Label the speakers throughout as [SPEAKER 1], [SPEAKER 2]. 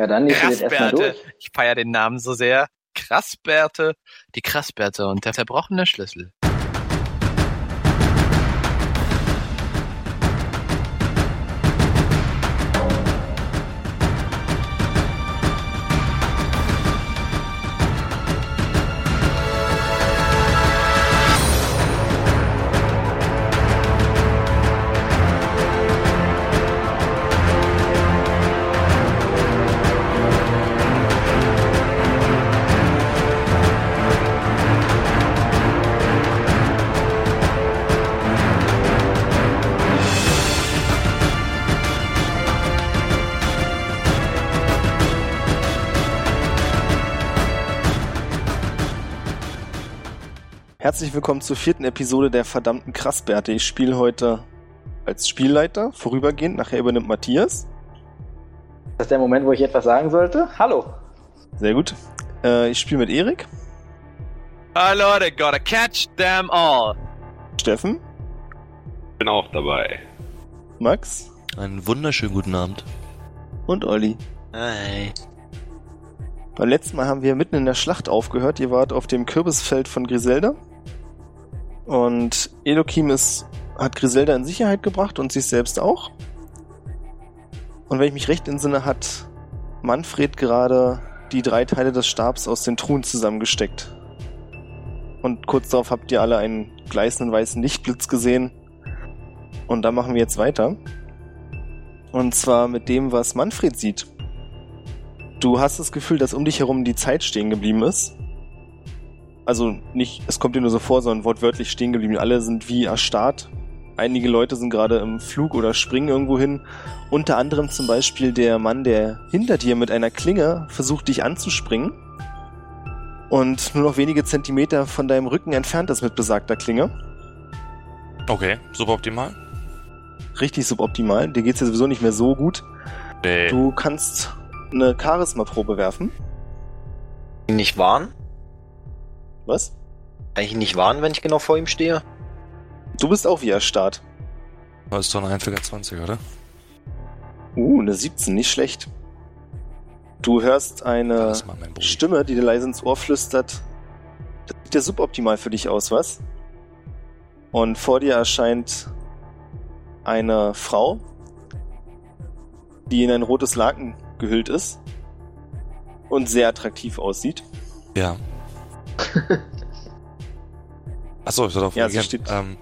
[SPEAKER 1] Ja, dann nehmen wir den erstmal
[SPEAKER 2] Krassbärte.
[SPEAKER 1] durch.
[SPEAKER 2] Ich feiere den Namen so sehr. Krassbärte. Die Krassbärte und der zerbrochene Schlüssel.
[SPEAKER 3] Herzlich willkommen zur vierten Episode der verdammten Krassbärte. Ich spiele heute als Spielleiter vorübergehend, nachher übernimmt Matthias.
[SPEAKER 1] Das ist der Moment, wo ich etwas sagen sollte. Hallo.
[SPEAKER 3] Sehr gut. Äh, ich spiele mit Erik,
[SPEAKER 2] Oh Leute, gotta catch them all.
[SPEAKER 3] Steffen,
[SPEAKER 4] bin auch dabei.
[SPEAKER 3] Max
[SPEAKER 5] Einen wunderschönen guten Abend.
[SPEAKER 3] und Olli. Beim letzten Mal haben wir mitten in der Schlacht aufgehört. Ihr wart auf dem Kürbisfeld von Griselda. Und Elokim ist, hat Griselda in Sicherheit gebracht und sich selbst auch. Und wenn ich mich recht entsinne, hat Manfred gerade die drei Teile des Stabs aus den Truhen zusammengesteckt. Und kurz darauf habt ihr alle einen gleißenden weißen Lichtblitz gesehen. Und da machen wir jetzt weiter. Und zwar mit dem, was Manfred sieht. Du hast das Gefühl, dass um dich herum die Zeit stehen geblieben ist. Also nicht, es kommt dir nur so vor, sondern wortwörtlich stehen geblieben. Alle sind wie erstarrt. Einige Leute sind gerade im Flug oder springen irgendwo hin. Unter anderem zum Beispiel der Mann, der hinter dir mit einer Klinge versucht, dich anzuspringen. Und nur noch wenige Zentimeter von deinem Rücken entfernt ist mit besagter Klinge.
[SPEAKER 6] Okay, suboptimal?
[SPEAKER 3] Richtig suboptimal. Dir geht's ja sowieso nicht mehr so gut.
[SPEAKER 6] Nee.
[SPEAKER 3] Du kannst eine Charisma-Probe werfen.
[SPEAKER 7] ihn nicht warnen?
[SPEAKER 3] Was?
[SPEAKER 7] Kann ich ihn nicht warnen, wenn ich genau vor ihm stehe?
[SPEAKER 3] Du bist auch wie erstarrt.
[SPEAKER 6] Das ist doch ein einziger 20, oder?
[SPEAKER 3] Uh, eine 17, nicht schlecht. Du hörst eine
[SPEAKER 6] mal mein Bruder.
[SPEAKER 3] Stimme, die dir leise ins Ohr flüstert. Das sieht ja suboptimal für dich aus, was? Und vor dir erscheint eine Frau, die in ein rotes Laken gehüllt ist und sehr attraktiv aussieht.
[SPEAKER 6] Ja. Achso, ich soll auf
[SPEAKER 3] Ja, sie steht-
[SPEAKER 6] ähm,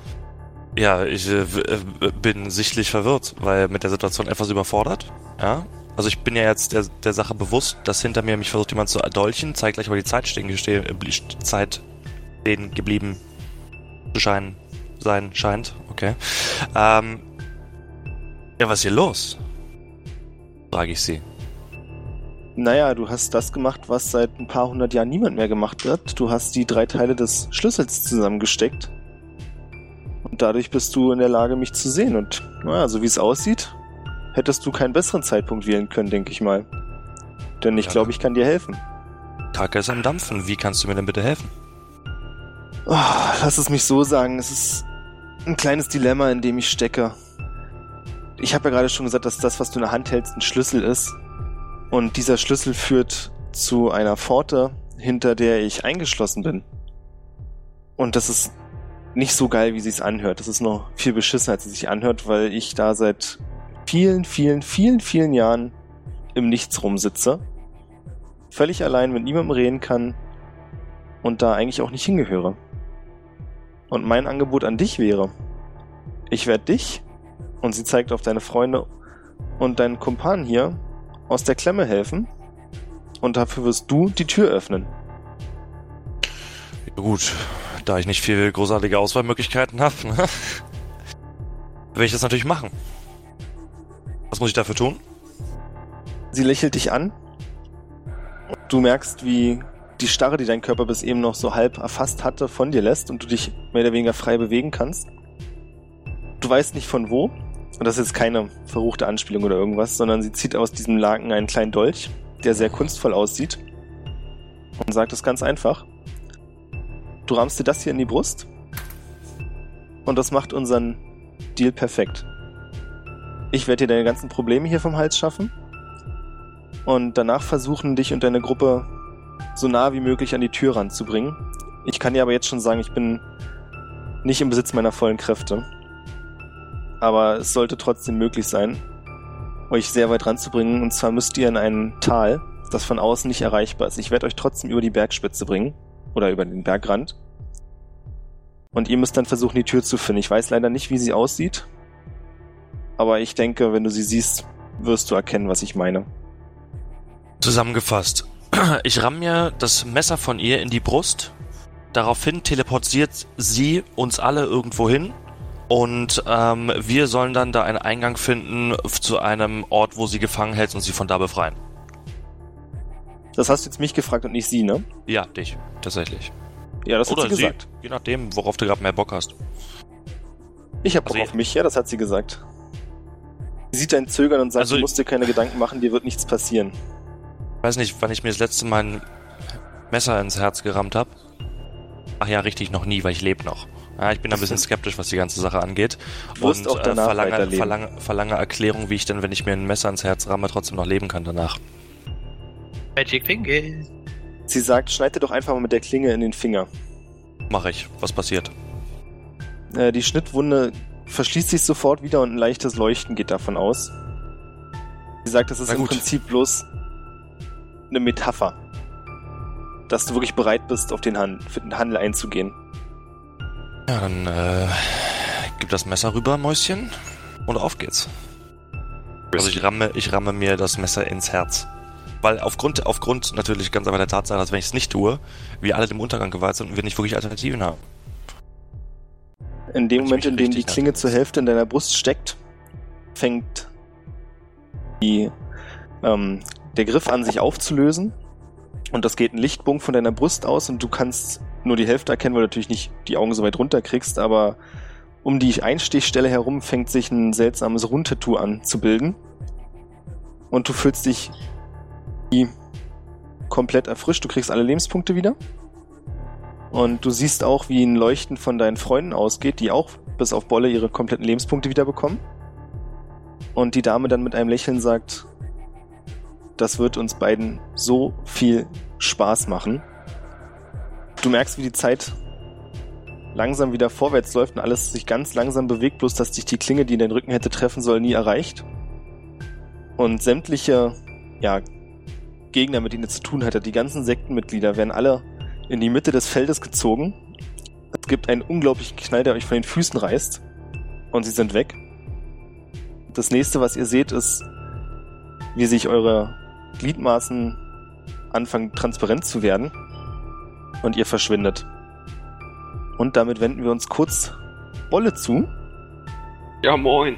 [SPEAKER 6] Ja, ich äh, w- äh, bin sichtlich verwirrt, weil mit der Situation etwas überfordert. Ja. Also ich bin ja jetzt der, der Sache bewusst, dass hinter mir mich versucht jemand zu erdolchen, zeitgleich aber die Zeit stehen, geste- äh, blie- Zeit stehen geblieben zu scheinen, sein scheint. Okay. Ähm, ja, was ist hier los? Frage ich sie.
[SPEAKER 3] Naja, du hast das gemacht, was seit ein paar hundert Jahren niemand mehr gemacht hat. Du hast die drei Teile des Schlüssels zusammengesteckt. Und dadurch bist du in der Lage, mich zu sehen. Und naja, so wie es aussieht, hättest du keinen besseren Zeitpunkt wählen können, denke ich mal. Denn ich
[SPEAKER 6] Ja.
[SPEAKER 3] glaube, ich kann dir helfen.
[SPEAKER 6] Kacke ist am Dampfen. Wie kannst du mir denn bitte helfen?
[SPEAKER 3] Oh, lass es mich so sagen, es ist ein kleines Dilemma, in dem ich stecke. Ich habe ja gerade schon gesagt, dass das, was du in der Hand hältst, ein Schlüssel ist. Und dieser Schlüssel führt zu einer Pforte, hinter der ich eingeschlossen bin. Und das ist nicht so geil, wie sie es anhört. Das ist noch viel beschissener, als es sich anhört, weil ich da seit vielen, vielen, vielen, vielen Jahren im Nichts rumsitze. Völlig allein mit niemandem reden kann und da eigentlich auch nicht hingehöre. Und mein Angebot an dich wäre, ich werde dich, und sie zeigt auf deine Freunde und deinen Kumpan hier, aus der Klemme helfen und dafür wirst du die Tür öffnen.
[SPEAKER 6] Ja, gut, da ich nicht viel großartige Auswahlmöglichkeiten habe, ne, werde ich das natürlich machen. Was muss ich dafür tun?
[SPEAKER 3] Sie lächelt dich an und du merkst, wie die Starre, die dein Körper bis eben noch so halb erfasst hatte, von dir lässt und du dich mehr oder weniger frei bewegen kannst. Du weißt nicht von wo, und das ist jetzt keine verruchte Anspielung oder irgendwas, sondern sie zieht aus diesem Laken einen kleinen Dolch, der sehr kunstvoll aussieht und sagt es ganz einfach. Du rammst dir das hier in die Brust und das macht unseren Deal perfekt. Ich werde dir deine ganzen Probleme hier vom Hals schaffen und danach versuchen, dich und deine Gruppe so nah wie möglich an die Tür ranzubringen. Ich kann dir aber jetzt schon sagen, ich bin nicht im Besitz meiner vollen Kräfte. Aber es sollte trotzdem möglich sein, euch sehr weit ranzubringen. Und zwar müsst ihr in ein Tal, das von außen nicht erreichbar ist. Ich werde euch trotzdem über die Bergspitze bringen oder über den Bergrand. Und ihr müsst dann versuchen, die Tür zu finden. Ich weiß leider nicht, wie sie aussieht. Aber ich denke, wenn du sie siehst, wirst du erkennen, was ich meine.
[SPEAKER 6] Zusammengefasst. Ich ramm mir das Messer von ihr in die Brust. Daraufhin teleportiert sie uns alle irgendwo hin. Und ähm, wir sollen dann da einen Eingang finden zu einem Ort, wo sie gefangen hält und sie von da befreien.
[SPEAKER 3] Das hast du jetzt mich gefragt und nicht sie, ne?
[SPEAKER 6] Ja, dich, tatsächlich.
[SPEAKER 3] Ja, das hat
[SPEAKER 6] Oder
[SPEAKER 3] sie gesagt.
[SPEAKER 6] Je nachdem, worauf du gerade mehr Bock hast.
[SPEAKER 3] Ich hab Bock
[SPEAKER 6] Also-
[SPEAKER 3] auf mich, ja, das hat sie gesagt. Sie sieht dein Zögern und sagt,
[SPEAKER 6] Also-
[SPEAKER 3] du musst dir keine Gedanken machen, dir wird nichts passieren.
[SPEAKER 6] Ich weiß nicht, wann ich mir das letzte Mal ein Messer ins Herz gerammt habe. Ach ja, richtig, noch nie, weil ich lebe noch. Ja, ich bin ein bisschen skeptisch, was die ganze Sache angeht. äh,
[SPEAKER 3] Du wirst auch danach
[SPEAKER 6] verlange,
[SPEAKER 3] weiterleben.
[SPEAKER 6] verlange, verlange Erklärung, wie ich denn, wenn ich mir ein Messer ins Herz ramme, trotzdem noch leben kann danach.
[SPEAKER 2] Magic Finger.
[SPEAKER 3] Sie sagt, schneid dir doch einfach mal mit der Klinge in den Finger.
[SPEAKER 6] Mache ich. Was passiert?
[SPEAKER 3] Äh, die Schnittwunde verschließt sich sofort wieder und ein leichtes Leuchten geht davon aus. Sie sagt, das ist
[SPEAKER 6] Na
[SPEAKER 3] im
[SPEAKER 6] gut.
[SPEAKER 3] Prinzip bloß eine Metapher. Dass du wirklich bereit bist, auf den Handel, für den Handel einzugehen.
[SPEAKER 6] Ja, dann äh, gib das Messer rüber, Mäuschen, und auf geht's. Also ich ramme, ich ramme mir das Messer ins Herz. Weil aufgrund, aufgrund natürlich ganz einfach der Tatsache, dass wenn ich es nicht tue, wir alle dem Untergang geweiht sind und wir nicht wirklich Alternativen haben.
[SPEAKER 3] In dem
[SPEAKER 6] Wenn's
[SPEAKER 3] Moment,
[SPEAKER 6] mich
[SPEAKER 3] in dem die
[SPEAKER 6] richtig
[SPEAKER 3] Klinge zur Hälfte in deiner Brust steckt, fängt die, ähm, der Griff an, sich aufzulösen. Und das geht ein Lichtbogen von deiner Brust aus und du kannst nur die Hälfte erkennen, weil du natürlich nicht die Augen so weit runterkriegst, aber um die Einstichstelle herum fängt sich ein seltsames Rundtattoo an zu bilden. Und du fühlst dich wie komplett erfrischt. Du kriegst alle Lebenspunkte wieder. Und du siehst auch, wie ein Leuchten von deinen Freunden ausgeht, die auch bis auf Bolle ihre kompletten Lebenspunkte wiederbekommen. Und die Dame dann mit einem Lächeln sagt, das wird uns beiden so viel Spaß machen. Du merkst, wie die Zeit langsam wieder vorwärts läuft und alles sich ganz langsam bewegt, bloß dass dich die Klinge, die in den Rücken hätte treffen sollen, nie erreicht. Und sämtliche, ja, Gegner, mit denen er zu tun hatte, die ganzen Sektenmitglieder werden alle in die Mitte des Feldes gezogen. Es gibt einen unglaublichen Knall, der euch von den Füßen reißt. Und sie sind weg. Das nächste, was ihr seht, ist, wie sich eure Gliedmaßen anfangen transparent zu werden. Und ihr verschwindet. Und damit wenden wir uns kurz Bolle zu.
[SPEAKER 4] Ja, moin.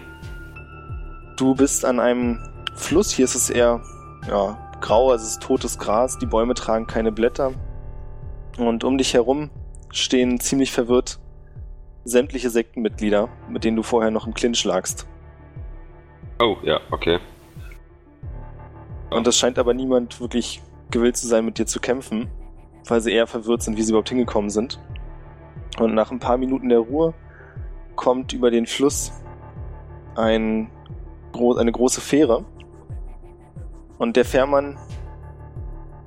[SPEAKER 3] Du bist an einem Fluss, hier ist es eher ja, grau, es ist totes Gras, die Bäume tragen keine Blätter. Und um dich herum stehen ziemlich verwirrt sämtliche Sektenmitglieder, mit denen du vorher noch im Clinch lagst.
[SPEAKER 4] Oh, ja, okay.
[SPEAKER 3] Und es scheint aber niemand wirklich gewillt zu sein, mit dir zu kämpfen, weil sie eher verwirrt sind, wie sie überhaupt hingekommen sind. Und nach ein paar Minuten der Ruhe kommt über den Fluss ein, gro eine große Fähre. Und der Fährmann,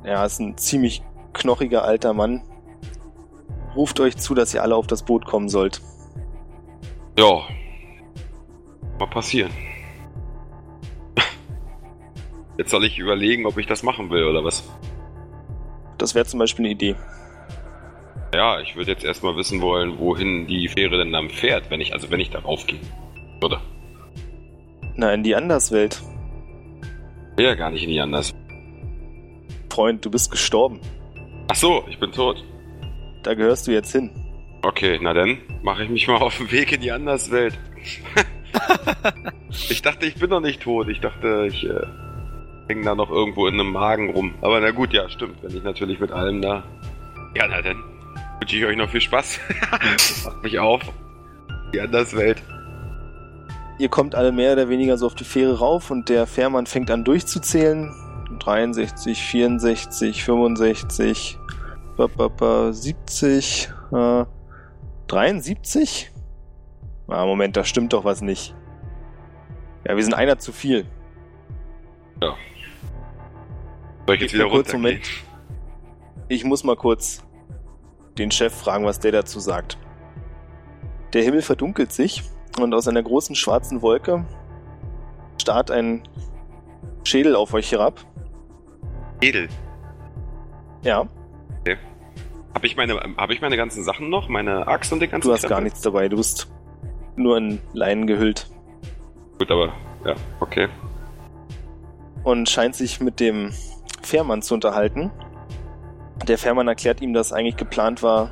[SPEAKER 3] ja, ist ein ziemlich knochiger alter Mann, ruft euch zu, dass ihr alle auf das Boot kommen sollt.
[SPEAKER 4] Ja. Mal passieren. Jetzt soll ich überlegen, ob ich das machen will oder was.
[SPEAKER 3] Das wäre zum Beispiel eine Idee.
[SPEAKER 4] Ja, ich würde jetzt erstmal wissen wollen, wohin die Fähre denn dann fährt, wenn ich, also wenn ich darauf gehe. Würde.
[SPEAKER 3] Na, in die Anderswelt.
[SPEAKER 4] Will ja gar nicht in die anders.
[SPEAKER 3] Freund, du bist gestorben.
[SPEAKER 4] Ach so, ich bin tot.
[SPEAKER 3] Da gehörst du jetzt hin.
[SPEAKER 4] Okay, na dann mache ich mich mal auf den Weg in die Anderswelt. ich dachte, ich bin noch nicht tot. Ich dachte, ich äh, hänge da noch irgendwo in einem Magen rum. Aber na gut, ja, stimmt. Wenn ich natürlich mit allem da. Ja, na dann wünsche ich euch noch viel Spaß. Macht mich auf. Die Anderswelt.
[SPEAKER 3] Ihr kommt alle mehr oder weniger so auf die Fähre rauf und der Fährmann fängt an durchzuzählen. 63, 64, 65, ba, ba, ba, 70, äh, 73? Ah, Moment, da stimmt doch was nicht. Ja, wir sind einer zu viel.
[SPEAKER 4] Ja. Soll ich jetzt wieder
[SPEAKER 3] Nur kurz,
[SPEAKER 4] runtergehen?
[SPEAKER 3] Moment. Ich muss mal kurz den Chef fragen, was der dazu sagt. Der Himmel verdunkelt sich und aus einer großen schwarzen Wolke starrt ein Schädel auf euch herab.
[SPEAKER 4] Edel.
[SPEAKER 3] Ja,
[SPEAKER 4] Habe ich, meine, hab ich meine ganzen Sachen noch? Meine Axt und den ganzen
[SPEAKER 3] du hast
[SPEAKER 4] Krempel?
[SPEAKER 3] gar nichts dabei, du bist nur in Leinen gehüllt
[SPEAKER 4] Gut, aber ja, okay.
[SPEAKER 3] und scheint sich mit dem Fährmann zu unterhalten. Der Fährmann erklärt ihm, dass eigentlich geplant war,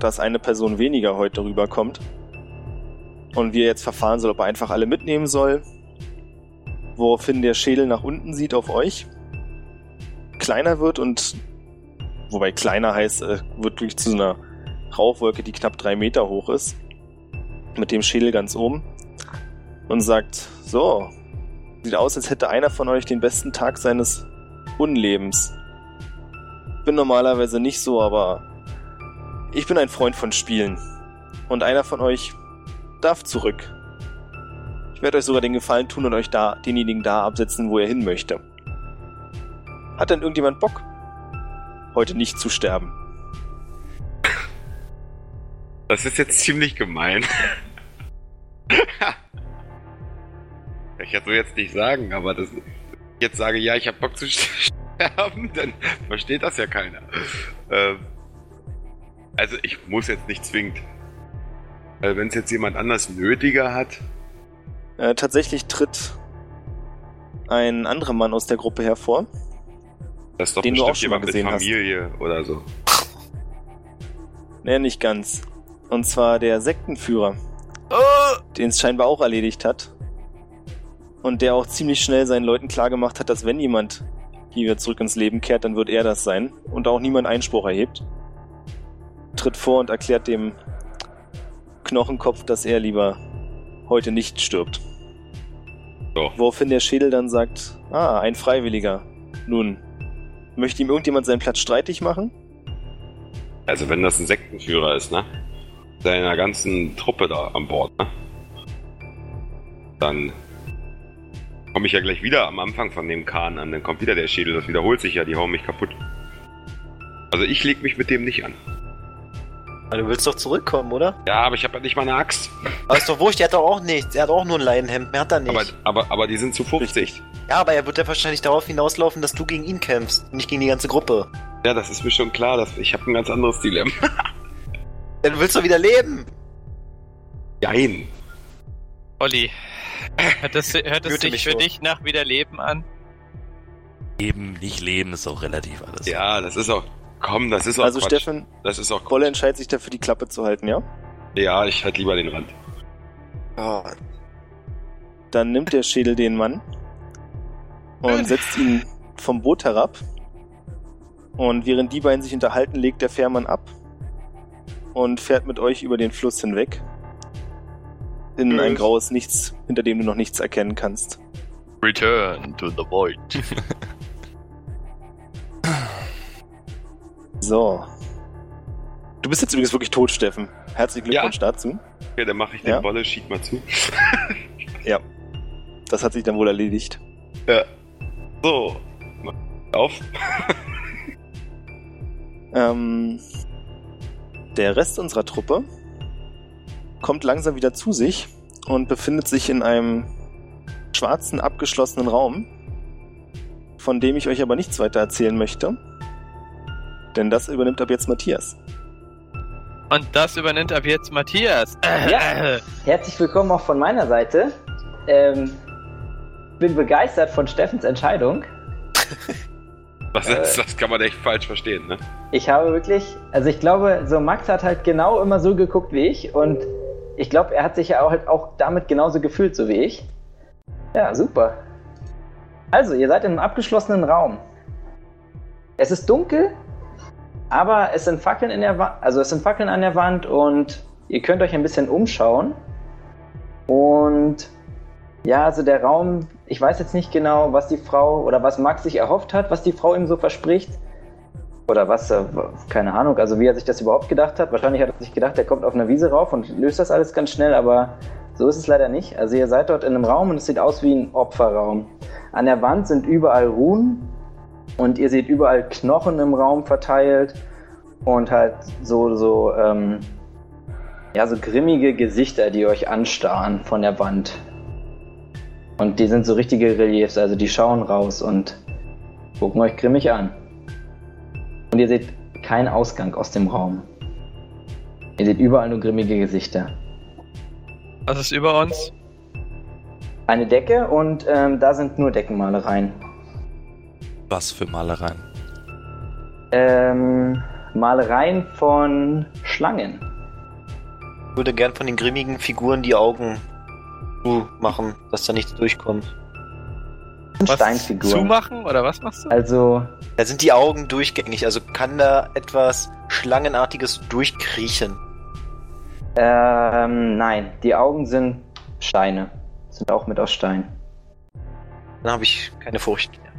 [SPEAKER 3] dass eine Person weniger heute rüberkommt. Und wie er jetzt verfahren soll, ob er einfach alle mitnehmen soll. Woraufhin der Schädel nach unten sieht auf euch. Kleiner wird und. Wobei kleiner heißt, äh, wird durch zu so einer Rauchwolke, die knapp drei Meter hoch ist. Mit dem Schädel ganz oben. Und sagt: So, Sieht aus, als hätte einer von euch den besten Tag seines Unlebens. Bin normalerweise nicht so, aber ich bin ein Freund von Spielen. Und einer von euch darf zurück. Ich werde euch sogar den Gefallen tun und euch da, denjenigen da absetzen, wo er hin möchte. Hat denn irgendjemand Bock, heute nicht zu sterben?
[SPEAKER 4] Das ist jetzt ziemlich gemein. ich hätte so jetzt nicht sagen, aber das, wenn ich jetzt sage, ja, ich habe Bock zu sterben, dann versteht das ja keiner. Ähm, also ich muss jetzt nicht zwingend. Weil wenn es jetzt jemand anders nötiger hat,
[SPEAKER 3] Äh, tatsächlich tritt ein anderer Mann aus der Gruppe hervor.
[SPEAKER 4] das ist doch
[SPEAKER 3] Den du auch
[SPEAKER 4] bestimmt
[SPEAKER 3] schon mal
[SPEAKER 4] jemand mit
[SPEAKER 3] gesehen hast.
[SPEAKER 4] Familie oder so.
[SPEAKER 3] Nee, nicht ganz. Und zwar der Sektenführer.
[SPEAKER 2] Oh.
[SPEAKER 3] Den es scheinbar auch erledigt hat. Und der auch ziemlich schnell seinen Leuten klargemacht hat, dass wenn jemand hier wieder zurück ins Leben kehrt, dann wird er das sein. Und auch niemand Einspruch erhebt. Tritt vor und erklärt dem Knochenkopf, dass er lieber heute nicht stirbt.
[SPEAKER 4] So.
[SPEAKER 3] Woraufhin der Schädel dann sagt, ah, ein Freiwilliger. Nun, möchte ihm irgendjemand seinen Platz streitig machen?
[SPEAKER 4] Also wenn das ein Sektenführer ist, ne? Seiner ganzen Truppe da an Bord, ne? Dann komme ich ja gleich wieder am Anfang von dem Kahn an, dann kommt wieder der Schädel, das wiederholt sich ja, die hauen mich kaputt. Also ich leg mich mit dem nicht an.
[SPEAKER 7] Aber du willst doch zurückkommen, oder?
[SPEAKER 4] Ja, aber ich habe halt nicht mal eine Axt.
[SPEAKER 7] Aber ist doch wurscht, der hat doch auch nichts. Er hat auch nur ein Leinenhemd, mehr hat er nicht.
[SPEAKER 4] Aber, aber, aber die sind zu 50.
[SPEAKER 7] ja, aber er wird ja wahrscheinlich darauf hinauslaufen, dass du gegen ihn kämpfst, nicht gegen die ganze Gruppe.
[SPEAKER 4] Ja, das ist mir schon klar, dass ich habe ein ganz anderes Dilemma.
[SPEAKER 7] Dann willst du wieder leben.
[SPEAKER 4] Jein.
[SPEAKER 2] Olli, hört das, hört das
[SPEAKER 7] Fühlte
[SPEAKER 2] sich
[SPEAKER 7] mich
[SPEAKER 2] für
[SPEAKER 7] so.
[SPEAKER 2] dich nach wieder Leben an?
[SPEAKER 6] Leben, nicht leben ist auch relativ alles.
[SPEAKER 4] Ja, das ist auch. Komm, das ist auch
[SPEAKER 3] also
[SPEAKER 4] Quatsch.
[SPEAKER 3] Steffen,
[SPEAKER 4] das ist auch
[SPEAKER 3] Bolle entscheidet sich dafür, die Klappe zu halten, ja?
[SPEAKER 4] Ja, ich halt lieber den Rand.
[SPEAKER 3] Dann nimmt der Schädel den Mann und setzt ihn vom Boot herab. Und während die beiden sich unterhalten, legt der Fährmann ab und fährt mit euch über den Fluss hinweg. In ein graues Nichts, hinter dem du noch nichts erkennen kannst.
[SPEAKER 2] Return to the Void.
[SPEAKER 3] So. Du bist jetzt übrigens wirklich tot, Steffen. Herzlichen
[SPEAKER 4] Ja.
[SPEAKER 3] Glückwunsch dazu.
[SPEAKER 4] Okay, dann mache ich den
[SPEAKER 3] Ja.
[SPEAKER 4] Bolle, schieb mal zu.
[SPEAKER 3] Das hat sich dann wohl erledigt.
[SPEAKER 4] So. Auf.
[SPEAKER 3] Ähm, der Rest unserer Truppe kommt langsam wieder zu sich und befindet sich in einem schwarzen, abgeschlossenen Raum, von dem ich euch aber nichts weiter erzählen möchte. Denn das übernimmt ab jetzt Matthias.
[SPEAKER 2] Und das übernimmt ab jetzt Matthias.
[SPEAKER 1] Ja. Herzlich willkommen auch von meiner Seite. Ähm, bin begeistert von Steffens Entscheidung.
[SPEAKER 4] Das, das, das kann man echt falsch verstehen, ne?
[SPEAKER 1] Ich habe wirklich, also ich glaube, so Max hat halt genau immer so geguckt wie ich und ich glaube, er hat sich ja auch, halt auch damit genauso gefühlt, so wie ich. Ja, super. Also, ihr seid in einem abgeschlossenen Raum. Es ist dunkel, aber es sind Fackeln in der Wa also es sind Fackeln an der Wand und ihr könnt euch ein bisschen umschauen. Und ja, also der Raum, ich weiß jetzt nicht genau, was die Frau oder was Max sich erhofft hat, was die Frau ihm so verspricht. Oder was, äh, keine Ahnung, also wie er sich das überhaupt gedacht hat. Wahrscheinlich hat er sich gedacht, er kommt auf eine Wiese rauf und löst das alles ganz schnell, aber so ist es leider nicht. Also ihr seid dort in einem Raum und es sieht aus wie ein Opferraum. An der Wand sind überall Runen Und ihr seht überall Knochen im Raum verteilt und halt so, so, ähm, ja, so grimmige Gesichter, die euch anstarren von der Wand. Und die sind so richtige Reliefs, also die schauen raus und gucken euch grimmig an. Und ihr seht keinen Ausgang aus dem Raum. Ihr seht überall nur grimmige Gesichter.
[SPEAKER 2] Was ist über uns?
[SPEAKER 1] Eine Decke und ähm, da sind nur Deckenmalereien.
[SPEAKER 6] Was für Malereien.
[SPEAKER 1] Ähm, Malereien von Schlangen.
[SPEAKER 7] Ich würde gern von den grimmigen Figuren die Augen zu machen, dass da nichts durchkommt.
[SPEAKER 1] Und
[SPEAKER 2] Was
[SPEAKER 1] Steinfiguren.
[SPEAKER 2] Zumachen oder was machst du?
[SPEAKER 1] Also,
[SPEAKER 7] Da sind die Augen durchgängig, also kann da etwas Schlangenartiges durchkriechen.
[SPEAKER 1] ähm, nein, die Augen sind Steine. Sind auch mit aus Stein.
[SPEAKER 7] Dann habe ich keine Furcht mehr.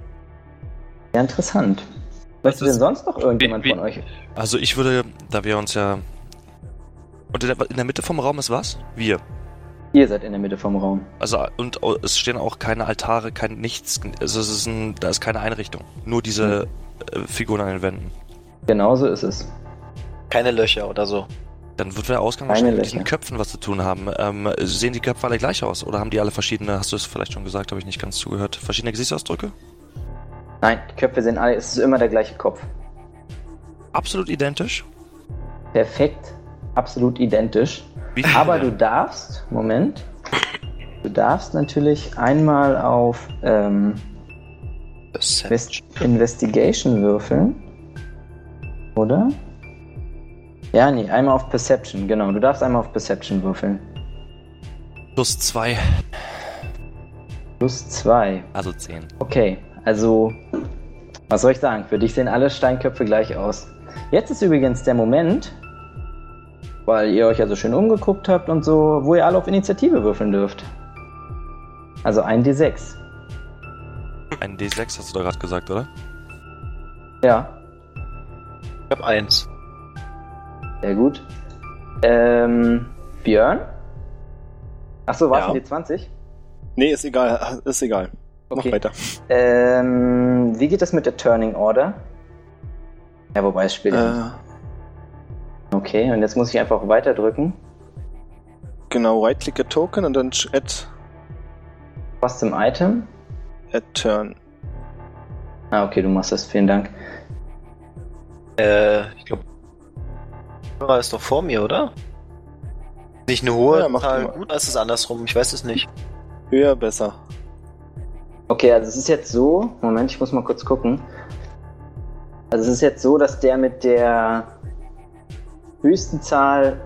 [SPEAKER 1] Ja, interessant.
[SPEAKER 2] Das
[SPEAKER 1] Möchte denn
[SPEAKER 2] ist-
[SPEAKER 1] sonst noch irgendjemand
[SPEAKER 2] Wie- wie-
[SPEAKER 1] von euch?
[SPEAKER 6] Also ich würde, da wir uns ja... Und in der, in der Mitte vom Raum ist was? Wir.
[SPEAKER 1] Ihr seid in der Mitte vom Raum.
[SPEAKER 6] Also und au- es stehen auch keine Altare, kein nichts. Also es ist ein, da ist keine Einrichtung. Nur diese äh, Figuren an den Wänden.
[SPEAKER 1] Genauso ist es.
[SPEAKER 7] Keine Löcher oder so.
[SPEAKER 6] Dann wird der Ausgang
[SPEAKER 1] Keine
[SPEAKER 6] wahrscheinlich mit diesen
[SPEAKER 1] Löcher.
[SPEAKER 6] Köpfen was zu tun haben. Ähm, sehen die Köpfe alle gleich aus oder haben die alle verschiedene, hast du es vielleicht schon gesagt, habe ich nicht ganz zugehört, verschiedene Gesichtsausdrücke?
[SPEAKER 1] Nein, die Köpfe sind alle, es ist immer der gleiche Kopf.
[SPEAKER 6] Absolut identisch.
[SPEAKER 1] Perfekt, absolut identisch.
[SPEAKER 6] Wie viele-
[SPEAKER 1] Aber du darfst, Moment, du darfst natürlich einmal auf ähm,
[SPEAKER 7] Das ist halt
[SPEAKER 1] Invest Investigation würfeln. Oder? Ja, nee, einmal auf Perception, genau. Du darfst einmal auf Perception würfeln.
[SPEAKER 6] plus zwei,
[SPEAKER 1] Plus zwei.
[SPEAKER 6] also zehn.
[SPEAKER 1] Okay, also, was soll ich sagen? Für dich sehen alle Steinköpfe gleich aus. Jetzt ist übrigens der Moment, weil ihr euch ja so schön umgeguckt habt und so, wo ihr alle auf Initiative würfeln dürft. Also ein D6.
[SPEAKER 6] Ein D6 hast du da gerade gesagt, oder?
[SPEAKER 1] Ja,
[SPEAKER 7] ich habe eins.
[SPEAKER 1] sehr gut. Ähm, Björn? Achso, war es
[SPEAKER 3] Ja.
[SPEAKER 1] ein D20?
[SPEAKER 3] Nee, ist egal, ist egal. Mach
[SPEAKER 1] Okay.
[SPEAKER 3] weiter.
[SPEAKER 1] Ähm, wie geht das mit der Turning Order? Ja, wobei es spielt. ja
[SPEAKER 3] Äh,
[SPEAKER 1] nicht. Okay, und jetzt muss ich einfach weiterdrücken.
[SPEAKER 3] genau, right-click a token und dann sch- add,
[SPEAKER 1] Custom Item.
[SPEAKER 3] add turn.
[SPEAKER 1] Ah, okay, du machst das. Vielen Dank.
[SPEAKER 7] Äh, ich glaube. Hörer ist doch vor mir, oder? Nicht eine hohe
[SPEAKER 3] Ja, mach die
[SPEAKER 7] Zahl
[SPEAKER 3] mal.
[SPEAKER 7] gut, als es andersrum. Ich weiß es nicht.
[SPEAKER 3] Höher, besser.
[SPEAKER 1] Okay, also es ist jetzt so. Moment, ich muss mal kurz gucken. Also es ist jetzt so, dass der mit der höchsten Zahl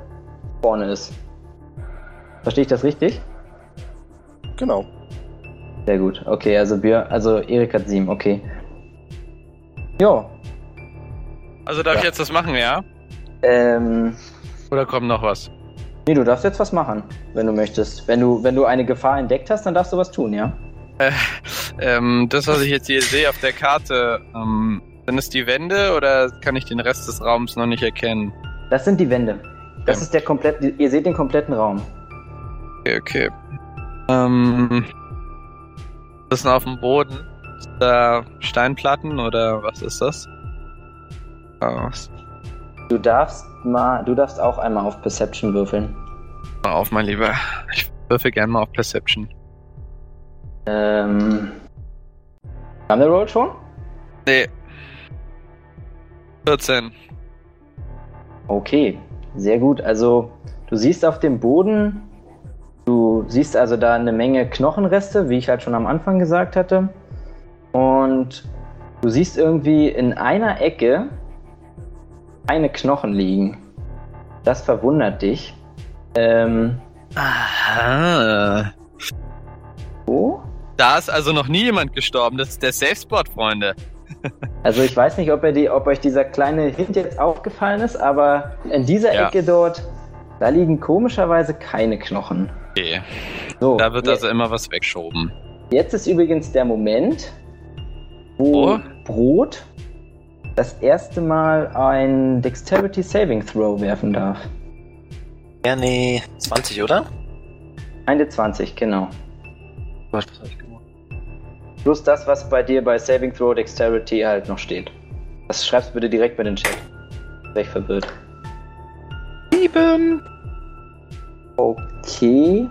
[SPEAKER 1] vorne ist. Verstehe ich das richtig?
[SPEAKER 3] Genau.
[SPEAKER 1] Sehr gut. Okay, also Björn, also Erik hat sieben, okay. Jo.
[SPEAKER 2] Also darf
[SPEAKER 1] Ja.
[SPEAKER 2] ich jetzt das machen, ja?
[SPEAKER 1] Ähm.
[SPEAKER 2] Oder kommt noch was?
[SPEAKER 1] Nee, du darfst jetzt was machen, wenn du möchtest. Wenn du, wenn du eine Gefahr entdeckt hast, dann darfst du was tun, ja?
[SPEAKER 2] Ähm, das, was ich jetzt hier sehe auf der Karte, ähm, sind es die Wände oder kann ich den Rest des Raums noch nicht erkennen?
[SPEAKER 1] Das sind die Wände. Das
[SPEAKER 2] Ja.
[SPEAKER 1] ist der komplette. Ihr seht den kompletten Raum.
[SPEAKER 2] Okay, okay. Ähm, das ist auf dem Boden. Ist Da Steinplatten oder was ist das? Ah, ist
[SPEAKER 1] Du darfst mal, du darfst auch einmal auf Perception würfeln.
[SPEAKER 2] mal auf, mein Lieber. Ich würfel gerne mal auf Perception.
[SPEAKER 1] Ähm. Kam der Roll schon?
[SPEAKER 2] Nee. 14.
[SPEAKER 1] Okay, sehr gut. Also, du siehst auf dem Boden, du siehst also da eine Menge Knochenreste, wie ich halt schon am Anfang gesagt hatte. Und du siehst irgendwie in einer Ecke eine Knochen liegen. Das verwundert dich. Ähm,
[SPEAKER 6] Ah.
[SPEAKER 2] Aha.
[SPEAKER 1] wo?
[SPEAKER 2] Da ist also noch nie jemand gestorben. Das ist der Safe Spot, Freunde.
[SPEAKER 1] Also ich weiß nicht, ob, er die, ob euch dieser kleine Hint jetzt aufgefallen ist, aber in dieser
[SPEAKER 2] Ja.
[SPEAKER 1] Ecke dort, da liegen komischerweise keine Knochen.
[SPEAKER 2] Okay.
[SPEAKER 1] So,
[SPEAKER 2] Da wird
[SPEAKER 1] je-
[SPEAKER 2] also immer was weggeschoben.
[SPEAKER 1] jetzt ist übrigens der Moment, wo
[SPEAKER 2] Oh.
[SPEAKER 1] Brot das erste Mal ein Dexterity Saving Throw werfen darf.
[SPEAKER 7] Ja, nee. 20, oder?
[SPEAKER 1] Eine 20, genau.
[SPEAKER 7] Gott, was hab ich gemacht?
[SPEAKER 1] Plus das, was bei dir bei Saving Throw Dexterity halt noch steht. Das schreibst bitte direkt bei den Chat. Wäre ich verwirrt. Sieben! Okay.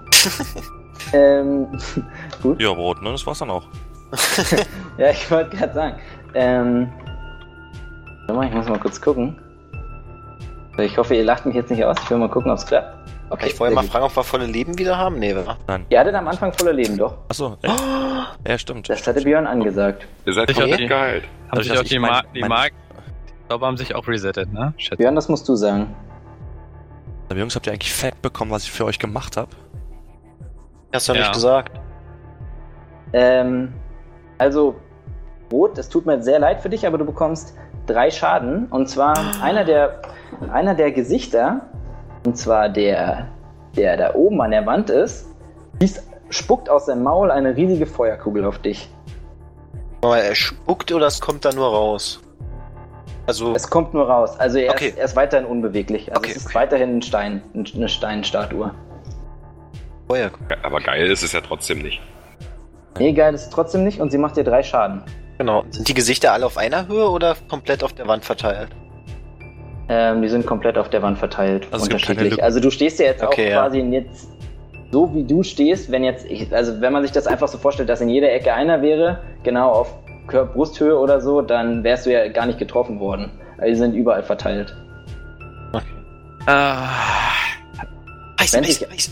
[SPEAKER 1] ähm, gut.
[SPEAKER 6] Ja, Brot, ne? Das war's dann auch.
[SPEAKER 1] Ja, ich wollte gerade sagen. Ähm. Warte mal, ich muss mal kurz gucken. Ich hoffe, ihr lacht mich jetzt nicht aus. Ich will mal gucken, ob es klappt. Okay,
[SPEAKER 7] ich wollte
[SPEAKER 1] sehr
[SPEAKER 7] mal
[SPEAKER 1] gut.
[SPEAKER 7] fragen, ob wir volle Leben wieder haben? Nee, wa?
[SPEAKER 1] Ihr hattet am Anfang voller Leben, doch.
[SPEAKER 6] Achso, echt? ja, stimmt.
[SPEAKER 1] Das hatte Björn angesagt.
[SPEAKER 4] Ihr seid
[SPEAKER 2] Ich
[SPEAKER 4] komplett
[SPEAKER 2] hab die-
[SPEAKER 4] geheilt.
[SPEAKER 2] Haben
[SPEAKER 6] Dadurch,
[SPEAKER 2] sich
[SPEAKER 6] dass
[SPEAKER 2] auch die,
[SPEAKER 6] ich mein-
[SPEAKER 2] Ma die
[SPEAKER 6] mein-
[SPEAKER 2] Marken. Ich glaube, haben sich auch resettet, ne? Shit.
[SPEAKER 1] Björn, das musst du sagen.
[SPEAKER 6] Aber Jungs, habt ihr eigentlich Fett bekommen, was ich für euch gemacht habe?
[SPEAKER 7] Hast du ja
[SPEAKER 2] Ja.
[SPEAKER 7] nicht gesagt.
[SPEAKER 1] Ähm, also, Rot, es tut mir sehr leid für dich, aber du bekommst drei Schaden. Und zwar einer der, einer der Gesichter, und zwar der, der da oben an der Wand ist, dies spuckt aus seinem Maul eine riesige Feuerkugel auf dich.
[SPEAKER 7] Aber er spuckt oder es kommt da nur raus? Also,
[SPEAKER 1] Es kommt nur raus. Also er,
[SPEAKER 7] Okay.
[SPEAKER 1] ist, er ist weiterhin unbeweglich. Also
[SPEAKER 7] Okay,
[SPEAKER 1] es ist
[SPEAKER 7] okay.
[SPEAKER 1] weiterhin ein Stein, eine Steinstatue.
[SPEAKER 7] Feuer.
[SPEAKER 4] Aber geil ist es ja trotzdem nicht.
[SPEAKER 1] Nee, geil ist es trotzdem nicht und sie macht dir drei Schaden.
[SPEAKER 7] Genau. Sind die Gesichter alle auf einer Höhe oder komplett auf der Wand verteilt?
[SPEAKER 1] Ähm, die sind komplett auf der Wand verteilt,
[SPEAKER 6] Also es gibt keine
[SPEAKER 1] unterschiedlich.
[SPEAKER 6] Lücken.
[SPEAKER 1] Also du stehst ja jetzt
[SPEAKER 7] Okay,
[SPEAKER 1] auch
[SPEAKER 7] ja.
[SPEAKER 1] quasi jetzt so wie du stehst, wenn jetzt, ich, also wenn man sich das einfach so vorstellt, dass in jeder Ecke einer wäre, genau auf Kör- Brusthöhe oder so, dann wärst du ja gar nicht getroffen worden. Also die sind überall verteilt.
[SPEAKER 2] Ah,
[SPEAKER 7] Eis,
[SPEAKER 1] Wenn
[SPEAKER 7] Eis,
[SPEAKER 1] ich-
[SPEAKER 7] Eis.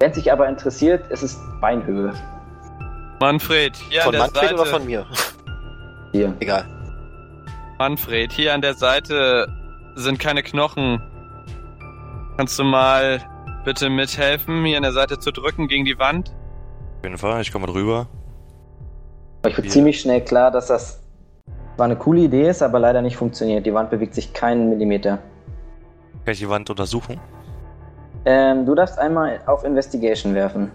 [SPEAKER 1] Wenn es dich aber interessiert, ist es Beinhöhe
[SPEAKER 2] Manfred, hier
[SPEAKER 7] Von
[SPEAKER 2] an der
[SPEAKER 7] Manfred
[SPEAKER 2] Seite.
[SPEAKER 7] oder von mir?
[SPEAKER 1] hier.
[SPEAKER 7] Egal.
[SPEAKER 2] Manfred, hier an der Seite sind keine Knochen. Kannst du mal bitte mithelfen, hier an der Seite zu drücken gegen die Wand?
[SPEAKER 6] Auf jeden Fall, ich komme drüber.
[SPEAKER 1] Aber ich bin
[SPEAKER 6] Wie?
[SPEAKER 1] ziemlich schnell klar, dass das zwar eine coole Idee ist, aber leider nicht funktioniert. Die Wand bewegt sich keinen Millimeter.
[SPEAKER 6] Kann ich die Wand untersuchen?
[SPEAKER 1] Ähm, du darfst einmal auf Investigation werfen.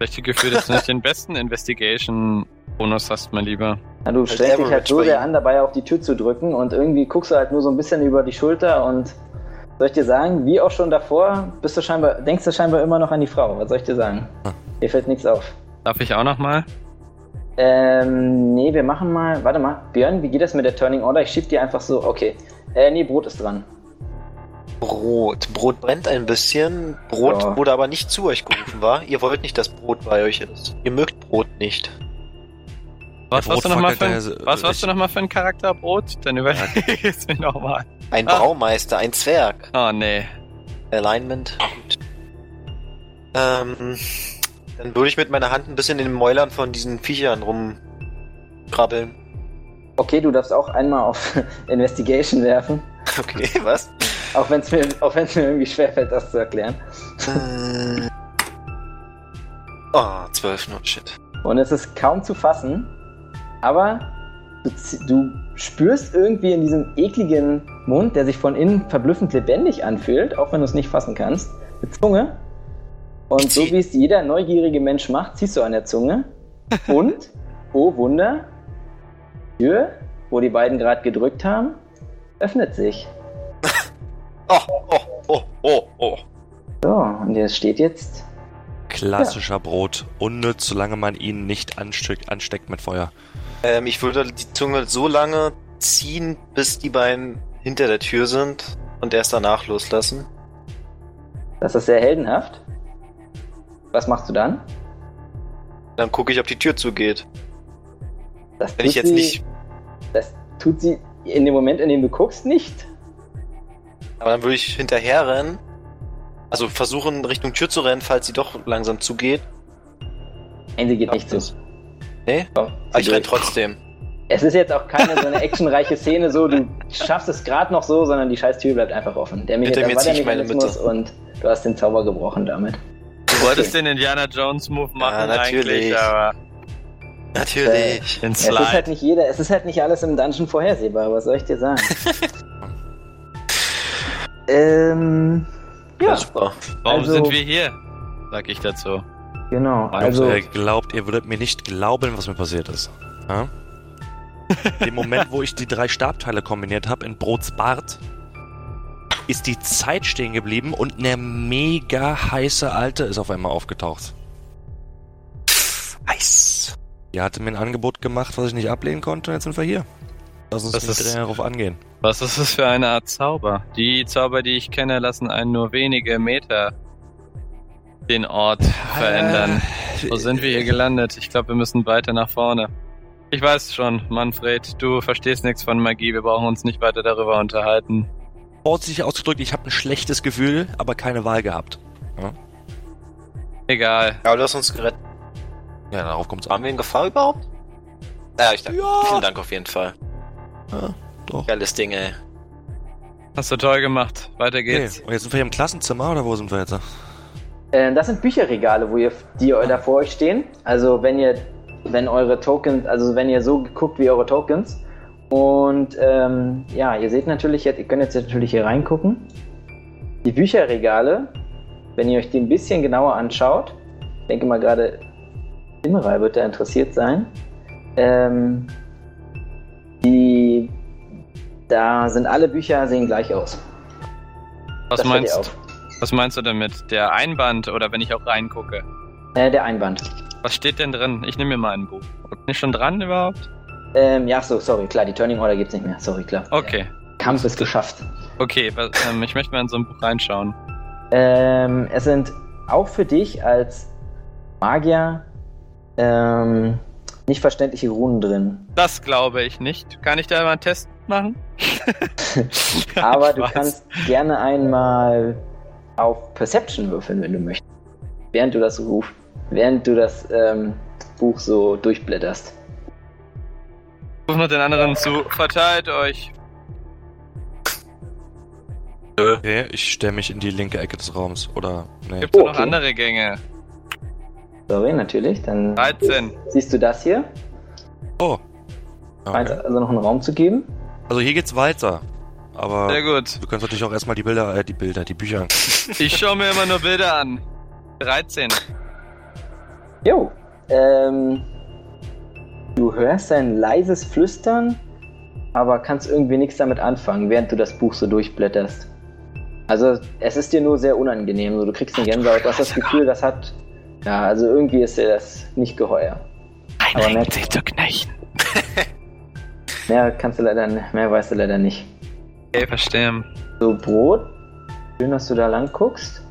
[SPEAKER 2] Welche Gefühl, dass du nicht den besten Investigation-Bonus hast, mein Lieber.
[SPEAKER 1] Ja, du
[SPEAKER 7] Als
[SPEAKER 1] stellst dich
[SPEAKER 7] Average
[SPEAKER 1] halt so
[SPEAKER 7] bei
[SPEAKER 1] sehr
[SPEAKER 7] ihm.
[SPEAKER 1] an, dabei auf die Tür zu drücken und irgendwie guckst du halt nur so ein bisschen über die Schulter und soll ich dir sagen, wie auch schon davor, bist du scheinbar, denkst du scheinbar immer noch an die Frau. Was soll ich dir sagen?
[SPEAKER 6] Hm.
[SPEAKER 1] Dir fällt nichts auf.
[SPEAKER 2] Darf ich auch nochmal?
[SPEAKER 1] Ähm, nee, wir machen mal, warte mal, Björn, wie geht das mit der Turning Order? Ich schieb dir einfach so, okay. Äh, nee, Brot ist dran.
[SPEAKER 7] Brot. Brot brennt ein bisschen. Brot
[SPEAKER 1] Ja.
[SPEAKER 7] wurde aber nicht zu euch gerufen, war? Ihr wollt nicht, dass Brot bei euch ist. Ihr mögt Brot nicht.
[SPEAKER 2] Was
[SPEAKER 6] Der
[SPEAKER 2] warst du nochmal für,
[SPEAKER 6] Brotfackel,
[SPEAKER 2] ein-
[SPEAKER 6] der- äh,
[SPEAKER 2] was warst
[SPEAKER 6] ich-
[SPEAKER 2] du noch mal für ein Charakterbrot? Dann überleg es mir nochmal.
[SPEAKER 7] Ein
[SPEAKER 2] Ah.
[SPEAKER 7] Braumeister, ein Zwerg.
[SPEAKER 2] Oh nee.
[SPEAKER 7] Alignment. Gut. Ähm, dann würde ich mit meiner Hand ein bisschen in den Mäulern von diesen Viechern rumkrabbeln.
[SPEAKER 1] Okay, du darfst auch einmal auf Investigation werfen,
[SPEAKER 7] Okay, was?
[SPEAKER 1] auch wenn es mir, auch wenn's mir irgendwie schwerfällt, das zu erklären.
[SPEAKER 7] Äh. oh, 12 Not Shit.
[SPEAKER 1] Und es ist kaum zu fassen, aber du, zie- du spürst irgendwie in diesem ekligen Mund, der sich von innen verblüffend lebendig anfühlt, auch wenn du es nicht fassen kannst, eine Zunge. Und so
[SPEAKER 7] Zieh.
[SPEAKER 1] wie es jeder neugierige Mensch macht, ziehst du an der Zunge. Und, oh Wunder, die Tür, wo die beiden gerade gedrückt haben, öffnet sich.
[SPEAKER 7] Oh, oh, oh, oh, oh.
[SPEAKER 1] So, und es steht jetzt
[SPEAKER 6] Klassischer Brot. Unnütz, solange man ihn nicht ansteckt, ansteckt mit Feuer.
[SPEAKER 7] Ähm, ich würde die Zunge so lange ziehen, bis die beiden hinter der Tür sind und erst danach loslassen.
[SPEAKER 1] Das ist sehr heldenhaft. Was machst du dann?
[SPEAKER 7] Dann gucke ich, ob die Tür zugeht.
[SPEAKER 1] Das
[SPEAKER 7] Wenn ich
[SPEAKER 1] tut
[SPEAKER 7] jetzt
[SPEAKER 1] sie-
[SPEAKER 7] nicht.
[SPEAKER 1] Das tut sie in dem Moment, in dem du guckst, nicht.
[SPEAKER 7] Aber dann würde ich hinterherrennen. Also versuchen, Richtung Tür zu rennen, falls sie doch langsam zugeht.
[SPEAKER 1] Nein, sie geht nicht zu.
[SPEAKER 7] Nee?
[SPEAKER 1] Komm,
[SPEAKER 7] Aber ich
[SPEAKER 1] sie
[SPEAKER 7] renne
[SPEAKER 1] geht.
[SPEAKER 7] trotzdem.
[SPEAKER 1] Es ist jetzt auch keine so eine actionreiche Szene, so du schaffst es gerade noch so, sondern die scheiß Tür bleibt einfach offen. Der, Mecha
[SPEAKER 7] Hinter mir
[SPEAKER 1] war der
[SPEAKER 7] zieh ich meine
[SPEAKER 1] Mechanismus
[SPEAKER 7] Mütze.
[SPEAKER 1] und du hast den Zauber gebrochen damit.
[SPEAKER 2] Du wolltest den Indiana Jones Move machen
[SPEAKER 7] natürlich.
[SPEAKER 2] eigentlich, aber
[SPEAKER 7] Natürlich.
[SPEAKER 2] den
[SPEAKER 1] Es ist
[SPEAKER 2] Slide.
[SPEAKER 1] halt nicht jeder, es ist halt nicht alles im Dungeon vorhersehbar, was soll ich dir sagen? ähm, ja,
[SPEAKER 7] Super.
[SPEAKER 2] Warum
[SPEAKER 1] also-
[SPEAKER 2] sind wir hier? Sag ich dazu.
[SPEAKER 1] genau.
[SPEAKER 6] Jungs,
[SPEAKER 1] Also,
[SPEAKER 6] ihr Äh, glaubt, ihr würdet mir nicht glauben, was mir passiert ist. Ja? Im Moment, wo ich die drei Stabteile kombiniert habe in Brots Bart, ist die Zeit stehen geblieben und eine mega heiße Alte ist auf einmal aufgetaucht. Die hatte mir ein Angebot gemacht, was ich nicht ablehnen konnte, und jetzt sind wir hier. Lass uns
[SPEAKER 8] Das
[SPEAKER 6] nicht
[SPEAKER 8] ist-
[SPEAKER 6] darauf angehen.
[SPEAKER 8] Was ist das für eine Art Zauber? Die Zauber, die ich kenne, lassen einen nur wenige Meter den Ort verändern.
[SPEAKER 1] Äh,
[SPEAKER 8] Wo sind wir hier gelandet? Ich glaube, wir müssen weiter nach vorne. Ich weiß schon, Manfred, du verstehst nichts von Magie. Wir brauchen uns nicht weiter darüber unterhalten.
[SPEAKER 6] Vorsichtig ausgedrückt, ich habe ein schlechtes Gefühl, aber keine Wahl gehabt.
[SPEAKER 8] Egal.
[SPEAKER 7] Ja, du hast uns gerettet.
[SPEAKER 6] Ja, darauf kommt's
[SPEAKER 7] Waren
[SPEAKER 6] an.
[SPEAKER 7] wir in Gefahr überhaupt? Ja, ich danke.
[SPEAKER 6] Ja.
[SPEAKER 7] Vielen Dank auf jeden Fall.
[SPEAKER 6] Ja, doch.
[SPEAKER 7] Geiles Ding, ey.
[SPEAKER 8] Hast du toll gemacht. Weiter
[SPEAKER 6] Okay,
[SPEAKER 8] geht's.
[SPEAKER 6] Und jetzt sind wir hier im Klassenzimmer oder wo sind wir jetzt?
[SPEAKER 1] Äh, das sind Bücherregale, wo ihr, die da vor euch stehen. Also wenn ihr, wenn eure Tokens, also wenn ihr so guckt wie eure Tokens. Und ähm, ja, ihr seht natürlich, jetzt, ihr könnt jetzt natürlich hier reingucken. Die Bücherregale, wenn ihr euch die ein bisschen genauer anschaut, ich denke mal gerade Immerei wird da interessiert sein. Ähm, die, da sind alle Bücher sehen gleich aus.
[SPEAKER 8] Was
[SPEAKER 1] Das fällt dir
[SPEAKER 8] meinst,
[SPEAKER 1] auf.
[SPEAKER 8] was meinst du damit? Der Einband oder wenn ich auch reingucke?
[SPEAKER 1] Äh, der Einband.
[SPEAKER 8] Was steht denn drin? Ich nehme mir mal ein Buch. Bin ich schon dran überhaupt?
[SPEAKER 1] Ähm, ja, ach so, sorry, klar, die Turning Order gibt's nicht mehr. Sorry, klar.
[SPEAKER 8] Okay.
[SPEAKER 1] Kampf ist geschafft.
[SPEAKER 8] Okay, was, ähm, ich möchte mal in so ein Buch reinschauen.
[SPEAKER 1] Ähm, es sind auch für dich als Magier ähm, nicht verständliche Runen drin.
[SPEAKER 8] Das glaube ich nicht. Kann ich da mal einen Test machen?
[SPEAKER 1] Aber
[SPEAKER 8] Ich
[SPEAKER 1] du
[SPEAKER 8] weiß.
[SPEAKER 1] kannst gerne einmal auf Perception würfeln, wenn du möchtest. Während du das ruf, während du das ähm, Buch so durchblätterst.
[SPEAKER 8] Ruf noch den anderen zu. Verteilt euch.
[SPEAKER 6] Okay, ich stelle mich in die linke Ecke des Raums. Oder, nee.
[SPEAKER 8] Gibt es
[SPEAKER 1] Oh,
[SPEAKER 8] noch
[SPEAKER 1] okay.
[SPEAKER 8] andere Gänge?
[SPEAKER 1] Sorry, natürlich. Dann
[SPEAKER 8] 13.
[SPEAKER 1] siehst du das hier.
[SPEAKER 6] Oh.
[SPEAKER 1] Scheint
[SPEAKER 6] Okay.
[SPEAKER 1] also noch einen Raum zu geben.
[SPEAKER 6] Also hier geht's weiter. Aber
[SPEAKER 8] Sehr
[SPEAKER 6] wir
[SPEAKER 8] gut.
[SPEAKER 6] können uns natürlich auch erstmal die Bilder, äh, die Bilder, die Bücher angucken.
[SPEAKER 8] Ich schaue mir immer nur Bilder an. 13.
[SPEAKER 1] Jo. Ähm, du hörst ein leises Flüstern, aber kannst irgendwie nichts damit anfangen, während du das Buch so durchblätterst. Also es ist dir nur sehr unangenehm. So, du kriegst eine Gänsehaut. Du hast das Gefühl, das hat... Ja, also irgendwie ist dir das nicht geheuer. Aber mehr,
[SPEAKER 8] zu knechten.
[SPEAKER 1] mehr kannst du leider... Mehr weißt du leider nicht.
[SPEAKER 8] Okay, verstehe.
[SPEAKER 1] So, Brot. Schön, dass du da lang guckst.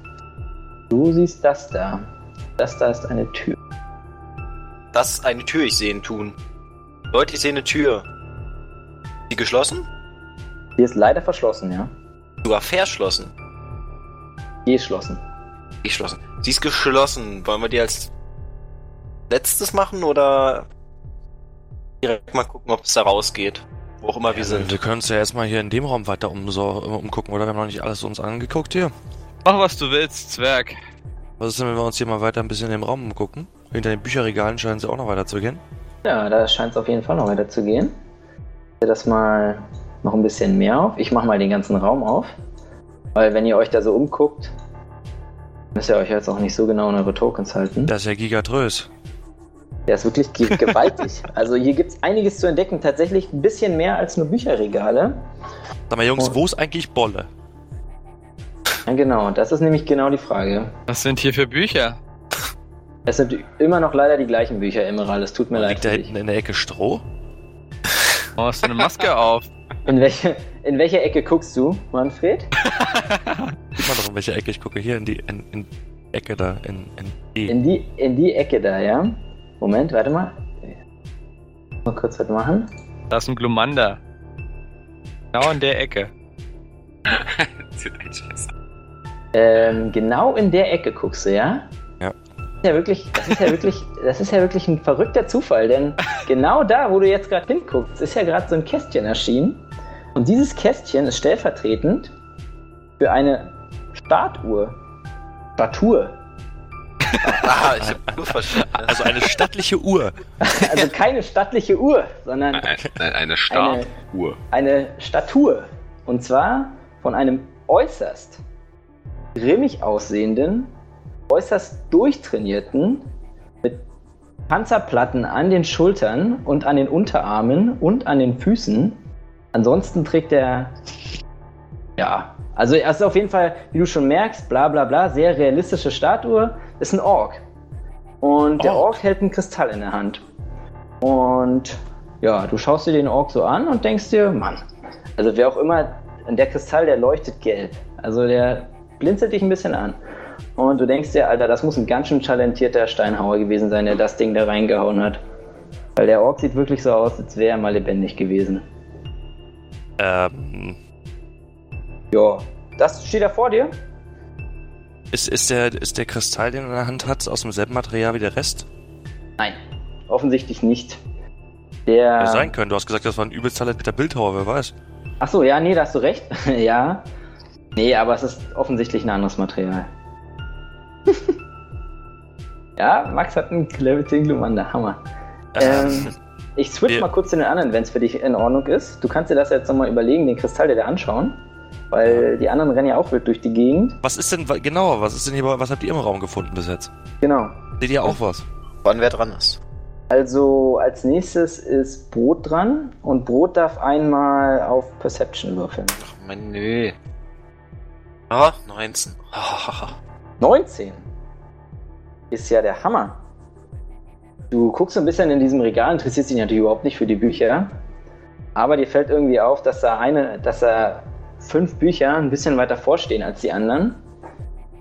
[SPEAKER 1] Du siehst das da. Das da ist eine Tür.
[SPEAKER 7] Das ist eine Tür, ich sehe ihn tun. Leute, ich sehe eine Tür. Die geschlossen?
[SPEAKER 1] Die ist leider verschlossen, ja?
[SPEAKER 7] Sogar verschlossen.
[SPEAKER 1] Geschlossen.
[SPEAKER 7] Geschlossen. Sie ist geschlossen. Wollen wir die als letztes machen oder direkt mal gucken, ob es da rausgeht? Wo auch immer wir sind.
[SPEAKER 6] wir können uns ja erstmal hier in dem Raum weiter umso, umgucken, oder? Wir haben noch nicht alles uns angeguckt hier.
[SPEAKER 8] Mach, was du willst, Zwerg.
[SPEAKER 6] Was ist denn, wenn wir uns hier mal weiter ein bisschen im Raum umgucken? Hinter den Bücherregalen scheinen sie auch noch weiter zu gehen.
[SPEAKER 1] Ja, da scheint es auf jeden Fall noch weiter zu gehen. Ich setze das mal noch ein bisschen mehr auf. Ich mache mal den ganzen Raum auf. Weil wenn ihr euch da so umguckt, müsst ihr euch jetzt auch nicht so genau an eure Tokens halten.
[SPEAKER 6] Das ist ja gigatrös.
[SPEAKER 1] Der ist wirklich ge- gewaltig. Also hier gibt es einiges zu entdecken. Tatsächlich ein bisschen mehr als nur Bücherregale.
[SPEAKER 6] Sag mal, Jungs,
[SPEAKER 1] Oh.
[SPEAKER 6] wo ist eigentlich Bolle?
[SPEAKER 1] Ja, genau, das ist nämlich genau die Frage.
[SPEAKER 8] Was sind hier für Bücher?
[SPEAKER 1] Es sind immer noch leider die gleichen Bücher, Emerald. Es tut mir leid.
[SPEAKER 6] Liegt da
[SPEAKER 1] für dich.
[SPEAKER 6] hinten in der Ecke Stroh?
[SPEAKER 8] Oh, hast du eine Maske auf?
[SPEAKER 1] In, welche, in welcher Ecke guckst du, Manfred?
[SPEAKER 6] Sieht man doch in welcher Ecke. Ich gucke hier in die in, in die Ecke da. In, in die.
[SPEAKER 1] In die, in die Ecke da, ja? Moment, warte mal. Mal kurz was machen.
[SPEAKER 8] Da ist ein Glumander. Genau in der Ecke.
[SPEAKER 1] Ähm, genau in der Ecke guckst du, ja?
[SPEAKER 6] Ja.
[SPEAKER 1] Das ist ja wirklich, das ist ja wirklich, das ist ja wirklich ein verrückter Zufall, denn genau da, wo du jetzt gerade hinguckst, ist ja gerade so ein Kästchen erschienen. Und dieses Kästchen ist stellvertretend für eine Statue. Statur.
[SPEAKER 7] Ah, ich hab nur verstanden.
[SPEAKER 6] Also eine stattliche Uhr.
[SPEAKER 1] Also keine stattliche Uhr, sondern
[SPEAKER 4] Nein, nein, eine Startuhr.
[SPEAKER 1] eine Statue. Und zwar von einem äußerst grimmig aussehenden, äußerst durchtrainierten, mit Panzerplatten an den Schultern und an den Unterarmen und an den Füßen. Ansonsten trägt er. Ja, also er ist auf jeden Fall, wie du schon merkst, bla bla bla, sehr realistische Statue. Ist ein Ork. Und der
[SPEAKER 6] Ork.
[SPEAKER 1] Ork hält einen Kristall in der Hand. Und ja, du schaust dir den Ork so an und denkst dir, Mann, also wer auch immer, der Kristall, der leuchtet gelb. Also der blinzelt dich ein bisschen an. Und du denkst dir, Alter, das muss ein ganz schön talentierter Steinhauer gewesen sein, der das Ding da reingehauen hat. Weil der Ork sieht wirklich so aus, als wäre er mal lebendig gewesen.
[SPEAKER 6] Ähm,
[SPEAKER 1] Ja, das steht da vor dir.
[SPEAKER 6] ist, ist, der, ist der Kristall, den er in der Hand hat, aus demselben Material wie der Rest?
[SPEAKER 1] Nein, offensichtlich nicht. Der.
[SPEAKER 6] Hätte sein können. Du hast gesagt, das war ein übelst talentierter Bildhauer, wer weiß.
[SPEAKER 1] Ach so, ja, nee, da hast du recht. ja. Nee, aber es ist offensichtlich ein anderes Material. ja, Max hat einen Cleviting Glumanda. Hammer. Ähm, ich switch
[SPEAKER 6] Wir-
[SPEAKER 1] mal kurz zu den anderen, wenn es für dich in Ordnung ist. Du kannst dir das jetzt nochmal überlegen, den Kristall dir da anschauen. Weil die anderen rennen ja auch wild durch die Gegend.
[SPEAKER 6] was ist denn, wa- genau, was ist denn hier, bei- was habt ihr im Raum gefunden bis jetzt?
[SPEAKER 1] Genau.
[SPEAKER 6] Seht ihr auch was?
[SPEAKER 7] Wann wer dran ist.
[SPEAKER 1] Also als nächstes ist Brot dran und Brot darf einmal auf Perception würfeln.
[SPEAKER 7] Ach, mein Nö. Ah, 19. Ah,
[SPEAKER 1] 19. Ist ja der Hammer. Du guckst so ein bisschen in diesem Regal, interessierst dich natürlich überhaupt nicht für die Bücher. Aber dir fällt irgendwie auf, dass da eine, dass da fünf Bücher ein bisschen weiter vorstehen als die anderen.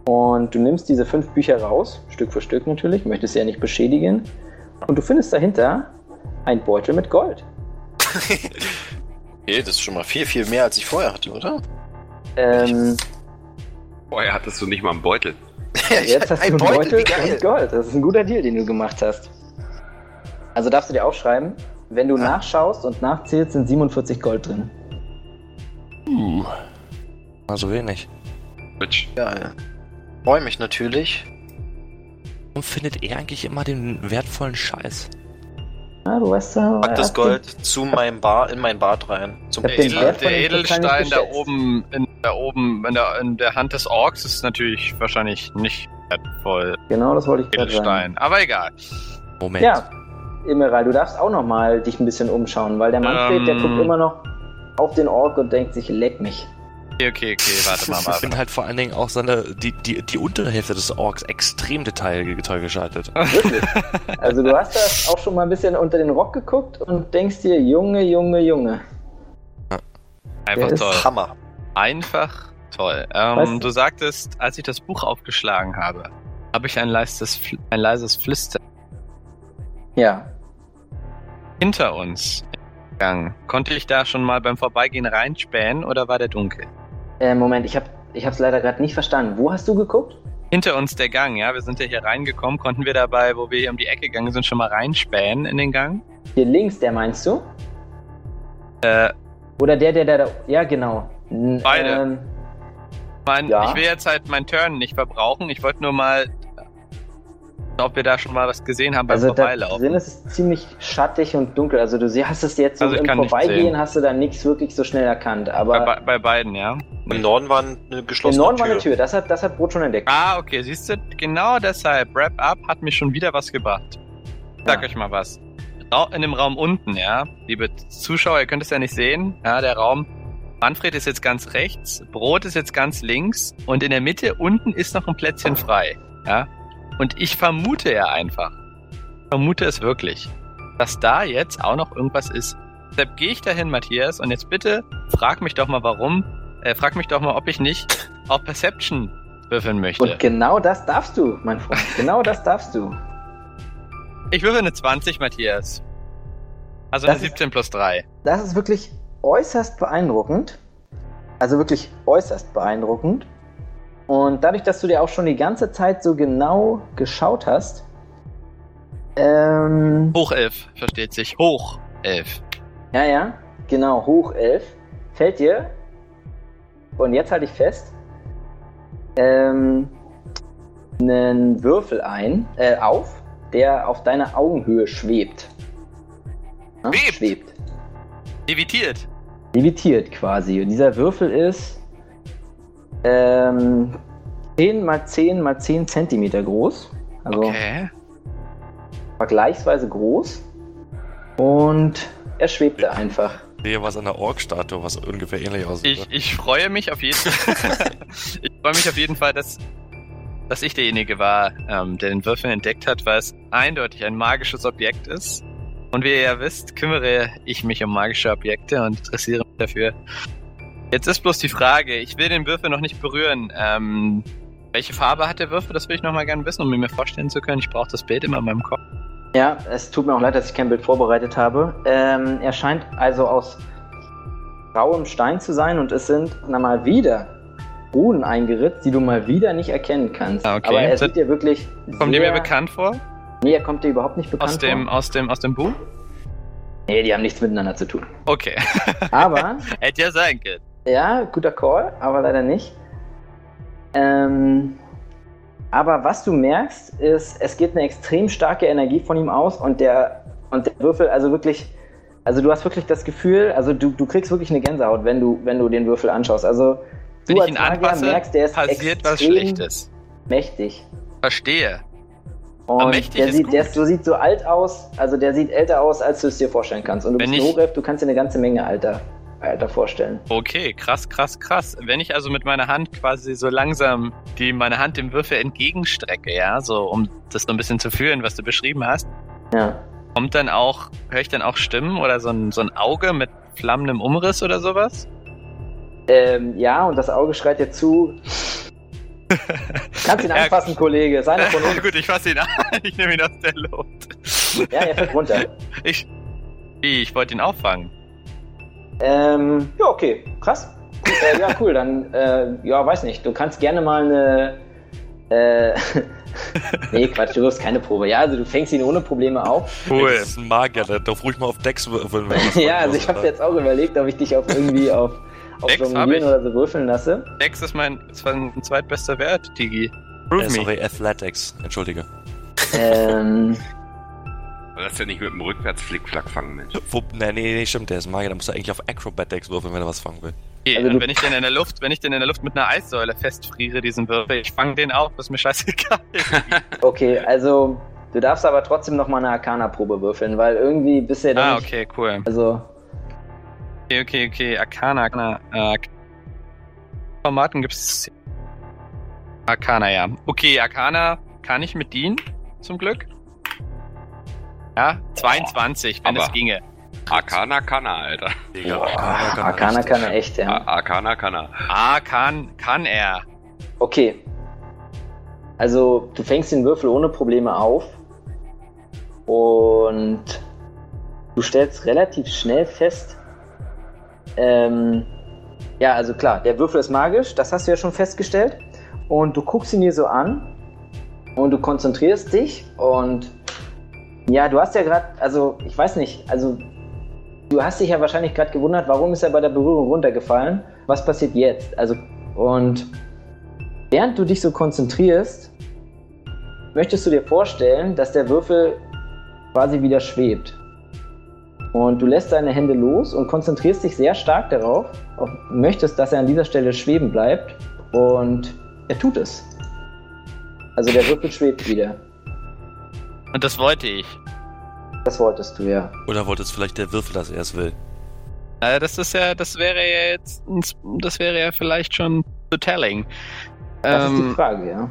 [SPEAKER 1] Und du nimmst diese fünf Bücher raus, Stück für Stück natürlich, möchtest sie ja nicht beschädigen. Und du findest dahinter ein Beutel mit Gold.
[SPEAKER 7] Okay, das ist schon mal viel, viel mehr, als ich vorher hatte, oder?
[SPEAKER 1] Ähm,
[SPEAKER 4] Vorher hattest du nicht mal einen Beutel.
[SPEAKER 7] ich
[SPEAKER 1] Jetzt hast du einen Beutel,
[SPEAKER 7] wie geil.
[SPEAKER 1] und Gold. Das ist ein guter Deal, den du gemacht hast. Also darfst du dir aufschreiben, wenn du nachschaust und nachzählst, sind 47 Gold drin.
[SPEAKER 6] Na, so wenig.
[SPEAKER 4] Bitch.
[SPEAKER 7] Geil. Freue mich natürlich.
[SPEAKER 6] Warum findet er eigentlich immer den wertvollen Scheiß?
[SPEAKER 1] Ah, du weißt ja.
[SPEAKER 7] Pack das
[SPEAKER 1] hast du-
[SPEAKER 7] Gold zu meinem Bar, in mein Bad rein. Zum
[SPEAKER 1] Ich hab
[SPEAKER 8] Der,
[SPEAKER 1] den
[SPEAKER 8] Edel,
[SPEAKER 1] Wert von dem
[SPEAKER 8] der
[SPEAKER 1] Kristall nicht
[SPEAKER 8] Edelstein da
[SPEAKER 1] geschätzt.
[SPEAKER 8] oben, in, da oben in der, in der Hand des Orks ist natürlich wahrscheinlich nicht wertvoll.
[SPEAKER 1] Genau, das wollte ich gerade sagen.
[SPEAKER 8] Edelstein, aber egal.
[SPEAKER 6] Moment.
[SPEAKER 1] Ja, Emeral, du darfst auch nochmal dich ein bisschen umschauen, weil der Manfred, der
[SPEAKER 8] Ähm.
[SPEAKER 1] guckt immer noch auf den Ork und denkt sich, leck mich.
[SPEAKER 8] Okay, okay, okay, warte mal.
[SPEAKER 6] Ich
[SPEAKER 8] warte.
[SPEAKER 6] bin halt vor allen Dingen auch seine, die, die, die untere Hälfte des Orks extrem detailgetreu geschaltet.
[SPEAKER 1] Wirklich. Also du hast da auch schon mal ein bisschen unter den Rock geguckt und denkst dir, Junge, Junge, Junge. Der
[SPEAKER 8] Einfach
[SPEAKER 1] ist-
[SPEAKER 8] toll.
[SPEAKER 7] Hammer.
[SPEAKER 8] Einfach toll.
[SPEAKER 1] Weißt du-
[SPEAKER 8] Ähm, du sagtest, als ich das Buch aufgeschlagen habe, habe ich ein leises, Fl- ein leises Flüstern
[SPEAKER 1] Ja,
[SPEAKER 8] hinter uns gegangen. Konnte ich da schon mal beim Vorbeigehen reinspähen oder war der dunkel?
[SPEAKER 1] äh, Moment, ich habe ich hab's leider gerade nicht verstanden. Wo hast du geguckt?
[SPEAKER 8] Hinter uns der Gang, ja, wir sind ja hier reingekommen, konnten wir dabei, wo wir hier um die Ecke gegangen sind, schon mal reinspähen in den Gang?
[SPEAKER 1] Hier links, der meinst du?
[SPEAKER 8] Äh,
[SPEAKER 1] Oder der, der, der, da. Ja, genau. N-
[SPEAKER 8] Beide.
[SPEAKER 1] Ähm,
[SPEAKER 8] mein,
[SPEAKER 1] Ja.
[SPEAKER 8] Ich will jetzt halt meinen Turn nicht verbrauchen, ich wollte nur mal, äh, ob wir da schon mal was gesehen haben beim
[SPEAKER 1] also da
[SPEAKER 8] Vorbeilaufen.
[SPEAKER 1] drin ist es ziemlich schattig und dunkel. Also du sie- hast es jetzt so
[SPEAKER 8] Also ich
[SPEAKER 1] im
[SPEAKER 8] kann nicht
[SPEAKER 1] Vorbeigehen,
[SPEAKER 8] sehen.
[SPEAKER 1] hast du da nichts wirklich so schnell erkannt.
[SPEAKER 8] Bei,
[SPEAKER 1] Aber
[SPEAKER 8] bei, bei beiden, ja.
[SPEAKER 7] Im Norden war eine
[SPEAKER 1] im
[SPEAKER 7] geschlossene
[SPEAKER 1] Norden
[SPEAKER 7] Tür.
[SPEAKER 1] war eine Tür, das hat, das hat Brot schon entdeckt.
[SPEAKER 8] Ah, okay, siehst du, genau deshalb. Wrap-Up hat mir schon wieder was gebracht. Ich Sag
[SPEAKER 1] Ja.
[SPEAKER 8] euch mal was. Ra- In dem Raum unten, ja, liebe Zuschauer, ihr könnt es ja nicht sehen, ja, der Raum. Manfred ist jetzt ganz rechts, Brot ist jetzt ganz links und in der Mitte unten ist noch ein Plätzchen frei, ja. Und ich vermute ja einfach, vermute es wirklich, dass da jetzt auch noch irgendwas ist. Deshalb gehe ich dahin, Matthias, und jetzt bitte frag mich doch mal, warum, äh, frag mich doch mal, ob ich nicht auf Perception würfeln möchte.
[SPEAKER 1] Und genau das darfst du, mein Freund. Genau das darfst du.
[SPEAKER 8] Ich würfe eine 20, Matthias. Also
[SPEAKER 1] Das
[SPEAKER 8] eine
[SPEAKER 1] ist-
[SPEAKER 8] 17 plus 3.
[SPEAKER 1] Das ist wirklich äußerst beeindruckend. Also wirklich äußerst beeindruckend. Und dadurch, dass du dir auch schon die ganze Zeit so genau geschaut hast, ähm,
[SPEAKER 8] Hoch 11, versteht sich. Hoch 11.
[SPEAKER 1] Ja, ja, genau, hoch 11. Fällt dir, und jetzt halte ich fest, ähm, einen Würfel ein, äh, auf, der auf deiner Augenhöhe schwebt. Ja,
[SPEAKER 8] Schwebt?
[SPEAKER 1] Schwebt.
[SPEAKER 8] Dividiert.
[SPEAKER 1] Levitiert quasi. Und dieser Würfel ist ähm, 10 mal 10 mal 10 Zentimeter groß. Also
[SPEAKER 8] Okay.
[SPEAKER 1] vergleichsweise groß. Und er schwebt da einfach.
[SPEAKER 6] Ich sehe was an der Ork-Statue, was ungefähr ähnlich aussieht.
[SPEAKER 8] Ich, ich freue mich auf jeden Fall. ich freue mich auf jeden Fall, dass, dass ich derjenige war, ähm, der den Würfel entdeckt hat, weil es eindeutig ein magisches Objekt ist. Und wie ihr ja wisst, kümmere ich mich um magische Objekte und interessiere mich dafür. Jetzt ist bloß die Frage, ich will den Würfel noch nicht berühren. Ähm, welche Farbe hat der Würfel? Das will ich nochmal gerne wissen, um mir vorstellen zu können. Ich brauche das Bild immer in meinem Kopf.
[SPEAKER 1] Ja, es tut mir auch leid, dass ich kein Bild vorbereitet habe. Ähm, er scheint also aus grauem Stein zu sein und es sind na mal wieder Runen eingeritzt, die du mal wieder nicht erkennen kannst.
[SPEAKER 8] Ah, okay.
[SPEAKER 1] Aber er
[SPEAKER 8] Das-
[SPEAKER 1] sieht dir wirklich.
[SPEAKER 8] Kommt
[SPEAKER 1] sehr-
[SPEAKER 8] dir mir bekannt vor?
[SPEAKER 1] Nee, er kommt dir überhaupt nicht bekannt
[SPEAKER 8] Aus dem,
[SPEAKER 1] vor.
[SPEAKER 8] aus dem, aus dem Buch?
[SPEAKER 1] Nee, die haben nichts miteinander zu tun.
[SPEAKER 8] Okay.
[SPEAKER 1] Aber,
[SPEAKER 8] Hätte ja sein können.
[SPEAKER 1] ja, guter Call, aber leider nicht. Ähm, aber was du merkst, ist, es geht eine extrem starke Energie von ihm aus und der, und der Würfel, also wirklich, also du hast wirklich das Gefühl, also du, du kriegst wirklich eine Gänsehaut, wenn du, wenn du den Würfel anschaust. Also du
[SPEAKER 8] Wenn ich
[SPEAKER 1] als
[SPEAKER 8] ihn
[SPEAKER 1] Magier
[SPEAKER 8] anpasse,
[SPEAKER 1] merkst, der ist
[SPEAKER 8] passiert was
[SPEAKER 1] extrem
[SPEAKER 8] Schlechtes.
[SPEAKER 1] mächtig.
[SPEAKER 8] Verstehe.
[SPEAKER 1] Und
[SPEAKER 8] Ah, mächtig
[SPEAKER 1] der
[SPEAKER 8] ist
[SPEAKER 1] sieht,
[SPEAKER 8] gut.
[SPEAKER 1] der ist- so sieht so alt aus, also der sieht älter aus, als du es dir vorstellen kannst. Und du
[SPEAKER 8] Wenn
[SPEAKER 1] bist
[SPEAKER 8] ich-
[SPEAKER 1] ein Hochgriff, du kannst dir eine ganze Menge Alter, Alter vorstellen.
[SPEAKER 8] Okay, krass, krass, krass. Wenn ich also mit meiner Hand quasi so langsam die meine Hand dem Würfel entgegenstrecke, ja, so um das so ein bisschen zu fühlen, was du beschrieben hast,
[SPEAKER 1] Ja.
[SPEAKER 8] kommt dann auch, höre ich dann auch Stimmen oder so ein, so ein Auge mit flammendem Umriss oder sowas?
[SPEAKER 1] Ähm, ja, und das Auge schreit dir zu. Kannst ihn
[SPEAKER 8] Ja.
[SPEAKER 1] anfassen, Kollege. Sei einer von uns.
[SPEAKER 8] Gut, ich fasse ihn an. Ich nehme ihn aus der Luft.
[SPEAKER 1] Ja, er fällt runter.
[SPEAKER 8] Ich, Wie, ich wollte ihn auffangen.
[SPEAKER 1] Ähm, ja, okay. Krass. Äh, ja, cool. Dann, äh, ja, weiß nicht. Du kannst gerne mal eine. Äh, nee, Quatsch, du wirfst keine Probe. Ja, also du fängst ihn ohne Probleme auf.
[SPEAKER 8] Cool.
[SPEAKER 6] Das ist ein Magier, der darf ruhig mal auf Decks würfeln. wenn er das
[SPEAKER 1] ja,
[SPEAKER 6] wollen
[SPEAKER 1] also
[SPEAKER 6] muss,
[SPEAKER 1] ich habe
[SPEAKER 6] oder?
[SPEAKER 1] jetzt auch überlegt, ob ich dich auf irgendwie auf, auf
[SPEAKER 8] Dex
[SPEAKER 1] so
[SPEAKER 8] hab
[SPEAKER 1] einen
[SPEAKER 8] ich.
[SPEAKER 1] oder so würfeln lasse.
[SPEAKER 8] Dex ist mein, ist mein zweitbester Wert, Digi. Also,
[SPEAKER 6] Äh,
[SPEAKER 8] Prove me.
[SPEAKER 6] sorry, Athletics. Entschuldige.
[SPEAKER 1] Ähm,
[SPEAKER 4] Lass ja nicht mit dem Rückwärts Flickflack fangen, Mensch.
[SPEAKER 6] Wo, nee, nee, nee, stimmt, der ist ein Magier, der muss ja eigentlich auf Acrobatics würfeln, wenn er was fangen will.
[SPEAKER 8] Okay,
[SPEAKER 1] Also
[SPEAKER 8] und
[SPEAKER 1] du-
[SPEAKER 8] wenn ich den in der Luft, wenn ich den in der Luft mit einer Eissäule festfriere, diesen Würfel, ich fange den auf, ist mir scheißegal.
[SPEAKER 1] okay, also du darfst aber trotzdem noch mal eine Arcana-Probe würfeln, weil irgendwie bisher da
[SPEAKER 8] ah,
[SPEAKER 1] nicht-
[SPEAKER 8] okay, cool.
[SPEAKER 1] Also,
[SPEAKER 8] Okay, okay, okay. Arcana, Arcana. Äh, Formaten gibt's. Arcana, ja. Okay, Arcana kann ich mit dienen, zum Glück. Ja, 22, wenn
[SPEAKER 4] aber-
[SPEAKER 8] es ginge.
[SPEAKER 4] Arcana Kana, Alter.
[SPEAKER 6] Digga,
[SPEAKER 1] Arcana kann, Arcana kann er echt, ja.
[SPEAKER 4] A- Arcana Kana.
[SPEAKER 8] Ah, kann, kann er.
[SPEAKER 1] Okay. Also, du fängst den Würfel ohne Probleme auf. Und du stellst relativ schnell fest. Ähm, ja, also klar, der Würfel ist magisch, das hast du ja schon festgestellt. Und du guckst ihn dir so an. Und du konzentrierst dich. Und ja, du hast ja gerade, also ich weiß nicht, also du hast dich ja wahrscheinlich gerade gewundert, warum ist er bei der Berührung runtergefallen? Was passiert jetzt? Also, und Während du dich so konzentrierst, möchtest du dir vorstellen, dass der Würfel quasi wieder schwebt. Und du lässt deine Hände los und konzentrierst dich sehr stark darauf, auf, möchtest, dass er an dieser Stelle schweben bleibt. Und er tut es. Also der Würfel schwebt wieder.
[SPEAKER 8] Und das wollte ich.
[SPEAKER 1] Das wolltest du ja.
[SPEAKER 6] Oder wollte es vielleicht der Würfel, dass er es will?
[SPEAKER 8] Äh, das ist ja, das wäre ja jetzt, ein Sp- das wäre ja vielleicht schon zu telling.
[SPEAKER 1] Das ist die
[SPEAKER 8] Ähm,
[SPEAKER 1] Frage, ja.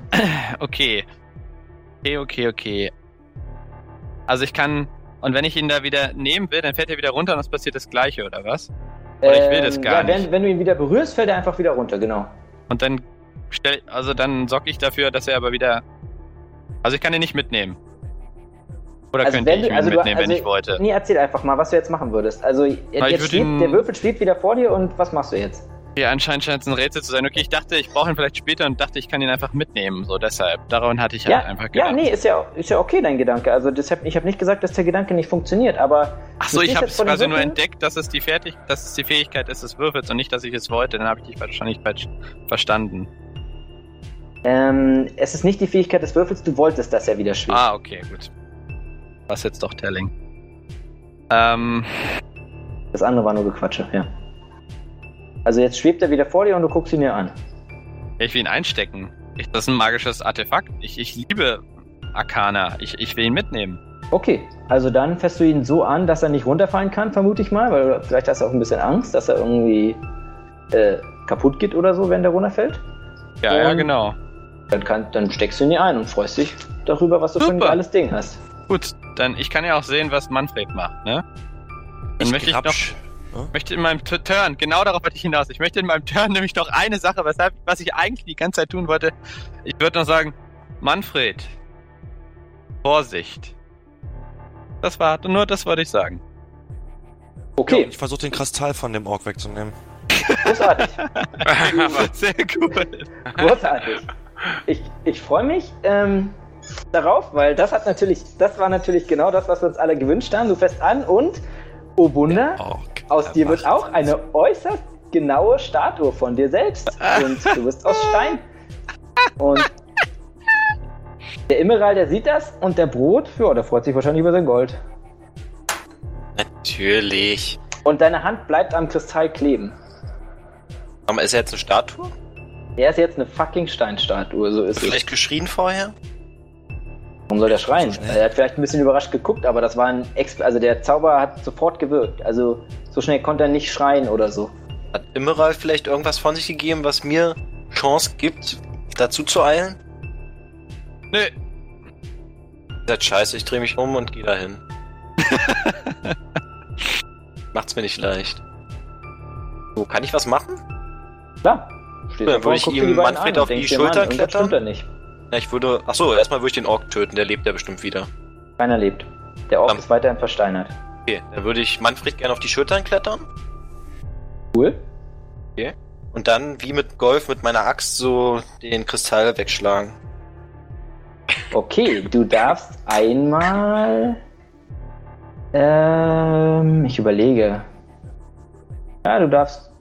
[SPEAKER 8] Okay. Okay, okay, okay. Also ich kann. Und wenn ich ihn da wieder nehmen will, dann fällt er wieder runter und es passiert das gleiche, oder was? oder ich will das gar
[SPEAKER 1] Ähm, ja, wenn,
[SPEAKER 8] nicht.
[SPEAKER 1] Wenn du ihn wieder berührst, fällt er einfach wieder runter, genau.
[SPEAKER 8] Und dann stell also dann sorge ich dafür, dass er aber wieder. Also ich kann ihn nicht mitnehmen. Oder
[SPEAKER 1] Also
[SPEAKER 8] könnte
[SPEAKER 1] wenn
[SPEAKER 8] ich
[SPEAKER 1] du-
[SPEAKER 8] ihn
[SPEAKER 1] also du-
[SPEAKER 8] mitnehmen, wenn
[SPEAKER 1] also-
[SPEAKER 8] ich wollte.
[SPEAKER 1] Nee, erzähl einfach mal, was du jetzt machen würdest. Also
[SPEAKER 8] ich
[SPEAKER 1] jetzt
[SPEAKER 8] würd
[SPEAKER 1] schwebt,
[SPEAKER 8] ihn-
[SPEAKER 1] der Würfel schwebt wieder vor dir und was machst du jetzt?
[SPEAKER 8] Okay, anscheinend scheint es ein Rätsel zu sein. Okay, ich dachte, ich brauche ihn vielleicht später und dachte, ich kann ihn einfach mitnehmen. So deshalb. Daran hatte ich halt einfach
[SPEAKER 1] ja,
[SPEAKER 8] gedacht.
[SPEAKER 1] nee, ist ja, ist ja okay, dein Gedanke. Also das hab, ich habe nicht gesagt, dass der Gedanke nicht funktioniert, aber
[SPEAKER 8] Ach so,
[SPEAKER 1] Du
[SPEAKER 8] ich
[SPEAKER 1] stehst
[SPEAKER 8] habe
[SPEAKER 1] jetzt vor dem
[SPEAKER 8] quasi nur
[SPEAKER 1] Würfel?
[SPEAKER 8] entdeckt, dass es die Fertig dass es die Fähigkeit ist des Würfels und nicht, dass ich es wollte. Dann habe ich dich wahrscheinlich falsch verstanden.
[SPEAKER 1] ähm, es ist nicht die Fähigkeit des Würfels, du wolltest, dass er wieder schwebt.
[SPEAKER 8] Ah, okay, gut. Was jetzt doch Telling. Ähm,
[SPEAKER 1] Das andere war nur Gequatsche, ja. Also jetzt schwebt er wieder vor dir und du guckst ihn dir an.
[SPEAKER 8] ich will ihn einstecken. Ich, das ist ein magisches Artefakt. Ich, ich liebe Arcana. Ich, ich will ihn mitnehmen.
[SPEAKER 1] Okay, also dann fährst du ihn so an, dass er nicht runterfallen kann, vermute ich mal, weil vielleicht hast du auch ein bisschen Angst, dass er irgendwie äh, kaputt geht oder so, wenn der runterfällt.
[SPEAKER 8] Ja,
[SPEAKER 1] Ähm,
[SPEAKER 8] ja, genau.
[SPEAKER 1] Dann, kann, dann steckst du ihn dir ein und freust dich darüber, was du für ein
[SPEAKER 8] Super.
[SPEAKER 1] geiles Ding hast.
[SPEAKER 2] Gut, dann ich kann ja auch sehen, was Manfred macht, ne? Dann möchte ich noch,
[SPEAKER 6] grapsch.
[SPEAKER 2] möchte in meinem T- Turn, genau darauf wollte ich hinaus, ich möchte in meinem Turn nämlich noch eine Sache, weshalb, was ich eigentlich die ganze Zeit tun wollte. Ich würde noch sagen, Manfred, Vorsicht. Das war, nur das wollte ich sagen.
[SPEAKER 1] Okay,
[SPEAKER 6] Ich versuche den Kristall von dem Ork wegzunehmen.
[SPEAKER 1] großartig.
[SPEAKER 2] Sehr cool.
[SPEAKER 1] Großartig. Ich, ich freue mich ähm, darauf, weil das hat natürlich, das war natürlich genau das, was wir uns alle gewünscht haben. Du fährst an und, oh Wunder,
[SPEAKER 6] Ork.
[SPEAKER 1] aus
[SPEAKER 6] Er
[SPEAKER 1] dir wird
[SPEAKER 6] macht
[SPEAKER 1] auch eine äußerst genaue Statue von dir selbst. Und du bist aus Stein. Und der Immeral, der sieht das und der Brot, ja, der freut sich wahrscheinlich über sein Gold.
[SPEAKER 7] Natürlich.
[SPEAKER 1] Und deine Hand bleibt am Kristall kleben.
[SPEAKER 7] Aber ist er jetzt eine Statue?
[SPEAKER 1] Er ist jetzt eine fucking Steinstatue, so ist es.
[SPEAKER 7] Vielleicht geschrien vorher?
[SPEAKER 1] Warum soll der schreien? er hat vielleicht ein bisschen überrascht geguckt, aber das war ein Ex also der Zauber hat sofort gewirkt. Also so schnell konnte er nicht schreien oder so.
[SPEAKER 7] Hat Immeral vielleicht irgendwas von sich gegeben, was mir Chance gibt, dazu zu eilen?
[SPEAKER 2] Nö,
[SPEAKER 7] Das scheiße, ich drehe mich um und gehe dahin. Macht's mir nicht leicht. So, kann ich was machen?
[SPEAKER 1] Klar. Steht
[SPEAKER 7] Dann
[SPEAKER 1] davor
[SPEAKER 7] würde ich
[SPEAKER 1] und guckt
[SPEAKER 7] ihm
[SPEAKER 1] dir die beiden an
[SPEAKER 7] Manfred
[SPEAKER 1] und
[SPEAKER 7] auf die
[SPEAKER 1] denkt dir, Mann,
[SPEAKER 7] Schulter
[SPEAKER 1] irgendwas
[SPEAKER 7] klettern?
[SPEAKER 1] Stimmt er nicht.
[SPEAKER 7] Ja, ich würde. Achso, erstmal würde ich den Ork töten, der lebt ja bestimmt wieder.
[SPEAKER 1] Keiner lebt. Der Ork
[SPEAKER 7] Dann-
[SPEAKER 1] ist weiterhin versteinert.
[SPEAKER 7] Okay, dann würde ich Manfred gerne auf die Schultern klettern
[SPEAKER 1] Cool.
[SPEAKER 7] und dann wie mit Golf mit meiner Axt so den Kristall wegschlagen.
[SPEAKER 1] Okay, du darfst einmal. Ähm, ich überlege. Ja, du darfst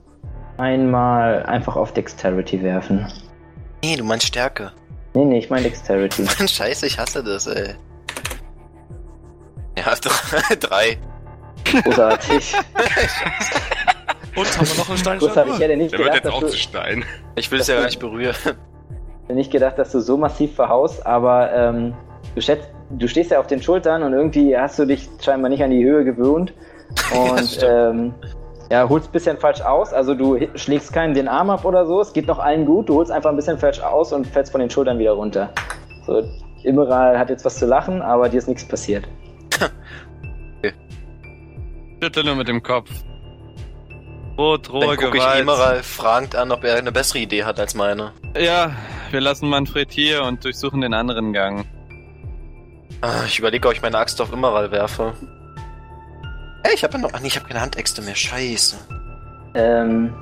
[SPEAKER 1] einmal einfach auf Dexterity werfen.
[SPEAKER 7] Nee, du meinst Stärke.
[SPEAKER 1] Nee, nee, ich meine Dexterity.
[SPEAKER 7] Mann, scheiße, ich hasse das, ey. Ja, drei. drei.
[SPEAKER 1] Großartig.
[SPEAKER 6] Und haben wir noch einen
[SPEAKER 1] Großartig, ich
[SPEAKER 6] Steinschlag?
[SPEAKER 1] hätte nicht
[SPEAKER 4] Der wird
[SPEAKER 1] gedacht,
[SPEAKER 4] jetzt
[SPEAKER 1] dass
[SPEAKER 4] auch
[SPEAKER 1] du,
[SPEAKER 4] zu Stein.
[SPEAKER 7] Ich will es ja gar nicht berühren.
[SPEAKER 1] hätte nicht gedacht, dass du so massiv verhaust, aber ähm, du, schätzt, du stehst ja auf den Schultern und irgendwie hast du dich scheinbar nicht an die Höhe gewöhnt und ähm, ja, holst ein bisschen falsch aus. Also du hi- schlägst keinem den Arm ab oder so, es geht noch allen gut, du holst einfach ein bisschen falsch aus und fällst von den Schultern wieder runter. So, Immeral hat jetzt was zu lachen, aber dir ist nichts passiert.
[SPEAKER 2] schüttel nur mit dem Kopf. Rot, rohe
[SPEAKER 7] Dann gucke ich
[SPEAKER 2] Gewalt.
[SPEAKER 7] Emeral fragend an, ob er eine bessere Idee hat als meine.
[SPEAKER 2] Ja, wir lassen Manfred hier und durchsuchen den anderen Gang.
[SPEAKER 7] Ah, Ich überlege, ob ich meine Axt auf Immeral werfe. Ey, ich habe ja noch. Ach nee, ich habe keine Handäxte mehr. Scheiße.
[SPEAKER 1] Ähm,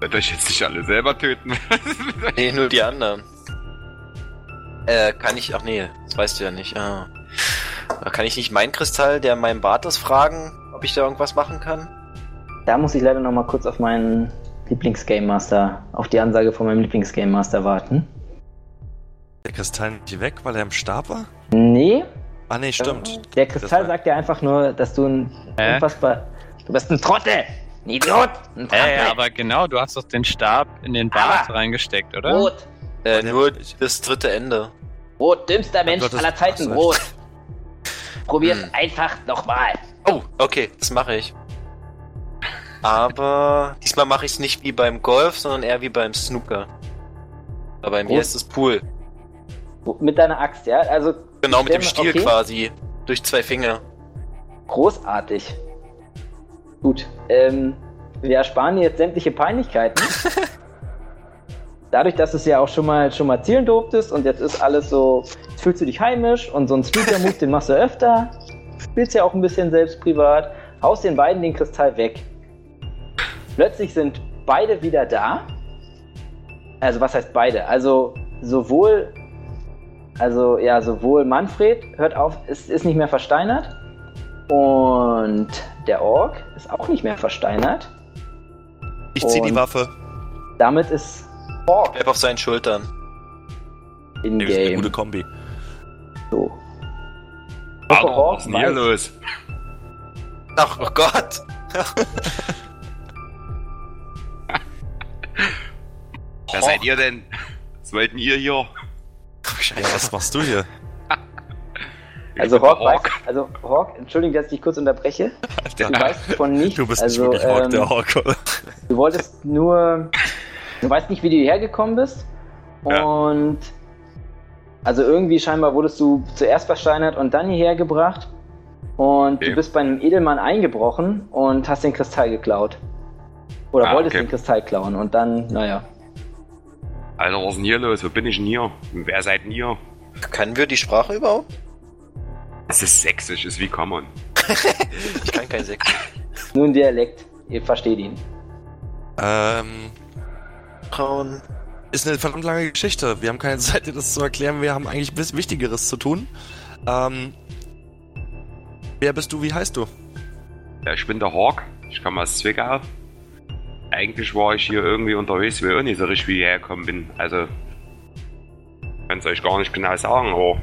[SPEAKER 4] Seid euch jetzt nicht alle selber töten.
[SPEAKER 7] Nee, nur die anderen. Äh, kann ich. Ach nee, das weißt du ja nicht. Ah. Kann ich nicht meinen Kristall, der in meinem Bart ist, fragen, ob ich da irgendwas machen kann?
[SPEAKER 1] da muss ich leider noch mal kurz auf meinen Lieblingsgame Master, auf die Ansage von meinem Lieblingsgame Master warten.
[SPEAKER 6] Der Kristall nicht weg, weil er im Stab war?
[SPEAKER 1] Nee,
[SPEAKER 6] Ah, nee, stimmt.
[SPEAKER 1] Der Kristall
[SPEAKER 6] Das war-
[SPEAKER 1] sagt dir einfach nur, dass du ein
[SPEAKER 2] Hä?
[SPEAKER 1] unfassbar. Du bist ein Trottel! Ein Idiot! Ein Trottel!
[SPEAKER 2] Ey, aber genau, du hast doch den Stab in den Bart reingesteckt, oder?
[SPEAKER 1] Rot!
[SPEAKER 7] Äh,
[SPEAKER 6] Nee,
[SPEAKER 7] nur
[SPEAKER 6] ich-
[SPEAKER 7] das dritte Ende.
[SPEAKER 1] Rot, dümmster Mensch
[SPEAKER 6] Gott, das-
[SPEAKER 1] aller Zeiten,
[SPEAKER 6] Ach so.
[SPEAKER 1] rot! Probier's
[SPEAKER 7] Hm.
[SPEAKER 1] einfach nochmal!
[SPEAKER 7] Oh, okay, das mache ich. Aber diesmal mache ich es nicht wie beim Golf, sondern eher wie beim Snooker. Aber bei mir
[SPEAKER 1] Oh.
[SPEAKER 7] ist es Pool.
[SPEAKER 1] Wo- Mit deiner Axt, ja? Also
[SPEAKER 7] Genau, mit dem
[SPEAKER 1] Stimmt,
[SPEAKER 7] Stiel
[SPEAKER 1] okay.
[SPEAKER 7] quasi. Durch zwei Finger.
[SPEAKER 1] großartig. Gut, ähm, wir ersparen dir jetzt sämtliche Peinlichkeiten. Dadurch, dass du es ja auch schon mal, schon mal zielen durftest und jetzt ist alles so, jetzt fühlst du dich heimisch und so ein Sneaker-Move, den machst du öfter. Spielst ja auch ein bisschen selbst privat. Haust den beiden den Kristall weg. Plötzlich sind beide wieder da. Also, was heißt beide? Also, sowohl, also, ja, sowohl Manfred hört auf, ist, ist nicht mehr versteinert. Und der Ork ist auch nicht mehr versteinert.
[SPEAKER 6] Ich zieh die
[SPEAKER 1] Und-
[SPEAKER 6] Waffe.
[SPEAKER 1] Damit ist
[SPEAKER 7] Bleib auf seinen Schultern.
[SPEAKER 6] Das ist eine
[SPEAKER 1] in-game.
[SPEAKER 6] gute Kombi.
[SPEAKER 1] So. Also
[SPEAKER 4] Pardon,
[SPEAKER 1] Ork
[SPEAKER 4] was ist denn hier
[SPEAKER 1] weiß-
[SPEAKER 4] los?
[SPEAKER 7] Ach, oh Gott!
[SPEAKER 4] Wer seid ihr denn? Was wollt denn ihr hier?
[SPEAKER 6] Ja, was machst du hier?
[SPEAKER 4] Ich
[SPEAKER 1] Also
[SPEAKER 4] bin der
[SPEAKER 1] Hawk, weiß, also Hawk, entschuldigung, dass ich dich kurz unterbreche. Du weißt von nichts.
[SPEAKER 6] Du bist
[SPEAKER 1] also,
[SPEAKER 6] nicht wirklich Ork,
[SPEAKER 1] ähm,
[SPEAKER 6] der Ork, oder?
[SPEAKER 1] Du wolltest nur. Du weißt nicht, wie du hierher gekommen bist.
[SPEAKER 4] Ja.
[SPEAKER 1] Und Also irgendwie scheinbar wurdest du zuerst versteinert und dann hierher gebracht. Und
[SPEAKER 4] Okay.
[SPEAKER 1] du bist bei einem Edelmann eingebrochen und hast den Kristall geklaut. Oder
[SPEAKER 4] Ah,
[SPEAKER 1] wolltest
[SPEAKER 4] okay.
[SPEAKER 1] den Kristall klauen und dann, naja.
[SPEAKER 4] Alter, was ist denn hier los? Wo bin ich denn hier? Wer seid denn ihr?
[SPEAKER 7] Können wir die Sprache überhaupt?
[SPEAKER 4] Es ist sächsisch, ist wie Common.
[SPEAKER 7] Ich kann kein Sächsisch.
[SPEAKER 1] Nur ein Dialekt. Ihr versteht ihn.
[SPEAKER 6] Ähm,
[SPEAKER 7] Frauen.
[SPEAKER 6] ist eine verdammt lange Geschichte. Wir haben keine Zeit, dir das zu erklären. Wir haben eigentlich bis- Wichtigeres zu tun. Ähm, wer bist du? Wie heißt du?
[SPEAKER 4] Ja, ich bin der Hawk. Ich komme aus Zwickau. Eigentlich war ich hier irgendwie unterwegs, weil ich auch nicht so richtig wie ich hergekommen bin. Also, kann's euch gar nicht genau sagen, aber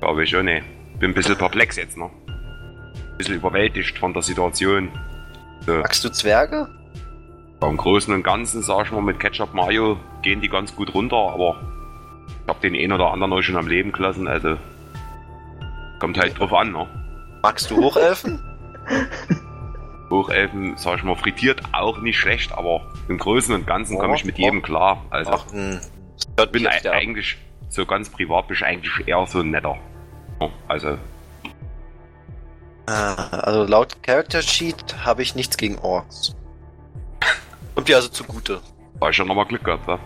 [SPEAKER 4] glaube ich auch nicht. Bin ein bisschen perplex jetzt noch. Ein bisschen überwältigt von der Situation.
[SPEAKER 7] Magst du Zwerge?
[SPEAKER 4] Im Großen und Ganzen, sag ich mal, mit Ketchup Mayo gehen die ganz gut runter, aber ich hab den einen oder anderen auch schon am Leben gelassen, also kommt halt drauf an, ne?
[SPEAKER 7] Magst du Hochelfen?
[SPEAKER 4] Hochelfen, sag ich mal, frittiert auch nicht schlecht, aber im Großen und Ganzen komme ich mit jedem klar. Also
[SPEAKER 7] Ach, hm. Das hört
[SPEAKER 4] bin
[SPEAKER 7] mich
[SPEAKER 4] ei-
[SPEAKER 7] jetzt wieder ab.
[SPEAKER 4] eigentlich so ganz privat bin ich eigentlich eher so ein netter. Ja, Also,
[SPEAKER 7] Ah, also laut Character Sheet habe ich nichts gegen Orks. Kommt dir also zugute.
[SPEAKER 4] da ich ja nochmal Glück gehabt, wa?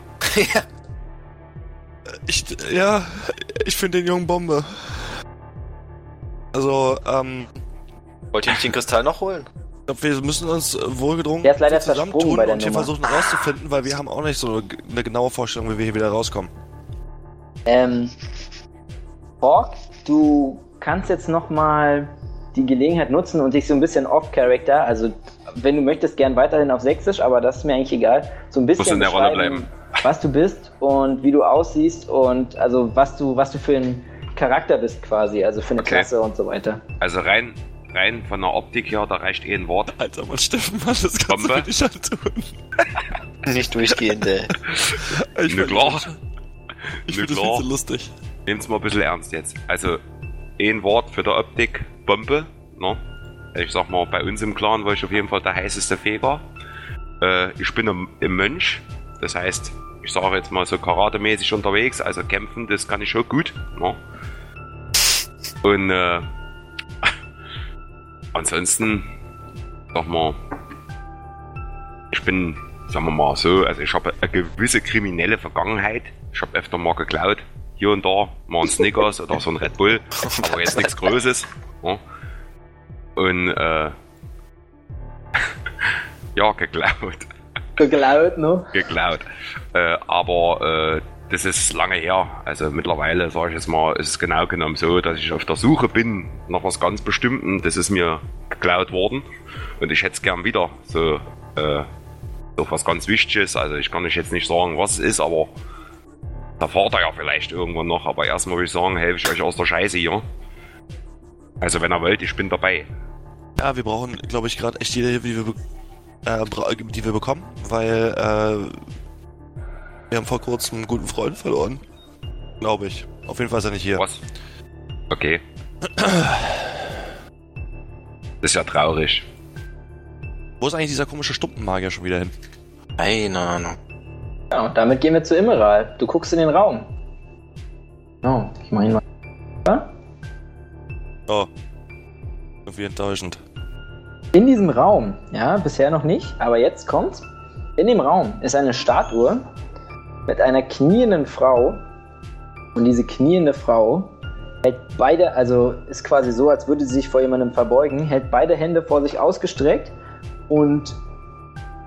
[SPEAKER 6] Ich, ja, ich finde den jungen Bombe. Also, ähm,
[SPEAKER 7] Wollt ihr nicht den Kristall noch holen?
[SPEAKER 6] ich glaube, wir müssen uns äh, wohlgedrungen
[SPEAKER 1] Der ist leider
[SPEAKER 6] zusammentun
[SPEAKER 1] versprungen bei der
[SPEAKER 6] und hier
[SPEAKER 1] Nummer. Ah.
[SPEAKER 6] versuchen rauszufinden, weil wir haben auch nicht so g- eine genaue Vorstellung, wie wir hier wieder rauskommen.
[SPEAKER 1] Ähm, Ork, du kannst jetzt nochmal die Gelegenheit nutzen und dich so ein bisschen off-Character, also wenn du möchtest, gern weiterhin auf Sächsisch, aber das ist mir eigentlich egal, so ein bisschen
[SPEAKER 4] in der Rolle
[SPEAKER 1] beschreiben,
[SPEAKER 4] bleiben.
[SPEAKER 1] was du bist und wie du aussiehst und also was du, was du für ein Charakter bist quasi, also für eine
[SPEAKER 4] Okay.
[SPEAKER 1] Klasse und so weiter.
[SPEAKER 4] Also rein, rein von der Optik her, da reicht eh ein Wort.
[SPEAKER 6] Alter, Mann, Steffen, Mann, das kannst
[SPEAKER 4] Bombe?
[SPEAKER 6] du nicht antun.
[SPEAKER 7] Nicht durchgehend, ey.
[SPEAKER 6] Ich
[SPEAKER 4] Na
[SPEAKER 6] find-
[SPEAKER 4] klar.
[SPEAKER 6] Ich
[SPEAKER 4] Na
[SPEAKER 6] finde das
[SPEAKER 4] klar.
[SPEAKER 6] viel zu lustig.
[SPEAKER 4] Nehmt's mal ein bisschen ernst jetzt. Also, ein Wort für die Optik, Bombe, ne? Ich sag mal, bei uns im Clan war ich auf jeden Fall der heißeste Feger. Äh, ich bin ein, ein Mönch, das heißt, ich sage jetzt mal so karatemäßig unterwegs, also kämpfen, das kann ich schon gut, ne? Und, äh, ansonsten, sag mal, ich bin, sagen wir mal so, also ich habe eine gewisse kriminelle Vergangenheit. Ich habe öfter mal geklaut, hier und da, mal ein Snickers oder so ein Red Bull, aber jetzt nichts Großes. Ja. Und, äh, ja, geklaut,
[SPEAKER 1] Geklaut, ne?
[SPEAKER 4] geklaut. Äh, aber, äh, das ist lange her. Also mittlerweile, sage ich jetzt mal, ist es genau genommen so, dass ich auf der Suche bin nach was ganz Bestimmten. Das ist mir geklaut worden und ich hätte es gern wieder. So, äh, doch was ganz Wichtiges. Also ich kann euch jetzt nicht sagen, was es ist, aber da fahrt ihr ja vielleicht irgendwann noch. Aber erstmal würde ich sagen, helfe ich euch aus der Scheiße hier. Also wenn ihr wollt, ich bin dabei.
[SPEAKER 6] Ja, wir brauchen, glaube ich, gerade echt jede Hilfe, die wir, be- äh, bra- die wir bekommen, weil äh, wir haben vor kurzem einen guten Freund verloren. Glaube ich. Auf jeden Fall ist er nicht hier.
[SPEAKER 4] Was? Okay. Das ist ja traurig.
[SPEAKER 6] Wo ist eigentlich dieser komische Stumpenmagier schon wieder hin?
[SPEAKER 7] Keine Ahnung.
[SPEAKER 1] Ja, und damit gehen wir zu Immeral. Du guckst in den Raum. Oh, ich meine,
[SPEAKER 6] Oh. Irgendwie enttäuschend.
[SPEAKER 1] In diesem Raum, ja, bisher noch nicht, aber jetzt kommt's. In dem Raum ist eine Statue mit einer knienden Frau. Und diese kniende Frau hält beide, also ist quasi so, als würde sie sich vor jemandem verbeugen, hält beide Hände vor sich ausgestreckt. Und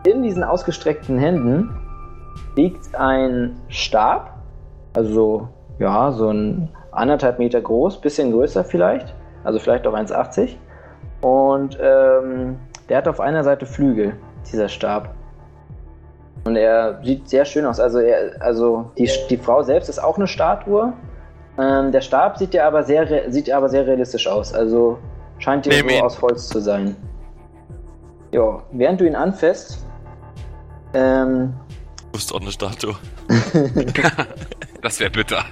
[SPEAKER 1] in diesen ausgestreckten Händen liegt ein Stab, also so, ja, so ein anderthalb Meter groß, bisschen größer vielleicht, also vielleicht auch 1,80. Und ähm, der hat auf einer Seite Flügel, dieser Stab. Und er sieht sehr schön aus. Also, er, also die, die Frau selbst ist auch eine Statue. Ähm, der Stab sieht ja aber sehr, re- sieht aber sehr realistisch aus. Also scheint dir
[SPEAKER 6] Nehm
[SPEAKER 1] so
[SPEAKER 6] ihn.
[SPEAKER 1] aus Holz zu sein. Ja, während du ihn anfasst, ähm,
[SPEAKER 6] Du bist auch eine Statue.
[SPEAKER 4] Das wäre bitter.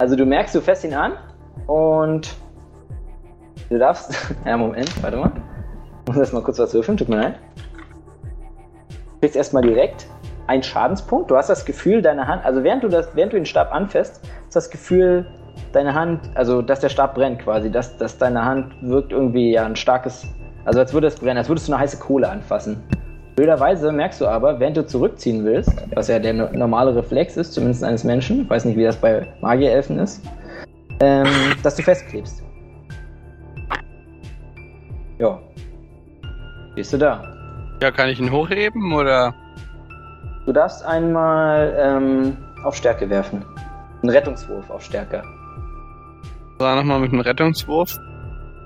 [SPEAKER 1] Also du merkst, du fährst ihn an und du darfst. Ja, Moment, warte mal. Ich muss erst mal kurz was würfeln, tut mir leid. Du kriegst erstmal direkt einen Schadenspunkt. Du hast das Gefühl, deine Hand, also während du das, während du den Stab anfährst, das Gefühl, deine Hand, also dass der Stab brennt quasi, dass, dass deine Hand wirkt irgendwie ja ein starkes, also als würde es brennen, als würdest du eine heiße Kohle anfassen. Blöderweise merkst du aber, während du zurückziehen willst, was ja der no- normale Reflex ist, zumindest eines Menschen, ich weiß nicht, wie das bei Magierelfen ist, ähm, dass du festklebst. Ja. Bist du da?
[SPEAKER 2] Ja, kann ich ihn hochheben oder?
[SPEAKER 1] Du darfst einmal ähm, auf Stärke werfen. Einen Rettungswurf auf Stärke.
[SPEAKER 2] War nochmal mit einem Rettungswurf.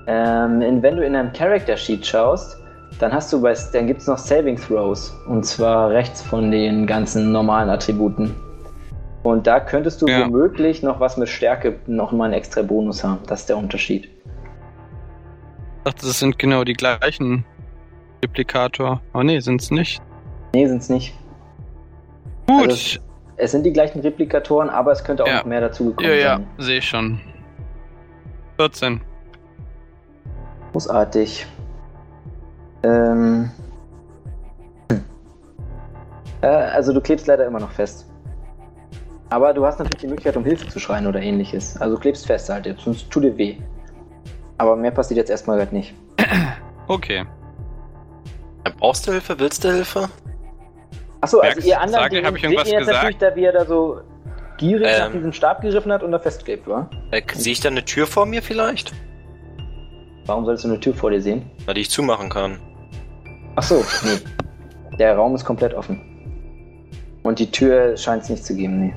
[SPEAKER 1] Ähm, in, wenn du in deinem Character Sheet schaust, dann hast du bei, dann gibt's noch Saving Throws und zwar rechts von den ganzen normalen Attributen. Und da könntest du
[SPEAKER 2] Ja.
[SPEAKER 1] womöglich noch was mit Stärke noch mal einen extra Bonus haben. Das ist der Unterschied.
[SPEAKER 2] Ich dachte, das sind genau die gleichen Replikator. Oh nee, sind's nicht.
[SPEAKER 1] Nee, sind's nicht.
[SPEAKER 2] Gut.
[SPEAKER 1] Also- Es sind die gleichen Replikatoren, aber es könnte auch
[SPEAKER 2] Ja.
[SPEAKER 1] noch mehr dazugekommen
[SPEAKER 2] ja, ja,
[SPEAKER 1] sein.
[SPEAKER 2] sehe ich schon. 14.
[SPEAKER 1] Großartig. Ähm. Hm. Äh, also du klebst leider immer noch fest. Aber du hast natürlich die Möglichkeit, um Hilfe zu schreien oder ähnliches. Also du klebst fest halt jetzt, sonst tut dir weh. Aber mehr passiert jetzt erstmal halt nicht.
[SPEAKER 2] Okay.
[SPEAKER 7] Brauchst du Hilfe? Willst du Hilfe?
[SPEAKER 1] Achso, also
[SPEAKER 2] Merkst-
[SPEAKER 1] ihr anderen,
[SPEAKER 2] sage,
[SPEAKER 1] den
[SPEAKER 2] hab ich
[SPEAKER 1] seht
[SPEAKER 2] irgendwas
[SPEAKER 1] ihr jetzt natürlich, da wie er da so gierig nach
[SPEAKER 7] Ähm.
[SPEAKER 1] diesem Stab gegriffen hat und da festklebt, war.
[SPEAKER 7] Äh, Sehe ich da eine Tür vor mir vielleicht?
[SPEAKER 1] Warum solltest du eine Tür vor dir sehen?
[SPEAKER 7] Na, die ich zumachen kann.
[SPEAKER 1] Achso, nee. Der Raum ist komplett offen. Und die Tür scheint es nicht zu geben, nee.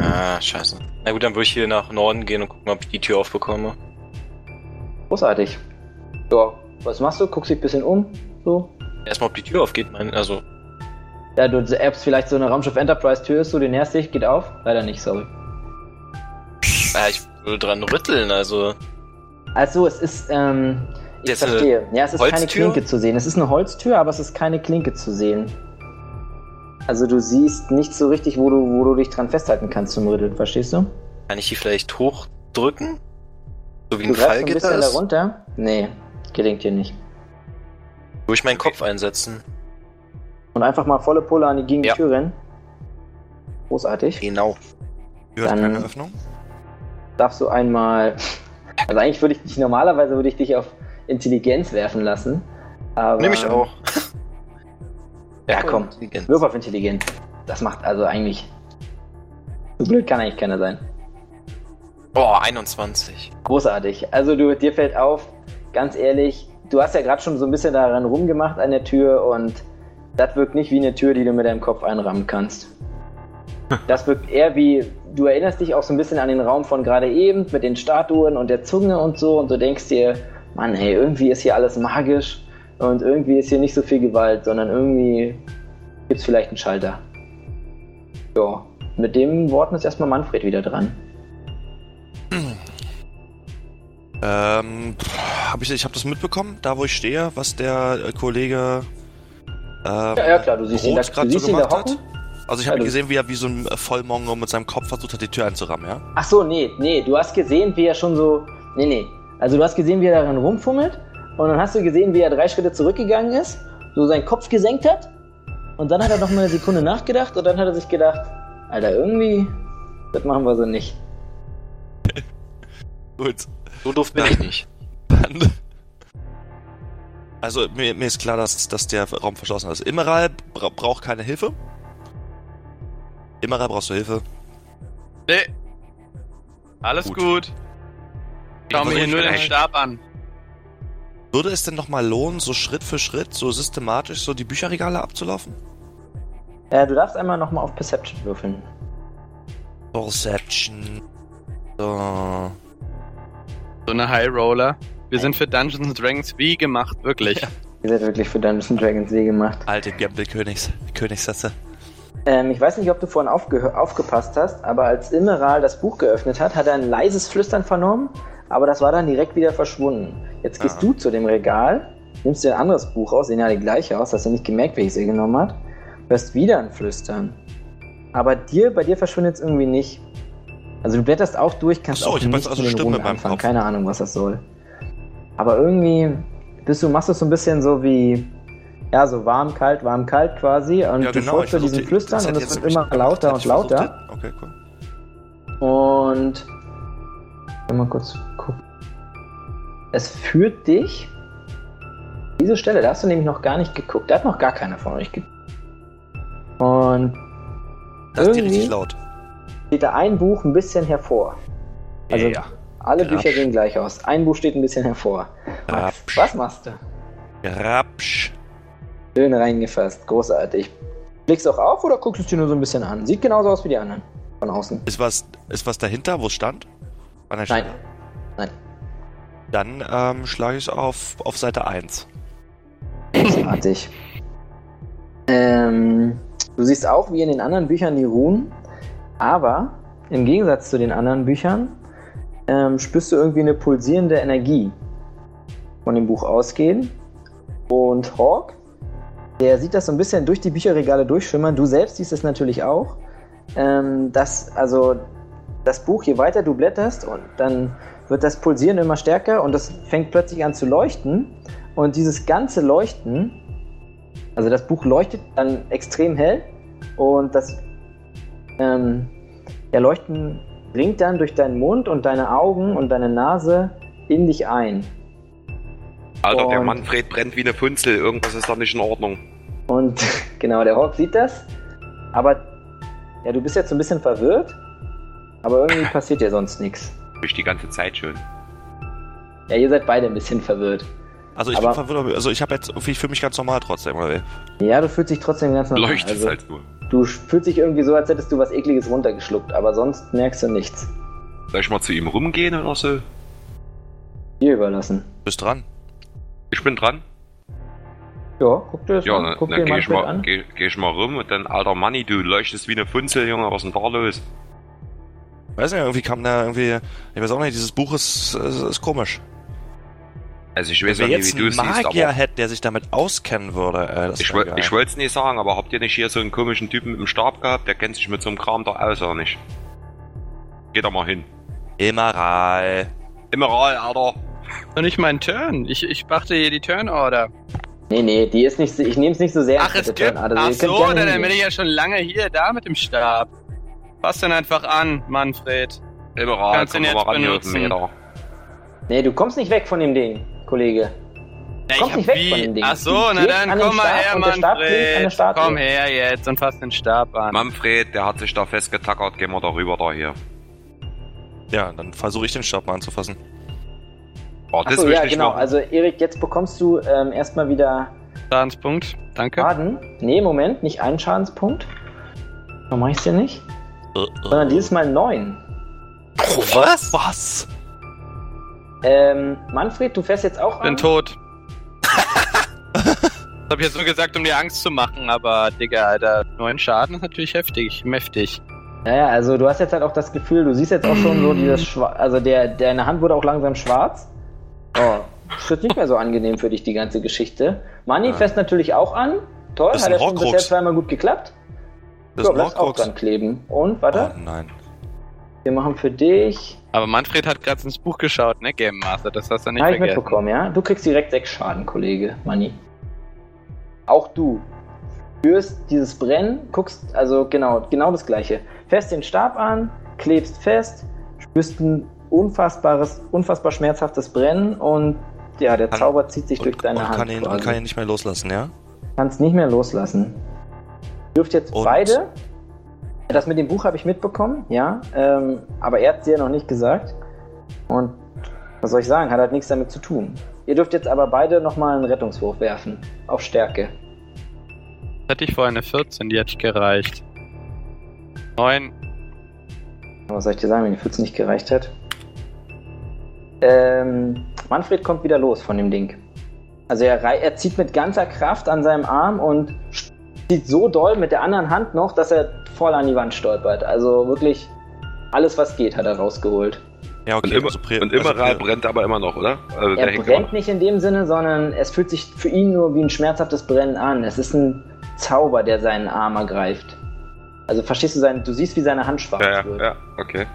[SPEAKER 7] Ah, scheiße. Na gut, dann würde ich hier nach Norden gehen und gucken, ob ich die Tür aufbekomme.
[SPEAKER 1] Großartig. Ja, was machst du? Guckst dich ein bisschen um? So?
[SPEAKER 7] Erstmal, ob die Tür aufgeht, mein, also.
[SPEAKER 1] Ja, du appst vielleicht so eine Raumschiff Enterprise Tür, ist so, die näherst dich, geht auf. Leider nicht, sorry.
[SPEAKER 7] Ah, ich würde dran rütteln, also.
[SPEAKER 1] Also, es ist, ähm, ich
[SPEAKER 7] Jetzt eine
[SPEAKER 1] verstehe. Ja, es ist keine
[SPEAKER 7] äh, Holztür?
[SPEAKER 1] Klinke zu sehen. Es ist eine Holztür, aber es ist keine Klinke zu sehen. Also, du siehst nicht so richtig, wo du, wo du dich dran festhalten kannst zum Rütteln, verstehst du?
[SPEAKER 7] Kann ich die vielleicht hochdrücken? So wie
[SPEAKER 1] Du
[SPEAKER 7] ein
[SPEAKER 1] greifst so ein bisschen
[SPEAKER 7] Fallgitter
[SPEAKER 1] da
[SPEAKER 7] ist?
[SPEAKER 1] runter. Nee, gelingt dir nicht.
[SPEAKER 7] Durch meinen Kopf einsetzen.
[SPEAKER 1] Und einfach mal volle Pulle an die gegen die
[SPEAKER 7] Ja.
[SPEAKER 1] Tür rennen. Großartig.
[SPEAKER 7] Genau.
[SPEAKER 6] Tür hat
[SPEAKER 1] Dann-
[SPEAKER 6] keine Öffnung.
[SPEAKER 1] darfst du einmal. Also eigentlich würde ich dich normalerweise würde ich dich auf Intelligenz werfen lassen. Aber
[SPEAKER 7] Nehme ich auch.
[SPEAKER 1] Ja, komm.
[SPEAKER 7] Intelligenz.
[SPEAKER 1] Wirf auf Intelligenz. Das macht also eigentlich. So blöd kann eigentlich keiner sein.
[SPEAKER 7] Boah, 21.
[SPEAKER 1] Großartig. Also du, dir fällt auf, ganz ehrlich, du hast ja gerade schon so ein bisschen daran rumgemacht an der Tür und das wirkt nicht wie eine Tür, die du mit deinem Kopf einrammen kannst. Das wirkt eher wie, du erinnerst dich auch so ein bisschen an den Raum von gerade eben mit den Statuen und der Zunge und so und du denkst dir, Mann, ey, irgendwie ist hier alles magisch und irgendwie ist hier nicht so viel Gewalt, sondern irgendwie gibt's vielleicht einen Schalter. Ja, mit dem Worten ist erstmal Manfred wieder dran.
[SPEAKER 6] Ähm, habe ich, ich habe das mitbekommen, da wo ich stehe, was der äh, Kollege ähm,
[SPEAKER 1] Ja, ja klar, du siehst ihn da,
[SPEAKER 6] Roth
[SPEAKER 1] du
[SPEAKER 6] gerade so
[SPEAKER 1] siehst ihn da
[SPEAKER 6] gemacht
[SPEAKER 1] hocken.
[SPEAKER 6] hat. Also ich habe
[SPEAKER 1] Ja, du-
[SPEAKER 6] gesehen, wie er wie so ein äh, Vollmongo mit seinem Kopf versucht hat, die Tür einzurammen, ja?
[SPEAKER 1] Ach so, nee, nee, du hast gesehen, wie er schon so. Nee, nee. Also du hast gesehen, wie er darin rumfummelt und dann hast du gesehen, wie er drei Schritte zurückgegangen ist, so seinen Kopf gesenkt hat und dann hat er noch mal eine Sekunde nachgedacht und dann hat er sich gedacht, Alter, irgendwie, das machen wir so nicht.
[SPEAKER 6] Gut.
[SPEAKER 7] So doof bin ich nicht.
[SPEAKER 6] Dann. Also mir, mir ist klar, dass, dass der Raum verschlossen ist. Immeral bra braucht keine Hilfe. Immeral brauchst du Hilfe.
[SPEAKER 2] Nee. Alles gut. Schau
[SPEAKER 6] Versuch
[SPEAKER 2] mir hier
[SPEAKER 6] ich
[SPEAKER 2] nur den
[SPEAKER 6] vielleicht.
[SPEAKER 2] Stab an.
[SPEAKER 6] Würde es denn nochmal lohnen, so Schritt für Schritt, so systematisch so die Bücherregale abzulaufen?
[SPEAKER 1] Äh, du darfst einmal nochmal auf Perception würfeln.
[SPEAKER 6] Perception. So.
[SPEAKER 2] So eine High Roller. Wir sind für Dungeons and Dragons wie gemacht, wirklich.
[SPEAKER 1] Ihr seid wirklich für Dungeons and Dragons See gemacht.
[SPEAKER 6] Alte Gamble-Königs, Königssätze.
[SPEAKER 1] Ähm, ich weiß nicht, ob du vorhin aufgehö- aufgepasst hast, aber als Immeral das Buch geöffnet hat, hat er ein leises Flüstern vernommen, aber das war dann direkt wieder verschwunden. Jetzt gehst
[SPEAKER 6] Ah.
[SPEAKER 1] du zu dem Regal, nimmst dir ein anderes Buch raus, sehen ja die gleiche aus, hast ja nicht gemerkt, welches er genommen hat, hörst wieder ein Flüstern. Aber dir, bei dir verschwindet es irgendwie nicht. Also du blätterst auch durch, kannst
[SPEAKER 6] Ach so,
[SPEAKER 1] auch
[SPEAKER 6] ich hab
[SPEAKER 1] nicht
[SPEAKER 6] jetzt also
[SPEAKER 1] mit den
[SPEAKER 6] Stimme
[SPEAKER 1] Runen
[SPEAKER 6] beim
[SPEAKER 1] anfangen.
[SPEAKER 6] Kopf.
[SPEAKER 1] Keine Ahnung, was das soll. Aber irgendwie bist du, machst du es so ein bisschen so wie, ja, so warm, kalt, warm, kalt quasi. Und du folgst so
[SPEAKER 6] genau, versuch
[SPEAKER 1] diesem
[SPEAKER 6] die-
[SPEAKER 1] Flüstern
[SPEAKER 6] das
[SPEAKER 1] und
[SPEAKER 6] hätte
[SPEAKER 1] es
[SPEAKER 6] jetzt
[SPEAKER 1] wird
[SPEAKER 6] nämlich
[SPEAKER 1] immer
[SPEAKER 6] gemacht,
[SPEAKER 1] lauter
[SPEAKER 6] hätte
[SPEAKER 1] und
[SPEAKER 6] ich versucht,
[SPEAKER 1] lauter.
[SPEAKER 6] hätte- Okay, cool.
[SPEAKER 1] Und ich will mal kurz gucken. Es führt dich. Diese Stelle, da hast du nämlich noch gar nicht geguckt. Da hat noch gar keiner von euch geguckt. Und
[SPEAKER 6] Das ist die
[SPEAKER 1] Irgendwie-
[SPEAKER 6] richtig laut.
[SPEAKER 1] steht da ein Buch ein bisschen hervor. Also
[SPEAKER 6] ja.
[SPEAKER 1] alle
[SPEAKER 6] Ja.
[SPEAKER 1] Bücher sehen gleich aus. Ein Buch steht ein bisschen hervor. Max,
[SPEAKER 6] Rapsch.
[SPEAKER 1] was machst du?
[SPEAKER 6] Rapsch.
[SPEAKER 1] Schön reingefasst, großartig. Blickst auch auf oder guckst du es dir nur so ein bisschen an? Sieht genauso aus wie die anderen von außen.
[SPEAKER 6] Ist was, ist was dahinter, wo es stand? An
[SPEAKER 1] Nein.
[SPEAKER 6] der Stelle?
[SPEAKER 1] Nein.
[SPEAKER 6] Dann ähm, schlage ich auf, auf Seite 1.
[SPEAKER 1] Großartig. ähm, du siehst auch wie in den anderen Büchern die Runen, aber im Gegensatz zu den anderen Büchern ähm, spürst du irgendwie eine pulsierende Energie von dem Buch ausgehen. Und Hawk, der sieht das so ein bisschen durch die Bücherregale durchschimmern. Du selbst siehst es natürlich auch. Ähm, das, also das Buch, je weiter du blätterst, und dann wird das Pulsieren immer stärker und das fängt plötzlich an zu leuchten. Und dieses ganze Leuchten, also das Buch leuchtet dann extrem hell und das ähm, ja, Leuchten dringt dann durch deinen Mund und deine Augen und deine Nase in dich ein.
[SPEAKER 4] Alter, der
[SPEAKER 1] Und-
[SPEAKER 4] Manfred brennt wie eine Funzel. Irgendwas ist doch nicht in Ordnung.
[SPEAKER 1] Und genau, der Hawk sieht das. Aber ja, du bist jetzt so ein bisschen verwirrt, aber irgendwie passiert ja sonst nichts.
[SPEAKER 4] Durch die ganze Zeit schön.
[SPEAKER 1] Ja, ihr seid beide ein bisschen verwirrt.
[SPEAKER 6] Also ich
[SPEAKER 1] Aber-
[SPEAKER 6] bin verwirrt, aber- also ich habe jetzt, ich fühle mich ganz normal trotzdem, oder? wie?
[SPEAKER 1] Ja, du fühlst dich trotzdem ganz normal.
[SPEAKER 4] Leuchtet
[SPEAKER 1] also,
[SPEAKER 4] halt nur.
[SPEAKER 1] Du fühlst dich irgendwie so, als hättest du was Ekliges runtergeschluckt, aber sonst merkst du nichts.
[SPEAKER 4] Soll ich mal zu ihm rumgehen oder so?
[SPEAKER 1] Dir überlassen.
[SPEAKER 6] Bist dran.
[SPEAKER 4] Ich bin dran.
[SPEAKER 1] Ja, guck dir das
[SPEAKER 4] Ja,
[SPEAKER 1] an.
[SPEAKER 4] dann,
[SPEAKER 1] Guck
[SPEAKER 4] dann
[SPEAKER 1] dir
[SPEAKER 4] geh ich,
[SPEAKER 1] Manfred
[SPEAKER 4] mal,
[SPEAKER 1] an.
[SPEAKER 4] geh, geh ich mal rum und dann, alter Manni, du leuchtest wie eine Funzel, Junge, was ist denn da los?
[SPEAKER 6] Weiß nicht, irgendwie kam da irgendwie, ich weiß auch nicht, dieses Buch ist, ist, ist komisch.
[SPEAKER 4] Also ich weiß
[SPEAKER 6] Wenn wir
[SPEAKER 4] nicht,
[SPEAKER 6] jetzt
[SPEAKER 4] wie du
[SPEAKER 6] einen
[SPEAKER 4] es siehst,
[SPEAKER 6] Magier
[SPEAKER 4] aber
[SPEAKER 6] hätte, der sich damit auskennen würde, äh, das
[SPEAKER 4] ich,
[SPEAKER 6] wär
[SPEAKER 4] woll-
[SPEAKER 6] geil.
[SPEAKER 4] ich wollte es nicht sagen, aber habt ihr nicht hier so einen komischen Typen mit dem Stab gehabt, der kennt sich mit so einem Kram da aus, oder nicht? Geht doch mal hin.
[SPEAKER 6] Immer rein.
[SPEAKER 4] Immer rein, Alter.
[SPEAKER 2] Noch nicht mein Turn. Ich, ich machte hier die Turn-Order.
[SPEAKER 1] Nee, nee, die ist nicht, ich nehme es nicht so sehr.
[SPEAKER 2] Ach,
[SPEAKER 1] ins
[SPEAKER 2] es
[SPEAKER 1] Dritte
[SPEAKER 2] gibt.
[SPEAKER 1] an. Also,
[SPEAKER 2] Ach
[SPEAKER 1] ihr könnt
[SPEAKER 2] so,
[SPEAKER 1] gerne
[SPEAKER 2] dann, dann
[SPEAKER 1] hingehen.
[SPEAKER 2] bin ich ja schon lange hier, da mit dem Stab. Fass den einfach an, Manfred.
[SPEAKER 4] Immer rein,
[SPEAKER 2] Kannst
[SPEAKER 4] komm
[SPEAKER 2] ihn
[SPEAKER 4] doch mal
[SPEAKER 2] jetzt
[SPEAKER 4] ran, hier auf
[SPEAKER 2] benutzen.
[SPEAKER 4] den Meter.
[SPEAKER 1] Nee, du kommst nicht weg von dem Ding, Kollege.
[SPEAKER 2] Na,
[SPEAKER 1] Kommst
[SPEAKER 2] hab
[SPEAKER 1] nicht weg von dem Ding.
[SPEAKER 2] Ach so, na
[SPEAKER 1] Klebt
[SPEAKER 2] dann
[SPEAKER 1] an
[SPEAKER 2] komm
[SPEAKER 1] den
[SPEAKER 2] mal
[SPEAKER 1] Stab
[SPEAKER 2] her,
[SPEAKER 1] und der Stab klebt an der
[SPEAKER 2] Manfred.
[SPEAKER 1] Statue.
[SPEAKER 2] Komm her jetzt und fass den Stab an.
[SPEAKER 4] Manfred, der hat sich da festgetackert, gehen wir da rüber da hier.
[SPEAKER 6] Ja, dann versuche ich den Stab mal anzufassen.
[SPEAKER 4] Oh,
[SPEAKER 1] Ach
[SPEAKER 4] das
[SPEAKER 1] so,
[SPEAKER 4] will ich
[SPEAKER 1] ja,
[SPEAKER 4] nicht
[SPEAKER 1] genau.
[SPEAKER 4] machen.
[SPEAKER 1] Also, Erik, jetzt bekommst du ähm, erstmal wieder
[SPEAKER 2] Schadenspunkt. Danke.
[SPEAKER 1] Schaden. Nee, Moment, nicht einen Schadenspunkt. Warum mach ich's denn nicht? Sondern dieses Mal neun.
[SPEAKER 7] was?
[SPEAKER 6] Was?
[SPEAKER 1] Ähm, Manfred, du fährst jetzt auch
[SPEAKER 2] Bin
[SPEAKER 1] an.
[SPEAKER 2] tot. das hab ich jetzt nur gesagt, um dir Angst zu machen, aber Digga, Alter, neun Schaden ist natürlich heftig, mächtig.
[SPEAKER 1] Naja, also du hast jetzt halt auch das Gefühl, du siehst jetzt auch schon so dieses Schwa also der, deine Hand wurde auch langsam schwarz. Oh, ist jetzt nicht mehr so angenehm für dich, die ganze Geschichte. Manni
[SPEAKER 6] Ja.
[SPEAKER 1] fässt natürlich auch an. Toll,
[SPEAKER 6] Das ist
[SPEAKER 1] hat ja
[SPEAKER 6] ein
[SPEAKER 1] schon
[SPEAKER 6] Horcrux.
[SPEAKER 1] bisher zweimal gut geklappt.
[SPEAKER 6] Das
[SPEAKER 1] ja,
[SPEAKER 6] ist
[SPEAKER 1] bleibst auch
[SPEAKER 6] Morkrux.
[SPEAKER 1] dran kleben. Und,
[SPEAKER 6] Oh
[SPEAKER 1] warte,
[SPEAKER 6] nein.
[SPEAKER 1] wir machen für dich...
[SPEAKER 2] Aber Manfred hat gerade ins Buch geschaut, ne, Game Master, das hast du nicht
[SPEAKER 1] Habe ich
[SPEAKER 2] vergessen.
[SPEAKER 1] mitbekommen, ja? Du kriegst direkt sechs Schaden, Kollege Manni. Auch du spürst dieses Brennen, guckst, also genau, genau das Gleiche. Fährst den Stab an, klebst fest, spürst ein unfassbares, unfassbar schmerzhaftes Brennen und ja, der
[SPEAKER 6] Kann-
[SPEAKER 1] Zauber zieht sich durch
[SPEAKER 6] Und,
[SPEAKER 1] deine
[SPEAKER 6] und,
[SPEAKER 1] Hand.
[SPEAKER 6] kann ihn, und
[SPEAKER 1] quasi.
[SPEAKER 6] kann ihn nicht mehr loslassen, ja?
[SPEAKER 1] Kannst nicht mehr loslassen. Dürft jetzt
[SPEAKER 6] Und?
[SPEAKER 1] beide. Das mit dem Buch habe ich mitbekommen, ja. Ähm, aber er hat es dir noch nicht gesagt. Und was soll ich sagen, hat halt nichts damit zu tun. Ihr dürft jetzt aber beide nochmal einen Rettungswurf werfen. Auf Stärke.
[SPEAKER 2] Das hatte ich vorhin eine 14, die hat ich gereicht. Neun.
[SPEAKER 1] Was soll ich dir sagen, wenn die 14 nicht gereicht hat? Ähm, Manfred kommt wieder los von dem Ding. Also er, rei- er zieht mit ganzer Kraft an seinem Arm und zieht so doll mit der anderen Hand noch, dass er voll an die Wand stolpert. Also wirklich alles, was geht, hat er rausgeholt.
[SPEAKER 6] Ja,
[SPEAKER 4] und
[SPEAKER 6] okay.
[SPEAKER 4] immer,
[SPEAKER 6] also Pre-
[SPEAKER 4] und immer
[SPEAKER 6] also
[SPEAKER 4] rein
[SPEAKER 6] Pre-
[SPEAKER 4] brennt aber immer noch, oder? Also der
[SPEAKER 1] Er
[SPEAKER 4] hängt
[SPEAKER 1] brennt nicht in dem Sinne, sondern es fühlt sich für ihn nur wie ein schmerzhaftes Brennen an. Es ist ein Zauber, der seinen Arm ergreift. Also verstehst du, sein, du siehst, wie seine Hand schwarz
[SPEAKER 4] immer- Ja,
[SPEAKER 1] wird.
[SPEAKER 4] ja, ja, okay.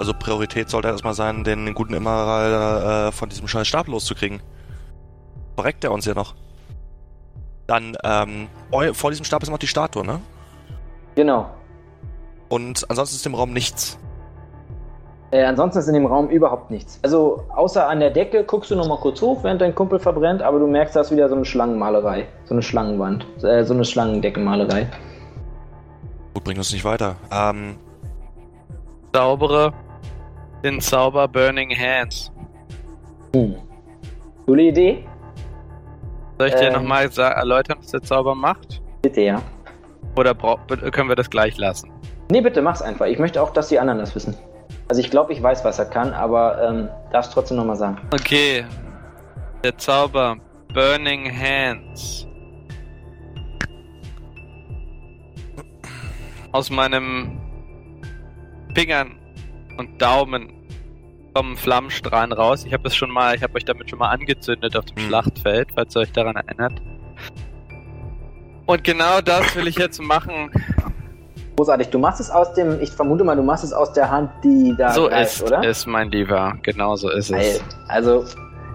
[SPEAKER 6] Also Priorität sollte erstmal sein, den guten Immeral äh, von diesem scheiß Stab loszukriegen. Verreckt er uns ja noch. Dann, ähm, eu- vor diesem Stab ist noch die Statue, ne?
[SPEAKER 1] Genau.
[SPEAKER 6] Und ansonsten ist im Raum nichts.
[SPEAKER 1] Äh, ansonsten ist in dem Raum überhaupt nichts. Also außer an der Decke guckst du noch mal kurz hoch, während dein Kumpel verbrennt, aber du merkst, da ist wieder so eine Schlangenmalerei, so eine Schlangenwand, äh, so eine Schlangendeckenmalerei.
[SPEAKER 6] Gut, bringt uns nicht weiter. Ähm,
[SPEAKER 8] Zaubere den Zauber Burning Hands.
[SPEAKER 1] Hm. Coole Idee?
[SPEAKER 8] Soll ich dir
[SPEAKER 1] Ähm.
[SPEAKER 8] nochmal sa- erläutern, was der Zauber macht?
[SPEAKER 1] Bitte ja.
[SPEAKER 8] Oder brau- können wir das gleich lassen?
[SPEAKER 1] Nee, bitte mach's einfach. Ich möchte auch, dass die anderen das wissen. Also ich glaube, ich weiß, was er kann, aber ähm, darf's trotzdem noch mal sagen.
[SPEAKER 8] Okay. Der Zauber Burning Hands. Aus meinem Fingern und Daumen kommen Flammenstrahlen raus. Ich habe das schon mal, ich habe euch damit schon mal angezündet auf dem
[SPEAKER 6] Hm.
[SPEAKER 8] Schlachtfeld, falls ihr euch daran erinnert. Und genau das will ich jetzt machen.
[SPEAKER 1] Großartig. Du machst es aus dem, ich vermute mal, du machst es aus der Hand, die da
[SPEAKER 8] so
[SPEAKER 1] greift,
[SPEAKER 8] ist
[SPEAKER 1] oder?
[SPEAKER 8] es, mein Lieber. Genau so ist
[SPEAKER 1] Geil.
[SPEAKER 8] es.
[SPEAKER 1] Also,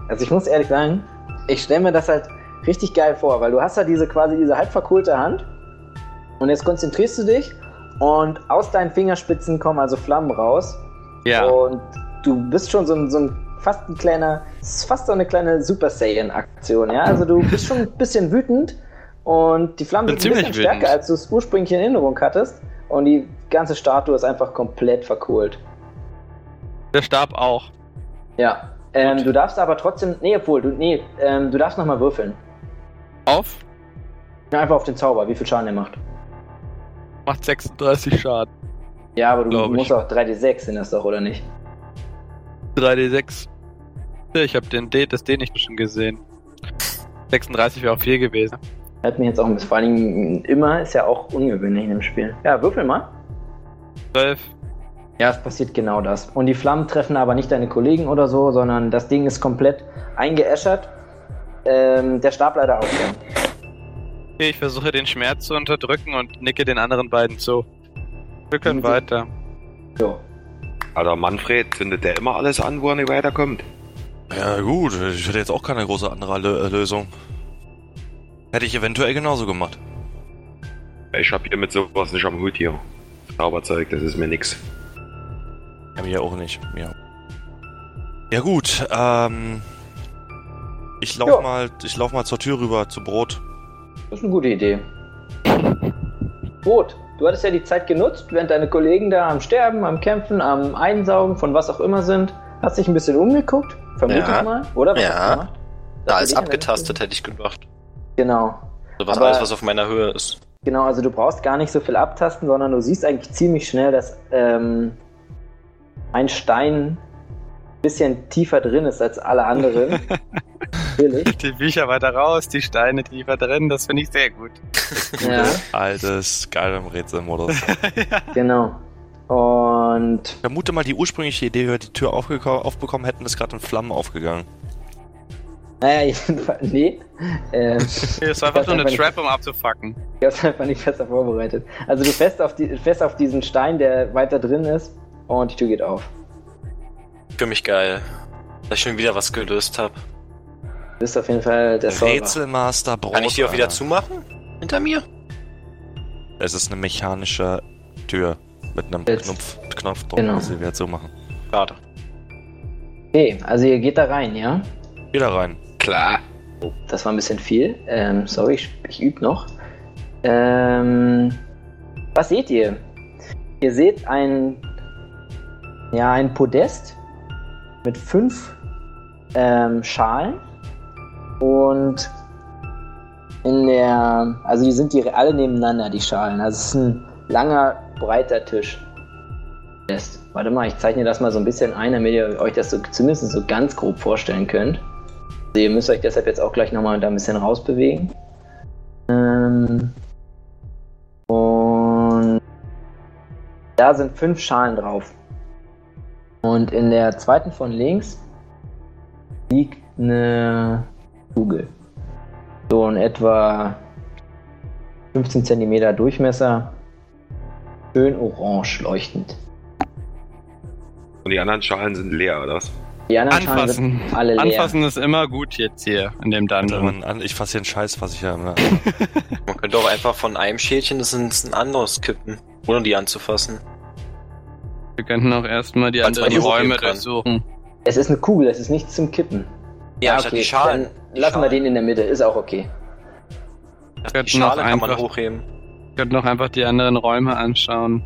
[SPEAKER 1] also ich muss ehrlich sagen, ich stelle mir das halt richtig geil vor, weil du hast ja diese quasi diese halb verkohlte Hand und jetzt konzentrierst du dich und aus deinen Fingerspitzen kommen also Flammen raus
[SPEAKER 8] Ja.
[SPEAKER 1] und du bist schon so ein, so ein fast ein kleiner, es ist fast so eine kleine Super Saiyan Aktion, ja? Also du bist schon ein bisschen wütend und die Flammen
[SPEAKER 8] Bin
[SPEAKER 1] sind ein bisschen
[SPEAKER 8] ziemlich wütend.
[SPEAKER 1] stärker, als du es ursprünglich in Erinnerung hattest und die ganze Statue ist einfach komplett verkohlt.
[SPEAKER 8] Der Stab auch.
[SPEAKER 1] Ja. Ähm, du darfst aber trotzdem. Nee, obwohl, du, nee, ähm, du darfst nochmal würfeln.
[SPEAKER 8] Auf.
[SPEAKER 1] Ja, Einfach auf den Zauber, wie viel Schaden er macht.
[SPEAKER 8] Macht 36 Schaden.
[SPEAKER 1] Ja, aber du
[SPEAKER 8] Glaub ich.
[SPEAKER 1] musst auch 3D6 sind das doch, oder nicht?
[SPEAKER 8] 3D6. Ja, Ich habe den D, das D nicht schon gesehen. 36 wäre auch viel gewesen.
[SPEAKER 1] Hat mich jetzt auch ein bisschen. Vor allen Dingen immer ist ja auch ungewöhnlich in dem Spiel. Ja, würfel mal.
[SPEAKER 8] 12.
[SPEAKER 1] Ja, es passiert genau das. Und die Flammen treffen aber nicht deine Kollegen oder so, sondern das Ding ist komplett eingeäschert. Ähm, der Stab leider auch. Ja.
[SPEAKER 8] Okay, ich versuche den Schmerz zu unterdrücken und nicke den anderen beiden zu. Wir können
[SPEAKER 1] Mhm.
[SPEAKER 8] weiter.
[SPEAKER 1] So.
[SPEAKER 4] Alter, Manfred zündet der immer alles an, wo er nicht weiterkommt.
[SPEAKER 6] ja gut, ich hätte jetzt auch keine große andere Lö- äh, Lösung. Hätte ich eventuell genauso gemacht.
[SPEAKER 4] Ich hab hier mit sowas nicht am Hut hier. Zauberzeug, das ist mir nix.
[SPEAKER 6] Ja, mir auch nicht. Ja, ja gut, ähm... Ich lauf,
[SPEAKER 1] Ja.
[SPEAKER 6] mal, ich lauf mal zur Tür rüber, zu Brot.
[SPEAKER 1] Das ist eine gute Idee. Rot, du hattest ja die Zeit genutzt, während deine Kollegen da am Sterben, am Kämpfen, am Einsaugen von was auch immer sind. Hast dich ein bisschen umgeguckt, vermute
[SPEAKER 7] Ja.
[SPEAKER 1] ich mal, oder?
[SPEAKER 7] Ja.
[SPEAKER 1] hast du gemacht?
[SPEAKER 7] Da
[SPEAKER 1] Hast du
[SPEAKER 7] ist
[SPEAKER 1] dich an der-
[SPEAKER 7] abgetastet, hätte ich gemacht.
[SPEAKER 1] Genau.
[SPEAKER 7] So was
[SPEAKER 1] Aber-
[SPEAKER 7] alles, was auf meiner Höhe ist.
[SPEAKER 1] Genau, also du brauchst gar nicht so viel abtasten, sondern du siehst eigentlich ziemlich schnell, dass ähm, ein Stein ein bisschen tiefer drin ist als alle anderen. Natürlich.
[SPEAKER 8] Die Bücher weiter raus, die Steine tiefer drin, das finde ich sehr gut.
[SPEAKER 1] Ja,
[SPEAKER 6] Altes Skyrim-Rätselmodus.
[SPEAKER 1] genau. Und
[SPEAKER 6] Ich vermute mal, die ursprüngliche Idee, wie wir die Tür aufgeko- aufbekommen hätten, ist gerade in Flammen aufgegangen.
[SPEAKER 1] naja, jedenfalls, nee. Ähm,
[SPEAKER 8] Nee, Das war einfach
[SPEAKER 1] Das
[SPEAKER 8] nur eine
[SPEAKER 1] einfach
[SPEAKER 8] Trap, um abzufacken.
[SPEAKER 1] Ich hab's einfach nicht besser vorbereitet. Also du fest auf, die, fest auf diesen Stein, der weiter drin ist und die Tür geht auf.
[SPEAKER 7] Für mich geil. Dass ich schon wieder was gelöst habe.
[SPEAKER 1] Du bist auf jeden Fall der Zauber.
[SPEAKER 6] Rätselmaster Brot.
[SPEAKER 7] Kann ich die auch wieder
[SPEAKER 6] Alter.
[SPEAKER 7] zumachen? Hinter mir?
[SPEAKER 6] Es ist eine mechanische Tür mit einem
[SPEAKER 1] Jetzt.
[SPEAKER 6] Knopf, Knopfdruck,
[SPEAKER 1] Genau.
[SPEAKER 6] die wir jetzt so machen.
[SPEAKER 7] Schade.
[SPEAKER 1] Okay, also ihr geht da rein, ja?
[SPEAKER 6] Geh da rein.
[SPEAKER 4] Klar.
[SPEAKER 1] Das war ein bisschen viel. Ähm, sorry, ich, ich übe noch. Ähm, was seht ihr? Ihr seht ein, ja, ein Podest mit fünf ähm, Schalen und in der, also die sind die alle nebeneinander, die Schalen. Also es ist ein langer, breiter Tisch. Podest. Warte mal, ich zeichne das mal so ein bisschen ein, damit ihr euch das so zumindest so ganz grob vorstellen könnt. Also ihr müsst euch deshalb jetzt auch gleich nochmal da ein bisschen rausbewegen. Ähm, und da sind fünf Schalen drauf. Und in der zweiten von links liegt eine Kugel. So in etwa 15 cm Durchmesser. Schön orange leuchtend.
[SPEAKER 4] Und die anderen Schalen sind leer, oder was?
[SPEAKER 1] Die anderen Schalen
[SPEAKER 8] Anfassen.
[SPEAKER 1] sind alle leer.
[SPEAKER 8] Anfassen ist immer gut jetzt hier in dem
[SPEAKER 6] Alter,
[SPEAKER 8] Dungeon.
[SPEAKER 6] Mann, an- Ich fasse hier einen Scheiß, was ich hier habe.
[SPEAKER 7] Man könnte auch einfach von einem Schälchen das ins ein anderes kippen, ohne die anzufassen.
[SPEAKER 8] Wir könnten auch erstmal die
[SPEAKER 7] Falls man
[SPEAKER 8] anderen
[SPEAKER 7] die hochheben
[SPEAKER 8] Räume
[SPEAKER 7] kann.
[SPEAKER 8] durchsuchen.
[SPEAKER 1] Es ist eine Kugel, es ist nichts zum Kippen.
[SPEAKER 7] Ja, statt die Schalen.
[SPEAKER 1] Ah, Dann
[SPEAKER 7] Die
[SPEAKER 1] lassen wir
[SPEAKER 7] Schalen.
[SPEAKER 1] den in der Mitte, ist auch okay.
[SPEAKER 8] Wir
[SPEAKER 7] Die
[SPEAKER 8] könnten auch
[SPEAKER 7] Schale kann man
[SPEAKER 8] einfach,
[SPEAKER 7] hochheben.
[SPEAKER 8] wir könnten auch einfach die anderen Räume anschauen.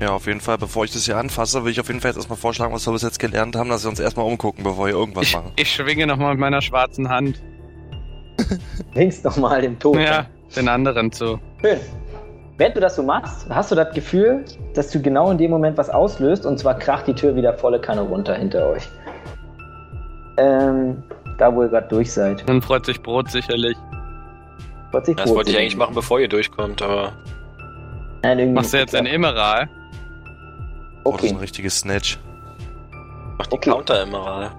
[SPEAKER 6] Ja, auf jeden Fall. Bevor ich das hier anfasse, will ich auf jeden Fall jetzt erstmal vorschlagen, was wir bis jetzt gelernt haben, dass wir uns erstmal umgucken, bevor wir irgendwas
[SPEAKER 8] Ich,
[SPEAKER 6] machen.
[SPEAKER 8] ich schwinge nochmal mit meiner schwarzen Hand.
[SPEAKER 1] Links nochmal dem Tod.
[SPEAKER 8] Ja, den anderen zu.
[SPEAKER 1] Schön. Während du das so machst, hast du das Gefühl, dass du genau in dem Moment was auslöst und zwar kracht die Tür wieder volle Kanne runter hinter euch. Ähm, da wo ihr gerade durch seid.
[SPEAKER 8] Dann freut sich Brot sicherlich.
[SPEAKER 1] Freut sich
[SPEAKER 7] Das
[SPEAKER 1] Brot
[SPEAKER 7] wollte ich
[SPEAKER 1] sehen.
[SPEAKER 7] eigentlich machen, bevor ihr durchkommt, aber
[SPEAKER 1] Nein, irgendwie
[SPEAKER 8] Machst du jetzt ein Immeral?
[SPEAKER 6] Oh, das ist
[SPEAKER 1] Okay.
[SPEAKER 6] ein richtiges Snatch.
[SPEAKER 7] macht die
[SPEAKER 1] Okay.
[SPEAKER 7] Counter immer.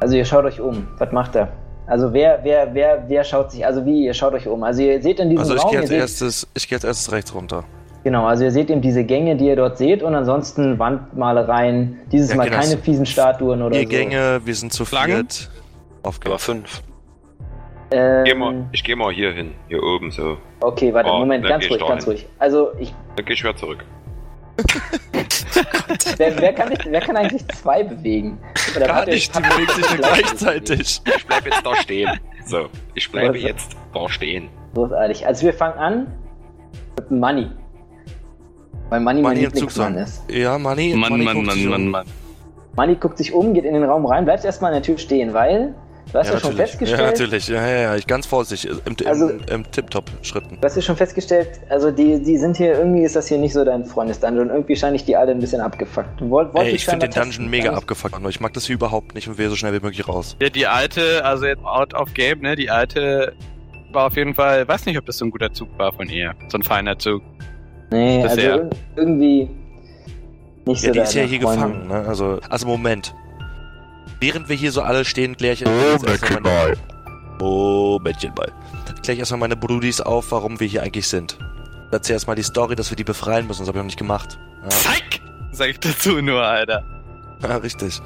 [SPEAKER 1] Also ihr schaut euch um. Was macht er? Also wer, wer, wer, wer schaut sich, also wie, ihr schaut euch um. Also ihr seht in diesem
[SPEAKER 6] Also ich
[SPEAKER 1] Raum,
[SPEAKER 6] gehe
[SPEAKER 1] ihr
[SPEAKER 6] als
[SPEAKER 1] seht-
[SPEAKER 6] erstes, ich gehe als erstes rechts runter.
[SPEAKER 1] Genau, also ihr seht eben diese Gänge, die ihr dort seht und ansonsten Wandmalereien. Dieses
[SPEAKER 6] Ja,
[SPEAKER 1] Mal
[SPEAKER 6] genau.
[SPEAKER 1] keine fiesen Statuen oder
[SPEAKER 6] Vier
[SPEAKER 1] so.
[SPEAKER 6] Gänge, wir sind zu
[SPEAKER 8] Schlange?
[SPEAKER 6] viert.
[SPEAKER 7] Aber
[SPEAKER 6] Aufgabe.
[SPEAKER 7] fünf.
[SPEAKER 1] Ähm,
[SPEAKER 4] Geh mal, ich gehe mal hier hin, hier oben so.
[SPEAKER 1] Okay, warte,
[SPEAKER 4] Oh,
[SPEAKER 1] Moment,
[SPEAKER 4] da
[SPEAKER 1] ganz
[SPEAKER 4] geh ich
[SPEAKER 1] ruhig,
[SPEAKER 4] doch
[SPEAKER 1] ganz
[SPEAKER 4] hin.
[SPEAKER 1] ruhig. Also ich,
[SPEAKER 4] Dann geh ich wieder zurück.
[SPEAKER 1] wer, wer, kann, nicht- wer kann eigentlich zwei bewegen? Oder
[SPEAKER 6] Gar
[SPEAKER 1] warte,
[SPEAKER 6] nicht, die
[SPEAKER 1] ich hab-
[SPEAKER 6] bewegt sich ja gleichzeitig.
[SPEAKER 4] Ich bleib jetzt da stehen. So, ich bleibe
[SPEAKER 1] Was?
[SPEAKER 4] jetzt da stehen.
[SPEAKER 1] Großartig. Also wir fangen an mit Money. Weil Money, mein
[SPEAKER 6] Money im
[SPEAKER 1] Lieblingsmann
[SPEAKER 6] Zugzwang.
[SPEAKER 1] ist.
[SPEAKER 6] Ja, Manni.
[SPEAKER 8] Mann,
[SPEAKER 6] Manni
[SPEAKER 8] Mann,
[SPEAKER 6] guckt
[SPEAKER 8] Mann,
[SPEAKER 6] sich um.
[SPEAKER 8] Mann, Mann.
[SPEAKER 1] Money guckt sich um, geht in den Raum rein, bleibt erstmal an der Tür stehen, weil du hast ja,
[SPEAKER 6] Ja,
[SPEAKER 1] schon
[SPEAKER 6] natürlich. Ja,
[SPEAKER 1] festgestellt,
[SPEAKER 6] natürlich. Ja, ja, ja. Ich ganz vorsichtig. Im, im,
[SPEAKER 1] Also-
[SPEAKER 6] im Tip-Top-Schritten.
[SPEAKER 1] Du hast ja schon festgestellt, also die, die sind hier, irgendwie ist das hier nicht so dein Freundesdungeon und irgendwie scheine ich die alle ein bisschen abgefuckt. Du wollt,
[SPEAKER 6] Ey,
[SPEAKER 1] wolltest
[SPEAKER 6] ich finde den
[SPEAKER 1] scheinbar
[SPEAKER 6] Dungeon
[SPEAKER 1] testen,
[SPEAKER 6] mega
[SPEAKER 1] gar nicht-
[SPEAKER 6] abgefuckt. Mann. Ich mag das hier überhaupt nicht und will so schnell wie möglich raus.
[SPEAKER 8] Ja, die alte, also jetzt out of game, ne? Die alte war auf jeden Fall, weiß nicht, ob das so ein guter Zug war von ihr. So ein feiner Zug.
[SPEAKER 1] Nee, also
[SPEAKER 8] bisher.
[SPEAKER 1] irg- irgendwie nicht so
[SPEAKER 6] Ja, die
[SPEAKER 1] deine
[SPEAKER 6] ist ja hier
[SPEAKER 1] Freundin.
[SPEAKER 6] gefangen, ne? Also, also Moment. Während wir hier so alle stehen, kläre ich jetzt erstmal meine, oh, Mädchenball. Kläre ich erstmal meine Brudis auf, warum wir hier eigentlich sind. Ich Erzähl erstmal die Story, dass wir die befreien müssen. Das habe ich noch nicht gemacht.
[SPEAKER 8] Zack! Sag ich dazu nur, Alter.
[SPEAKER 6] Ja, ja richtig.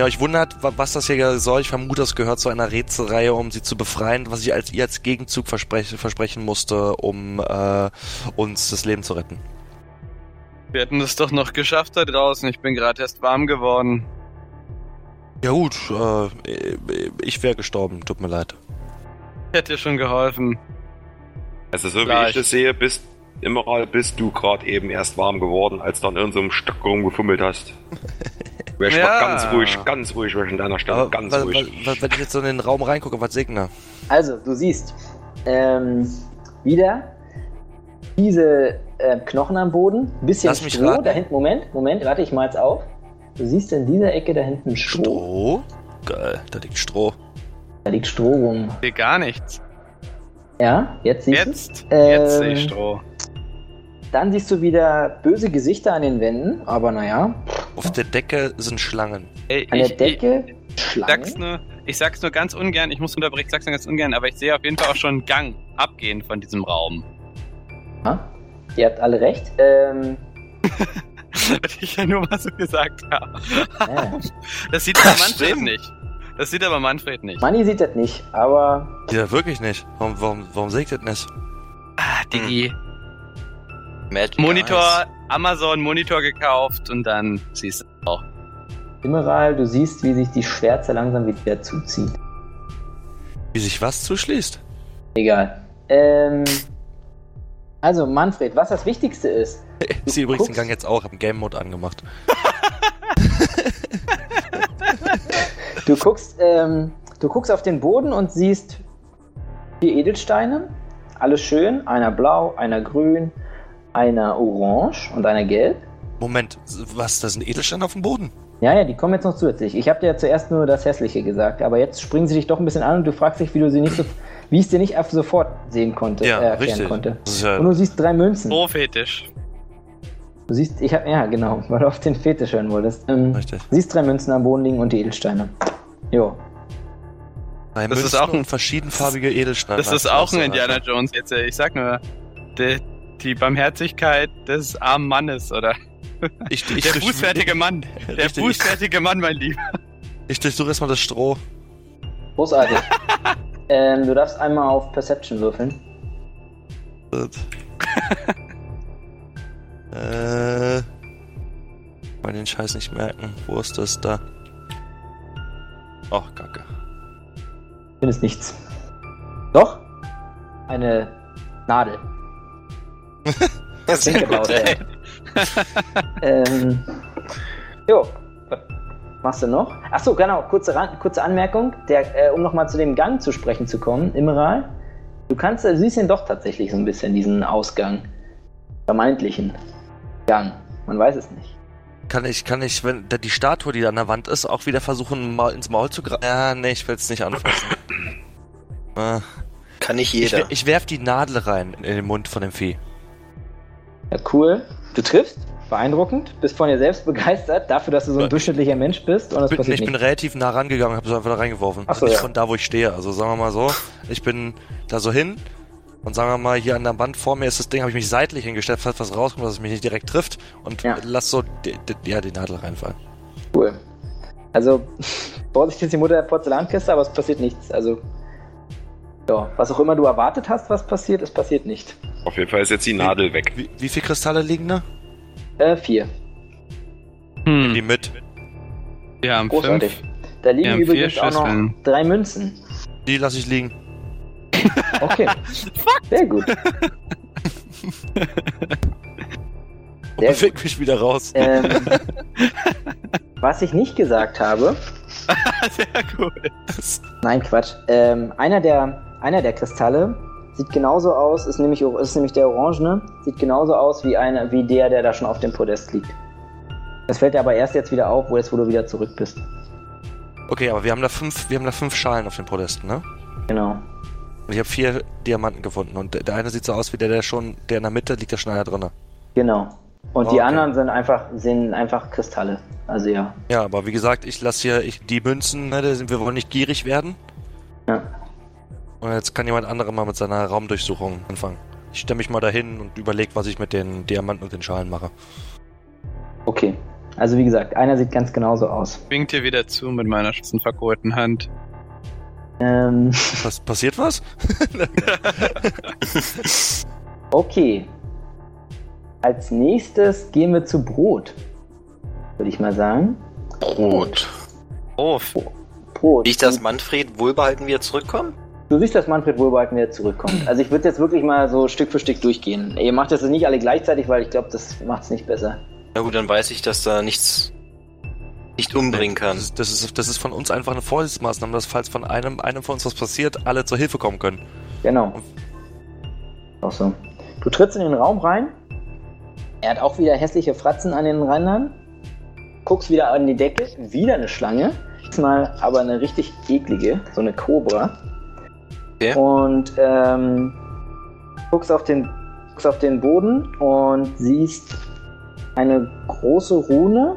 [SPEAKER 6] Ja, ich wundert, wa- was das hier soll. Ich vermute, das gehört zu einer Rätselreihe, um sie zu befreien, was ich als ihr als Gegenzug verspreche, versprechen musste, um äh, uns das Leben zu retten.
[SPEAKER 8] Wir hätten es doch noch geschafft da draußen. Ich bin gerade erst warm geworden.
[SPEAKER 6] Ja gut, äh, ich wäre gestorben. Tut mir leid.
[SPEAKER 8] Ich hätte dir schon geholfen.
[SPEAKER 4] Also so wie
[SPEAKER 8] Gleich.
[SPEAKER 4] ich das sehe, bist Immeral bist du gerade eben erst warm geworden, als du an irgendeinem Stock rumgefummelt hast. Wär ich
[SPEAKER 8] Ja.
[SPEAKER 4] mal ganz ruhig, ganz ruhig, wär ich an deiner Stelle,
[SPEAKER 6] Aber
[SPEAKER 4] ganz
[SPEAKER 6] wa-
[SPEAKER 4] ruhig.
[SPEAKER 6] wa- wa- wenn ich jetzt so in den Raum reingucke, was segne?
[SPEAKER 1] Also, du siehst ähm, wieder diese äh, Knochen am Boden, bisschen
[SPEAKER 6] Lass mich
[SPEAKER 1] Stroh
[SPEAKER 6] raten.
[SPEAKER 1] da hinten. Moment, Moment, warte, ich mal's auf. Du siehst in dieser Ecke da hinten Stroh.
[SPEAKER 6] Stroh? Geil, da liegt Stroh.
[SPEAKER 1] Da liegt Stroh rum.
[SPEAKER 8] Sehe gar nichts.
[SPEAKER 1] Ja, jetzt
[SPEAKER 6] Mhm.
[SPEAKER 1] siehst du.
[SPEAKER 8] Jetzt,
[SPEAKER 6] Äh,
[SPEAKER 1] Ähm,
[SPEAKER 8] jetzt sehe ich Stroh.
[SPEAKER 1] Dann siehst du wieder böse Gesichter an den Wänden, aber naja.
[SPEAKER 6] Auf der Decke sind Schlangen.
[SPEAKER 8] Ey,
[SPEAKER 1] An der Decke
[SPEAKER 8] Ich
[SPEAKER 1] Schlangen.
[SPEAKER 8] sag's, nur, ich sag's nur ganz ungern, ich muss unterbrechen, ich sag's nur ganz ungern, aber ich sehe auf jeden Fall auch schon einen Gang abgehen von diesem Raum.
[SPEAKER 1] Ja, ihr habt alle recht. Ähm,
[SPEAKER 8] Was ich ja nur mal so gesagt habe.
[SPEAKER 1] ja.
[SPEAKER 8] Das sieht aber Manfred
[SPEAKER 7] Stimmt.
[SPEAKER 8] nicht. Das sieht aber Manfred nicht.
[SPEAKER 1] Manni sieht das nicht, aber
[SPEAKER 6] Ja, wirklich nicht. Warum, warum, warum segnet nicht?
[SPEAKER 8] Ah, Digi.
[SPEAKER 7] Magic
[SPEAKER 8] Monitor,
[SPEAKER 7] Eyes.
[SPEAKER 8] Amazon Monitor gekauft und dann siehst du.
[SPEAKER 1] Immeral, du siehst, wie sich die Schwärze langsam wieder zuzieht.
[SPEAKER 6] Wie sich was zuschließt?
[SPEAKER 1] Egal. Ähm, also, Manfred, was das Wichtigste ist.
[SPEAKER 6] Ich sehe übrigens den
[SPEAKER 1] guckst-
[SPEAKER 6] Gang jetzt auch, hab Game Mode angemacht.
[SPEAKER 1] Du guckst, ähm, du guckst auf den Boden und siehst vier Edelsteine. Alle schön. Einer blau, einer grün, einer orange und einer gelb.
[SPEAKER 6] Moment, was? Da sind Edelsteine auf dem Boden?
[SPEAKER 1] Ja, ja, die kommen jetzt noch zusätzlich. Ich habe dir ja zuerst nur das Hässliche gesagt, aber jetzt springen sie dich doch ein bisschen an und du fragst dich, wie du sie nicht so, wie ich es dir nicht ab sofort sehen konnte,
[SPEAKER 6] Ja,
[SPEAKER 1] äh, erklären
[SPEAKER 6] richtig.
[SPEAKER 1] konnte.
[SPEAKER 6] Das ist ja, Oh.
[SPEAKER 1] Und du siehst drei Münzen.
[SPEAKER 8] Prophetisch.
[SPEAKER 1] Du siehst, ich hab, ja genau, weil du auf den Fetisch hören wolltest. Ähm,
[SPEAKER 6] richtig.
[SPEAKER 1] siehst drei Münzen am Boden liegen und die Edelsteine. Jo.
[SPEAKER 6] Drei
[SPEAKER 8] Das ist
[SPEAKER 6] Münzen
[SPEAKER 8] auch ein-
[SPEAKER 6] und verschiedenfarbige Edelsteine.
[SPEAKER 8] Das ist auch ein Indiana Jones. Jetzt, äh, ich sag nur, die, die Barmherzigkeit des armen Mannes, oder?
[SPEAKER 6] Ich, ich,
[SPEAKER 8] Der
[SPEAKER 6] ich,
[SPEAKER 8] bußfertige Mann. Der
[SPEAKER 6] Richtig.
[SPEAKER 8] bußfertige Mann, mein Lieber.
[SPEAKER 6] ich durchsuche erstmal das Stroh.
[SPEAKER 1] Großartig. ähm, du darfst einmal auf Perception würfeln.
[SPEAKER 6] Äh, Äh. Kann den Scheiß nicht merken. Wo ist das da? Ach, Kacke.
[SPEAKER 1] Findest nichts. Doch? Eine Nadel.
[SPEAKER 7] Das
[SPEAKER 1] Klingt laut, ey. ähm, jo. Was Machst du noch? Achso, genau, kurze, Ran- kurze Anmerkung, der, äh, um nochmal zu dem Gang zu sprechen zu kommen, Immeral. Du kannst, äh, siehst ihn doch tatsächlich so ein bisschen, diesen Ausgang. Vermeintlichen Gang. Man weiß es nicht.
[SPEAKER 6] Kann ich, kann ich, wenn da die Statue, die da an der Wand ist, auch wieder versuchen, mal ins Maul zu greifen? Ja, nee, ich will's nicht anfassen. Äh,
[SPEAKER 7] Kann nicht
[SPEAKER 6] ich,
[SPEAKER 7] jeder.
[SPEAKER 6] wer- ich werf die Nadel rein in den Mund von dem Vieh.
[SPEAKER 1] Ja, cool. Du triffst, beeindruckend, bist von dir selbst begeistert, dafür, dass du so ein
[SPEAKER 6] Ja.
[SPEAKER 1] durchschnittlicher Mensch bist und das
[SPEAKER 6] Bin,
[SPEAKER 1] passiert
[SPEAKER 6] ich bin
[SPEAKER 1] nicht.
[SPEAKER 6] relativ nah rangegangen, habe es einfach da reingeworfen.
[SPEAKER 1] Ach so,
[SPEAKER 6] nicht
[SPEAKER 1] ja.
[SPEAKER 6] von da, wo ich stehe. Also sagen wir mal so, ich bin da so hin und sagen wir mal, hier an der Wand vor mir ist das Ding, habe ich mich seitlich hingestellt, falls was rauskommt, dass es mich nicht direkt trifft und
[SPEAKER 1] Ja.
[SPEAKER 6] lass so die, die, ja, die Nadel reinfallen.
[SPEAKER 1] Cool. Also, Vorsicht ist die Mutter der Porzellankiste, aber es passiert nichts. Also, ja, was auch immer du erwartet hast, was passiert, es passiert nicht.
[SPEAKER 4] Auf jeden Fall ist jetzt die Nadel weg.
[SPEAKER 6] Wie, wie viele Kristalle liegen da?
[SPEAKER 1] Äh, vier.
[SPEAKER 6] Die
[SPEAKER 2] Hm,
[SPEAKER 6] mit.
[SPEAKER 2] wir haben
[SPEAKER 1] Großartig.
[SPEAKER 2] fünf.
[SPEAKER 1] Da liegen
[SPEAKER 2] Wir haben
[SPEAKER 1] übrigens
[SPEAKER 2] vier
[SPEAKER 1] auch noch
[SPEAKER 2] Schüsseln.
[SPEAKER 1] drei Münzen.
[SPEAKER 6] Die lasse ich liegen.
[SPEAKER 1] Okay. Sehr gut.
[SPEAKER 6] Und
[SPEAKER 1] Sehr
[SPEAKER 6] beweg mich wieder raus.
[SPEAKER 1] Ähm, was ich nicht gesagt habe,
[SPEAKER 2] Sehr gut.
[SPEAKER 1] Nein, Quatsch. Ähm, einer, der, einer der Kristalle sieht genauso aus, ist nämlich, ist nämlich der Orangene, sieht genauso aus wie, eine, wie der, der da schon auf dem Podest liegt. Das fällt dir aber erst jetzt wieder auf, wo, jetzt, wo du wieder zurück bist.
[SPEAKER 6] Okay, aber wir haben da fünf, wir haben da fünf Schalen auf den Podesten, ne?
[SPEAKER 1] Genau.
[SPEAKER 6] Und ich habe vier Diamanten gefunden und der- der eine sieht so aus wie der, der schon, der in der Mitte liegt, der schon einer drinne.
[SPEAKER 1] Genau. Und
[SPEAKER 6] Oh,
[SPEAKER 1] die
[SPEAKER 6] okay.
[SPEAKER 1] anderen sind einfach, sind einfach Kristalle. Also ja.
[SPEAKER 6] Ja, aber wie gesagt, ich lasse hier ich, die Münzen, ne, da sind- wir wollen nicht gierig werden.
[SPEAKER 1] Ja.
[SPEAKER 6] Und jetzt kann jemand anderer mal mit seiner Raumdurchsuchung anfangen. Ich stelle mich mal dahin und überlege, was ich mit den Diamanten und den Schalen mache.
[SPEAKER 1] Okay. Also wie gesagt, einer sieht ganz genauso aus.
[SPEAKER 2] Winkt dir wieder zu mit meiner schützenverkohlten Hand.
[SPEAKER 1] Ähm,
[SPEAKER 6] Pass passiert was?
[SPEAKER 1] okay. Als nächstes gehen wir zu Brot. Würde ich mal sagen.
[SPEAKER 7] Brot.
[SPEAKER 2] Oh,
[SPEAKER 1] Brot.
[SPEAKER 7] Nicht, dass Manfred wohlbehalten wieder zurückkommt?
[SPEAKER 1] Du siehst, dass Manfred Wohlbehalten wieder zurückkommt. Also ich würde jetzt wirklich mal so Stück für Stück durchgehen. Ihr macht das jetzt nicht alle gleichzeitig, weil ich glaube, das macht es nicht besser.
[SPEAKER 7] Na gut, dann weiß ich, dass da nichts nicht umbringen
[SPEAKER 6] Das
[SPEAKER 7] kann.
[SPEAKER 6] ist, das, ist, das ist von uns einfach eine Vorsichtsmaßnahme, dass falls von einem, einem von uns was passiert, alle zur Hilfe kommen können.
[SPEAKER 1] Genau. Auch so. Du trittst in den Raum rein. Er hat auch wieder hässliche Fratzen an den Rändern. Guckst wieder an die Decke. Wieder eine Schlange. Diesmal aber eine richtig eklige. So eine Cobra.
[SPEAKER 7] Okay.
[SPEAKER 1] Und ähm, guckst, auf den, guckst auf den Boden und siehst eine große Rune,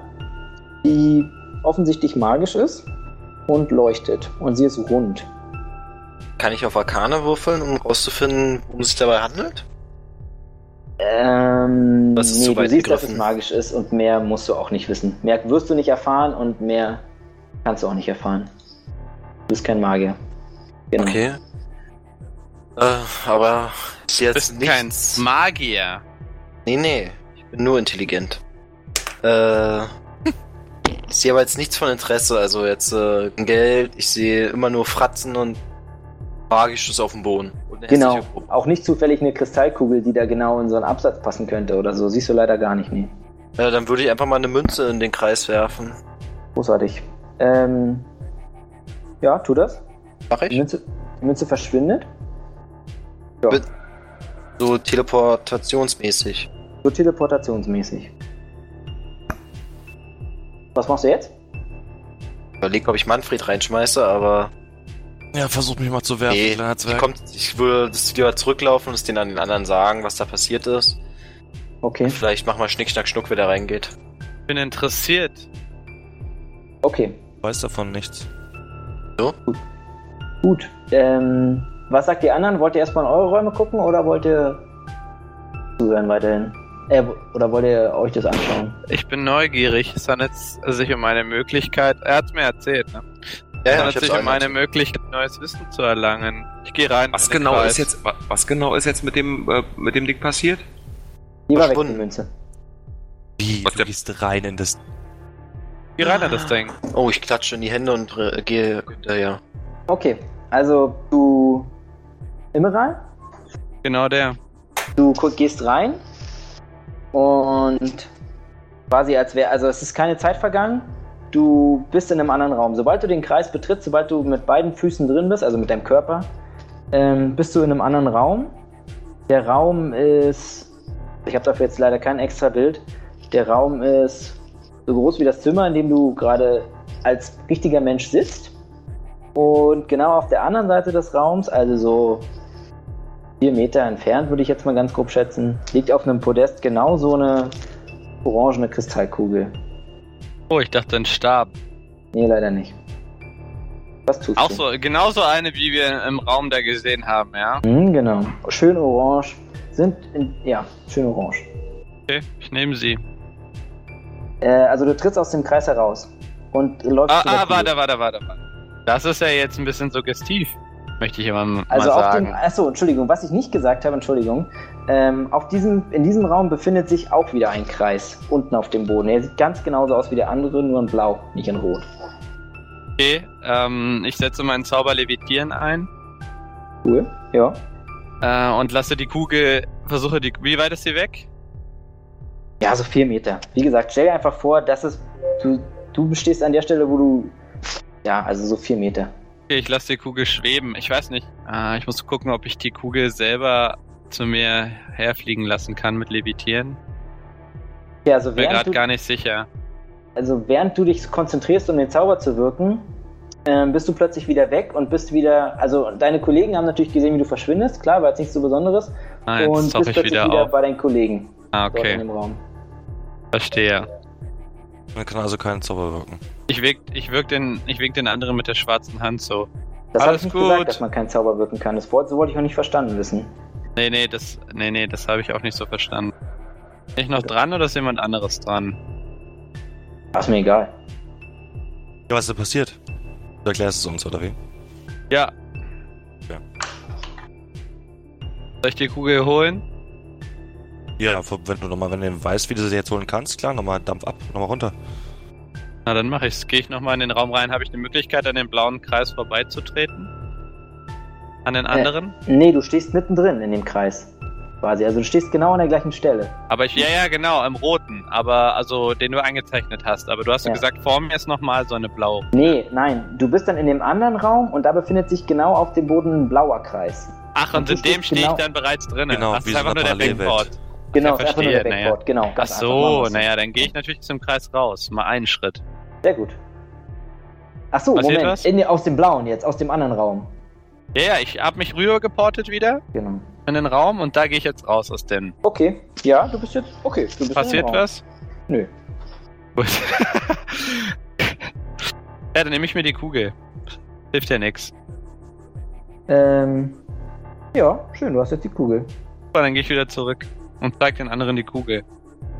[SPEAKER 1] die offensichtlich magisch ist und leuchtet. Und sie ist rund.
[SPEAKER 7] Kann ich auf Arkane würfeln, um rauszufinden, worum es sich dabei handelt?
[SPEAKER 1] Ähm,
[SPEAKER 7] Das ist zu
[SPEAKER 1] nee, du
[SPEAKER 7] weit
[SPEAKER 1] siehst, dass
[SPEAKER 7] gegriffen.
[SPEAKER 1] es magisch ist und mehr musst du auch nicht wissen. Mehr wirst du nicht erfahren und mehr kannst du auch nicht erfahren. Du bist kein Magier. Genau.
[SPEAKER 7] Okay. Äh, aber ist
[SPEAKER 2] du
[SPEAKER 7] jetzt
[SPEAKER 2] bist kein
[SPEAKER 7] nichts.
[SPEAKER 2] Magier.
[SPEAKER 7] nee, nee. Ich bin nur intelligent. Äh. Ich sehe aber jetzt nichts von Interesse, also jetzt äh, Geld, ich sehe immer nur Fratzen und Magisches auf dem Boden. Und eine
[SPEAKER 1] Genau.
[SPEAKER 7] hässliche Gruppe.
[SPEAKER 1] Auch nicht zufällig eine Kristallkugel, die da genau in so einen Absatz passen könnte oder so. Siehst du leider gar nicht, nee.
[SPEAKER 7] Ja, dann würde ich einfach mal eine Münze in den Kreis werfen.
[SPEAKER 1] Großartig. Ähm, ja, tu das.
[SPEAKER 7] Mach
[SPEAKER 1] Die
[SPEAKER 7] ich?
[SPEAKER 1] Münze, die Münze verschwindet.
[SPEAKER 7] So teleportationsmäßig.
[SPEAKER 1] So teleportationsmäßig. Was machst du jetzt?
[SPEAKER 7] Überleg, ob ich Manfred reinschmeiße, aber
[SPEAKER 6] Ja, versuch mich mal zu werfen,
[SPEAKER 7] nee,
[SPEAKER 6] kleiner
[SPEAKER 7] ich,
[SPEAKER 6] Zwerg.
[SPEAKER 7] kommt, ich würde das lieber zurücklaufen und es den an den anderen sagen, was da passiert ist.
[SPEAKER 1] Okay.
[SPEAKER 7] Vielleicht machen wir Schnick, Schnack, Schnuck, wer da reingeht.
[SPEAKER 2] Ich bin interessiert.
[SPEAKER 1] Okay.
[SPEAKER 6] Weiß davon nichts.
[SPEAKER 1] Gut. Ähm, was sagt ihr anderen? Wollt ihr erstmal in eure Räume gucken oder wollt ihr zuhören weiterhin? Äh, oder wollt ihr euch das anschauen?
[SPEAKER 2] Ich bin neugierig. Es handelt sich um eine Möglichkeit. Er hat's mir erzählt, ne?
[SPEAKER 7] Ja,
[SPEAKER 2] es handelt
[SPEAKER 7] hab's
[SPEAKER 2] sich
[SPEAKER 7] auch
[SPEAKER 2] um eine
[SPEAKER 7] gemacht.
[SPEAKER 2] Möglichkeit, neues Wissen zu erlangen. Ich gehe rein.
[SPEAKER 4] Was
[SPEAKER 2] in den
[SPEAKER 4] genau
[SPEAKER 2] Kreis.
[SPEAKER 4] ist jetzt, wa- was genau ist jetzt mit dem, äh, mit dem Ding passiert?
[SPEAKER 1] Die war weg, die
[SPEAKER 7] Verschwunden.
[SPEAKER 1] Münze.
[SPEAKER 6] Wie?
[SPEAKER 4] Was
[SPEAKER 6] du
[SPEAKER 4] der-
[SPEAKER 6] gehst rein in das.
[SPEAKER 8] Wie rein hat das Ding?
[SPEAKER 7] Oh, ich klatsche in die Hände und äh, gehe hinterher.
[SPEAKER 1] Okay, also du. Immeral?
[SPEAKER 8] Genau der.
[SPEAKER 1] Du gu- gehst rein und quasi als wäre, also es ist keine Zeit vergangen. Du bist in einem anderen Raum. Sobald du den Kreis betrittst, sobald du mit beiden Füßen drin bist, also mit deinem Körper, ähm, bist du in einem anderen Raum. Der Raum ist, ich habe dafür jetzt leider kein extra Bild. Der Raum ist so groß wie das Zimmer, in dem du gerade als richtiger Mensch sitzt. Und genau auf der anderen Seite des Raums, also so vier Meter entfernt, würde ich jetzt mal ganz grob schätzen, liegt auf einem Podest genau so eine orangene Kristallkugel.
[SPEAKER 8] Oh, ich dachte ein Stab.
[SPEAKER 1] Nee, leider nicht. Was tust
[SPEAKER 8] Auch
[SPEAKER 1] du?
[SPEAKER 8] so, genauso eine, wie wir im Raum da gesehen haben, ja?
[SPEAKER 1] Hm, genau. Schön orange. Sind, in, ja, schön orange.
[SPEAKER 8] Okay, ich nehme sie.
[SPEAKER 1] Äh, also du trittst aus dem Kreis heraus und läufst
[SPEAKER 8] Ah,
[SPEAKER 1] zu der
[SPEAKER 8] ah,
[SPEAKER 1] Kugel.
[SPEAKER 8] warte, warte, warte, warte. Das ist ja jetzt ein bisschen suggestiv, möchte ich immer mal
[SPEAKER 1] Also auf dem,
[SPEAKER 8] sagen.
[SPEAKER 1] achso, Entschuldigung, was ich nicht gesagt habe, Entschuldigung, ähm, auf diesem, in diesem Raum befindet sich auch wieder ein Kreis unten auf dem Boden. Er sieht ganz genauso aus wie der andere, nur in blau, nicht in rot.
[SPEAKER 8] Okay, ähm, ich setze meinen Zauber Levitieren ein
[SPEAKER 1] Cool, ja.
[SPEAKER 8] äh, und lasse die Kugel, versuche die, wie weit ist sie weg?
[SPEAKER 1] Ja, so vier Meter. Wie gesagt, stell dir einfach vor, dass es. Du, du stehst an der Stelle, wo du. Ja, also so vier Meter.
[SPEAKER 8] Okay, ich lasse die Kugel schweben, ich weiß nicht. Äh, ich muss gucken, ob ich die Kugel selber zu mir herfliegen lassen kann mit Levitieren.
[SPEAKER 1] Ja, also
[SPEAKER 8] Bin
[SPEAKER 1] während,
[SPEAKER 8] gerade
[SPEAKER 1] du,
[SPEAKER 8] gar nicht sicher.
[SPEAKER 1] also während du dich konzentrierst, um den Zauber zu wirken, ähm, bist du plötzlich wieder weg und bist wieder. Also deine Kollegen haben natürlich gesehen, wie du verschwindest, klar, war jetzt nichts so Besonderes.
[SPEAKER 8] Ah, jetzt
[SPEAKER 1] und bist
[SPEAKER 8] tauche ich
[SPEAKER 1] plötzlich
[SPEAKER 8] wieder
[SPEAKER 1] wieder,
[SPEAKER 8] auf.
[SPEAKER 1] bei deinen Kollegen
[SPEAKER 8] Ah,
[SPEAKER 1] dort in
[SPEAKER 8] okay,
[SPEAKER 1] dem Raum.
[SPEAKER 8] verstehe.
[SPEAKER 6] Man kann also keinen Zauber wirken.
[SPEAKER 8] Ich wirk, ich wirk den, ich wirk den anderen mit der schwarzen Hand so.
[SPEAKER 1] Das habe ich
[SPEAKER 8] Alles
[SPEAKER 1] nicht
[SPEAKER 8] gut.
[SPEAKER 1] gesagt, dass man keinen Zauber wirken kann. Das Wort so wollte ich noch nicht verstanden wissen.
[SPEAKER 8] Nee, nee, das, nee, nee, das habe ich auch nicht so verstanden. Bin ich noch dran oder ist jemand anderes dran?
[SPEAKER 1] Ah, Ist mir egal.
[SPEAKER 6] Ja, was ist denn passiert? Du erklärst es uns, oder wie?
[SPEAKER 8] Ja.
[SPEAKER 6] Ja.
[SPEAKER 8] Soll ich die Kugel holen?
[SPEAKER 6] Ja, wenn du nochmal, wenn du weißt, wie du sie jetzt holen kannst, klar, nochmal Dampf ab, nochmal runter.
[SPEAKER 8] Na, dann mache ich's. Gehe ich nochmal in den Raum rein. Habe ich eine Möglichkeit, an dem blauen Kreis vorbeizutreten? An
[SPEAKER 1] Äh.
[SPEAKER 8] den anderen?
[SPEAKER 1] Nee, du stehst mittendrin in dem Kreis. Quasi. Also du stehst genau an der gleichen Stelle.
[SPEAKER 8] Aber ich, ja, ja, genau, im roten. Aber, also, den du angezeichnet hast. Aber du hast ja,
[SPEAKER 1] Ja.
[SPEAKER 8] gesagt, vor mir ist nochmal so eine blaue.
[SPEAKER 1] Nee, nein. Du bist dann in dem anderen Raum und da befindet sich genau auf dem Boden ein blauer Kreis.
[SPEAKER 8] Ach, und
[SPEAKER 1] Du
[SPEAKER 8] in dem
[SPEAKER 1] stehst
[SPEAKER 8] stehe
[SPEAKER 1] genau-
[SPEAKER 8] ich dann bereits drin.
[SPEAKER 6] Genau,
[SPEAKER 8] Ach, das
[SPEAKER 6] wie
[SPEAKER 8] ist
[SPEAKER 6] so
[SPEAKER 8] einfach
[SPEAKER 6] eine
[SPEAKER 8] nur der
[SPEAKER 6] Parallelwelt.
[SPEAKER 8] Backboard.
[SPEAKER 1] Genau,
[SPEAKER 8] Ja,
[SPEAKER 1] ist einfach nur der
[SPEAKER 8] verstehe, naja.
[SPEAKER 1] Backboard. Genau.
[SPEAKER 8] Ach
[SPEAKER 1] ganz einfach,
[SPEAKER 8] so,
[SPEAKER 1] Manus.
[SPEAKER 8] naja, dann gehe ich natürlich zum Kreis raus. Mal einen Schritt.
[SPEAKER 1] Sehr gut. Ach so,
[SPEAKER 8] Passiert
[SPEAKER 1] Moment.
[SPEAKER 8] was?
[SPEAKER 1] In, aus dem blauen jetzt, aus dem anderen Raum.
[SPEAKER 8] Ja, ja, ich hab mich rüber geportet wieder
[SPEAKER 1] Genau.
[SPEAKER 8] in den Raum und da gehe ich jetzt raus aus dem.
[SPEAKER 1] Okay. Ja, du bist jetzt. Okay. Du bist
[SPEAKER 8] Passiert
[SPEAKER 1] in dem Raum.
[SPEAKER 8] was?
[SPEAKER 1] Nö.
[SPEAKER 8] Gut. ja, dann nehme ich mir die Kugel. Hilft ja nix.
[SPEAKER 1] Ähm. Ja, schön, du hast jetzt die Kugel.
[SPEAKER 8] Super, dann gehe ich wieder zurück und zeig den anderen die Kugel.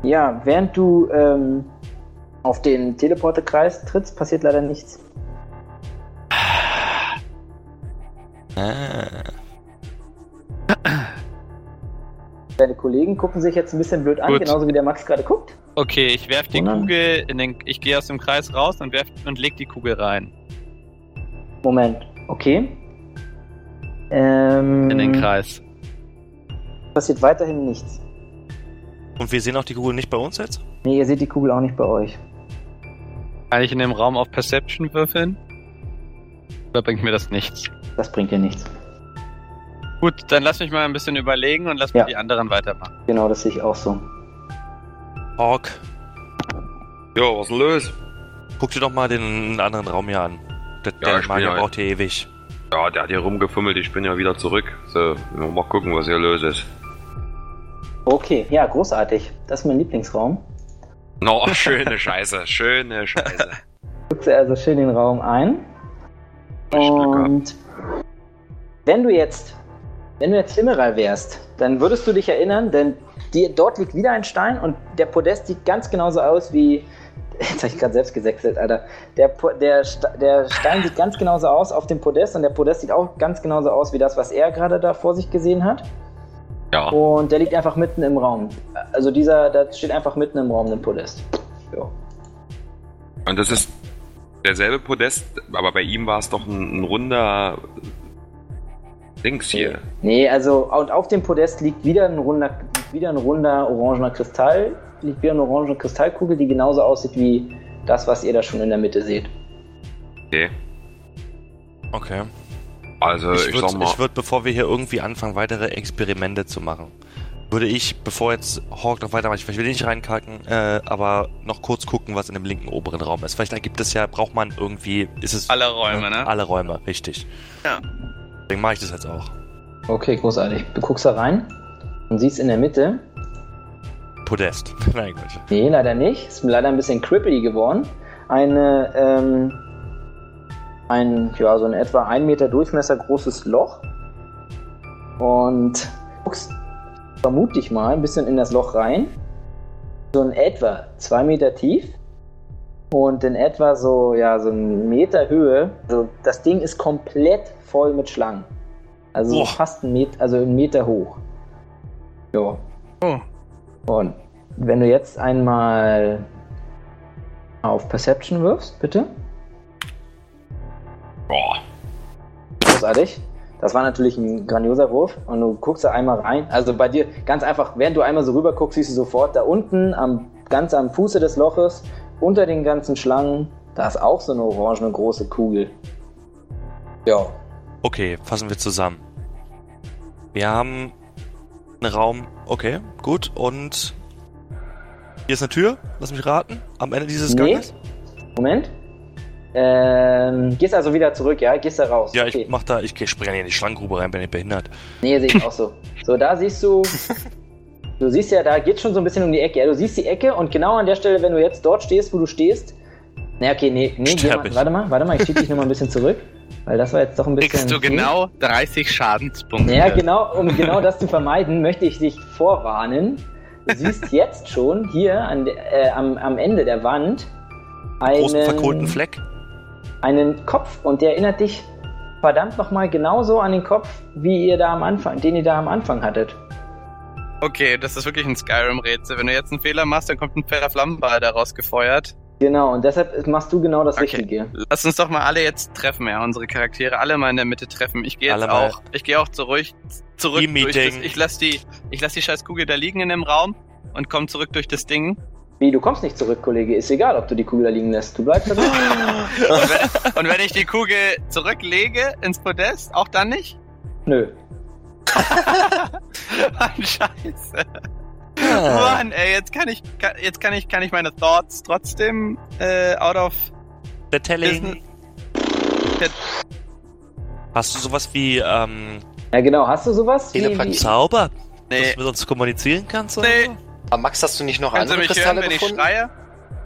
[SPEAKER 1] Ja, während du ähm, auf den Teleporterkreis trittst, passiert leider nichts.
[SPEAKER 6] Ah.
[SPEAKER 1] Deine Kollegen gucken sich jetzt ein bisschen blöd an,
[SPEAKER 8] Gut.
[SPEAKER 1] genauso wie der Max gerade guckt.
[SPEAKER 8] Okay, ich werf die
[SPEAKER 1] Wunderbar.
[SPEAKER 8] Kugel in den. Ich gehe aus dem Kreis raus und werf und leg die Kugel rein.
[SPEAKER 1] Moment, okay. Ähm,
[SPEAKER 8] In den Kreis.
[SPEAKER 1] Passiert weiterhin nichts.
[SPEAKER 6] Und wir sehen auch die Kugel nicht bei uns jetzt?
[SPEAKER 1] Nee, ihr seht die Kugel auch nicht bei euch.
[SPEAKER 8] Kann ich in dem Raum auf Perception würfeln? Oder bringt mir das nichts?
[SPEAKER 1] Das bringt dir nichts.
[SPEAKER 8] Gut, dann lass mich mal ein bisschen überlegen und lass
[SPEAKER 1] Ja.
[SPEAKER 8] mir die anderen weitermachen.
[SPEAKER 1] Genau, das sehe ich auch so.
[SPEAKER 6] Ork,
[SPEAKER 4] Jo, was denn los?
[SPEAKER 6] guck dir doch mal den anderen Raum hier an. Der,
[SPEAKER 4] Ja, ich
[SPEAKER 6] der
[SPEAKER 4] bin
[SPEAKER 6] Magier
[SPEAKER 4] ja-
[SPEAKER 6] braucht hier ewig.
[SPEAKER 4] Ja, der hat hier rumgefummelt, ich bin ja wieder zurück. So, mal gucken, was hier los ist.
[SPEAKER 1] Okay, ja, großartig. Das ist mein Lieblingsraum.
[SPEAKER 4] No, schöne Scheiße, schöne Scheiße.
[SPEAKER 1] Guckst du also schön den Raum ein.
[SPEAKER 4] Ich Glück gehabt.
[SPEAKER 1] Und wenn du jetzt, wenn du jetzt Immeral wärst, dann würdest du dich erinnern, denn die, dort liegt wieder ein Stein und der Podest sieht ganz genauso aus wie. Jetzt habe ich gerade selbst gesächselt, Alter. Der, Po- der, Sta- der Stein sieht ganz genauso aus auf dem Podest und der Podest sieht auch ganz genauso aus wie das, was er gerade da vor sich gesehen hat.
[SPEAKER 8] Ja.
[SPEAKER 1] Und der liegt einfach mitten im Raum. Also dieser, da steht einfach mitten im Raum ein Podest. Jo.
[SPEAKER 4] Und das ist derselbe Podest, aber bei ihm war es doch ein, ein runder Dings hier.
[SPEAKER 1] Nee, also und auf dem Podest liegt wieder ein runder, liegt wieder ein runder orangener Kristall, liegt wieder eine orange Kristallkugel, die genauso aussieht wie das, was ihr da schon in der Mitte seht.
[SPEAKER 4] Okay.
[SPEAKER 6] Okay.
[SPEAKER 4] Also ich,
[SPEAKER 6] Ich
[SPEAKER 4] sag
[SPEAKER 6] würde,
[SPEAKER 4] mal,
[SPEAKER 6] ich würd, bevor wir hier irgendwie anfangen, weitere Experimente zu machen, würde ich, bevor jetzt Hawk noch weitermacht, ich will nicht reinkacken, äh, aber noch kurz gucken, was in dem linken oberen Raum ist. Vielleicht ergibt es ja, braucht man irgendwie, ist es...
[SPEAKER 8] Alle Räume, ne?
[SPEAKER 6] Alle Räume, richtig.
[SPEAKER 8] Ja.
[SPEAKER 6] Deswegen mache ich das jetzt auch.
[SPEAKER 1] Okay, großartig. Du guckst da rein und siehst in der Mitte,
[SPEAKER 6] Podest. Nein, Quatsch.
[SPEAKER 1] nee, leider nicht, ist leider ein bisschen cripply geworden, eine, ähm, ein, ja, so ein etwa ein Meter Durchmesser großes Loch und guckst vermutlich mal ein bisschen in das Loch rein, so in etwa zwei Meter tief und in etwa so, ja, so ein Meter Höhe. Also das Ding ist komplett voll mit Schlangen. Also
[SPEAKER 6] Boah.
[SPEAKER 1] fast ein Meter, also einen Meter hoch. Jo.
[SPEAKER 8] Oh.
[SPEAKER 1] Und wenn du jetzt einmal auf Perception wirfst, bitte.
[SPEAKER 4] boah,
[SPEAKER 1] Großartig. Das war natürlich ein grandioser Wurf und du guckst da einmal rein. Also bei dir ganz einfach, während du einmal so rüber guckst, siehst du sofort da unten, am, ganz am Fuße des Loches, unter den ganzen Schlangen, da ist auch so eine orangene große Kugel. Ja.
[SPEAKER 6] Okay, fassen wir zusammen. Wir haben einen Raum, okay, gut, und hier ist eine Tür, lass mich raten, am Ende dieses
[SPEAKER 1] Nee.
[SPEAKER 6] Ganges?
[SPEAKER 1] Moment. Ähm, gehst also wieder zurück, ja? Gehst da raus.
[SPEAKER 6] Ja, ich mach da, ich geh- spring ja nicht in die Schlangengrube rein, bin ich behindert.
[SPEAKER 1] Nee, sehe ich auch so. So, da siehst du. Du siehst ja, da geht schon so ein bisschen um die Ecke. Ja, du siehst die Ecke und genau an der Stelle, wenn du jetzt dort stehst, wo du stehst. Na, okay, nee, nee, geh
[SPEAKER 6] Sterb
[SPEAKER 1] mal,
[SPEAKER 6] ich.
[SPEAKER 1] warte mal, warte mal, ich schieb dich nochmal ein bisschen zurück. Weil das war jetzt doch ein bisschen.
[SPEAKER 9] Kriegst du genau 30 Schadenspunkte.
[SPEAKER 1] Ja, genau, um genau das zu vermeiden, möchte ich dich vorwarnen. Du siehst jetzt schon hier an, der- äh, am, am Ende der Wand einen,
[SPEAKER 6] Großen verkohlten Fleck.
[SPEAKER 1] einen Kopf und der erinnert dich verdammt nochmal genauso an den Kopf, wie ihr da am Anfang, den ihr da am Anfang hattet.
[SPEAKER 8] Okay, das ist wirklich ein Skyrim-Rätsel. Wenn du jetzt einen Fehler machst, dann kommt ein fetter Flammenball daraus gefeuert.
[SPEAKER 1] Genau, und deshalb machst du genau das
[SPEAKER 8] Okay.
[SPEAKER 1] Richtige.
[SPEAKER 8] Lass uns doch mal alle jetzt treffen, ja, unsere Charaktere alle mal in der Mitte treffen. Ich gehe jetzt
[SPEAKER 6] Alle mal.
[SPEAKER 8] auch, ich gehe auch zurück, zurück
[SPEAKER 6] Team
[SPEAKER 8] durch das,
[SPEAKER 6] Meeting.
[SPEAKER 8] ich lass die, ich lass die scheiß Kugel da liegen in dem Raum und komm zurück durch das Ding.
[SPEAKER 1] Wie, du kommst nicht zurück, Kollege. Ist egal, ob du die Kugel da liegen lässt. Du bleibst da drin.
[SPEAKER 8] Und wenn ich die Kugel zurücklege ins Podest, auch dann nicht?
[SPEAKER 1] Nö.
[SPEAKER 8] Mann, scheiße.
[SPEAKER 6] Äh.
[SPEAKER 8] Mann, ey, jetzt kann ich, kann, jetzt kann ich, kann ich meine Thoughts trotzdem, äh, out of
[SPEAKER 6] The Telling. Hast du sowas wie ähm,
[SPEAKER 1] Ja, genau. Hast du sowas? Wie,
[SPEAKER 7] Telepathie.
[SPEAKER 1] wie?
[SPEAKER 6] Zauber, dass
[SPEAKER 8] Nee,
[SPEAKER 6] du mit uns kommunizieren kannst? oder
[SPEAKER 8] Nee.
[SPEAKER 6] so?
[SPEAKER 7] Aber Max, hast du nicht noch
[SPEAKER 8] kannst du
[SPEAKER 7] andere
[SPEAKER 8] mich hören,
[SPEAKER 7] Kristalle
[SPEAKER 8] wenn ich
[SPEAKER 7] gefunden?
[SPEAKER 8] schreie?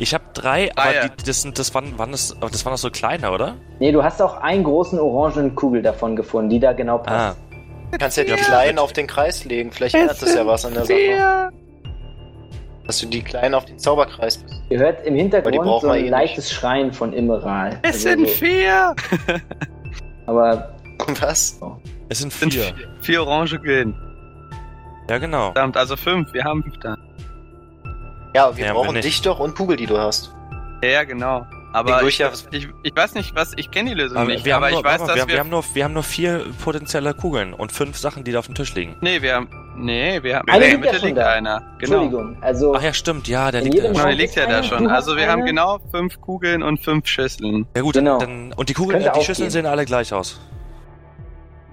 [SPEAKER 6] Ich habe drei,
[SPEAKER 8] Ah,
[SPEAKER 6] aber
[SPEAKER 8] ja.
[SPEAKER 6] die, das, sind, das, waren, waren das, aber das waren doch so kleine, oder?
[SPEAKER 1] Nee, du hast auch einen großen orangenen Kugel davon gefunden, die da genau
[SPEAKER 6] Ah,
[SPEAKER 1] passt.
[SPEAKER 7] Du kannst ja die
[SPEAKER 6] Ja.
[SPEAKER 7] kleinen auf den Kreis legen. Vielleicht ändert das ja was an der Sache. Dass du die kleinen auf den Zauberkreis bist.
[SPEAKER 1] Ihr hört im
[SPEAKER 7] Aber die
[SPEAKER 1] Hintergrund so
[SPEAKER 7] brauchen wir eh
[SPEAKER 1] ein
[SPEAKER 7] nicht.
[SPEAKER 1] leichtes Schreien von Immeral.
[SPEAKER 8] Also Es sind
[SPEAKER 1] so,
[SPEAKER 8] vier!
[SPEAKER 1] aber
[SPEAKER 7] Was?
[SPEAKER 6] es sind
[SPEAKER 8] Es sind
[SPEAKER 6] vier.
[SPEAKER 8] vier, vier orange Gilden.
[SPEAKER 6] Ja, genau.
[SPEAKER 8] Verdammt, also fünf, wir haben fünf da.
[SPEAKER 7] Ja, wir
[SPEAKER 6] Ja,
[SPEAKER 7] brauchen
[SPEAKER 6] wenn nicht.
[SPEAKER 7] dich doch und Kugel, die du hast.
[SPEAKER 8] Ja, Ja, genau. Aber
[SPEAKER 7] Den
[SPEAKER 8] ich,
[SPEAKER 7] Durchschlag-
[SPEAKER 8] ich, ich weiß nicht, was, ich kenne die Lösung
[SPEAKER 6] Aber
[SPEAKER 8] nicht,
[SPEAKER 6] Ähm, wir,
[SPEAKER 8] aber
[SPEAKER 6] haben
[SPEAKER 8] ich
[SPEAKER 6] nur,
[SPEAKER 8] weiß,
[SPEAKER 6] warte mal,
[SPEAKER 8] dass wir,
[SPEAKER 6] wir, wir, haben nur, wir haben nur vier potenzielle Kugeln und fünf Sachen, die da auf dem Tisch liegen.
[SPEAKER 8] nee, wir haben, nee, wir haben,
[SPEAKER 1] Eine
[SPEAKER 8] in der
[SPEAKER 1] liegt ja
[SPEAKER 8] Mitte
[SPEAKER 1] schon
[SPEAKER 8] liegt
[SPEAKER 1] da.
[SPEAKER 8] einer. Genau.
[SPEAKER 1] Entschuldigung. Also,
[SPEAKER 6] Ach ja, stimmt, ja, der
[SPEAKER 1] In
[SPEAKER 6] liegt da
[SPEAKER 1] jedem
[SPEAKER 6] schon.
[SPEAKER 8] Genau,
[SPEAKER 1] Raum
[SPEAKER 8] die liegt ja
[SPEAKER 1] ist
[SPEAKER 8] da
[SPEAKER 1] eine,
[SPEAKER 8] schon.
[SPEAKER 1] du
[SPEAKER 8] Also
[SPEAKER 1] hast
[SPEAKER 8] wir haben
[SPEAKER 1] eine.
[SPEAKER 8] genau fünf Kugeln und fünf Schüsseln.
[SPEAKER 6] Ja gut,
[SPEAKER 1] Genau.
[SPEAKER 6] dann, und die Kugeln,
[SPEAKER 1] Könnte
[SPEAKER 6] äh, die
[SPEAKER 1] auch
[SPEAKER 6] Schüsseln
[SPEAKER 1] gehen.
[SPEAKER 6] sehen alle gleich aus.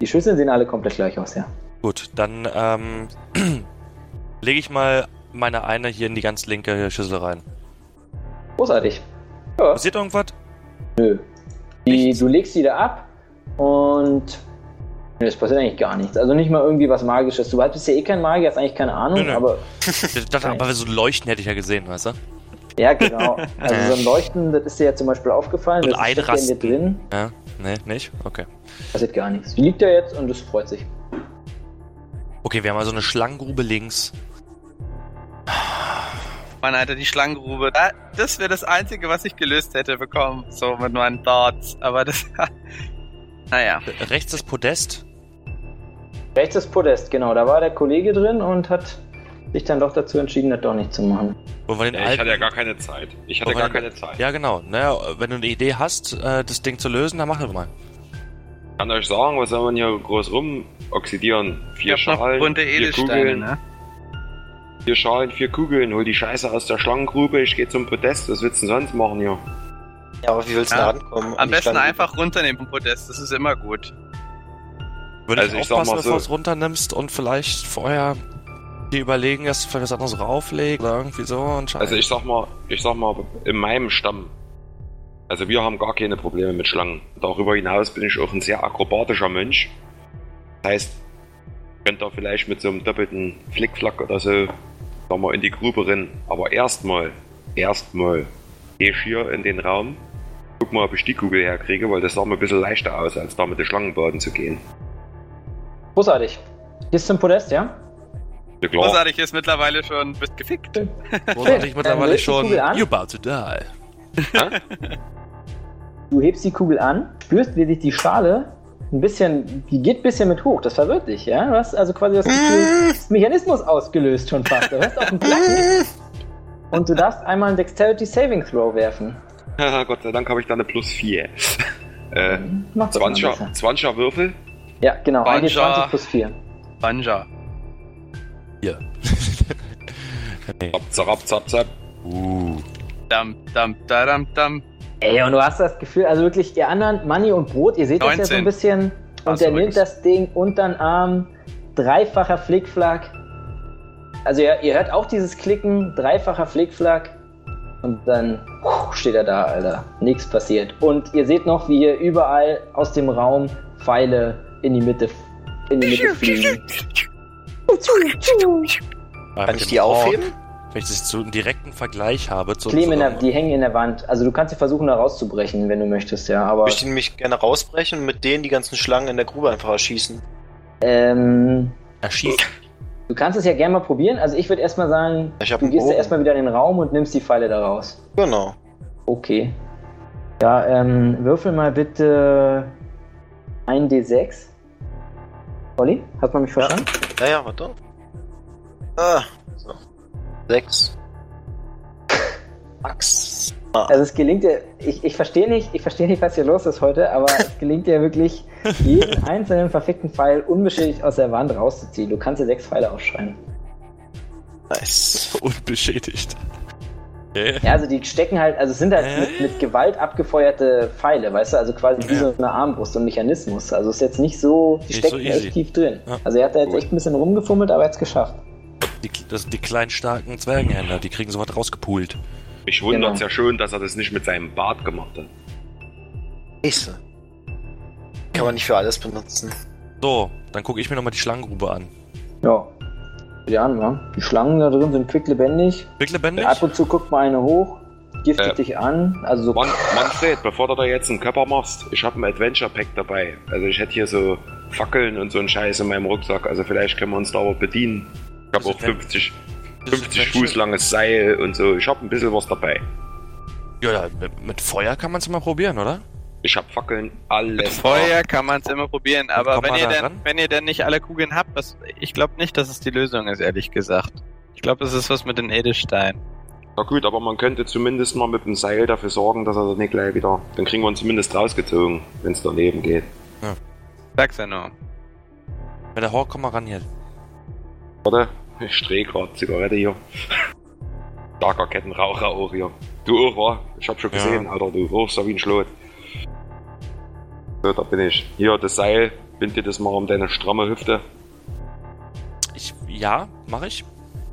[SPEAKER 1] die Schüsseln sehen alle komplett gleich aus, ja.
[SPEAKER 6] Gut, dann ähm, lege ich mal meine eine hier in die ganz linke Schüssel rein.
[SPEAKER 1] Großartig. Ja.
[SPEAKER 6] Passiert irgendwas?
[SPEAKER 1] Nö. Die,
[SPEAKER 6] Nichts.
[SPEAKER 1] du legst die da ab und nö, es passiert eigentlich gar nichts. Also nicht mal irgendwie was Magisches. Du bist ja eh kein Magier, hast eigentlich keine Ahnung,
[SPEAKER 6] Nö, nö.
[SPEAKER 1] aber
[SPEAKER 6] Ich dachte, aber so ein Leuchten hätte ich ja gesehen, weißt du?
[SPEAKER 1] ja, genau. Also so ein Leuchten, das ist dir ja zum Beispiel aufgefallen.
[SPEAKER 6] Äh. Und
[SPEAKER 1] das steckt ja in dir
[SPEAKER 6] einrasten.
[SPEAKER 1] drin.
[SPEAKER 6] Ja, nee, nicht? Okay.
[SPEAKER 1] Passiert gar nichts. Die liegt da jetzt und es freut sich.
[SPEAKER 6] Okay, wir haben also eine Schlangengrube links.
[SPEAKER 8] Mann, Alter, die Schlangengrube. Da- Das wäre das Einzige, was ich gelöst hätte bekommen. So mit meinen Thoughts. Aber das. naja.
[SPEAKER 6] Rechts das Podest.
[SPEAKER 1] Rechtes Podest, genau. Da war der Kollege drin und hat sich dann doch dazu entschieden, das doch nicht zu machen.
[SPEAKER 6] Wollen wir den
[SPEAKER 4] Ja, ich
[SPEAKER 6] alten.
[SPEAKER 4] hatte ja gar keine Zeit. Ich hatte
[SPEAKER 6] Wollen
[SPEAKER 4] gar
[SPEAKER 6] wir den-
[SPEAKER 4] keine Zeit.
[SPEAKER 6] Ja, genau. Naja, wenn du eine Idee hast, äh, das Ding zu lösen, dann mach das mal.
[SPEAKER 4] Ich kann euch sagen, was soll man hier groß rum oxidieren?
[SPEAKER 8] Ich
[SPEAKER 4] Vier
[SPEAKER 8] hab noch
[SPEAKER 4] Schalen,
[SPEAKER 8] bunte
[SPEAKER 4] vier
[SPEAKER 8] Edelsteine,
[SPEAKER 4] Kugeln,
[SPEAKER 8] ne?
[SPEAKER 4] vier Schalen, vier Kugeln. Hol die Scheiße aus der Schlangengrube, ich geh zum Podest. Was willst du denn sonst machen hier?
[SPEAKER 7] Ja, aber wie willst du
[SPEAKER 8] Ja,
[SPEAKER 7] da rankommen?
[SPEAKER 8] Am
[SPEAKER 7] Die
[SPEAKER 8] besten
[SPEAKER 7] Schlange-
[SPEAKER 8] einfach runternehmen vom Podest, das ist immer gut.
[SPEAKER 6] Würde
[SPEAKER 4] Also
[SPEAKER 6] ich
[SPEAKER 4] ich sag
[SPEAKER 6] aufpassen,
[SPEAKER 4] mal
[SPEAKER 6] bevor du
[SPEAKER 4] so.
[SPEAKER 6] es runternimmst und vielleicht vorher dir überlegen, dass du vielleicht was anderes rauflegst oder irgendwie so und scheiße.
[SPEAKER 4] Also ich sag mal, ich sag mal, in meinem Stamm. Also wir haben gar keine Probleme mit Schlangen. Darüber hinaus bin ich auch ein sehr akrobatischer Mensch. Das heißt, könnt ihr vielleicht mit so einem doppelten Flickflack oder so sag mal, in die Grube rennen. Aber erstmal, erstmal gehe ich hier in den Raum. Guck mal, ob ich die Kugel herkriege, weil das sah mir ein bisschen leichter aus, als da mit den Schlangenbaden zu gehen.
[SPEAKER 1] Großartig. Gehst zum Podest, ja?
[SPEAKER 4] Ja, klar.
[SPEAKER 8] Großartig ist mittlerweile schon, bist gefickt.
[SPEAKER 6] Großartig
[SPEAKER 1] Dann Äh, löst
[SPEAKER 6] mittlerweile
[SPEAKER 1] die
[SPEAKER 6] schon.
[SPEAKER 1] Kugel an.
[SPEAKER 6] You're about to die.
[SPEAKER 1] Du hebst die Kugel an, spürst, wie sich die Schale ein bisschen, die geht ein bisschen mit hoch. Das verwirrt dich, ja? Du hast also quasi das Gefühl,
[SPEAKER 6] Mm.
[SPEAKER 1] das Mechanismus ausgelöst schon fast. Du hörst auf den Platten.
[SPEAKER 6] Mm.
[SPEAKER 1] Und du darfst einmal einen Dexterity Saving Throw werfen.
[SPEAKER 4] Haha, Gott sei Dank habe ich da eine plus 4. äh,
[SPEAKER 1] Mach das mal
[SPEAKER 4] 20er,
[SPEAKER 1] besser.
[SPEAKER 4] 20er Würfel.
[SPEAKER 1] Ja, genau. 1D20
[SPEAKER 8] Banja.
[SPEAKER 1] plus 4.
[SPEAKER 8] Banja.
[SPEAKER 4] Zap, zap, zap, zap.
[SPEAKER 6] Uh.
[SPEAKER 8] Dam, dam, dadam, dam.
[SPEAKER 1] Ey, und du hast das Gefühl, also wirklich, ihr anderen, Manni und Brot, ihr seht das ja so ein
[SPEAKER 8] 19.
[SPEAKER 1] bisschen. Und
[SPEAKER 8] Hast
[SPEAKER 1] der
[SPEAKER 8] du
[SPEAKER 1] nimmt
[SPEAKER 8] übrigens.
[SPEAKER 1] das Ding unter den Arm, dreifacher Flickflack. Also ihr, ihr hört auch dieses Klicken, dreifacher Flickflack. Und dann puh, steht er da, Alter. Nichts passiert. Und ihr seht noch, wie hier überall aus dem Raum Pfeile in die Mitte, in die Mitte fliegen.
[SPEAKER 7] Kann ich die aufheben?
[SPEAKER 6] Wenn ich das zu einem direkten Vergleich habe, zu
[SPEAKER 1] Kleben in der,
[SPEAKER 6] zu-
[SPEAKER 1] die hängen in der Wand. Also du kannst sie versuchen, da rauszubrechen, wenn du möchtest, ja. Aber
[SPEAKER 7] Ich möchte mich gerne rausbrechen und mit denen die ganzen Schlangen in der Grube einfach erschießen.
[SPEAKER 1] ähm,
[SPEAKER 6] erschießen.
[SPEAKER 1] Du kannst es ja gerne mal probieren. Also ich würde erstmal sagen,
[SPEAKER 7] Ich hab
[SPEAKER 1] du
[SPEAKER 7] einen
[SPEAKER 1] gehst ja
[SPEAKER 7] Bogen.
[SPEAKER 1] erstmal wieder in den Raum und nimmst die Pfeile da raus.
[SPEAKER 7] Genau.
[SPEAKER 1] Okay. Ja, ähm, würfel mal bitte ein D6. Olli, hast du mich verstanden?
[SPEAKER 7] Ja, ja, warte. Ah, so. Sechs. Max.
[SPEAKER 1] Also es gelingt dir, ich, ich verstehe nicht, ich verstehe nicht, was hier los ist heute, aber es gelingt dir wirklich, jeden einzelnen verfickten Pfeil unbeschädigt aus der Wand rauszuziehen. Du kannst dir sechs Pfeile aufschreiben.
[SPEAKER 7] Nice.
[SPEAKER 6] Unbeschädigt. Okay.
[SPEAKER 1] Ja, also die stecken halt, also es sind halt
[SPEAKER 6] Hä?
[SPEAKER 1] mit, mit Gewalt abgefeuerte Pfeile, weißt du, also quasi wie
[SPEAKER 6] Ja.
[SPEAKER 1] so eine Armbrust, so ein Mechanismus. Also ist jetzt nicht so, die
[SPEAKER 6] Nicht
[SPEAKER 1] stecken
[SPEAKER 6] so easy.
[SPEAKER 1] echt tief drin.
[SPEAKER 6] Ja.
[SPEAKER 1] Also er hat da jetzt echt ein bisschen rumgefummelt, aber er hat's geschafft.
[SPEAKER 6] Die, das sind die kleinen, starken Zwergenhänder, die kriegen sowas rausgepult.
[SPEAKER 4] Mich wundert es
[SPEAKER 1] Genau.
[SPEAKER 4] ja schön, dass er das nicht mit seinem Bart gemacht hat.
[SPEAKER 7] Nächste. Kann man nicht für alles benutzen.
[SPEAKER 6] So, dann gucke ich mir nochmal die Schlangengrube an.
[SPEAKER 1] Ja. Die an, wa? Die Schlangen da drin sind quicklebendig.
[SPEAKER 6] Wirklich lebendig?
[SPEAKER 1] Ab und zu guckt mal eine hoch, giftet
[SPEAKER 4] Äh.
[SPEAKER 1] dich an. Also so
[SPEAKER 4] Man, Manfred, bevor du da jetzt einen Körper machst, ich habe ein Adventure Pack dabei. Also ich hätte hier so Fackeln und so einen Scheiß in meinem Rucksack. Also vielleicht können wir uns da aber bedienen. Ich
[SPEAKER 6] Das
[SPEAKER 4] habe auch
[SPEAKER 6] Adven-
[SPEAKER 4] 50,
[SPEAKER 6] Das
[SPEAKER 4] 50
[SPEAKER 6] Adventure-
[SPEAKER 4] Fuß langes Seil und so. Ich habe ein bisschen was dabei.
[SPEAKER 6] Ja, ja, mit, mit Feuer kann man es mal probieren, oder?
[SPEAKER 4] Ich habe Fackeln,
[SPEAKER 8] Mit
[SPEAKER 4] alles.
[SPEAKER 8] Feuer kann man es immer probieren, aber
[SPEAKER 6] kommt
[SPEAKER 8] wenn
[SPEAKER 6] man
[SPEAKER 8] ihr,
[SPEAKER 6] da
[SPEAKER 8] denn,
[SPEAKER 6] ran?
[SPEAKER 8] wenn ihr denn nicht alle Kugeln habt, was, ich glaube nicht, dass es die Lösung ist, ehrlich gesagt. Ich glaube, es ist was mit den Edelsteinen.
[SPEAKER 4] Na gut, aber man könnte zumindest mal mit dem Seil dafür sorgen, dass er das nicht gleich wieder. Dann kriegen wir ihn zumindest rausgezogen, wenn es daneben geht.
[SPEAKER 8] Sag's ja nur.
[SPEAKER 6] Mit der Hawk komm mal ran hier.
[SPEAKER 4] Warte, ich drehe gerade Zigarette hier. Starker Kettenraucher auch hier. Du auch, wa? Ich hab schon
[SPEAKER 6] Ja.
[SPEAKER 4] gesehen, Alter, du rauchst ja wie ein Schlot. So, da bin ich. Hier, das Seil, bind dir das mal um deine stramme Hüfte.
[SPEAKER 6] Ich, ja, mache ich.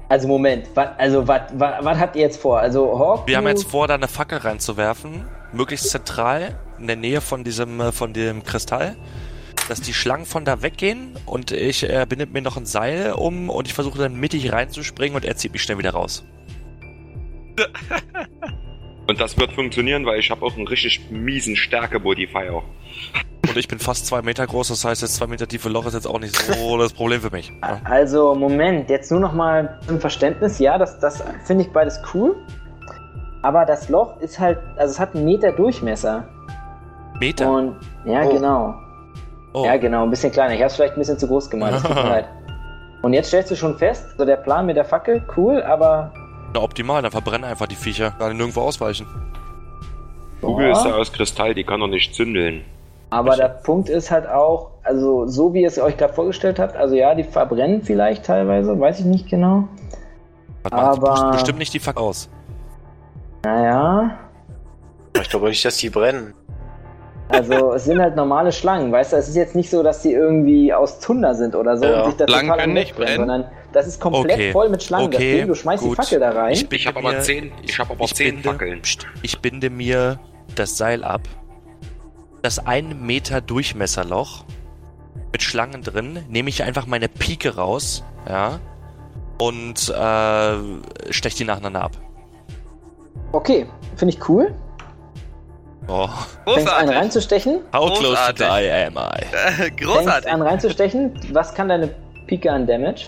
[SPEAKER 1] Also Moment, wat, also was habt ihr jetzt vor? Also Hawk.
[SPEAKER 6] Wir haben
[SPEAKER 1] du-
[SPEAKER 6] jetzt vor, da eine Fackel reinzuwerfen, möglichst zentral, in der Nähe von diesem, äh, von dem Kristall, dass die Schlangen von da weggehen und ich äh, binde mir noch ein Seil um und ich versuche dann mittig reinzuspringen und er zieht mich schnell wieder raus.
[SPEAKER 4] Und das wird funktionieren, weil ich habe auch einen richtig miesen Stärke-Modifier.
[SPEAKER 6] Und ich bin fast zwei Meter groß, das heißt, das zwei Meter tiefe Loch ist jetzt auch nicht so das Problem für mich. Ja.
[SPEAKER 1] Also, Moment, jetzt nur noch mal zum Verständnis. Ja, das, das finde ich beides cool. Aber das Loch ist halt, also es hat einen Meter Durchmesser.
[SPEAKER 6] Meter.
[SPEAKER 1] Und ja,
[SPEAKER 7] Oh.
[SPEAKER 1] genau.
[SPEAKER 6] Oh.
[SPEAKER 1] Ja, genau, ein bisschen kleiner. Ich habe es vielleicht ein bisschen zu groß gemalt. Das tut mir leid. Und jetzt stellst du schon fest, so der Plan mit der Fackel, cool, aber
[SPEAKER 6] Na, optimal, dann verbrennen einfach die Viecher. Kann nirgendwo ausweichen.
[SPEAKER 4] Kugel
[SPEAKER 1] Ja.
[SPEAKER 4] ist ja aus Kristall, die kann doch nicht zündeln.
[SPEAKER 1] Aber der Punkt ist halt auch, also so wie ihr es euch gerade vorgestellt habt, also ja, die verbrennen vielleicht teilweise, weiß ich nicht genau.
[SPEAKER 6] Warte mal, die
[SPEAKER 1] Aber-
[SPEAKER 6] pusht bestimmt nicht die Fuck aus.
[SPEAKER 1] Naja,
[SPEAKER 7] Ich glaube nicht, dass die brennen.
[SPEAKER 1] also es sind halt normale Schlangen, weißt du, es ist jetzt nicht so, dass die irgendwie aus Zunder sind oder so
[SPEAKER 7] Ja.
[SPEAKER 1] und sich da
[SPEAKER 8] Schlangen
[SPEAKER 1] total am
[SPEAKER 8] können
[SPEAKER 1] Netz
[SPEAKER 8] nicht
[SPEAKER 1] brennen,
[SPEAKER 8] brennen.
[SPEAKER 1] sondern das ist komplett
[SPEAKER 6] Okay.
[SPEAKER 1] voll mit Schlangen.
[SPEAKER 6] Okay,
[SPEAKER 1] das Ding, du schmeißt
[SPEAKER 6] gut.
[SPEAKER 1] die Fackel da rein.
[SPEAKER 6] Ich binde mir-
[SPEAKER 4] ich habe
[SPEAKER 6] ich binde-
[SPEAKER 4] Psst.
[SPEAKER 6] Ich binde mir das Seil ab, das ein Meter Durchmesserloch mit Schlangen drin, nehme ich einfach meine Pike raus, ja, und äh, steche die nacheinander ab.
[SPEAKER 1] Okay, finde ich cool.
[SPEAKER 6] Oh,
[SPEAKER 1] Fängst an
[SPEAKER 8] Großartig.
[SPEAKER 1] reinzustechen.
[SPEAKER 6] how close to
[SPEAKER 8] Großartig.
[SPEAKER 6] die am I?
[SPEAKER 1] Fängst
[SPEAKER 8] Großartig.
[SPEAKER 1] an reinzustechen. Was kann deine Pike an Damage?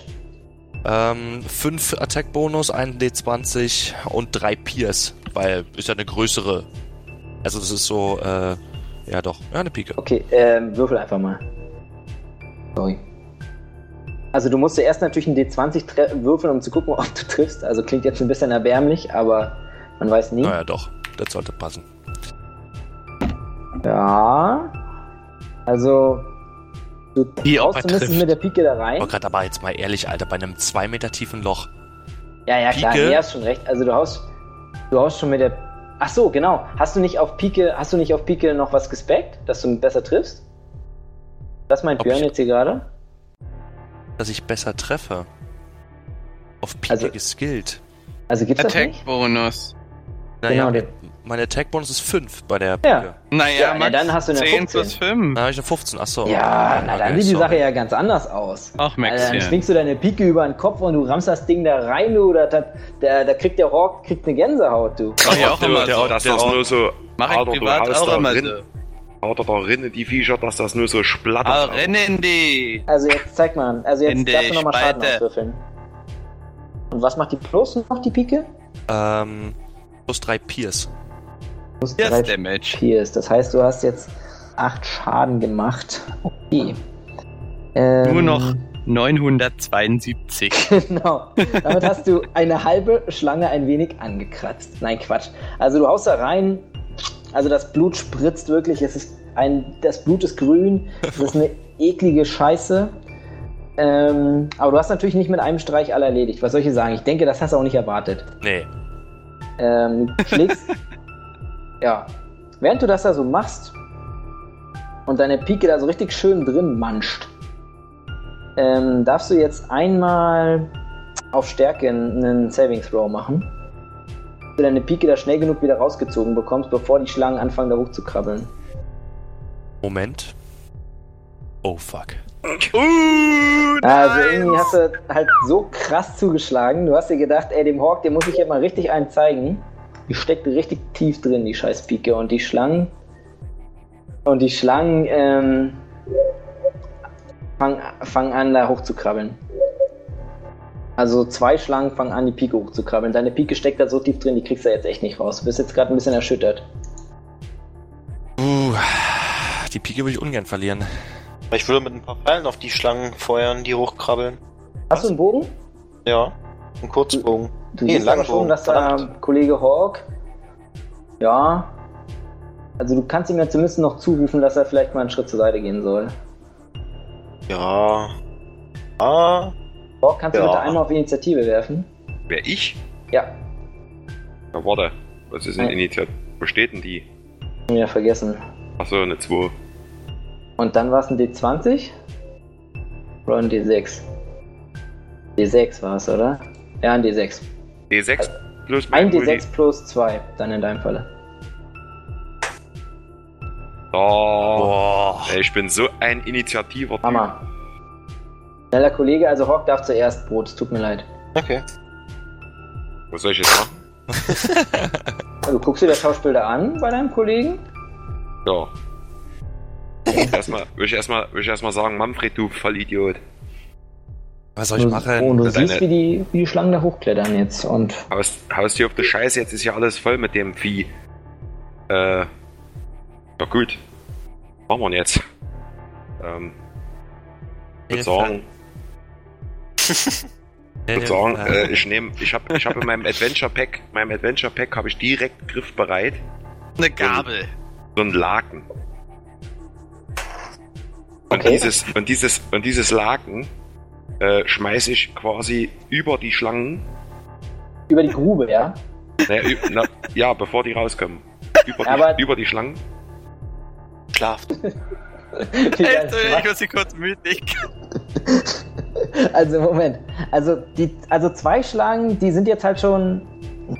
[SPEAKER 6] Ähm, 5 Attack-Bonus, 1 D20 und 3 Pierce, weil ist ja eine größere. Also das ist so, äh, ja doch, ja, eine Pike.
[SPEAKER 1] Okay, ähm, würfel einfach mal. Sorry. Also du musst zuerst natürlich einen D20 tre- würfeln, um zu gucken, ob du triffst. Also klingt jetzt ein bisschen erbärmlich, aber man weiß nie.
[SPEAKER 6] Naja, doch, das sollte passen.
[SPEAKER 1] Ja. Also du
[SPEAKER 6] Wie, ob
[SPEAKER 1] brauchst
[SPEAKER 6] er
[SPEAKER 1] zumindest
[SPEAKER 6] trifft.
[SPEAKER 1] mit der Pike da rein.
[SPEAKER 6] Aber gerade aber jetzt mal ehrlich, Alter, bei einem 2 Meter tiefen Loch.
[SPEAKER 1] Ja, ja, klar,
[SPEAKER 6] Pike.
[SPEAKER 1] nee, hast schon recht. Also du haust, du haust schon mit der. Ach so, genau. Hast du nicht auf Pike, hast du nicht auf Pike noch was gespeckt, dass du besser triffst? Das meint
[SPEAKER 6] Ob
[SPEAKER 1] Björn
[SPEAKER 6] ich-
[SPEAKER 1] jetzt hier gerade.
[SPEAKER 6] dass ich besser treffe. Auf Pike
[SPEAKER 1] Also-
[SPEAKER 6] geskillt.
[SPEAKER 1] Also gibt's das nicht?
[SPEAKER 8] Attack-Bonus.
[SPEAKER 1] Genau,
[SPEAKER 6] Naja,
[SPEAKER 1] der-
[SPEAKER 6] mein Attack-Bonus ist 5 bei der Pike.
[SPEAKER 1] Ja.
[SPEAKER 8] Naja,
[SPEAKER 1] Ja, na,
[SPEAKER 8] Max,
[SPEAKER 1] dann hast du eine
[SPEAKER 8] 10
[SPEAKER 1] 15.
[SPEAKER 8] plus 5.
[SPEAKER 6] Dann habe ich eine 15, achso.
[SPEAKER 1] Ja, na, dann
[SPEAKER 6] Okay,
[SPEAKER 1] sieht die
[SPEAKER 6] sorry.
[SPEAKER 1] Sache ja ganz anders aus.
[SPEAKER 8] Ach,
[SPEAKER 1] Also, dann
[SPEAKER 8] Maxchen.
[SPEAKER 1] schwingst du deine Pike über den Kopf und du rammst das Ding da rein, du. Da, da, da, da kriegt der Rock kriegt eine Gänsehaut, du.
[SPEAKER 8] Mach ich auch immer
[SPEAKER 6] der
[SPEAKER 8] so.
[SPEAKER 6] Ort-
[SPEAKER 4] Dass das
[SPEAKER 6] Ort-
[SPEAKER 4] nur so.
[SPEAKER 8] Mach ich
[SPEAKER 4] Haut doch, du
[SPEAKER 8] privat
[SPEAKER 4] haust
[SPEAKER 8] auch
[SPEAKER 4] da
[SPEAKER 8] immer
[SPEAKER 4] drin.
[SPEAKER 8] so.
[SPEAKER 4] Haut doch doch rein in die Viecher, dass das nur so splattert.
[SPEAKER 8] Ah, renn in die.
[SPEAKER 1] Also jetzt zeig mal, an. also
[SPEAKER 8] In
[SPEAKER 1] jetzt
[SPEAKER 8] die
[SPEAKER 1] darfst du nochmal Schaden
[SPEAKER 8] Spalte.
[SPEAKER 1] auswürfeln. Und was macht die Plus noch, die Pike?
[SPEAKER 6] Ähm, plus 3 Pierce.
[SPEAKER 1] Plus
[SPEAKER 8] Yes,
[SPEAKER 1] drei
[SPEAKER 8] Damage.
[SPEAKER 1] Pierce. Das heißt, du hast jetzt 8 Schaden gemacht. Okay. Ähm,
[SPEAKER 8] Nur noch 972.
[SPEAKER 1] Genau. Damit hast du eine halbe Schlange ein wenig angekratzt. Nein, Quatsch. Also du haust da rein, also das Blut spritzt wirklich, es ist ein, das Blut ist grün, es ist eine eklige Scheiße. Ähm, aber du hast natürlich nicht mit einem Streich alle erledigt. Was soll ich dir sagen? Ich denke, das hast du auch nicht erwartet.
[SPEAKER 6] Nee.
[SPEAKER 1] Ähm, du schlägst. ja. Während du das da so machst und deine Pike da so richtig schön drin manscht, ähm, darfst du jetzt einmal auf Stärke einen Saving Throw machen. Dass du deine Pike da schnell genug wieder rausgezogen bekommst, bevor die Schlangen anfangen da hochzukrabbeln.
[SPEAKER 6] Moment. Oh fuck.
[SPEAKER 1] Also irgendwie hast du halt so krass zugeschlagen. Du hast dir gedacht, ey, dem Hawk, dem muss ich jetzt mal richtig einen zeigen. Die steckt richtig tief drin, die scheiß Pike. Und die Schlangen. Und die Schlangen ähm, fangen fangen an, da hochzukrabbeln. Also zwei Schlangen fangen an, die Pike hochzukrabbeln. Deine Pike steckt da so tief drin, die kriegst du jetzt echt nicht raus. Du bist jetzt gerade ein bisschen erschüttert.
[SPEAKER 6] Uh, die Pike würde ich ungern verlieren.
[SPEAKER 7] Ich würde mit ein paar Pfeilen auf die Schlangen feuern, die hochkrabbeln.
[SPEAKER 1] Hast du einen Bogen?
[SPEAKER 7] Ja. Ein Kurzbogen.
[SPEAKER 1] Du
[SPEAKER 7] Nee,
[SPEAKER 1] siehst aber schon,
[SPEAKER 7] Langbogen,
[SPEAKER 1] dass da
[SPEAKER 7] verdammt.
[SPEAKER 1] Kollege Hawk. Ja. Also du kannst ihm ja zumindest noch zurufen, dass er vielleicht mal einen Schritt zur Seite gehen soll.
[SPEAKER 7] Ja. Ah.
[SPEAKER 1] Hawk, kannst du
[SPEAKER 7] Ja.
[SPEAKER 1] bitte einmal auf Initiative werfen?
[SPEAKER 4] Wer ich?
[SPEAKER 1] Ja,
[SPEAKER 4] Na, warte. Was ist denn
[SPEAKER 1] Nein.
[SPEAKER 4] Initiative? Wo steht denn die?
[SPEAKER 1] schon wieder vergessen.
[SPEAKER 4] Achso, eine 2.
[SPEAKER 1] Und dann war es ein D20? Oder ein D6? D6 war es, oder? Ja, ein D6.
[SPEAKER 4] D6 plus
[SPEAKER 1] Also, Ein
[SPEAKER 4] mein Multi-
[SPEAKER 1] D6 plus 2, dann in deinem Falle.
[SPEAKER 4] Oh.
[SPEAKER 6] Boah.
[SPEAKER 4] Ey, ich bin so ein initiativer Typ.
[SPEAKER 1] Hammer. Schneller Kollege, also Hawk darf zuerst Brot, es tut mir leid.
[SPEAKER 7] Okay.
[SPEAKER 4] Was soll ich jetzt machen?
[SPEAKER 1] Also guckst du dir das Schauspieler an bei deinem Kollegen?
[SPEAKER 4] Ja. Erstmal, würde ich erstmal, würde ich erstmal sagen, Manfred, du Vollidiot.
[SPEAKER 6] Was soll ich
[SPEAKER 1] Oh,
[SPEAKER 6] machen?
[SPEAKER 1] und du
[SPEAKER 4] Deine-
[SPEAKER 1] siehst, wie die, wie die Schlangen da hochklettern jetzt. Und
[SPEAKER 4] Haust, haust dir auf die Scheiße, jetzt ist ja alles voll mit dem Vieh. Äh. Ja gut. Was machen wir denn jetzt? Ähm, ich würde sagen, ich würde sagen, äh, ich nehme, ich habe, ich habe in meinem Adventure Pack, meinem Adventure Pack habe ich direkt griffbereit
[SPEAKER 8] Eine Gabel.
[SPEAKER 4] so einen Laken. Und
[SPEAKER 1] Okay.
[SPEAKER 4] dieses, und dieses, und dieses Laken äh, schmeiße ich quasi über die Schlangen.
[SPEAKER 1] Über die Grube, ja?
[SPEAKER 4] Naja, ü- na, ja, bevor die rauskommen. Über die,
[SPEAKER 1] Aber-
[SPEAKER 4] über die Schlangen.
[SPEAKER 7] Schlaft.
[SPEAKER 4] Oh
[SPEAKER 8] Alter, ich muss sie kurz mütlich.
[SPEAKER 1] Also Moment. Also die, also zwei Schlangen, die sind jetzt halt schon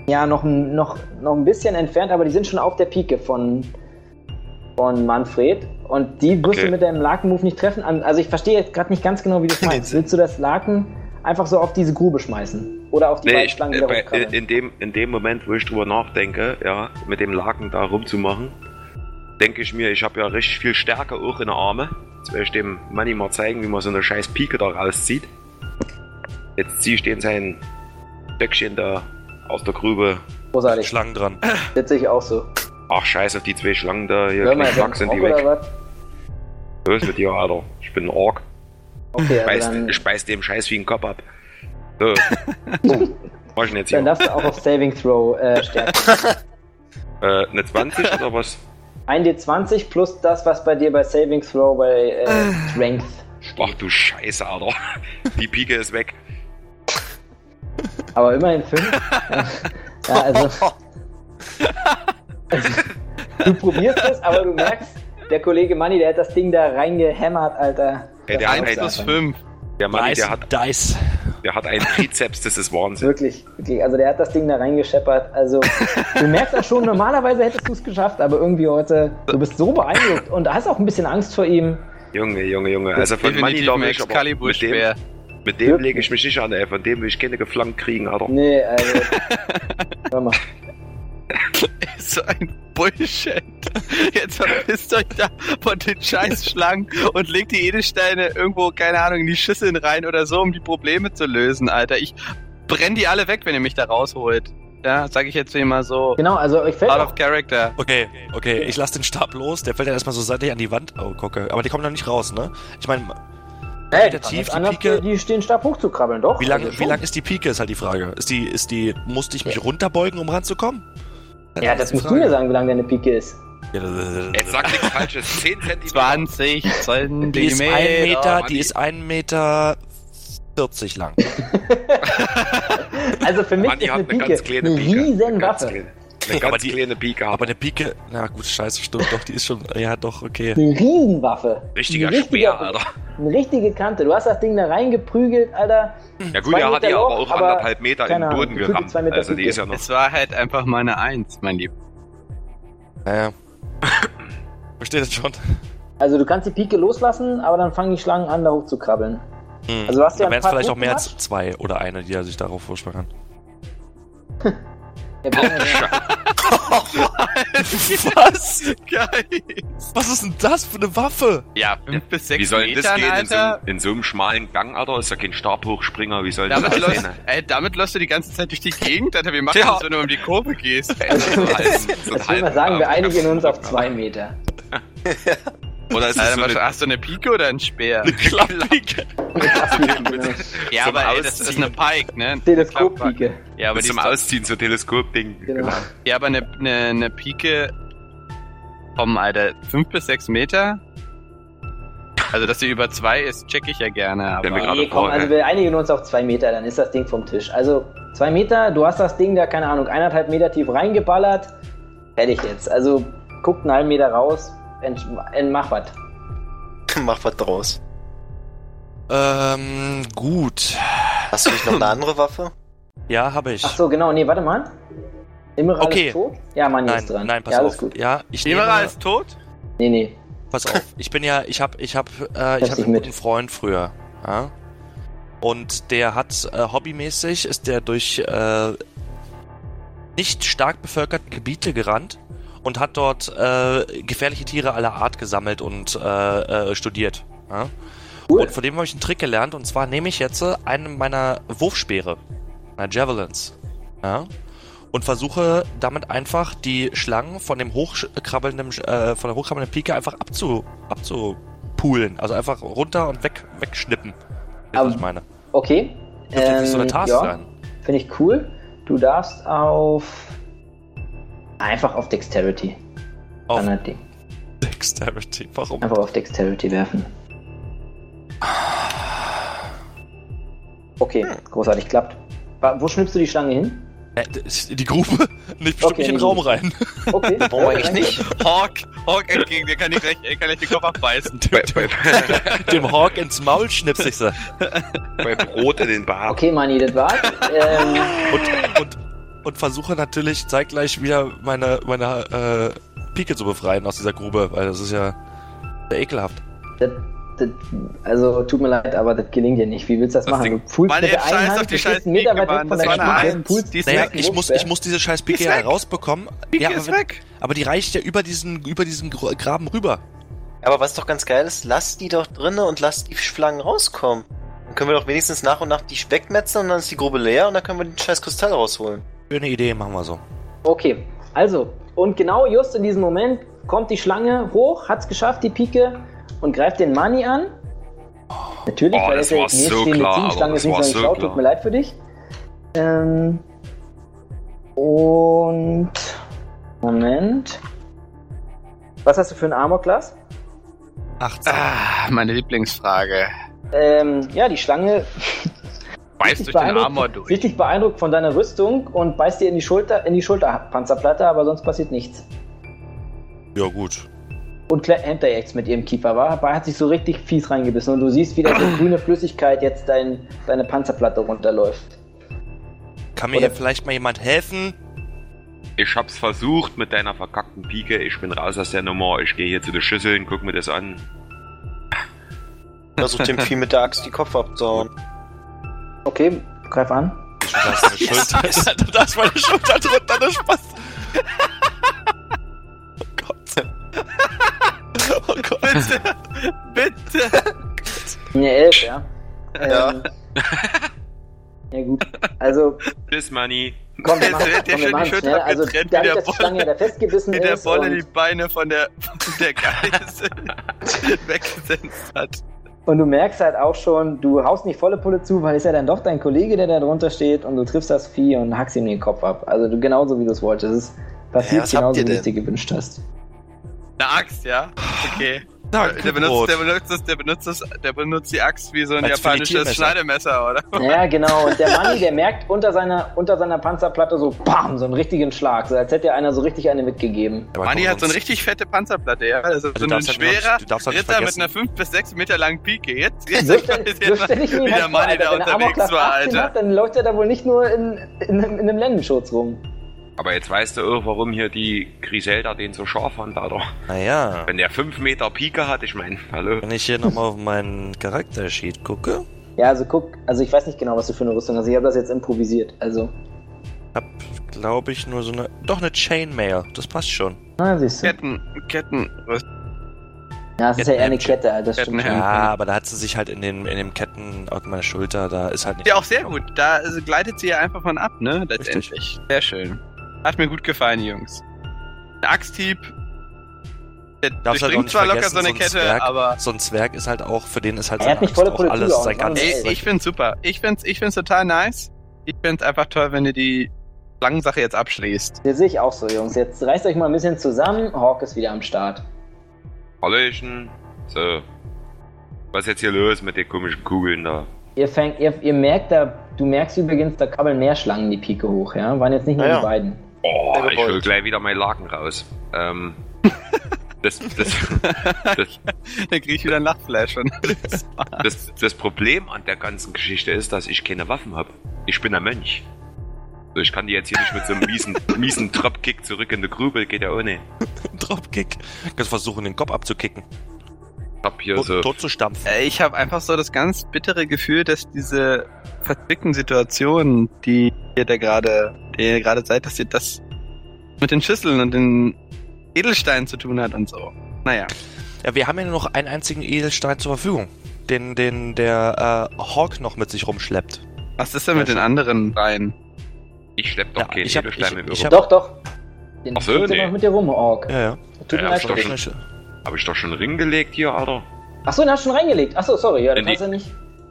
[SPEAKER 1] ja noch, ein- noch, noch ein bisschen entfernt, aber die sind schon auf der Pike von, von Manfred. Und die wirst
[SPEAKER 4] Okay.
[SPEAKER 1] du mit deinem Laken-Move nicht treffen. An- Also ich verstehe jetzt gerade nicht ganz genau, wie du das meinst. Willst du das Laken einfach so auf diese Grube schmeißen? Oder auf die
[SPEAKER 4] Nee,
[SPEAKER 1] beiden
[SPEAKER 4] ich,
[SPEAKER 1] Schlangen
[SPEAKER 4] äh,
[SPEAKER 1] wieder
[SPEAKER 4] bei,
[SPEAKER 1] hochkrabbeln?
[SPEAKER 4] in, dem, in dem Moment, wo ich drüber nachdenke, ja, mit dem Laken da rumzumachen, denke ich mir, ich habe ja richtig viel Stärke auch in den Armen. Jetzt werde ich dem Manni mal zeigen, wie man so eine scheiß Pike da rauszieht. Jetzt ziehe ich den sein Stöckchen da aus der Grube.
[SPEAKER 1] Großartig.
[SPEAKER 6] Schlangen dran.
[SPEAKER 1] Sitze ich auch so.
[SPEAKER 4] Ach, scheiß auf die zwei Schlangen da. Hier,
[SPEAKER 1] Hör mal,
[SPEAKER 4] Knick,
[SPEAKER 1] wir haben
[SPEAKER 4] Knack, sind die
[SPEAKER 1] Ork oder
[SPEAKER 4] weg.
[SPEAKER 1] was?
[SPEAKER 4] Was ist mit dir, Alter? Ich bin ein Ork.
[SPEAKER 1] Okay, also
[SPEAKER 4] Speist,
[SPEAKER 1] dann,
[SPEAKER 4] speist dem Scheiß wie ein Kopf ab. So. Mach ich denn jetzt hier?
[SPEAKER 1] dann darfst du auch auf Saving Throw äh, stärken.
[SPEAKER 4] Äh, eine 20 oder was?
[SPEAKER 1] 1d20 plus das, was bei dir bei Saving Throw bei äh, Strength
[SPEAKER 4] Ach du Scheiße, Alter. Die Pike ist weg.
[SPEAKER 1] Aber immerhin fünf. ja, also. also du probierst es, aber du merkst, der Kollege Manni, der hat das Ding da reingehämmert, Alter.
[SPEAKER 4] Ey, der
[SPEAKER 1] Das
[SPEAKER 4] hat
[SPEAKER 1] war's
[SPEAKER 4] eins
[SPEAKER 8] Plus
[SPEAKER 1] einfach.
[SPEAKER 8] fünf.
[SPEAKER 4] Der Mann,
[SPEAKER 6] Dice,
[SPEAKER 4] der hat,
[SPEAKER 6] Dice.
[SPEAKER 4] der hat einen Trizeps, das ist Wahnsinn.
[SPEAKER 1] Wirklich, wirklich. Also der hat das Ding da reingescheppert. Also du merkst auch schon, normalerweise hättest du es geschafft, aber irgendwie heute, du bist so beeindruckt und hast auch ein bisschen Angst vor ihm.
[SPEAKER 4] Junge, Junge, Junge. Also von Manni
[SPEAKER 8] Definitiv
[SPEAKER 4] darf
[SPEAKER 8] ein
[SPEAKER 4] ich aber mit dem,
[SPEAKER 8] Excalibur-Speer.
[SPEAKER 4] mit dem lege ich mich nicht an, ey. Von dem will ich keine geflankt kriegen, Alter.
[SPEAKER 1] Nee, also. Hör mal.
[SPEAKER 8] So ein Bullshit. Jetzt verpisst euch da von den Scheißschlangen und legt die Edelsteine irgendwo, keine Ahnung, in die Schüsseln rein oder so, um die Probleme zu lösen, Alter. Ich brenn die alle weg, wenn ihr mich da rausholt. Ja, sag ich jetzt hier mal so.
[SPEAKER 1] Genau, also ich fällt
[SPEAKER 8] Out
[SPEAKER 1] auch,
[SPEAKER 8] of character.
[SPEAKER 6] Okay, okay, ich lasse den Stab los, der fällt dann erstmal so seitlich an die Wand. Oh, gucke. Aber die kommen dann nicht raus, ne? Ich meine,
[SPEAKER 1] hey,
[SPEAKER 6] der Tief, die
[SPEAKER 1] anders,
[SPEAKER 6] Pike-
[SPEAKER 1] die stehen Stab hochzukrabbeln, doch.
[SPEAKER 6] wie lang,
[SPEAKER 1] Also
[SPEAKER 6] wie
[SPEAKER 1] schon.
[SPEAKER 6] lang ist die Pike, ist halt die Frage. Ist die, ist die, musste ich mich runterbeugen, um ranzukommen?
[SPEAKER 1] Ja, das musst du mir sagen, wie lang deine Pike ist.
[SPEAKER 6] sagen.
[SPEAKER 4] Jetzt sag nichts Falsches. 10 Zentimeter.
[SPEAKER 8] 20 Zentimeter. Oh
[SPEAKER 6] Die ist ein Meter,
[SPEAKER 4] Mann,
[SPEAKER 6] die
[SPEAKER 4] die-
[SPEAKER 6] ist ein Meter 40 lang.
[SPEAKER 1] Also für mich
[SPEAKER 4] Manni
[SPEAKER 1] ist
[SPEAKER 4] hat
[SPEAKER 1] eine
[SPEAKER 4] eine ganz
[SPEAKER 1] Pike
[SPEAKER 4] kleine
[SPEAKER 1] eine
[SPEAKER 4] Pike.
[SPEAKER 1] riesen
[SPEAKER 4] ganz
[SPEAKER 1] Waffe.
[SPEAKER 4] kleine- Eine
[SPEAKER 6] Aber
[SPEAKER 4] ganz
[SPEAKER 6] die-
[SPEAKER 4] kleine Pike.
[SPEAKER 6] Aber eine Pike, na gut, scheiße, stimmt doch, die ist schon, ja doch, okay.
[SPEAKER 1] Eine Riesenwaffe.
[SPEAKER 4] Richtiger
[SPEAKER 1] Ein richtiger-
[SPEAKER 4] Speer, Alter.
[SPEAKER 1] Eine richtige Kante. Du hast das Ding da reingeprügelt, Alter.
[SPEAKER 4] Ja gut,
[SPEAKER 1] Zwei
[SPEAKER 4] er hat
[SPEAKER 1] Meter
[SPEAKER 4] die aber
[SPEAKER 1] Loch,
[SPEAKER 4] auch
[SPEAKER 1] aber
[SPEAKER 4] anderthalb Meter in
[SPEAKER 1] keine
[SPEAKER 4] den
[SPEAKER 1] Ahnung,
[SPEAKER 4] Boden
[SPEAKER 1] gefühlte
[SPEAKER 4] gerammt.
[SPEAKER 1] zwei Meter
[SPEAKER 4] Also die
[SPEAKER 1] Pike.
[SPEAKER 4] ist ja noch...
[SPEAKER 8] Es war halt einfach meine Eins, mein Lieber.
[SPEAKER 6] Naja. Versteht das schon?
[SPEAKER 1] Also du kannst die Pike loslassen, aber dann fangen die Schlangen an, da hochzukrabbeln.
[SPEAKER 6] Hm.
[SPEAKER 1] Also du hast ja
[SPEAKER 6] Da
[SPEAKER 1] ein
[SPEAKER 6] wären es
[SPEAKER 1] paar
[SPEAKER 6] vielleicht auch mehr
[SPEAKER 1] Toten
[SPEAKER 6] als zwei oder eine, die er sich darauf vorspannen kann.
[SPEAKER 1] Der Bär-
[SPEAKER 6] Was?
[SPEAKER 8] Geil.
[SPEAKER 6] Was ist denn das für eine Waffe?
[SPEAKER 8] Ja, 5 bis 6
[SPEAKER 4] Wie soll denn das
[SPEAKER 8] Metern,
[SPEAKER 4] gehen? In so,
[SPEAKER 8] Alter.
[SPEAKER 4] einem- in so einem schmalen Gang, Alter? Ist ja kein Stabhochspringer. Wie soll denn
[SPEAKER 8] Damit
[SPEAKER 4] das
[SPEAKER 8] läufst,
[SPEAKER 4] gehen?
[SPEAKER 8] ey, damit läufst du die ganze Zeit durch die Gegend, Alter. Wir machen
[SPEAKER 4] Ja.
[SPEAKER 8] das, wenn du um die Kurve gehst.
[SPEAKER 1] Also, Ich würde mal sagen, wir einigen uns auf zwei Meter.
[SPEAKER 4] Oder ist es
[SPEAKER 8] Alter,
[SPEAKER 4] so
[SPEAKER 8] was,
[SPEAKER 4] eine,
[SPEAKER 8] hast du eine Pike oder einen Speer?
[SPEAKER 6] Klappige.
[SPEAKER 1] Genau.
[SPEAKER 8] ja,
[SPEAKER 4] zum
[SPEAKER 8] aber ey, das ist
[SPEAKER 4] Ausziehen.
[SPEAKER 8] eine Pike, ne?
[SPEAKER 1] Teleskop-Pike.
[SPEAKER 8] Ja, aber, die
[SPEAKER 4] zum
[SPEAKER 8] ist doch-
[SPEAKER 4] Ausziehen, so Teleskopding?
[SPEAKER 1] Genau.
[SPEAKER 8] ja, aber eine, eine, eine Pike. Komm, Alter, 5 bis 6 Meter? Also, dass sie über 2 ist, check ich ja gerne.
[SPEAKER 4] Wenn wir
[SPEAKER 8] Aber
[SPEAKER 4] gerade
[SPEAKER 1] Nee, komm,
[SPEAKER 4] vorher-
[SPEAKER 1] also wir einigen uns auf zwei Meter, dann ist das Ding vom Tisch. Also zwei Meter, du hast das Ding da, keine Ahnung, eineinhalb Meter tief reingeballert. Fertig jetzt. Also guckt einen halben Meter raus, ent, ent, mach was.
[SPEAKER 7] Mach was draus.
[SPEAKER 6] Ähm, gut.
[SPEAKER 7] Hast du nicht noch eine andere Waffe?
[SPEAKER 6] Ja, habe ich.
[SPEAKER 1] Ach so, genau, nee, warte mal. Immeral
[SPEAKER 6] Okay.
[SPEAKER 1] ist tot? Ja, Mann,
[SPEAKER 6] nein,
[SPEAKER 1] ist dran.
[SPEAKER 6] nein, pass
[SPEAKER 1] ja, alles
[SPEAKER 6] auf.
[SPEAKER 1] gut.
[SPEAKER 6] Ja, ich nehme,
[SPEAKER 8] Imera ist tot?
[SPEAKER 1] Nee, nee.
[SPEAKER 6] pass auf. Ich bin ja, ich habe, ich habe, äh,
[SPEAKER 1] Lass
[SPEAKER 6] ich habe
[SPEAKER 1] dich
[SPEAKER 6] einen
[SPEAKER 1] mit.
[SPEAKER 6] guten Freund früher. Ja? Und der hat äh, hobbymäßig ist der durch äh, nicht stark bevölkerte Gebiete gerannt und hat dort äh, gefährliche Tiere aller Art gesammelt und äh, äh, studiert. Ja?
[SPEAKER 1] Cool.
[SPEAKER 6] Und von dem habe ich einen Trick gelernt. Und zwar nehme ich jetzt äh, einen meiner Wurfspeere, meiner Javelins, ja? und versuche damit einfach die Schlangen von dem hochkrabbelnden, äh, von der hochkrabbelnden Pike einfach abzu, abzu wegpoolen. Also einfach runter und weg, wegschnippen. Ist,
[SPEAKER 1] Aber-
[SPEAKER 6] was ich meine.
[SPEAKER 1] Okay. Ähm,
[SPEAKER 6] Das wird nicht so eine Task
[SPEAKER 1] ja,
[SPEAKER 6] sein.
[SPEAKER 1] Finde ich cool. Du darfst auf. Einfach auf Dexterity.
[SPEAKER 6] Auf
[SPEAKER 1] Standardding.
[SPEAKER 6] Dexterity. Warum?
[SPEAKER 1] Einfach auf Dexterity werfen. Okay,
[SPEAKER 8] Hm.
[SPEAKER 1] großartig, klappt. Wa- Wo schnippst du die Schlange hin?
[SPEAKER 6] Äh, das- die Grube. Nicht bestimmt
[SPEAKER 1] Okay,
[SPEAKER 6] nicht in den
[SPEAKER 1] die
[SPEAKER 6] Raum
[SPEAKER 1] Grube.
[SPEAKER 6] rein.
[SPEAKER 1] Okay.
[SPEAKER 7] Warum eigentlich nicht?
[SPEAKER 8] Hawk, Hawk entgegen, der kann dir gleich, er kann gleich den Kopf abbeißen.
[SPEAKER 4] Bei, bei,
[SPEAKER 6] Dem Hawk ins Maul schnips ich sie.
[SPEAKER 4] bei Brot in den Bart.
[SPEAKER 1] Okay, Mani, das war's. ähm,
[SPEAKER 6] Und, und, und versuche natürlich zeitgleich wieder meine, meine äh, Pike zu befreien aus dieser Grube, weil das ist ja sehr ekelhaft.
[SPEAKER 1] das, das, also, tut mir leid, aber das gelingt dir nicht. Wie willst du das,
[SPEAKER 8] Das
[SPEAKER 1] machen?
[SPEAKER 8] Ding-
[SPEAKER 1] Du pulst
[SPEAKER 8] Meine
[SPEAKER 1] mit der
[SPEAKER 8] App scheißt
[SPEAKER 1] einen
[SPEAKER 8] auf
[SPEAKER 1] Hand,
[SPEAKER 8] die
[SPEAKER 1] du
[SPEAKER 8] scheiß
[SPEAKER 1] stehst einen Meter weit
[SPEAKER 8] Pike,
[SPEAKER 1] weg
[SPEAKER 8] Mann.
[SPEAKER 1] von
[SPEAKER 8] Das
[SPEAKER 1] der
[SPEAKER 8] war eine
[SPEAKER 1] Schlange,
[SPEAKER 8] Eins.
[SPEAKER 1] und pulst
[SPEAKER 8] Die ist
[SPEAKER 6] Naja,
[SPEAKER 8] weg.
[SPEAKER 6] ich muss, ich muss diese scheiß Pike
[SPEAKER 8] Ist
[SPEAKER 6] ja
[SPEAKER 8] weg.
[SPEAKER 6] rausbekommen.
[SPEAKER 8] Pike
[SPEAKER 6] Ja,
[SPEAKER 8] ist
[SPEAKER 6] aber,
[SPEAKER 8] weg.
[SPEAKER 6] aber die reicht ja über diesen, über diesen Gro- Graben rüber.
[SPEAKER 7] Aber was doch ganz geil ist, lass die doch drinne und lass die Schlangen rauskommen. Dann können wir doch wenigstens nach und nach die wegmetzeln und dann ist die Grube leer und dann können wir den scheiß Kristall rausholen.
[SPEAKER 6] Schöne Idee, machen wir so.
[SPEAKER 1] Okay, also, und genau just in diesem Moment kommt die Schlange hoch, hat's geschafft, die Pike, und greift den Mani an. Natürlich,
[SPEAKER 4] Oh,
[SPEAKER 1] weil
[SPEAKER 4] das
[SPEAKER 1] er
[SPEAKER 4] war's
[SPEAKER 1] nächststehende
[SPEAKER 4] so klar, aber
[SPEAKER 1] Teamstange
[SPEAKER 4] das
[SPEAKER 1] ist nicht
[SPEAKER 4] war's
[SPEAKER 1] so
[SPEAKER 4] so
[SPEAKER 1] schlau,
[SPEAKER 4] klar.
[SPEAKER 1] tut mir leid für dich. Ähm, und. Moment. Was hast du für ein Armor-Class?
[SPEAKER 6] 18.
[SPEAKER 8] Ah, meine Lieblingsfrage.
[SPEAKER 1] Ähm, ja, die Schlange
[SPEAKER 8] Beißt durch den Armor durch.
[SPEAKER 1] richtig beeindruckt von deiner Rüstung und beißt dir in die Schulter, in die Schulterpanzerplatte, aber sonst passiert nichts.
[SPEAKER 6] Ja, gut.
[SPEAKER 1] und Cla- Hentaex mit ihrem Kiefer war, war, hat sich so richtig fies reingebissen und du siehst, wie da so grüne Flüssigkeit jetzt dein, deine Panzerplatte runterläuft.
[SPEAKER 6] Kann mir
[SPEAKER 1] Oder-
[SPEAKER 6] hier vielleicht mal jemand helfen?
[SPEAKER 4] Ich hab's versucht mit deiner verkackten Pike. Ich bin raus aus der Nummer. Ich gehe hier zu den Schüsseln, guck mir das an.
[SPEAKER 7] Versucht dem Vieh mit der Axt die Kopf abzuhauen.
[SPEAKER 1] Okay, greif an.
[SPEAKER 6] Ich weiß, eine Schulter. da ist meine Schulter drunter, das Spaß. Oh Gott. Oh Gott.
[SPEAKER 8] Bitte, bitte.
[SPEAKER 1] Eine Elf, ja.
[SPEAKER 7] Ja.
[SPEAKER 1] Ähm, ja gut. Also,
[SPEAKER 4] Bis Money.
[SPEAKER 1] komm, wir
[SPEAKER 8] Jetzt
[SPEAKER 1] machen,
[SPEAKER 8] wird der
[SPEAKER 1] komm, wir
[SPEAKER 8] schon die
[SPEAKER 1] machen
[SPEAKER 8] Schulter
[SPEAKER 1] schnell. Also,
[SPEAKER 8] abgetrennt, wie
[SPEAKER 1] dadurch,
[SPEAKER 8] der
[SPEAKER 1] dass die
[SPEAKER 8] Bolle-
[SPEAKER 1] Schlange da festgebissen
[SPEAKER 8] Wie der
[SPEAKER 1] ist
[SPEAKER 8] Bolle die
[SPEAKER 1] und,
[SPEAKER 8] Beine von der, von der Geißel weggesetzt hat.
[SPEAKER 1] und du merkst halt auch schon, du haust nicht volle Pulle zu, weil es ja dann doch dein Kollege, der da drunter steht und du triffst das Vieh und hackst ihm den Kopf ab. Also, du genauso, wie du es wolltest. Es ist
[SPEAKER 7] Ja,
[SPEAKER 1] passiert
[SPEAKER 7] was habt
[SPEAKER 1] genauso,
[SPEAKER 7] ihr
[SPEAKER 1] wie du es dir
[SPEAKER 7] denn?
[SPEAKER 1] gewünscht hast.
[SPEAKER 8] Eine Axt, ja? Okay. Äh, Der benutzt,
[SPEAKER 6] Brot.
[SPEAKER 8] der, benutzt das, der, benutzt das, der benutzt die Axt wie so ein
[SPEAKER 6] Als
[SPEAKER 8] japanisches
[SPEAKER 6] Filetiermesser.
[SPEAKER 8] Schneidemesser, oder?
[SPEAKER 1] Ja, genau. Und der Manni, der merkt unter seiner, unter seiner Panzerplatte so, bam, so einen richtigen Schlag. So als hätte einer so richtig eine mitgegeben.
[SPEAKER 6] Aber
[SPEAKER 8] Manni
[SPEAKER 6] komm,
[SPEAKER 8] hat so eine
[SPEAKER 6] sonst-
[SPEAKER 8] richtig fette Panzerplatte, ja? Das ist
[SPEAKER 6] Du
[SPEAKER 8] so ein
[SPEAKER 6] darfst halt nicht-
[SPEAKER 8] schwerer
[SPEAKER 6] du darfst halt nicht
[SPEAKER 8] Ritter mit
[SPEAKER 6] vergessen.
[SPEAKER 8] einer 5 bis 6 Meter langen Pike. Jetzt, jetzt
[SPEAKER 1] Wirft er-
[SPEAKER 8] weiß
[SPEAKER 1] wirft er nicht in den
[SPEAKER 8] wie der
[SPEAKER 1] Hals vor,
[SPEAKER 8] Manni da
[SPEAKER 1] Wenn er Amoklas
[SPEAKER 8] unterwegs war,
[SPEAKER 1] 18
[SPEAKER 8] Alter.
[SPEAKER 1] Hat, dann läuft er da wohl nicht nur in, in, einem- in einem Lendenschutz rum.
[SPEAKER 4] Aber jetzt weißt du auch, warum hier die Griselda den so scharf fand, Alter.
[SPEAKER 6] Naja,
[SPEAKER 4] Wenn der 5 Meter Pike hat, ich mein, hallo.
[SPEAKER 6] wenn ich hier nochmal auf meinen Charaktersheet gucke,
[SPEAKER 1] Ja, also guck, also ich weiß nicht genau, was du für eine Rüstung hast. Ich habe das jetzt improvisiert. Also,
[SPEAKER 6] glaube ich nur so eine. Doch, eine Chainmail. Das passt schon.
[SPEAKER 1] na, siehst du.
[SPEAKER 8] Ketten, Ketten.
[SPEAKER 1] Ja, es ist ja eher eine Kette, Alter. Das stimmt.
[SPEAKER 8] Kettenhemd.
[SPEAKER 1] schon.
[SPEAKER 8] Ja.
[SPEAKER 6] Ja, aber da hat sie sich halt in den, in den Ketten auf meiner Schulter, da ist halt nicht.
[SPEAKER 8] Ja, auch sehr gut. Da also, gleitet sie ja einfach von ab, ne? Letztendlich. Sehr schön. Hat mir gut gefallen, die Jungs. Ein Axthieb. Der
[SPEAKER 6] Darfst halt auch
[SPEAKER 8] durchdringt
[SPEAKER 6] nicht
[SPEAKER 8] zwar locker
[SPEAKER 6] vergessen,
[SPEAKER 8] so eine
[SPEAKER 6] so ein
[SPEAKER 8] Kette,
[SPEAKER 6] Zwerg.
[SPEAKER 8] aber.
[SPEAKER 6] So ein Zwerg ist halt auch, für den ist halt
[SPEAKER 1] Er
[SPEAKER 6] seine
[SPEAKER 1] hat nicht
[SPEAKER 6] Axt
[SPEAKER 1] volle
[SPEAKER 6] auch
[SPEAKER 1] Politur
[SPEAKER 6] alles,
[SPEAKER 1] auch,
[SPEAKER 6] sein
[SPEAKER 1] ne?
[SPEAKER 6] ganzes.
[SPEAKER 8] Ey, ich find's super. Ich find's, ich find's total nice. Ich find's einfach toll, wenn du die Schlangensache jetzt abschließt.
[SPEAKER 1] Das sehe ich auch so, Jungs. Jetzt reißt euch mal ein bisschen zusammen. Hawk ist wieder am Start.
[SPEAKER 4] Hallöchen. So. Was ist jetzt hier los mit den komischen Kugeln da?
[SPEAKER 1] Ihr, fängt, ihr, ihr merkt da, du merkst übrigens, da krabbeln mehr Schlangen die Pike hoch, ja? Waren jetzt nicht nur
[SPEAKER 7] Ja,
[SPEAKER 1] die
[SPEAKER 7] ja.
[SPEAKER 1] beiden.
[SPEAKER 4] Oh,
[SPEAKER 7] Sehr
[SPEAKER 4] ich hol
[SPEAKER 7] gewollt.
[SPEAKER 4] gleich wieder meinen Laken raus. Ähm. Das, das, das,
[SPEAKER 8] Dann krieg ich wieder ein Lachflash von.
[SPEAKER 4] das, das Problem an der ganzen Geschichte ist, dass ich keine Waffen habe. Ich bin ein Mönch. So, ich kann die jetzt hier nicht mit so einem miesen, miesen Dropkick zurück in die Grube, geht ja ohne.
[SPEAKER 6] Dropkick. Kannst versuchen, den Kopf abzukicken.
[SPEAKER 4] Ich hab hier
[SPEAKER 6] tot
[SPEAKER 4] so.
[SPEAKER 6] Totzustampfen.
[SPEAKER 8] Äh, Ich habe einfach so das ganz bittere Gefühl, dass diese verzwickten Situationen, die ihr da gerade, die ihr gerade seid, dass ihr das mit den Schüsseln und den Edelsteinen zu tun hat und so. Naja.
[SPEAKER 6] Ja, wir haben ja nur noch einen einzigen Edelstein zur Verfügung. Den, den der äh, Hawk noch mit sich rumschleppt.
[SPEAKER 8] Was ist denn mit den anderen dreien?
[SPEAKER 4] Ich schlepp doch
[SPEAKER 6] Ja,
[SPEAKER 4] keinen
[SPEAKER 6] ich hab-
[SPEAKER 4] Edelstein
[SPEAKER 6] ich-
[SPEAKER 4] mit
[SPEAKER 6] ich
[SPEAKER 4] mir rum.
[SPEAKER 1] Doch, doch. Den
[SPEAKER 4] Ach so,
[SPEAKER 1] schwimmt
[SPEAKER 4] nee.
[SPEAKER 1] immer noch mit dir rum, Ork.
[SPEAKER 6] Ja, ja.
[SPEAKER 1] Tut mir
[SPEAKER 4] Ja,
[SPEAKER 1] leid
[SPEAKER 4] ist
[SPEAKER 1] für
[SPEAKER 4] doch
[SPEAKER 1] dich.
[SPEAKER 4] schon- Hab ich doch schon einen Ring gelegt hier, Alter.
[SPEAKER 1] Achso, den hast du schon reingelegt. Achso, sorry, ja, das
[SPEAKER 4] Nee.
[SPEAKER 1] hast du nicht.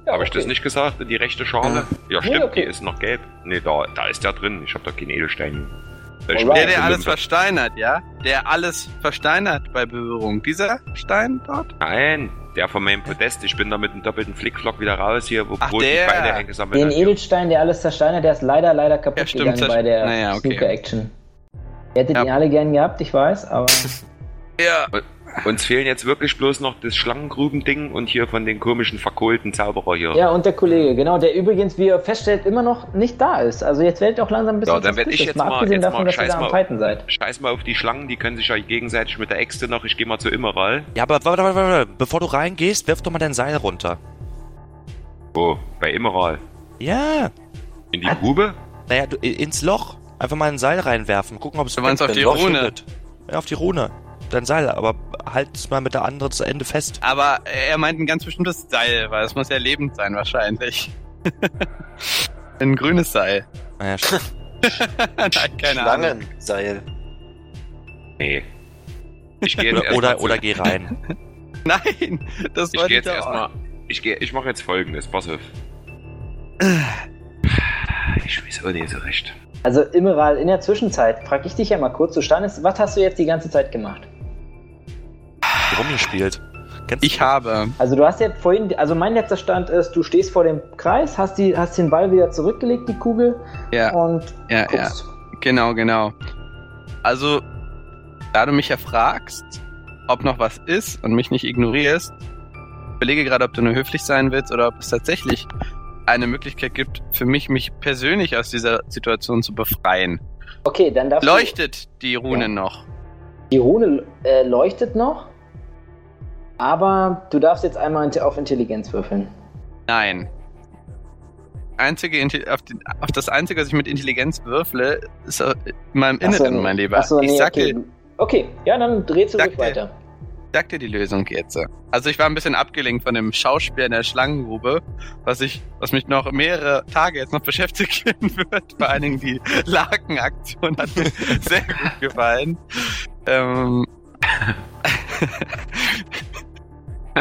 [SPEAKER 1] Ja,
[SPEAKER 4] Habe ich das
[SPEAKER 1] okay. Ah.
[SPEAKER 4] nicht gesagt? Die rechte Schale? Ja, stimmt,
[SPEAKER 1] okay.
[SPEAKER 4] die ist noch gelb. Nee, da, da ist der drin. Ich habe doch keinen Edelstein. Äh,
[SPEAKER 1] Alright.
[SPEAKER 4] Schmerz-
[SPEAKER 8] Der, der alles
[SPEAKER 4] Limpe.
[SPEAKER 8] versteinert, ja? Der alles versteinert bei Berührung. Dieser Stein dort?
[SPEAKER 4] Nein, der von meinem Podest. Ich bin da mit einem doppelten Flickflock wieder raus hier, wo
[SPEAKER 8] Ach,
[SPEAKER 4] wo
[SPEAKER 8] der.
[SPEAKER 4] die Beine eingesammelt
[SPEAKER 1] Den
[SPEAKER 4] hat.
[SPEAKER 1] Edelstein, der alles zersteinert, der ist leider, leider kaputt
[SPEAKER 8] Ja, stimmt,
[SPEAKER 1] gegangen bei der
[SPEAKER 8] zerst- naja, okay.
[SPEAKER 1] Snooker-Action. Ihr hättet
[SPEAKER 8] Ja.
[SPEAKER 1] ihn alle gern gehabt, ich weiß, aber
[SPEAKER 8] Ja.
[SPEAKER 4] Uns fehlen jetzt wirklich bloß noch das Schlangengruben-Ding und hier von den komischen verkohlten Zauberer hier.
[SPEAKER 1] Ja, und der Kollege, genau, der übrigens, wie ihr feststellt, immer noch nicht da ist. Also jetzt werdet ihr auch langsam ein bisschen
[SPEAKER 4] Ja, dann werd ich
[SPEAKER 1] suspicious,
[SPEAKER 4] jetzt
[SPEAKER 1] mal
[SPEAKER 4] mal-
[SPEAKER 1] abgesehen
[SPEAKER 4] jetzt
[SPEAKER 1] davon,
[SPEAKER 4] mal
[SPEAKER 1] dass ihr
[SPEAKER 4] scheiß
[SPEAKER 1] da am
[SPEAKER 4] mal-
[SPEAKER 1] Fighten seid.
[SPEAKER 4] Scheiß mal auf die Schlangen, die können sich ja gegenseitig mit der Äxte noch. Ich gehe mal zu Immeral.
[SPEAKER 6] Ja, aber warte, warte, warte, warte. Bevor du reingehst, wirf doch mal dein Seil runter.
[SPEAKER 4] Oh, bei Immeral.
[SPEAKER 6] Ja.
[SPEAKER 4] In die Grube?
[SPEAKER 6] Naja, du, i- ins Loch. Einfach mal ein Seil reinwerfen. Gucken, ob es
[SPEAKER 8] Du meinst auf
[SPEAKER 6] wenn
[SPEAKER 8] die
[SPEAKER 6] Loch
[SPEAKER 8] Rune?
[SPEAKER 6] schüttelt. Ja, auf die Rune. Dein Seil, aber halt es mal mit der anderen zu Ende fest.
[SPEAKER 8] Aber er meint ein ganz bestimmtes Seil, weil es muss ja lebend sein wahrscheinlich. ein grünes Seil.
[SPEAKER 6] Naja, stimmt.
[SPEAKER 8] Nein, keine Ahnung.
[SPEAKER 7] Schlangenseil.
[SPEAKER 4] Nee. Ich gehe jetzt
[SPEAKER 6] oder,
[SPEAKER 4] erstmal
[SPEAKER 6] oder,
[SPEAKER 4] zu-
[SPEAKER 6] oder geh rein.
[SPEAKER 8] Nein, das
[SPEAKER 4] Ich
[SPEAKER 8] wollte
[SPEAKER 4] gehe jetzt
[SPEAKER 8] doch auch.
[SPEAKER 4] erstmal. Ich, geh, ich mache jetzt folgendes, pass auf. Ich weiß auch nicht so recht.
[SPEAKER 1] Also Immeral, in der Zwischenzeit frage ich dich ja mal kurz, du standest, was hast du jetzt die ganze Zeit gemacht?
[SPEAKER 6] Rumgespielt. Kennst
[SPEAKER 8] Ich habe.
[SPEAKER 1] Also du hast ja vorhin, also mein letzter Stand ist, du stehst vor dem Kreis, hast, die, hast den Ball wieder zurückgelegt, die Kugel,
[SPEAKER 8] Ja,
[SPEAKER 1] und
[SPEAKER 8] ja, ja.
[SPEAKER 1] guckst.
[SPEAKER 8] Genau, genau. Also, da du mich ja fragst, ob noch was ist und mich nicht ignorierst, überlege gerade, ob du nur höflich sein willst oder ob es tatsächlich eine Möglichkeit gibt, für mich, mich persönlich aus dieser Situation zu befreien.
[SPEAKER 1] Okay, dann darfst
[SPEAKER 8] Leuchtet die Rune
[SPEAKER 1] Ja.
[SPEAKER 8] noch?
[SPEAKER 1] du, die Rune äh, leuchtet noch, aber du darfst jetzt einmal inte- auf Intelligenz würfeln.
[SPEAKER 8] Nein. Einzige, Intel- auf, die, auf das Einzige, was ich mit Intelligenz würfle, ist äh, in meinem
[SPEAKER 1] Ach so,
[SPEAKER 8] Inneren,
[SPEAKER 1] nee.
[SPEAKER 8] mein Lieber.
[SPEAKER 1] Ach so,
[SPEAKER 8] ich
[SPEAKER 1] nee,
[SPEAKER 8] sag dir,
[SPEAKER 1] okay. okay, ja, dann drehst du
[SPEAKER 8] Sag
[SPEAKER 1] ruhig
[SPEAKER 8] dir.
[SPEAKER 1] weiter.
[SPEAKER 8] sag dir die Lösung jetzt. Also ich war ein bisschen abgelenkt von dem Schauspiel in der Schlangengrube, was ich, was mich noch mehrere Tage jetzt noch beschäftigen wird. Vor allen Dingen die Lakenaktion hat mir sehr gut gefallen. Ähm,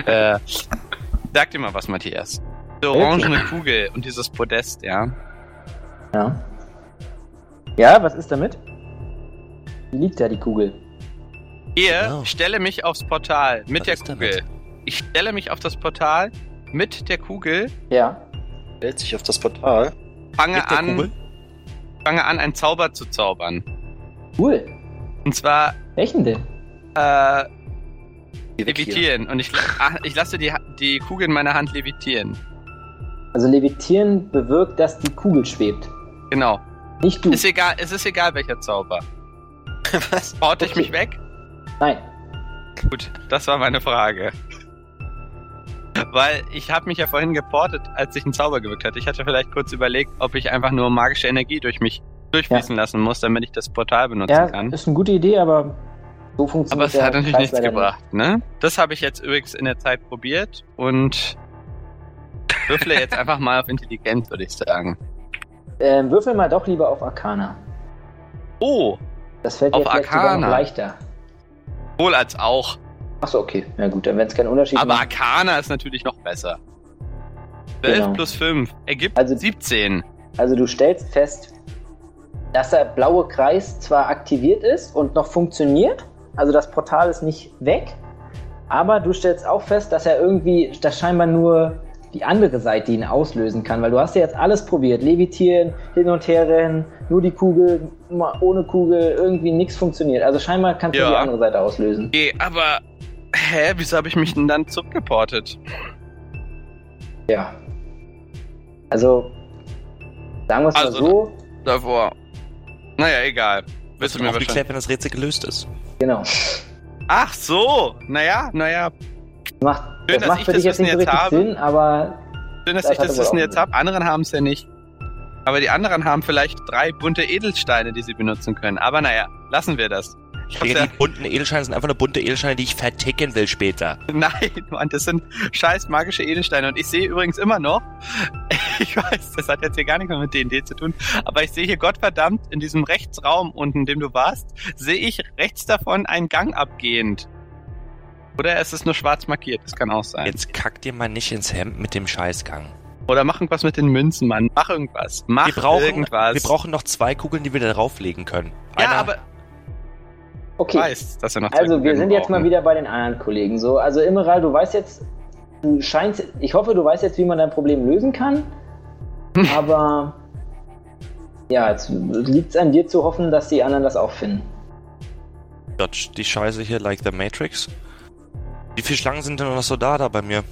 [SPEAKER 8] äh, sag dir mal was, Matthias. Die orangene Kugel und dieses Podest, ja.
[SPEAKER 1] Ja. Ja, was ist damit? Liegt da die Kugel?
[SPEAKER 8] Gehe,
[SPEAKER 6] Genau.
[SPEAKER 8] stelle mich aufs Portal mit
[SPEAKER 6] Was
[SPEAKER 8] der
[SPEAKER 6] ist
[SPEAKER 8] Kugel.
[SPEAKER 6] damit?
[SPEAKER 8] Ich stelle mich auf das Portal mit der Kugel,
[SPEAKER 1] Ja.
[SPEAKER 7] Stellt sich auf das Portal.
[SPEAKER 6] du
[SPEAKER 8] fange
[SPEAKER 6] mit der
[SPEAKER 8] an,
[SPEAKER 6] Kugel?
[SPEAKER 8] fange an, einen Zauber zu zaubern.
[SPEAKER 1] Cool.
[SPEAKER 8] Und zwar
[SPEAKER 1] Welchen denn?
[SPEAKER 8] äh,
[SPEAKER 7] Levitieren.
[SPEAKER 8] levitieren. Und ich, ah, ich lasse die, Ha- die Kugel in meiner Hand levitieren.
[SPEAKER 1] Also levitieren bewirkt, dass die Kugel schwebt.
[SPEAKER 8] Genau.
[SPEAKER 1] Nicht du.
[SPEAKER 8] Ist egal, es ist egal, welcher Zauber.
[SPEAKER 7] Was?
[SPEAKER 8] Orte ich
[SPEAKER 1] Okay.
[SPEAKER 8] mich weg?
[SPEAKER 1] Nein.
[SPEAKER 8] Gut, das war meine Frage. Weil ich habe mich ja vorhin geportet, als ich einen Zauber gewirkt hatte. Ich hatte vielleicht kurz überlegt, ob ich einfach nur magische Energie durch mich durchfließen lassen muss, damit ich das Portal benutzen
[SPEAKER 1] Ja,
[SPEAKER 8] kann.
[SPEAKER 1] ist eine gute Idee, aber so
[SPEAKER 8] Aber
[SPEAKER 1] funktioniert
[SPEAKER 8] es hat
[SPEAKER 1] der
[SPEAKER 8] natürlich
[SPEAKER 1] Kreis
[SPEAKER 8] nichts
[SPEAKER 1] leider
[SPEAKER 8] gebracht, ne? Das habe ich jetzt übrigens in der Zeit probiert und würfle jetzt einfach mal auf Intelligenz, würde ich sagen.
[SPEAKER 1] nicht. Ähm, würfel mal doch lieber auf Arcana.
[SPEAKER 8] Oh,
[SPEAKER 1] Das fällt dir
[SPEAKER 8] Auf
[SPEAKER 1] vielleicht sogar noch
[SPEAKER 8] Arcana?
[SPEAKER 1] leichter.
[SPEAKER 8] wohl als auch.
[SPEAKER 1] Achso, okay. Na gut, dann wenn es keinen Unterschied
[SPEAKER 8] Aber
[SPEAKER 1] macht.
[SPEAKER 8] Arcana ist natürlich noch besser. 12
[SPEAKER 1] Genau.
[SPEAKER 8] plus 5 ergibt
[SPEAKER 1] Also-
[SPEAKER 8] 17.
[SPEAKER 1] Also du stellst fest, dass der blaue Kreis zwar aktiviert ist und noch funktioniert, also das Portal ist nicht weg, aber du stellst auch fest, dass er irgendwie, dass scheinbar nur die andere Seite ihn auslösen kann, weil du hast ja jetzt alles probiert, levitieren, hin und her rennen, nur die Kugel, mal ohne Kugel, irgendwie nichts funktioniert. Also scheinbar kannst
[SPEAKER 8] Ja.
[SPEAKER 1] du die andere Seite auslösen.
[SPEAKER 8] Okay, aber hä, wieso habe ich mich denn dann zurückgeportet?
[SPEAKER 1] Ja. Also sagen wir es
[SPEAKER 8] Also-
[SPEAKER 1] mal so,
[SPEAKER 8] Davor. Naja, egal.
[SPEAKER 1] Also
[SPEAKER 8] Willst du
[SPEAKER 6] Wirst du
[SPEAKER 8] mir wahrscheinlich.
[SPEAKER 6] aufgeklärt, wenn das Rätsel gelöst ist.
[SPEAKER 1] genau.
[SPEAKER 8] Ach so, naja, naja.
[SPEAKER 1] Macht,
[SPEAKER 8] Schön,
[SPEAKER 1] das
[SPEAKER 8] dass
[SPEAKER 1] macht
[SPEAKER 8] ich
[SPEAKER 1] für dich
[SPEAKER 8] das
[SPEAKER 1] jetzt nicht so
[SPEAKER 8] Wissen jetzt
[SPEAKER 1] richtig
[SPEAKER 8] habe.
[SPEAKER 1] Sinn, aber
[SPEAKER 8] Schön, dass
[SPEAKER 1] Das
[SPEAKER 8] ich das
[SPEAKER 1] hatte wohl
[SPEAKER 8] Wissen
[SPEAKER 1] auch
[SPEAKER 8] jetzt
[SPEAKER 1] einen
[SPEAKER 8] habe. Andere haben es ja nicht. Aber die anderen haben vielleicht drei bunte Edelsteine, die sie benutzen können. Aber naja, lassen wir das. Ich hab's
[SPEAKER 6] Digga,
[SPEAKER 8] ja,
[SPEAKER 6] die bunten Edelsteine sind einfach nur bunte Edelsteine, die ich verticken will später.
[SPEAKER 8] nein, Mann, das sind scheiß magische Edelsteine. Und ich sehe übrigens immer noch, ich weiß, das hat jetzt hier gar nichts mehr mit D&D zu tun, aber ich sehe hier gottverdammt in diesem Rechtsraum unten, in dem du warst, sehe ich rechts davon einen Gang abgehend. Oder es ist nur schwarz markiert, das kann auch sein.
[SPEAKER 6] Jetzt kack dir mal nicht ins Hemd mit dem Scheißgang.
[SPEAKER 8] Oder mach irgendwas mit den Münzen, Mann. Mach irgendwas. Mach
[SPEAKER 6] wir, brauchen,
[SPEAKER 8] irgendwas.
[SPEAKER 6] wir brauchen noch zwei Kugeln, die wir da drauflegen können.
[SPEAKER 8] ja,
[SPEAKER 6] Einer-
[SPEAKER 8] aber
[SPEAKER 1] Okay,
[SPEAKER 8] ich weiß, dass er noch
[SPEAKER 1] also
[SPEAKER 8] Zeit
[SPEAKER 1] wir sind jetzt mal
[SPEAKER 8] brauchen.
[SPEAKER 1] wieder bei den anderen Kollegen. So, also Immeral, du weißt jetzt, du scheinst, ich hoffe, du weißt jetzt, wie man dein Problem lösen kann. Aber ja, jetzt liegt es an dir zu hoffen, dass die anderen das auch finden.
[SPEAKER 6] Dodge die Scheiße hier, like the Matrix. Wie viele Schlangen sind denn noch so da, da bei mir?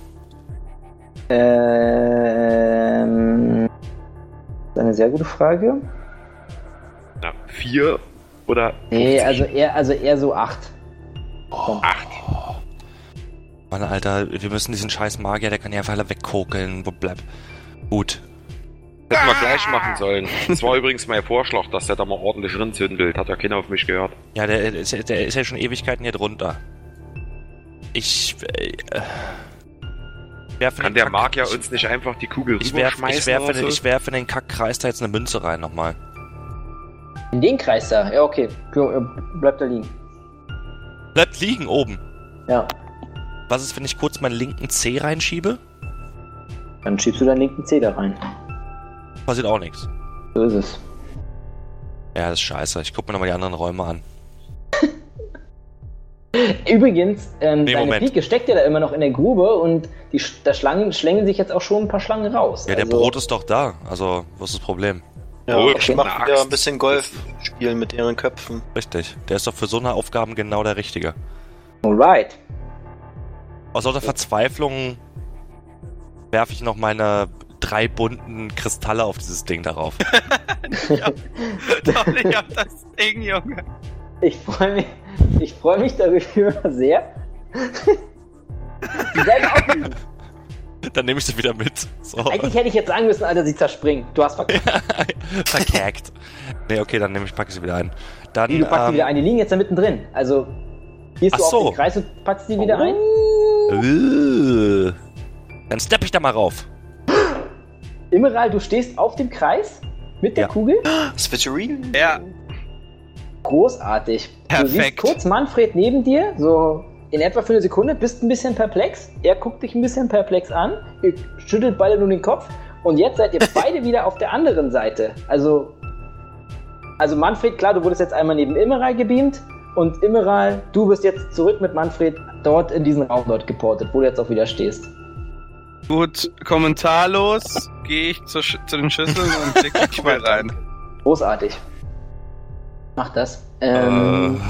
[SPEAKER 1] Ähm, das ist eine sehr gute Frage.
[SPEAKER 4] Na, vier oder
[SPEAKER 1] Nee, also eher, also eher so acht.
[SPEAKER 6] Mann, Alter, wir müssen diesen scheiß Magier, der kann ja einfach alle wegkokeln. Wo bleibt? Gut.
[SPEAKER 4] hätten wir gleich machen sollen. Das war übrigens mein Vorschlag, dass der da mal ordentlich rinzünden will. Hat ja keiner auf mich gehört.
[SPEAKER 6] Ja, der, ist ja- der ist ja schon Ewigkeiten hier drunter. Ich. Äh, äh, werfe
[SPEAKER 4] Kann
[SPEAKER 6] den
[SPEAKER 4] der
[SPEAKER 6] Kack-
[SPEAKER 4] Magier
[SPEAKER 6] ich-
[SPEAKER 4] uns nicht einfach die Kugel
[SPEAKER 6] Ich werfe ich
[SPEAKER 4] rüberschmeißen?
[SPEAKER 6] werf
[SPEAKER 4] oder
[SPEAKER 6] in, den- ich werf in den Kackkreis da jetzt eine Münze rein nochmal.
[SPEAKER 1] In den Kreis da. Ja, okay. Jo, ja, Bleibt da liegen.
[SPEAKER 6] Bleibt liegen oben.
[SPEAKER 1] Ja.
[SPEAKER 6] Was ist, wenn ich kurz meinen linken Zeh reinschiebe?
[SPEAKER 1] Dann schiebst du deinen linken Zeh da rein.
[SPEAKER 6] Passiert auch nichts.
[SPEAKER 1] So ist es.
[SPEAKER 6] Ja, das ist scheiße. Ich gucke mir nochmal die anderen Räume an.
[SPEAKER 1] Übrigens, ähm,
[SPEAKER 6] Nee,
[SPEAKER 1] deine
[SPEAKER 6] Moment.
[SPEAKER 1] Pike steckt ja da immer noch in der Grube und die, Sch- da Schlangen, schlängen sich jetzt auch schon ein paar Schlangen raus.
[SPEAKER 6] Ja, der Brot ist doch da. Also, was ist das Problem?
[SPEAKER 7] Ja,
[SPEAKER 4] Oh,
[SPEAKER 7] ich
[SPEAKER 4] mit
[SPEAKER 7] mach
[SPEAKER 4] einer
[SPEAKER 7] wieder
[SPEAKER 4] Axt.
[SPEAKER 7] ein bisschen Golf spielen mit ihren Köpfen.
[SPEAKER 6] Richtig. Der ist doch für so eine Aufgaben genau der Richtige.
[SPEAKER 1] Also, Alright.
[SPEAKER 6] Aus lauter Verzweiflung werfe ich noch meine drei bunten Kristalle auf dieses Ding darauf.
[SPEAKER 8] Doch nicht auf das Ding, Junge.
[SPEAKER 1] Ich freue mich, ich freu mich darüber sehr. Die werden aufliegen.
[SPEAKER 6] Dann nehme ich sie wieder mit. So.
[SPEAKER 1] Eigentlich hätte ich jetzt sagen müssen, Alter, sie zerspringt. Du hast verkackt.
[SPEAKER 6] Verkackt. Nee, okay, dann nehme ich, packe ich sie wieder ein. Dann,
[SPEAKER 1] Wie, du packst die wieder ein. Die liegen jetzt da mittendrin. Also, gehst du
[SPEAKER 6] ähm. Ach
[SPEAKER 1] auf
[SPEAKER 6] so.
[SPEAKER 1] den Kreis und packst die wieder ein?
[SPEAKER 6] Äh, Dann steppe ich da mal rauf.
[SPEAKER 1] Immeral, du stehst auf dem Kreis mit der
[SPEAKER 6] Ja.
[SPEAKER 1] Kugel.
[SPEAKER 7] Switcheroo.
[SPEAKER 8] Ja,
[SPEAKER 1] Großartig. Du
[SPEAKER 8] Perfekt.
[SPEAKER 1] siehst kurz Manfred neben dir, so in etwa für eine Sekunde, bist ein bisschen perplex. Er guckt dich ein bisschen perplex an, ihr schüttelt beide nun den Kopf und jetzt seid ihr beide wieder auf der anderen Seite. Also, also Manfred, klar, du wurdest jetzt einmal neben Immeral gebeamt und Immeral, du bist jetzt zurück mit Manfred dort in diesen Raum dort geportet, wo du jetzt auch wieder stehst.
[SPEAKER 8] gut, kommentarlos gehe ich zu, zu den Schüsseln und leg die Kugel rein.
[SPEAKER 1] Großartig. Mach das.
[SPEAKER 6] Äh.
[SPEAKER 1] Ähm,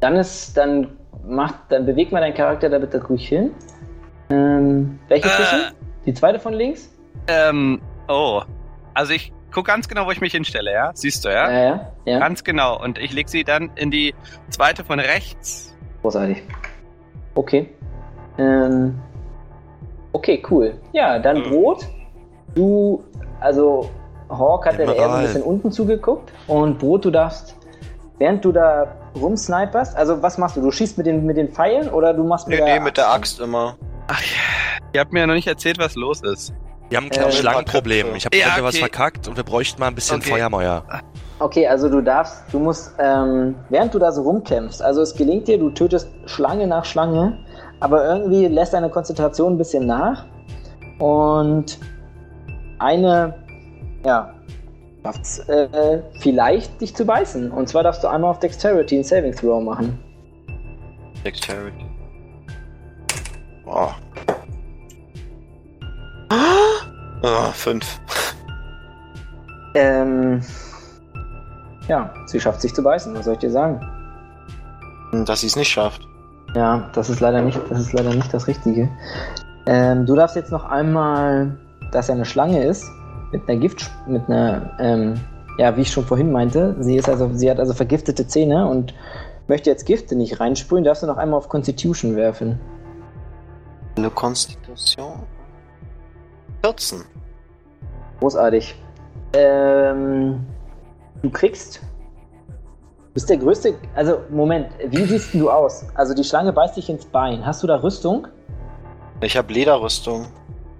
[SPEAKER 1] Dann ist, dann macht, dann bewegt mal deinen Charakter da bitte ruhig hin. Ähm, welche
[SPEAKER 8] Äh.
[SPEAKER 1] Küche? Die zweite von links?
[SPEAKER 8] Ähm, oh. Also ich guck ganz genau, wo ich mich hinstelle, ja? Siehst du, ja?
[SPEAKER 1] Ja, ja, ja.
[SPEAKER 8] Ganz genau. Und ich leg sie dann in die zweite von rechts.
[SPEAKER 1] Großartig. Okay. Ähm, okay, cool. Ja, dann
[SPEAKER 7] Hm.
[SPEAKER 1] Brot. Du, also Hawk hat ja eher so ein
[SPEAKER 6] Emerald.
[SPEAKER 1] bisschen unten zugeguckt. Und Brot, du darfst, während du da rumsniperst, also was machst du? Du schießt mit den, mit den Pfeilen oder du machst mit
[SPEAKER 7] Nee,
[SPEAKER 1] der
[SPEAKER 7] nee, mit der Axt immer.
[SPEAKER 8] Ihr habt mir ja noch nicht erzählt, was los ist.
[SPEAKER 6] Wir haben ein
[SPEAKER 1] Äh,
[SPEAKER 6] kleines Schlangenproblem.
[SPEAKER 7] Köpfe.
[SPEAKER 6] Ich habe
[SPEAKER 8] Ja,
[SPEAKER 6] ja, was
[SPEAKER 8] okay.
[SPEAKER 6] verkackt und wir bräuchten mal ein bisschen
[SPEAKER 8] Okay.
[SPEAKER 6] Feuermäuer.
[SPEAKER 1] Okay, also du darfst, du musst, ähm, während du da so rumkämpfst, also es gelingt dir, du tötest Schlange nach Schlange, aber irgendwie lässt deine Konzentration ein bisschen nach und eine, ja, schafft's äh, vielleicht dich zu beißen. Und zwar darfst du einmal auf Dexterity einen Saving Throw machen.
[SPEAKER 7] Dexterity. Boah. Ah, fünf.
[SPEAKER 1] Ähm, ja, sie schafft sich zu beißen, was soll ich dir sagen?
[SPEAKER 7] Hm, Dass sie es nicht schafft.
[SPEAKER 1] Ja, das ist leider nicht, das ist leider nicht das Richtige. Ähm, du darfst jetzt noch einmal, dass er eine Schlange ist, mit einer Gift, mit einer, ähm, ja, wie ich schon vorhin meinte, sie ist also, sie hat also vergiftete Zähne und möchte jetzt Gifte nicht reinsprühen, darfst du noch einmal auf Constitution werfen.
[SPEAKER 7] Eine Konstitution. 14.
[SPEAKER 1] Großartig. Ähm, du kriegst. Du bist der größte. Also, Moment, wie siehst denn du aus? Also, die Schlange beißt dich ins Bein. Hast du da Rüstung?
[SPEAKER 7] Ich habe Lederrüstung.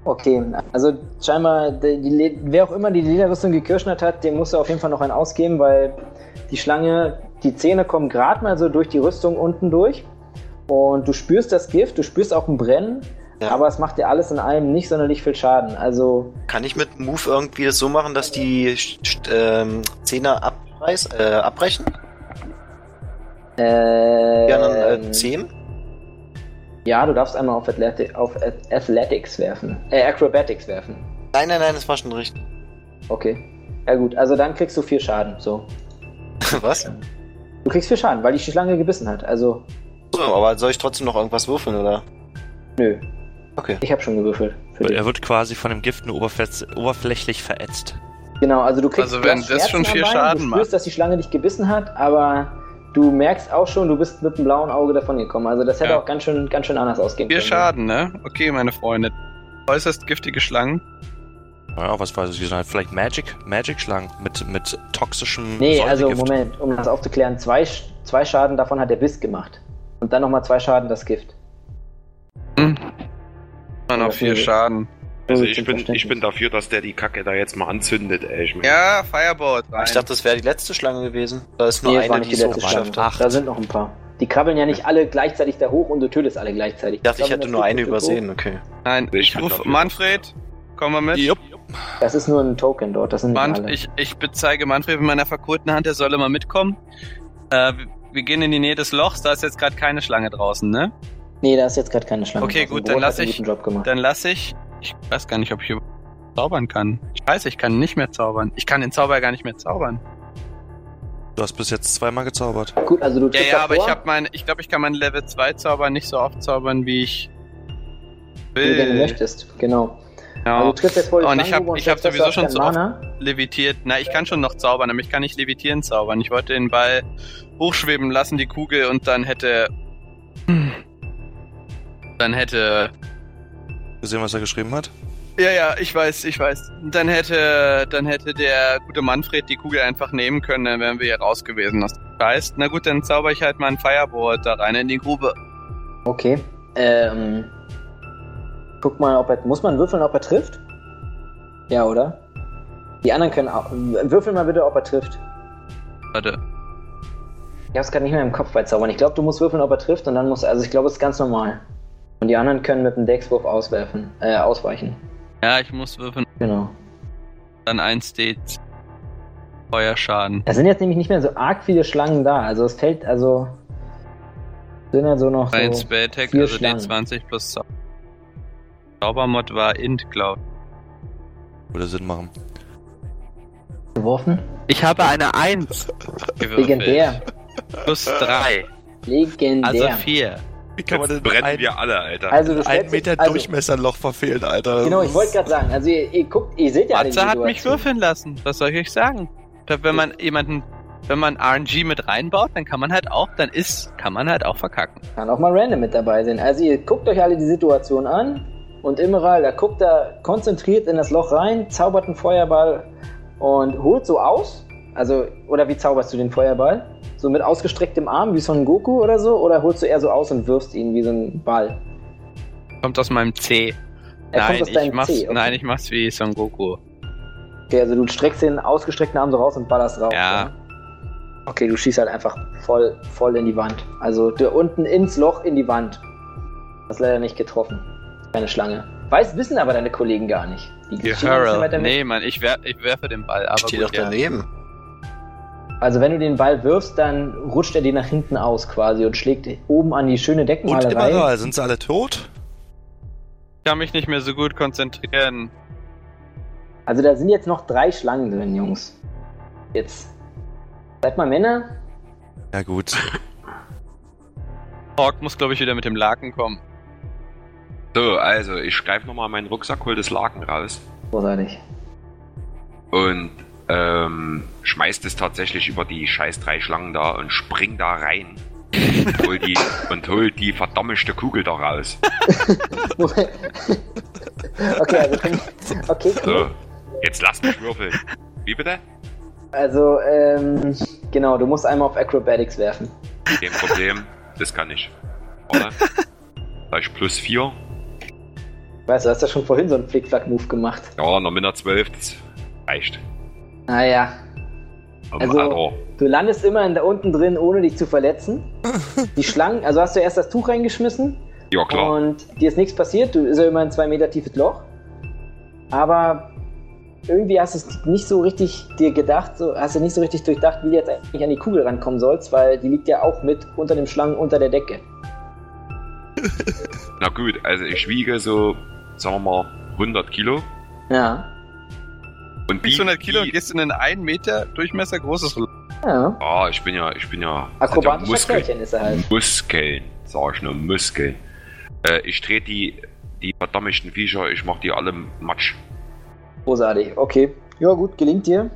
[SPEAKER 1] Okay, also scheinbar, die, die, Le- wer auch immer die Lederrüstung gekirschnert hat, dem muss er auf jeden Fall noch einen ausgeben, weil die Schlange, die Zähne kommen gerade mal so durch die Rüstung unten durch Und du spürst das Gift, du spürst auch ein Brennen,
[SPEAKER 7] Ja.
[SPEAKER 1] aber es macht dir alles in allem nicht sonderlich viel Schaden. Also,
[SPEAKER 7] Kann ich mit Move irgendwie das so machen, dass die Sch- Sch- ähm, Zehner abreiß, äh, abbrechen?
[SPEAKER 1] äh,
[SPEAKER 7] Ja, dann äh, 10.
[SPEAKER 1] ja, du darfst einmal auf, Athleti auf Ath- Athletics werfen. Äh, Acrobatics werfen.
[SPEAKER 7] Nein, nein, nein, das war schon richtig.
[SPEAKER 1] Okay. Ja gut, also dann kriegst du vier Schaden. So.
[SPEAKER 7] Was?
[SPEAKER 1] Du kriegst vier Schaden, weil dich die Schlange gebissen hat. Also,
[SPEAKER 7] So, aber soll ich trotzdem noch irgendwas würfeln, oder?
[SPEAKER 1] nö.
[SPEAKER 7] Okay.
[SPEAKER 1] Ich habe schon gewürfelt. Für dich.
[SPEAKER 6] Er wird quasi von dem Gift nur oberfläch oberflächlich verätzt.
[SPEAKER 1] Genau, also du kriegst
[SPEAKER 8] Also wenn
[SPEAKER 1] du hast Schmerzen
[SPEAKER 8] das schon
[SPEAKER 1] am
[SPEAKER 8] viel
[SPEAKER 1] Bein,
[SPEAKER 8] Schaden
[SPEAKER 1] Du spürst,
[SPEAKER 8] macht.
[SPEAKER 1] dass die Schlange dich gebissen hat, aber du merkst auch schon, du bist mit dem blauen Auge davon gekommen. Also das hätte
[SPEAKER 8] Ja.
[SPEAKER 1] auch ganz schön, ganz schön anders ausgehen
[SPEAKER 8] Vier
[SPEAKER 1] können.
[SPEAKER 8] Schaden, ne? Okay, meine Freunde. Äußerst giftige Schlangen.
[SPEAKER 6] Ja, was weiß ich, die sind halt vielleicht Magic, Magic-Schlangen mit, mit toxischem
[SPEAKER 1] Nee, also
[SPEAKER 6] Säuregift.
[SPEAKER 1] Moment, um das aufzuklären, zwei, Sch- zwei Schaden davon hat der Biss gemacht. Und dann nochmal zwei Schaden das Gift.
[SPEAKER 8] Hm. Immer noch vier
[SPEAKER 1] Okay.
[SPEAKER 8] Schaden.
[SPEAKER 4] Also
[SPEAKER 1] Nur
[SPEAKER 4] ich
[SPEAKER 1] zum
[SPEAKER 4] bin, ich
[SPEAKER 1] Verständnis.
[SPEAKER 4] bin dafür, dass der die Kacke da jetzt mal anzündet, ey. Ich mein,
[SPEAKER 8] Ja, Firebolt rein.
[SPEAKER 7] Ich dachte, das wäre die letzte Schlange gewesen. Da ist nur
[SPEAKER 1] Nee, es war
[SPEAKER 7] eine,
[SPEAKER 1] nicht
[SPEAKER 7] die
[SPEAKER 1] die
[SPEAKER 7] es
[SPEAKER 1] letzte
[SPEAKER 7] hochgeschafft
[SPEAKER 1] Schlange.
[SPEAKER 7] hat.
[SPEAKER 6] hat.
[SPEAKER 1] Da sind noch ein paar. Die krabbeln ja nicht alle gleichzeitig da hoch und du tötest alle gleichzeitig.
[SPEAKER 7] Ich dachte, ich
[SPEAKER 1] glaube,
[SPEAKER 7] hätte
[SPEAKER 1] das
[SPEAKER 7] nur
[SPEAKER 1] geht
[SPEAKER 7] eine
[SPEAKER 1] so.
[SPEAKER 7] übersehen, okay.
[SPEAKER 8] Nein,
[SPEAKER 4] Ich
[SPEAKER 8] ich
[SPEAKER 4] bin
[SPEAKER 8] rufe
[SPEAKER 4] dafür.
[SPEAKER 8] Manfred. Komm mal mit.
[SPEAKER 6] Jupp.
[SPEAKER 1] Das ist nur ein Token dort, das sind nicht
[SPEAKER 8] Manf
[SPEAKER 1] alle.
[SPEAKER 8] ich, ich bezeige Manfred mit meiner verkohlten Hand, der solle mal mitkommen. Äh, wir- wir gehen in die Nähe des Lochs, da ist jetzt gerade keine Schlange draußen, ne?
[SPEAKER 1] Nee, da ist jetzt gerade keine Schlange.
[SPEAKER 8] Okay,
[SPEAKER 1] drauf. Und
[SPEAKER 8] gut, dann
[SPEAKER 1] Brot hat
[SPEAKER 8] lass
[SPEAKER 1] einen
[SPEAKER 8] ich-
[SPEAKER 1] Guten Job gemacht.
[SPEAKER 8] Dann lass ich. Ich weiß gar nicht, ob ich überhaupt zaubern kann. Scheiße, ich kann nicht mehr zaubern. Ich kann den Zauber gar nicht mehr zaubern.
[SPEAKER 6] Du hast bis jetzt zweimal gezaubert.
[SPEAKER 1] gut, also du
[SPEAKER 8] Ja,
[SPEAKER 1] triffst
[SPEAKER 8] ja, aber ich
[SPEAKER 1] davor,
[SPEAKER 8] habe meine. Ich glaube, ich kann meinen Level 2 Zauber nicht so oft zaubern, wie ich
[SPEAKER 1] wenn du gerne
[SPEAKER 8] will.
[SPEAKER 1] möchtest. Genau. Also
[SPEAKER 8] Ja,
[SPEAKER 1] du triffst jetzt vor die
[SPEAKER 8] Und ich
[SPEAKER 1] Schlangengrube
[SPEAKER 8] hab-
[SPEAKER 1] und
[SPEAKER 8] ich hab
[SPEAKER 1] stellst fest,
[SPEAKER 8] sowieso
[SPEAKER 1] du hast
[SPEAKER 8] schon
[SPEAKER 1] keinen
[SPEAKER 8] zu oft-
[SPEAKER 1] Mana.
[SPEAKER 8] levitiert. Na, ich kann schon noch zaubern, aber ich kann nicht levitieren zaubern. Ich wollte den Ball hochschweben lassen, die Kugel, und dann hätte. Hm. Dann hätte
[SPEAKER 6] Gesehen, was er geschrieben hat?
[SPEAKER 8] Ja, ja, ich weiß, ich weiß. Dann hätte, dann hätte der gute Manfred die Kugel einfach nehmen können, dann wären wir hier raus gewesen. Das heißt, na gut, dann zauber ich halt mal einen Firebolt da rein in die Grube.
[SPEAKER 1] Okay. Ähm. Guck mal, ob er. Muss man würfeln, ob er trifft? Ja, oder? Die anderen können auch. Würfel mal bitte, ob er trifft.
[SPEAKER 8] Warte.
[SPEAKER 1] Ich hab's gerade nicht mehr im Kopf bei Zaubern. Ich glaube, du musst würfeln, ob er trifft und dann muss. Also ich glaube, es ist ganz normal. Und die anderen können mit dem Deckswurf auswerfen, äh, ausweichen.
[SPEAKER 8] Ja, ich muss würfeln.
[SPEAKER 1] Genau.
[SPEAKER 8] Dann 1d Feuerschaden.
[SPEAKER 1] Da sind jetzt nämlich nicht mehr so arg viele Schlangen da. Also es fällt, also sind halt so noch
[SPEAKER 8] Ein
[SPEAKER 1] so.
[SPEAKER 8] Spelltag,
[SPEAKER 1] vier
[SPEAKER 8] also
[SPEAKER 1] Schlangen.
[SPEAKER 8] d20 plus Zauber. Zaubermod war Int, glaub ich.
[SPEAKER 6] Würde Sinn machen.
[SPEAKER 1] geworfen.
[SPEAKER 8] Ich habe eine 1 gewürfelt.
[SPEAKER 1] Legendär.
[SPEAKER 8] Plus 3,
[SPEAKER 1] Legendär.
[SPEAKER 8] also 4.
[SPEAKER 6] Wie kann man
[SPEAKER 4] Jetzt
[SPEAKER 6] denn
[SPEAKER 4] brennen
[SPEAKER 6] ein,
[SPEAKER 4] wir alle, Alter.
[SPEAKER 1] Also du
[SPEAKER 6] ein
[SPEAKER 1] stellst dich-
[SPEAKER 6] Meter
[SPEAKER 1] also,
[SPEAKER 6] Durchmesserloch verfehlen, Alter?
[SPEAKER 1] Genau, ich wollte gerade sagen, also ihr, ihr guckt, ihr seht ja alle die
[SPEAKER 8] Matze hat mich
[SPEAKER 1] Situation.
[SPEAKER 8] würfeln lassen. Was soll ich euch sagen? Ich glaub, wenn man jemanden, wenn man RNG mit reinbaut, dann kann man halt auch, dann ist, kann man halt auch verkacken.
[SPEAKER 1] Kann auch mal random mit dabei sein. Also ihr guckt euch alle die Situation an und Immeral, da guckt er konzentriert in das Loch rein, zaubert einen Feuerball und holt so aus. Also, oder wie zauberst du den Feuerball? So mit ausgestrecktem Arm, wie Son Goku oder so? Oder holst du eher so aus und wirfst ihn wie so einen Ball?
[SPEAKER 8] Kommt aus meinem C.
[SPEAKER 1] Er kommt
[SPEAKER 8] nein,
[SPEAKER 1] aus deinem
[SPEAKER 8] ich mach's,
[SPEAKER 1] Zeh, okay.
[SPEAKER 8] nein, ich mach's wie Son Goku.
[SPEAKER 1] Okay, also du streckst den ausgestreckten Arm so raus und ballerst raus.
[SPEAKER 8] Ja.
[SPEAKER 1] oder? Okay, du schießt halt einfach voll, voll in die Wand. Also da unten ins Loch in die Wand. Hast leider nicht getroffen. Keine Schlange. Weiß, wissen aber deine Kollegen gar nicht. Die stehen ein bisschen weiter
[SPEAKER 8] Gehörl.
[SPEAKER 1] weg.
[SPEAKER 8] Nee, Mann, ich, wer, ich werfe den Ball, aber
[SPEAKER 7] Steht
[SPEAKER 8] gut,
[SPEAKER 7] doch
[SPEAKER 8] ja.
[SPEAKER 7] daneben.
[SPEAKER 1] Also wenn du den Ball wirfst, dann rutscht er dir nach hinten aus quasi und schlägt oben an die schöne
[SPEAKER 6] Und
[SPEAKER 1] Deckenmalerei.
[SPEAKER 6] immer sind sie alle tot?
[SPEAKER 8] Ich kann mich nicht mehr so gut konzentrieren.
[SPEAKER 1] Also da sind jetzt noch drei Schlangen drin, Jungs. Jetzt. Seid mal Männer,
[SPEAKER 6] Ja gut.
[SPEAKER 8] Hawk muss, glaube ich, wieder mit dem Laken kommen.
[SPEAKER 4] So, also ich greife nochmal meinen Rucksack, hol das Laken raus
[SPEAKER 1] Großartig.
[SPEAKER 4] und ähm, schmeißt es tatsächlich über die scheiß drei Schlangen da und spring da rein. hol die, und hol die verdammte Kugel da raus.
[SPEAKER 1] okay, also, okay, cool.
[SPEAKER 4] So, jetzt lass mich würfeln. Wie bitte?
[SPEAKER 1] Also, ähm, genau, du musst einmal auf Acrobatics werfen.
[SPEAKER 4] Kein Problem, das kann ich. Warte. Da ich plus 4.
[SPEAKER 1] Weißt du, hast ja schon vorhin so einen Flickflack-Move gemacht.
[SPEAKER 4] Ja, noch minder 12, das reicht.
[SPEAKER 1] Naja,
[SPEAKER 4] Um
[SPEAKER 1] Also-
[SPEAKER 4] also,
[SPEAKER 1] Du landest immerhin da unten drin, ohne dich zu verletzen. Die Schlangen, also hast du erst das Tuch reingeschmissen
[SPEAKER 4] Ja, klar.
[SPEAKER 1] und dir ist nichts passiert. Du ist ja immer ein zwei Meter tiefes Loch. Aber irgendwie hast du es nicht so richtig dir gedacht, so, hast du nicht so richtig durchdacht, wie du jetzt eigentlich an die Kugel rankommen sollst, weil die liegt ja auch mit unter dem Schlangen unter der Decke.
[SPEAKER 4] Na gut, also ich wiege so, sagen wir mal, 100 Kilo.
[SPEAKER 1] Ja.
[SPEAKER 4] Und
[SPEAKER 8] Wiegst
[SPEAKER 4] die-
[SPEAKER 8] 100 Kilo und
[SPEAKER 4] die-
[SPEAKER 8] gehst in ein 1 Meter Durchmesser großes Loch.
[SPEAKER 1] Ja.
[SPEAKER 4] Ah, ich bin ja, ich bin ja. das sind ja
[SPEAKER 1] Akrobatisches
[SPEAKER 4] Muskeln.
[SPEAKER 1] Kerlchen ist er halt.
[SPEAKER 4] Muskeln, sag ich nur, Muskeln. Äh, ich drehe die, die verdammten Viecher, ich mach die alle matsch.
[SPEAKER 1] Großartig. Okay. Ja, gut, gelingt dir.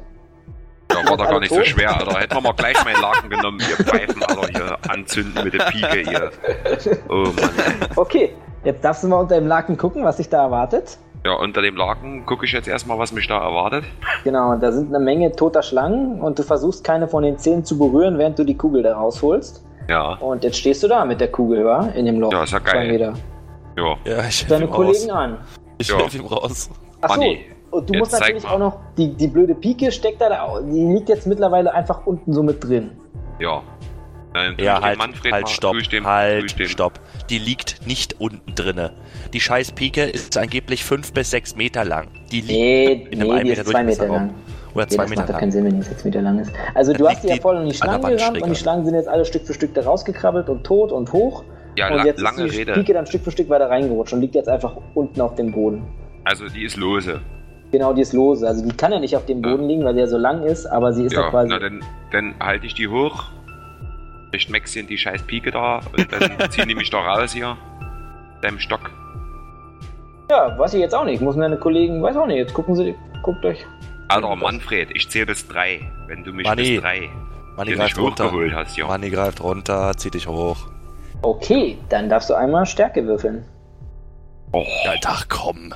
[SPEAKER 4] Ja, war doch gar nicht so
[SPEAKER 1] tot?
[SPEAKER 4] schwer, Alter. Hätten wir mal gleich meinen Laken genommen, ihr Pfeifen, Alter, hier anzünden mit der Pike, hier. Oh Mann.
[SPEAKER 1] Okay. Jetzt darfst du mal unter dem Laken gucken, was dich da erwartet.
[SPEAKER 4] Ja, unter dem Laken gucke ich jetzt erstmal, was mich da erwartet.
[SPEAKER 1] Genau, da sind eine Menge toter Schlangen und du versuchst keine von den Zehen zu berühren, während du die Kugel da rausholst.
[SPEAKER 4] Ja,
[SPEAKER 1] Und jetzt stehst du da mit der Kugel, wa? In dem Loch.
[SPEAKER 4] Ja, ist ja geil.
[SPEAKER 1] Zwei Meter.
[SPEAKER 4] ja.
[SPEAKER 6] Ja, ich helfe
[SPEAKER 1] Deine
[SPEAKER 6] ihm raus.
[SPEAKER 1] Kollegen an.
[SPEAKER 6] Ich
[SPEAKER 4] Ja.
[SPEAKER 6] helfe ihm raus.
[SPEAKER 1] Achso,
[SPEAKER 4] Manni,
[SPEAKER 1] und du
[SPEAKER 4] jetzt
[SPEAKER 1] musst
[SPEAKER 4] zeig
[SPEAKER 1] natürlich
[SPEAKER 4] mal.
[SPEAKER 1] auch noch, die, die blöde Pike steckt da, da, die liegt jetzt mittlerweile einfach unten so mit drin.
[SPEAKER 4] Ja. Nein, tu
[SPEAKER 6] Ja,
[SPEAKER 4] ich dem
[SPEAKER 6] halt,
[SPEAKER 4] Manfred
[SPEAKER 6] halt,
[SPEAKER 4] mal-
[SPEAKER 6] stopp,
[SPEAKER 4] tu ich dem- tu ich
[SPEAKER 6] halt,
[SPEAKER 4] dem-
[SPEAKER 6] stopp. Die liegt nicht unten drinne. Die scheiß Pike ist angeblich fünf bis sechs Meter lang. Die liegt
[SPEAKER 1] Nee,
[SPEAKER 6] in einem
[SPEAKER 1] nee,
[SPEAKER 6] ein
[SPEAKER 1] die
[SPEAKER 6] Meter
[SPEAKER 1] ist zwei Meter
[SPEAKER 6] Durchmesserraum.
[SPEAKER 1] lang.
[SPEAKER 6] Oder
[SPEAKER 1] Nee,
[SPEAKER 6] zwei
[SPEAKER 1] das
[SPEAKER 6] Meter
[SPEAKER 1] macht doch
[SPEAKER 6] lang.
[SPEAKER 1] keinen Sinn, wenn die sechs Meter lang ist. Also
[SPEAKER 6] Dann
[SPEAKER 1] du hast
[SPEAKER 6] liegt
[SPEAKER 1] die ja
[SPEAKER 6] die
[SPEAKER 1] voll in die
[SPEAKER 6] an der
[SPEAKER 1] Schlangen
[SPEAKER 6] Wand
[SPEAKER 1] gerammt
[SPEAKER 6] schräg
[SPEAKER 1] und die
[SPEAKER 6] an.
[SPEAKER 1] Schlangen sind jetzt alle Stück für Stück da rausgekrabbelt und tot und hoch.
[SPEAKER 4] Ja,
[SPEAKER 1] und
[SPEAKER 4] la
[SPEAKER 1] jetzt
[SPEAKER 4] lange
[SPEAKER 1] ist die
[SPEAKER 4] Rede.
[SPEAKER 1] Pike dann Stück für Stück weiter reingerutscht und liegt jetzt einfach unten auf dem Boden.
[SPEAKER 4] Also, die ist lose.
[SPEAKER 1] Genau, die ist lose. Also die kann ja nicht auf dem Boden liegen, weil sie ja so lang ist, aber sie ist ja
[SPEAKER 4] ja,
[SPEAKER 1] quasi.
[SPEAKER 4] na, dann, dann halte ich die hoch. Ich Maxchen die scheiß Pike da und dann ziehen die mich da raus hier. Deinem Stock.
[SPEAKER 1] ja, weiß ich jetzt auch nicht. Muss meine Kollegen, weiß auch nicht. Jetzt gucken sie, guckt euch.
[SPEAKER 4] Alter, Manfred, ich zähle bis drei. Wenn du mich
[SPEAKER 6] Manni,
[SPEAKER 4] bis drei
[SPEAKER 6] Manni
[SPEAKER 4] dir nicht
[SPEAKER 6] greift runter.
[SPEAKER 4] hochgeholt hast, ja.
[SPEAKER 6] Manni greift runter, zieht dich hoch.
[SPEAKER 1] Okay, dann darfst du einmal Stärke würfeln.
[SPEAKER 4] Oh,
[SPEAKER 6] Alter, ach, komm.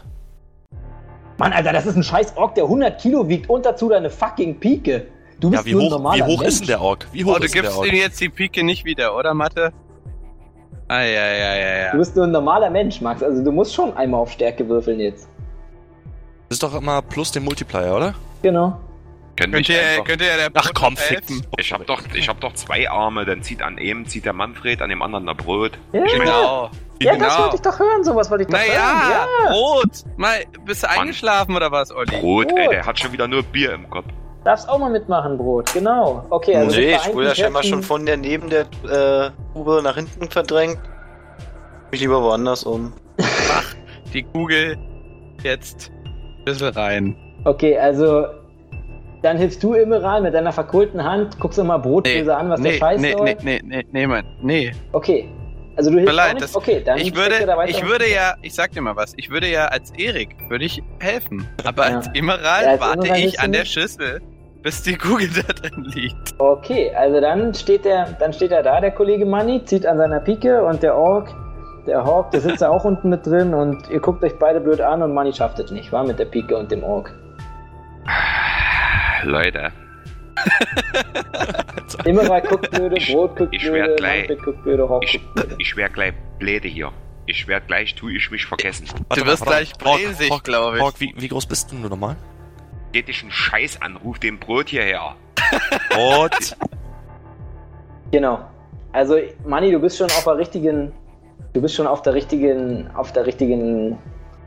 [SPEAKER 1] Mann, Alter, das ist ein scheiß Ork, der 100 Kilo wiegt und dazu deine fucking Pike. Du bist
[SPEAKER 6] Ja, wie
[SPEAKER 1] nur ein
[SPEAKER 6] hoch,
[SPEAKER 1] normaler
[SPEAKER 6] wie hoch
[SPEAKER 1] Mensch.
[SPEAKER 6] ist denn der Ork? Wie hoch
[SPEAKER 8] Oh, du
[SPEAKER 6] ist denn der
[SPEAKER 8] gibst
[SPEAKER 6] Ork?
[SPEAKER 8] ihm jetzt die Pike nicht wieder, oder Mathe?
[SPEAKER 1] Du
[SPEAKER 8] Eieieiei.
[SPEAKER 1] bist nur ein normaler Mensch, Max. Also du musst schon einmal auf Stärke würfeln jetzt.
[SPEAKER 6] Das ist doch immer plus den Multiplier, oder?
[SPEAKER 1] Genau.
[SPEAKER 4] kenn mich
[SPEAKER 8] Könnt ihr,
[SPEAKER 4] einfach.
[SPEAKER 8] könnt ihr der
[SPEAKER 6] Ach komm,
[SPEAKER 8] Brot
[SPEAKER 6] fick.
[SPEAKER 8] helfen?
[SPEAKER 4] Ich hab, doch, ich hab doch zwei Arme, dann zieht an einem, zieht der Manfred, an dem anderen der Brot.
[SPEAKER 1] Ja,
[SPEAKER 4] Ich mein,
[SPEAKER 8] Genau.
[SPEAKER 1] ja das
[SPEAKER 8] genau.
[SPEAKER 1] wollte ich doch hören, sowas wollte ich doch
[SPEAKER 8] Naja,
[SPEAKER 1] hören.
[SPEAKER 8] Brot. Mal, bist du
[SPEAKER 4] Mann.
[SPEAKER 8] eingeschlafen oder was, Olli?
[SPEAKER 4] Brot, ey,
[SPEAKER 1] Brot.
[SPEAKER 4] der hat schon wieder nur Bier im Kopf.
[SPEAKER 1] Ja, darfst auch mal mitmachen, Brot. Genau. Okay, also
[SPEAKER 7] nee,
[SPEAKER 1] mit
[SPEAKER 7] ich wurde ja
[SPEAKER 1] vereinten
[SPEAKER 7] scheinbar
[SPEAKER 1] Kräften-
[SPEAKER 7] schon von der neben der äh, Tube nach hinten verdrängt. Mich lieber woanders um.
[SPEAKER 8] Die Kugel jetzt Schlüssel rein.
[SPEAKER 1] Okay, also dann hilfst du Immeral mit deiner verkohlten Hand, guckst dir mal Brotböse an, was der
[SPEAKER 8] nee,
[SPEAKER 1] Scheiß
[SPEAKER 8] nee,
[SPEAKER 1] soll.
[SPEAKER 8] nee, nee, nee, nee, Mann. Nee.
[SPEAKER 1] Okay. Also du hilfst
[SPEAKER 8] Mir leid,
[SPEAKER 1] auch nicht?
[SPEAKER 8] das-
[SPEAKER 1] Okay, dann
[SPEAKER 8] ich
[SPEAKER 1] steckt er da
[SPEAKER 8] würde,
[SPEAKER 1] weiter
[SPEAKER 8] ich
[SPEAKER 1] auf-
[SPEAKER 8] würde ja, ich sag dir mal was, ich würde ja als Erik, würde ich helfen. Aber
[SPEAKER 1] Ja.
[SPEAKER 8] als Immeral
[SPEAKER 1] Ja, als
[SPEAKER 8] warte
[SPEAKER 1] Immeral
[SPEAKER 8] ich
[SPEAKER 1] hilfst du
[SPEAKER 8] an der
[SPEAKER 1] nicht.
[SPEAKER 8] Schüssel, bis die Kugel da drin liegt.
[SPEAKER 1] Okay, also dann steht der, dann steht er da, der Kollege Manni, zieht an seiner Pike und der Ork, der Hawk, der sitzt da auch unten mit drin und ihr guckt euch beide blöd an und Manni schafft es nicht, war mit der Pike und dem Ork.
[SPEAKER 4] Leute,
[SPEAKER 1] Immeral guckt blöde,
[SPEAKER 4] Ich-
[SPEAKER 1] Brot guckt
[SPEAKER 4] ich werd
[SPEAKER 1] blöde,
[SPEAKER 4] gleich-
[SPEAKER 1] Manfred guckt blöde, Hawk
[SPEAKER 4] ich,
[SPEAKER 1] guckt blöde.
[SPEAKER 4] ich wär gleich bläde hier. Ich wär gleich, tu ich mich vergessen.
[SPEAKER 8] Du wirst gleich bräsig, glaube ich.
[SPEAKER 6] Ork, wie, wie groß bist denn du nochmal?
[SPEAKER 4] Geht dich einen Scheiß an, ruf den Brot hierher.
[SPEAKER 6] Brot.
[SPEAKER 1] Genau. Also Manni, du bist schon auf der richtigen, du bist schon auf der richtigen, auf der richtigen,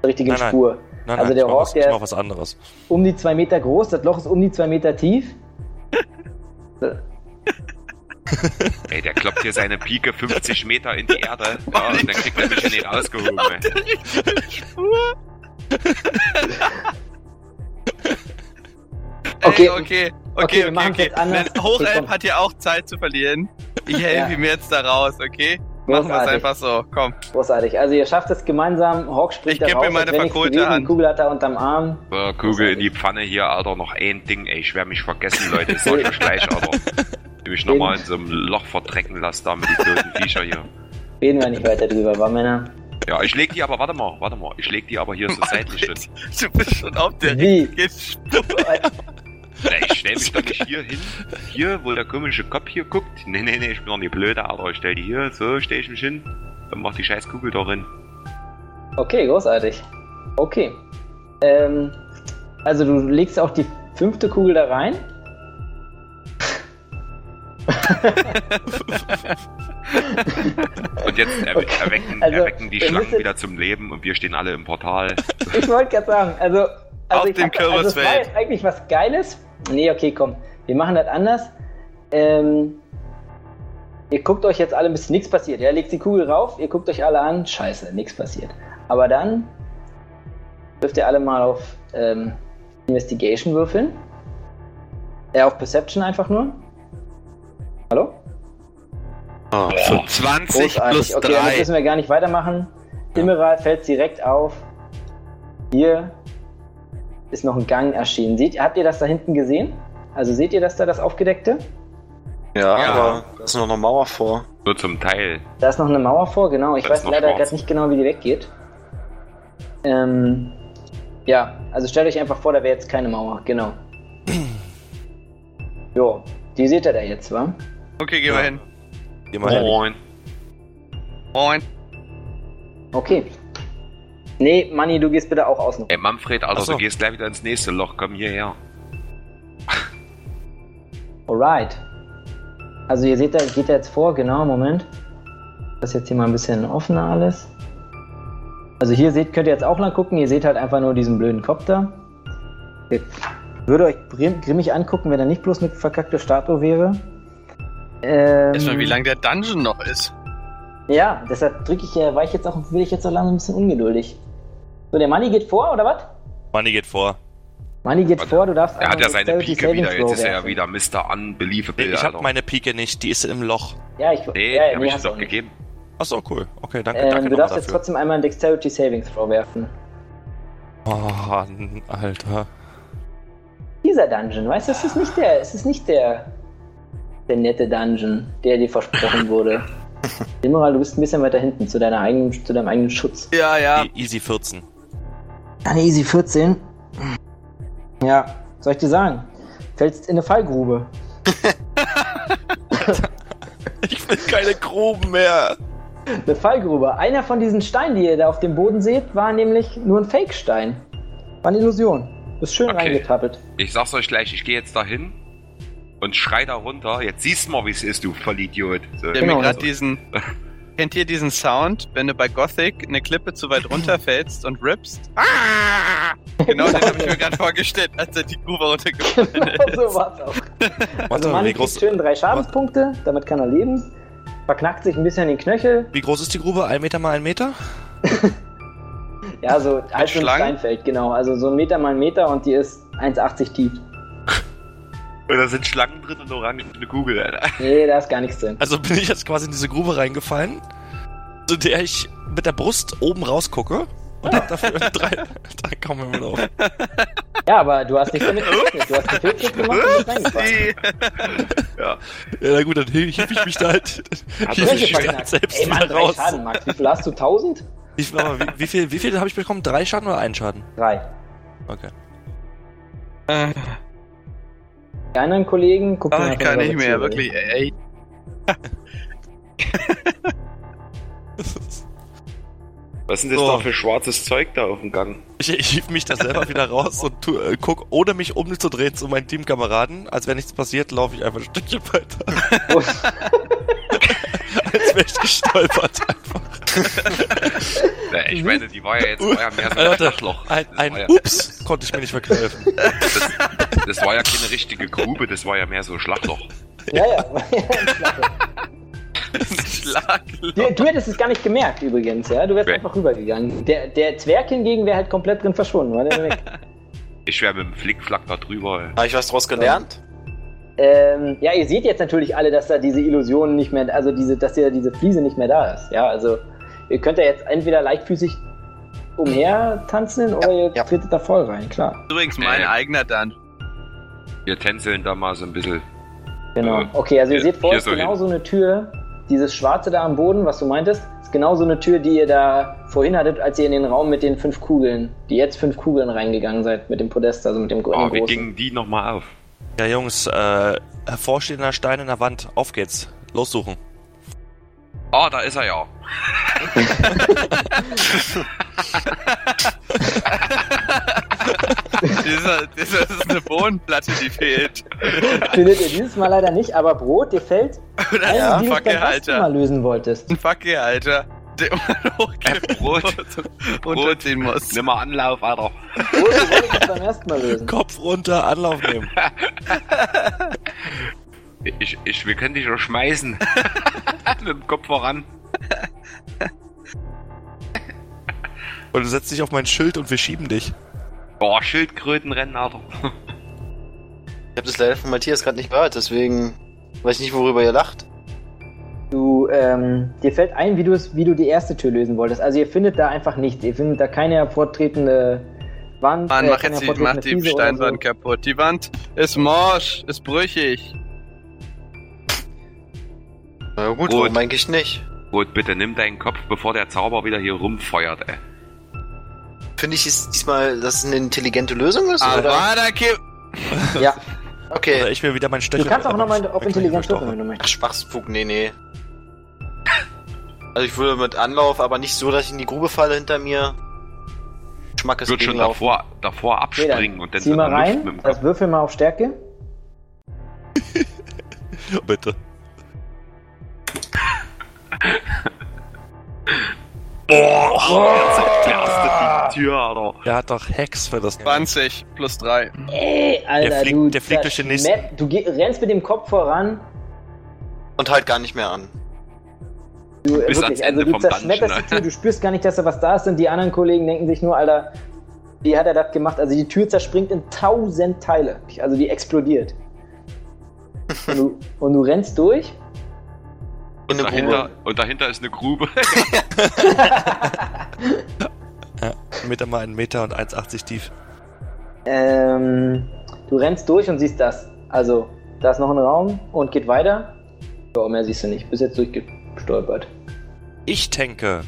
[SPEAKER 1] der richtigen
[SPEAKER 6] Nein, nein.
[SPEAKER 1] Spur.
[SPEAKER 6] Nein,
[SPEAKER 1] Also
[SPEAKER 6] nein,
[SPEAKER 1] der
[SPEAKER 6] ich mach
[SPEAKER 1] Ork,
[SPEAKER 6] was, ich
[SPEAKER 1] der-
[SPEAKER 6] mach was anderes.
[SPEAKER 1] um die zwei Meter groß, das Loch ist um die zwei Meter tief.
[SPEAKER 4] Ey, der kloppt hier seine Pike 50 Meter in die Erde. Ja, und dann kriegt er mich hier nicht rausgehoben. Ey.
[SPEAKER 1] Okay.
[SPEAKER 8] Ey, okay,
[SPEAKER 1] Okay,
[SPEAKER 8] okay,
[SPEAKER 1] wir
[SPEAKER 8] okay.
[SPEAKER 1] machen's
[SPEAKER 8] okay.
[SPEAKER 1] jetzt anders.
[SPEAKER 8] Dann
[SPEAKER 1] Okay,
[SPEAKER 8] Hochelf
[SPEAKER 1] komm.
[SPEAKER 8] hat ja auch Zeit zu verlieren. Ich helfe
[SPEAKER 1] Ja.
[SPEAKER 8] ihm jetzt da raus, okay? Machen wir es
[SPEAKER 1] Großartig.
[SPEAKER 8] einfach so. Komm.
[SPEAKER 1] Großartig. Also ihr schafft es gemeinsam. Hawk springt
[SPEAKER 8] Ich
[SPEAKER 1] da
[SPEAKER 8] geb
[SPEAKER 1] raus,
[SPEAKER 8] ihm meine
[SPEAKER 1] als wär nichts
[SPEAKER 8] verkohlte
[SPEAKER 1] gewesen.
[SPEAKER 8] Hand.
[SPEAKER 1] Die Kugel hat er unterm Arm.
[SPEAKER 4] So, Kugel in die Pfanne hier, Alter. Noch ein Ding, ey. Ich werd mich vergessen, Leute. Das sag ich euch gleich, Alter. Die mich nochmal in so einem Loch verdrecken lassen, da mit den toten Viecher hier.
[SPEAKER 1] Reden wir nicht weiter drüber, war Männer.
[SPEAKER 4] Ja, ich leg die aber, warte mal, warte mal. Ich leg die aber hier so seitlich hin.
[SPEAKER 8] Du bist schon auf der
[SPEAKER 1] Wie?
[SPEAKER 8] richtigen Spur.
[SPEAKER 4] Ey, Ich stell mich doch nicht hier hin, hier, wo der komische Kopf hier guckt. Nee, nee, nee, ich bin doch nicht blöde, Alter. Ich stell die hier, so stell ich mich hin. Dann mach die scheiß Kugel da rein.
[SPEAKER 1] Okay, großartig. Okay. Ähm, also du legst auch die fünfte Kugel da rein.
[SPEAKER 4] Und jetzt erwe-
[SPEAKER 1] Okay.
[SPEAKER 4] erwecken,
[SPEAKER 1] Also,
[SPEAKER 4] erwecken die
[SPEAKER 1] wir
[SPEAKER 4] Schlangen
[SPEAKER 1] müssen-
[SPEAKER 4] wieder zum Leben und wir stehen alle im Portal.
[SPEAKER 1] Ich wollte gerade sagen, also. also
[SPEAKER 8] Auf
[SPEAKER 1] ich
[SPEAKER 8] dem
[SPEAKER 1] hab- Also es war
[SPEAKER 8] Kürbisfeld.
[SPEAKER 1] jetzt eigentlich was Geiles. Nee, okay, komm. Wir machen das anders. Ähm, ihr guckt euch jetzt alle ein bisschen, nichts passiert. Ja, legt die Kugel rauf, ihr guckt euch alle an. Scheiße, nichts passiert. Aber dann dürft ihr alle mal auf ähm, Investigation würfeln. Ja, auf Perception einfach nur. Hallo?
[SPEAKER 8] 20 plus
[SPEAKER 1] Großartig. Okay, jetzt
[SPEAKER 8] 3.
[SPEAKER 1] müssen wir gar nicht weitermachen. Immeral fällt direkt auf. Hier ist noch ein Gang erschienen. Seht, habt ihr das da hinten gesehen? Also seht ihr das da, das Aufgedeckte?
[SPEAKER 7] Ja,
[SPEAKER 4] Ja.
[SPEAKER 7] aber da ist noch eine Mauer vor.
[SPEAKER 4] Nur zum Teil.
[SPEAKER 1] Da ist noch eine Mauer vor, genau. Ich
[SPEAKER 4] Da ist
[SPEAKER 1] weiß
[SPEAKER 4] noch
[SPEAKER 1] leider
[SPEAKER 4] schwarz.
[SPEAKER 1] gerade nicht genau, wie die weggeht. Ähm, ja, also stellt euch einfach vor, da wäre jetzt keine Mauer, genau. jo, die seht ihr da jetzt, wa?
[SPEAKER 8] Okay, gehen wir hin.
[SPEAKER 6] Geh mal
[SPEAKER 8] Oh.
[SPEAKER 6] hin.
[SPEAKER 8] Moin.
[SPEAKER 1] Ähm, Okay. Nee, Manni, du gehst bitte auch außen rum.
[SPEAKER 4] Ey, Manfred, also
[SPEAKER 6] Ach so.
[SPEAKER 4] du gehst gleich wieder ins nächste Loch, komm hierher.
[SPEAKER 1] Alright. Also ihr seht, da geht er jetzt vor, genau, Moment. Das ist jetzt hier mal ein bisschen offener alles. Also hier seht, könnt ihr jetzt auch lang gucken, ihr seht halt einfach nur diesen blöden Kopf da. Ich würde euch grimm- grimmig angucken, wenn er nicht bloß eine verkackte Statue wäre. Ähm,
[SPEAKER 8] Erstmal, wie lang der Dungeon noch ist.
[SPEAKER 1] Ja, deshalb drücke ich ja, war ich jetzt auch, will ich jetzt auch langsam ein bisschen ungeduldig. So, der Manni geht vor, oder was?
[SPEAKER 6] Manni geht vor.
[SPEAKER 1] Manni geht
[SPEAKER 4] Warte.
[SPEAKER 1] vor, du darfst
[SPEAKER 4] Er hat
[SPEAKER 1] einfach
[SPEAKER 4] ja
[SPEAKER 1] die
[SPEAKER 4] seine
[SPEAKER 1] Dexterity
[SPEAKER 4] Pike
[SPEAKER 1] Saving
[SPEAKER 4] wieder, jetzt
[SPEAKER 1] Throw
[SPEAKER 4] ist er ja
[SPEAKER 1] werfen.
[SPEAKER 4] wieder Mr. Unbelievable.
[SPEAKER 6] Nee, ich
[SPEAKER 4] Alter.
[SPEAKER 6] hab meine Pike nicht, die ist im Loch.
[SPEAKER 1] Ja, ich,
[SPEAKER 4] Nee,
[SPEAKER 1] ja,
[SPEAKER 4] die hab ich
[SPEAKER 1] hast
[SPEAKER 4] jetzt
[SPEAKER 1] du
[SPEAKER 4] doch
[SPEAKER 1] nicht.
[SPEAKER 4] gegeben.
[SPEAKER 6] Achso, cool. Okay, danke,
[SPEAKER 1] Ähm,
[SPEAKER 6] danke
[SPEAKER 1] du
[SPEAKER 6] nochmal
[SPEAKER 1] darfst jetzt
[SPEAKER 6] dafür.
[SPEAKER 1] trotzdem einmal einen Dexterity Saving Throw werfen.
[SPEAKER 6] Oh, Mann, Alter.
[SPEAKER 1] Dieser Dungeon, weißt du, es ist nicht der, es ist nicht der, der nette Dungeon, der dir versprochen wurde. Immeral, du bist ein bisschen weiter hinten zu, deiner eigenen, zu deinem eigenen Schutz.
[SPEAKER 8] Ja, ja.
[SPEAKER 6] E- Easy 14.
[SPEAKER 1] Eine Easy 14. Ja, soll ich dir sagen? Fällst in eine Fallgrube.
[SPEAKER 6] Ich will keine Gruben mehr.
[SPEAKER 1] Eine Fallgrube. Einer von diesen Steinen, die ihr da auf dem Boden seht, war nämlich nur ein Fake-Stein. War eine Illusion. Ist schön
[SPEAKER 4] Okay.
[SPEAKER 1] reingetappelt.
[SPEAKER 4] Ich sag's euch gleich, ich gehe jetzt dahin und schrei da runter. Jetzt siehst du mal, wie es ist, du Vollidiot. So.
[SPEAKER 8] Der
[SPEAKER 1] Genau.
[SPEAKER 8] mir gerade diesen. Kennt ihr diesen Sound, wenn du bei Gothic eine Klippe zu weit runterfällst und rippst? Ah! Genau den habe ich mir gerade vorgestellt, als er die Grube runtergefallen ist.
[SPEAKER 1] so war's auch.
[SPEAKER 6] Warte,
[SPEAKER 1] Also Manni
[SPEAKER 6] wie,
[SPEAKER 1] kriegt
[SPEAKER 6] groß,
[SPEAKER 1] schön drei Schadenspunkte, damit kann er leben. Verknackt sich ein bisschen den Knöchel.
[SPEAKER 6] wie groß ist die Grube? Ein Meter mal ein Meter?
[SPEAKER 1] Ja, so halb so ein
[SPEAKER 8] Schlangen?
[SPEAKER 1] Steinfeld, genau. Also so ein Meter mal ein Meter und die ist 1,80 tief.
[SPEAKER 4] Und da sind Schlangen drin und orangene Kugel, Alter.
[SPEAKER 1] Nee, da ist gar nichts drin.
[SPEAKER 6] Also bin ich jetzt quasi in diese Grube reingefallen, zu der ich mit der Brust oben rausgucke und hab dafür drei. Da kommen wir mal drauf.
[SPEAKER 1] Ja, aber du hast nicht damit gerechnet. Du hast einen Fehlschritt gemacht und bist reingefallen.
[SPEAKER 6] Ja, na gut, dann hieb ich, hieb ich mich da halt.
[SPEAKER 8] Also
[SPEAKER 4] Hat
[SPEAKER 6] hieb
[SPEAKER 1] Knöchel
[SPEAKER 4] das
[SPEAKER 6] ich mich da halt
[SPEAKER 1] verknackt.
[SPEAKER 6] selbst
[SPEAKER 1] Ey, Mann,
[SPEAKER 6] wieder
[SPEAKER 1] drei
[SPEAKER 6] raus.
[SPEAKER 1] Schaden, Max. Wie viel hast du? 1000?
[SPEAKER 6] Ich, warte mal, wie, wie viel, wie viel habe ich bekommen? Drei Schaden oder einen Schaden?
[SPEAKER 1] Drei.
[SPEAKER 6] Okay.
[SPEAKER 8] Äh,
[SPEAKER 1] Die anderen Kollegen gucken
[SPEAKER 8] Aber Ah, ich
[SPEAKER 1] einfach
[SPEAKER 8] kann
[SPEAKER 1] mal
[SPEAKER 8] nicht
[SPEAKER 1] zu,
[SPEAKER 8] mehr,
[SPEAKER 1] ey.
[SPEAKER 8] wirklich. Ey,
[SPEAKER 4] Was sind das
[SPEAKER 6] So.
[SPEAKER 4] da für schwarzes Zeug da auf dem Gang?
[SPEAKER 6] Ich, ich hieb mich da selber wieder raus und tu, äh, guck, ohne mich umzudrehen zu meinen Teamkameraden. Als wäre nichts passiert, laufe ich einfach ein Stückchen weiter. Als wäre ich gestolpert.
[SPEAKER 4] Na, ich meine, die war ja jetzt war ja mehr so ein
[SPEAKER 6] Alter,
[SPEAKER 4] Schlachloch.
[SPEAKER 6] Ein,
[SPEAKER 4] Das, war
[SPEAKER 6] ein
[SPEAKER 4] ja,
[SPEAKER 6] Ups konnte ich mir nicht verkneifen.
[SPEAKER 4] das war ja keine richtige Grube, das war ja mehr so ein Schlachtloch.
[SPEAKER 1] Ja, ja. du, du hättest es gar nicht gemerkt übrigens, ja. Du wärst
[SPEAKER 4] Nee.
[SPEAKER 1] einfach rübergegangen. Der, der Zwerg hingegen wäre halt komplett drin verschwunden, war der weg.
[SPEAKER 4] Ich wär mit dem Flickflack da drüber.
[SPEAKER 7] Habe ich was draus gelernt?
[SPEAKER 1] Ähm, ja, ihr seht jetzt natürlich alle, dass da diese Illusion nicht mehr, also diese, dass ja diese Fliese nicht mehr da ist. Ja, also ihr könnt ja jetzt entweder leichtfüßig umher tanzen oder ihr
[SPEAKER 7] ja.
[SPEAKER 1] tretet da voll rein, klar.
[SPEAKER 8] übrigens mein
[SPEAKER 4] Äh.
[SPEAKER 8] eigener Dungeon.
[SPEAKER 4] Wir tänzeln da mal so ein bisschen.
[SPEAKER 1] Genau.
[SPEAKER 4] Ja.
[SPEAKER 1] Okay, also ihr
[SPEAKER 4] Hier-
[SPEAKER 1] seht vor
[SPEAKER 4] hier
[SPEAKER 1] euch
[SPEAKER 4] so
[SPEAKER 1] genau
[SPEAKER 4] hin.
[SPEAKER 1] so eine Tür, dieses Schwarze da am Boden, was du meintest, ist genau so eine Tür, die ihr da vorhin hattet, als ihr in den Raum mit den fünf Kugeln, die jetzt fünf Kugeln reingegangen seid, mit dem Podest, also mit dem
[SPEAKER 4] Oh,
[SPEAKER 1] grünen
[SPEAKER 4] wie
[SPEAKER 1] großen.
[SPEAKER 4] gingen die nochmal auf?
[SPEAKER 6] Ja, Jungs, äh, hervorstehender Stein in der Wand. Auf geht's. Lossuchen.
[SPEAKER 4] Oh, da ist er ja.
[SPEAKER 8] Dieser- Das ist eine Bohnenplatte, die fehlt.
[SPEAKER 1] Findet ihr dieses Mal leider nicht, aber Brot, dir fällt
[SPEAKER 8] Oder
[SPEAKER 1] ein, die
[SPEAKER 8] ein
[SPEAKER 1] du beim letzten Mal
[SPEAKER 8] Fackelhalter.
[SPEAKER 1] lösen wolltest.
[SPEAKER 8] Ein Fackelhalter, der man hochgebrot unterziehen muss.
[SPEAKER 4] Nimm mal Anlauf, Alter.
[SPEAKER 1] Brot, du wolltest es beim ersten Mal lösen.
[SPEAKER 6] Kopf runter, Anlauf nehmen.
[SPEAKER 4] Ich, ich, wir können dich doch schmeißen. Mit dem Kopf voran.
[SPEAKER 6] Und du setzt dich auf mein Schild und wir schieben dich.
[SPEAKER 4] Boah, Oh, Schildkrötenrennen, Alter.
[SPEAKER 7] Ich habe das leider von Matthias gerade nicht gehört, deswegen weiß ich nicht, worüber ihr lacht.
[SPEAKER 1] Du, ähm, dir fällt ein, wie du, es, wie du die erste Tür lösen wolltest. Also ihr findet da einfach nichts. Ihr findet da keine hervortretende Wand.
[SPEAKER 8] Mann,
[SPEAKER 1] äh,
[SPEAKER 8] mach
[SPEAKER 1] keine
[SPEAKER 8] jetzt die,
[SPEAKER 1] hervortretende
[SPEAKER 8] mach die
[SPEAKER 1] Fliese oder
[SPEAKER 8] Steinwand kaputt. Die Wand ist morsch, ist brüchig.
[SPEAKER 7] Na gut,
[SPEAKER 4] Gut.
[SPEAKER 7] warum eigentlich nicht?
[SPEAKER 4] Gut, bitte nimm deinen Kopf, bevor der Zauber wieder hier rumfeuert, ey.
[SPEAKER 7] Finde ich es diesmal, dass es eine intelligente Lösung ist?
[SPEAKER 8] Ah,
[SPEAKER 7] Oder?
[SPEAKER 8] Avada Kev-
[SPEAKER 1] So. Ja,
[SPEAKER 6] Oder
[SPEAKER 7] Okay.
[SPEAKER 6] ich mir wieder mein
[SPEAKER 1] du
[SPEAKER 6] Stechel.
[SPEAKER 1] kannst auch nochmal auf
[SPEAKER 6] mein
[SPEAKER 1] Intelligenz
[SPEAKER 6] Knöchel
[SPEAKER 1] würfeln, wenn du möchtest.
[SPEAKER 7] Ach, Schwachsfug, nee, nee. Also ich würde mit Anlauf, aber nicht so, dass ich in die Grube falle hinter mir. Schmackes
[SPEAKER 4] Ich würde schon
[SPEAKER 7] Gegenlauf.
[SPEAKER 4] davor, davor
[SPEAKER 1] Okay, dann
[SPEAKER 4] abspringen und dann
[SPEAKER 1] zieh
[SPEAKER 4] in
[SPEAKER 1] mal
[SPEAKER 4] der Luft
[SPEAKER 1] rein,
[SPEAKER 4] mit dem Kopf.
[SPEAKER 1] das würfel mal auf Stärke.
[SPEAKER 6] stochern. Bitte.
[SPEAKER 4] Erste die Tür, Alter.
[SPEAKER 6] Der hat doch Hex für das.
[SPEAKER 8] 20 plus 3.
[SPEAKER 1] Ey, Alter,
[SPEAKER 6] Der fliegt-
[SPEAKER 1] du,
[SPEAKER 6] der fliegt durch den nächsten-
[SPEAKER 1] zerschmetter- Du geh, rennst mit dem Kopf voran.
[SPEAKER 7] Und halt gar nicht mehr an.
[SPEAKER 1] Du,
[SPEAKER 4] Bis ans Ende
[SPEAKER 1] also du
[SPEAKER 4] vom Dungeon,
[SPEAKER 1] zerschmetterst die
[SPEAKER 4] Alter.
[SPEAKER 1] Tür, du spürst gar nicht, dass da was da ist und die anderen Kollegen denken sich nur, Alter, wie hat er das gemacht? Also die Tür zerspringt in tausend Teile, also die explodiert. Und du, und du rennst durch
[SPEAKER 7] In eine
[SPEAKER 4] Dahinter,
[SPEAKER 7] Grube.
[SPEAKER 4] und dahinter ist eine Grube.
[SPEAKER 6] Meter mal einen Meter und 1,80 tief.
[SPEAKER 1] Ähm, du rennst durch und siehst das. Also, da ist noch ein Raum und geht weiter. Ja, mehr siehst du nicht. Bist jetzt durchgestolpert.
[SPEAKER 6] Ich tanke.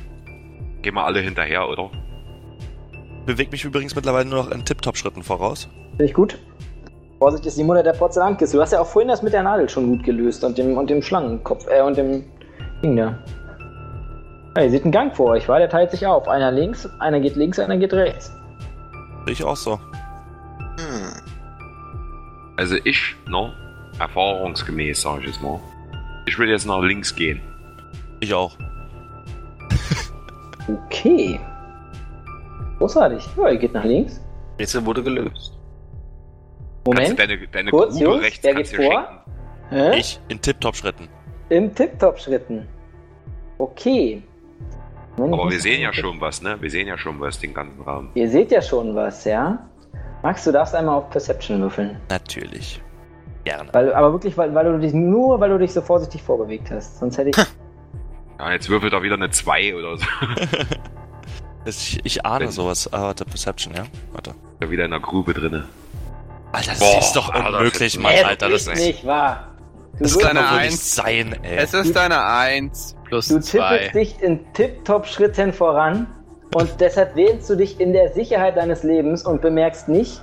[SPEAKER 4] Gehen wir alle hinterher, oder?
[SPEAKER 6] Bewegt mich übrigens mittlerweile nur noch in Tip-Top-Schritten voraus.
[SPEAKER 1] Finde ich gut. Vorsicht ist die Mutter der Porzellankiste. Du hast ja auch vorhin das mit der Nadel schon gut gelöst und dem, und dem Schlangenkopf, äh, und dem Ding da. Ja, ihr seht einen Gang vor euch, war? Der teilt sich auf. Einer links, einer geht links, einer geht rechts.
[SPEAKER 6] Sehe ich auch so.
[SPEAKER 7] Hm.
[SPEAKER 4] Also ich, ne? Erfahrungsgemäß, sag ich jetzt mal. Ich will jetzt nach links gehen.
[SPEAKER 6] Ich auch.
[SPEAKER 1] Okay. Großartig. Ja, ihr geht nach links.
[SPEAKER 7] Rätsel wurde gelöst.
[SPEAKER 1] Moment.
[SPEAKER 4] Kannst du Also deine, deine
[SPEAKER 1] Kurz,
[SPEAKER 4] Grube
[SPEAKER 1] Jungs,
[SPEAKER 4] rechts
[SPEAKER 1] wer
[SPEAKER 4] kannst
[SPEAKER 1] geht
[SPEAKER 4] du dir
[SPEAKER 1] vor?
[SPEAKER 4] schenken.
[SPEAKER 1] Hä?
[SPEAKER 6] Ich in Tip-Top-Schritten.
[SPEAKER 1] Im Tip-Top-Schritten. Okay. Moment, ich
[SPEAKER 4] Aber
[SPEAKER 1] muss
[SPEAKER 4] wir
[SPEAKER 1] mal
[SPEAKER 4] sehen ja
[SPEAKER 1] kurz-
[SPEAKER 4] schon was, ne? Wir sehen ja schon was, den ganzen Raum.
[SPEAKER 1] Ihr seht ja schon was, ja? Max, du darfst einmal auf Perception würfeln.
[SPEAKER 6] Natürlich. Gerne.
[SPEAKER 1] Weil, aber wirklich, weil, weil du dich nur, weil du dich so vorsichtig vorbewegt hast. Sonst hätte ich.
[SPEAKER 4] Ja, jetzt würfelt er wieder eine 2 oder so.
[SPEAKER 6] Ich, ich ahne
[SPEAKER 4] Wenn-
[SPEAKER 6] sowas. Ah, warte, Perception, ja? Warte.
[SPEAKER 4] Ist er wieder in der Grube drinne.
[SPEAKER 6] Alter, das
[SPEAKER 4] Boah,
[SPEAKER 6] ist doch
[SPEAKER 4] Alter,
[SPEAKER 6] unmöglich,
[SPEAKER 4] das-
[SPEAKER 6] Mann,
[SPEAKER 1] Äh,
[SPEAKER 6] Alter. Das,
[SPEAKER 1] ist
[SPEAKER 6] ist-
[SPEAKER 1] nicht wahr. Du,
[SPEAKER 8] Das ist
[SPEAKER 1] wür-
[SPEAKER 8] eine
[SPEAKER 6] kann doch wohl nicht
[SPEAKER 8] Eins.
[SPEAKER 6] sein, ey.
[SPEAKER 8] Es ist deine 1 plus
[SPEAKER 1] du
[SPEAKER 8] 2.
[SPEAKER 1] tippelst dich in Tipptopp-Schritten voran und deshalb wählst du dich in der Sicherheit deines Lebens und bemerkst nicht,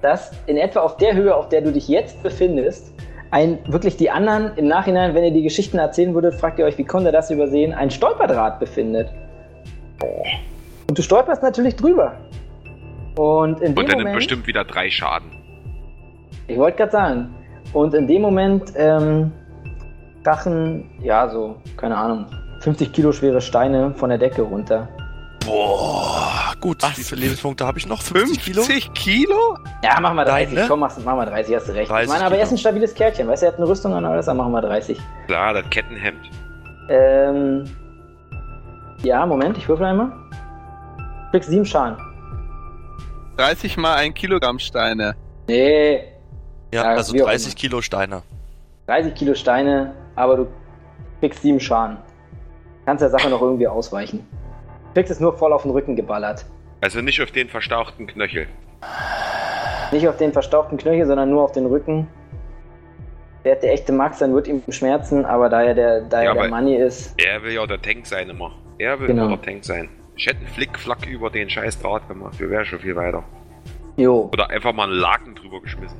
[SPEAKER 1] dass in etwa auf der Höhe, auf der du dich jetzt befindest, ein wirklich die anderen im Nachhinein, wenn ihr die Geschichten erzählen würdet, fragt ihr euch, wie konnte er das übersehen, ein Stolperdraht befindet. Und du stolperst natürlich drüber. Und in dem
[SPEAKER 4] Und dann nimmt
[SPEAKER 1] Moment,
[SPEAKER 4] bestimmt wieder drei Schaden.
[SPEAKER 1] ich wollte gerade sagen. Und in dem Moment ähm, krachen, ja, so, keine Ahnung, 50 Kilo schwere Steine von der Decke runter.
[SPEAKER 6] Boah, gut.
[SPEAKER 8] Was?
[SPEAKER 6] Wie viele Lebenspunkte habe ich noch? 50 Kilo?
[SPEAKER 8] 50 Kilo?
[SPEAKER 1] Ja, machen wir 30.
[SPEAKER 6] Nein, ne?
[SPEAKER 1] Komm, mach, mach mal 30, hast du recht.
[SPEAKER 6] 30
[SPEAKER 1] ich meine, aber er ist
[SPEAKER 6] Kilo.
[SPEAKER 1] ein stabiles Kerlchen, weißt du, er hat eine Rüstung an und alles, dann machen wir 30.
[SPEAKER 4] Klar, das Kettenhemd.
[SPEAKER 1] Ähm, ja, Moment, ich würfel einmal. Du kriegst sieben Schaden.
[SPEAKER 8] 30 mal 1 Kilogramm Steine.
[SPEAKER 1] Nee,
[SPEAKER 6] Ja,
[SPEAKER 1] Ja,
[SPEAKER 6] also
[SPEAKER 1] wie auch
[SPEAKER 6] 30
[SPEAKER 1] immer.
[SPEAKER 6] Kilo Steine.
[SPEAKER 1] 30 Kilo Steine, aber du kriegst sieben Schaden. Kannst der Sache noch irgendwie ausweichen. Du kriegst es nur voll auf den Rücken geballert.
[SPEAKER 4] Also nicht auf den verstauchten Knöchel.
[SPEAKER 1] Nicht auf den verstauchten Knöchel, sondern nur auf den Rücken. Wäre der echte Max, dann wird ihm schmerzen, aber da er der, da
[SPEAKER 4] Ja,
[SPEAKER 1] er der
[SPEAKER 4] aber-
[SPEAKER 1] Money ist,
[SPEAKER 4] Er will ja der Tank sein immer. Er will
[SPEAKER 1] Genau.
[SPEAKER 4] nur der Tank sein. Ich hätte einen Flickflack über den scheiß Draht gemacht. Wir wären schon viel weiter.
[SPEAKER 1] jo.
[SPEAKER 4] Oder einfach mal einen Laken drüber geschmissen.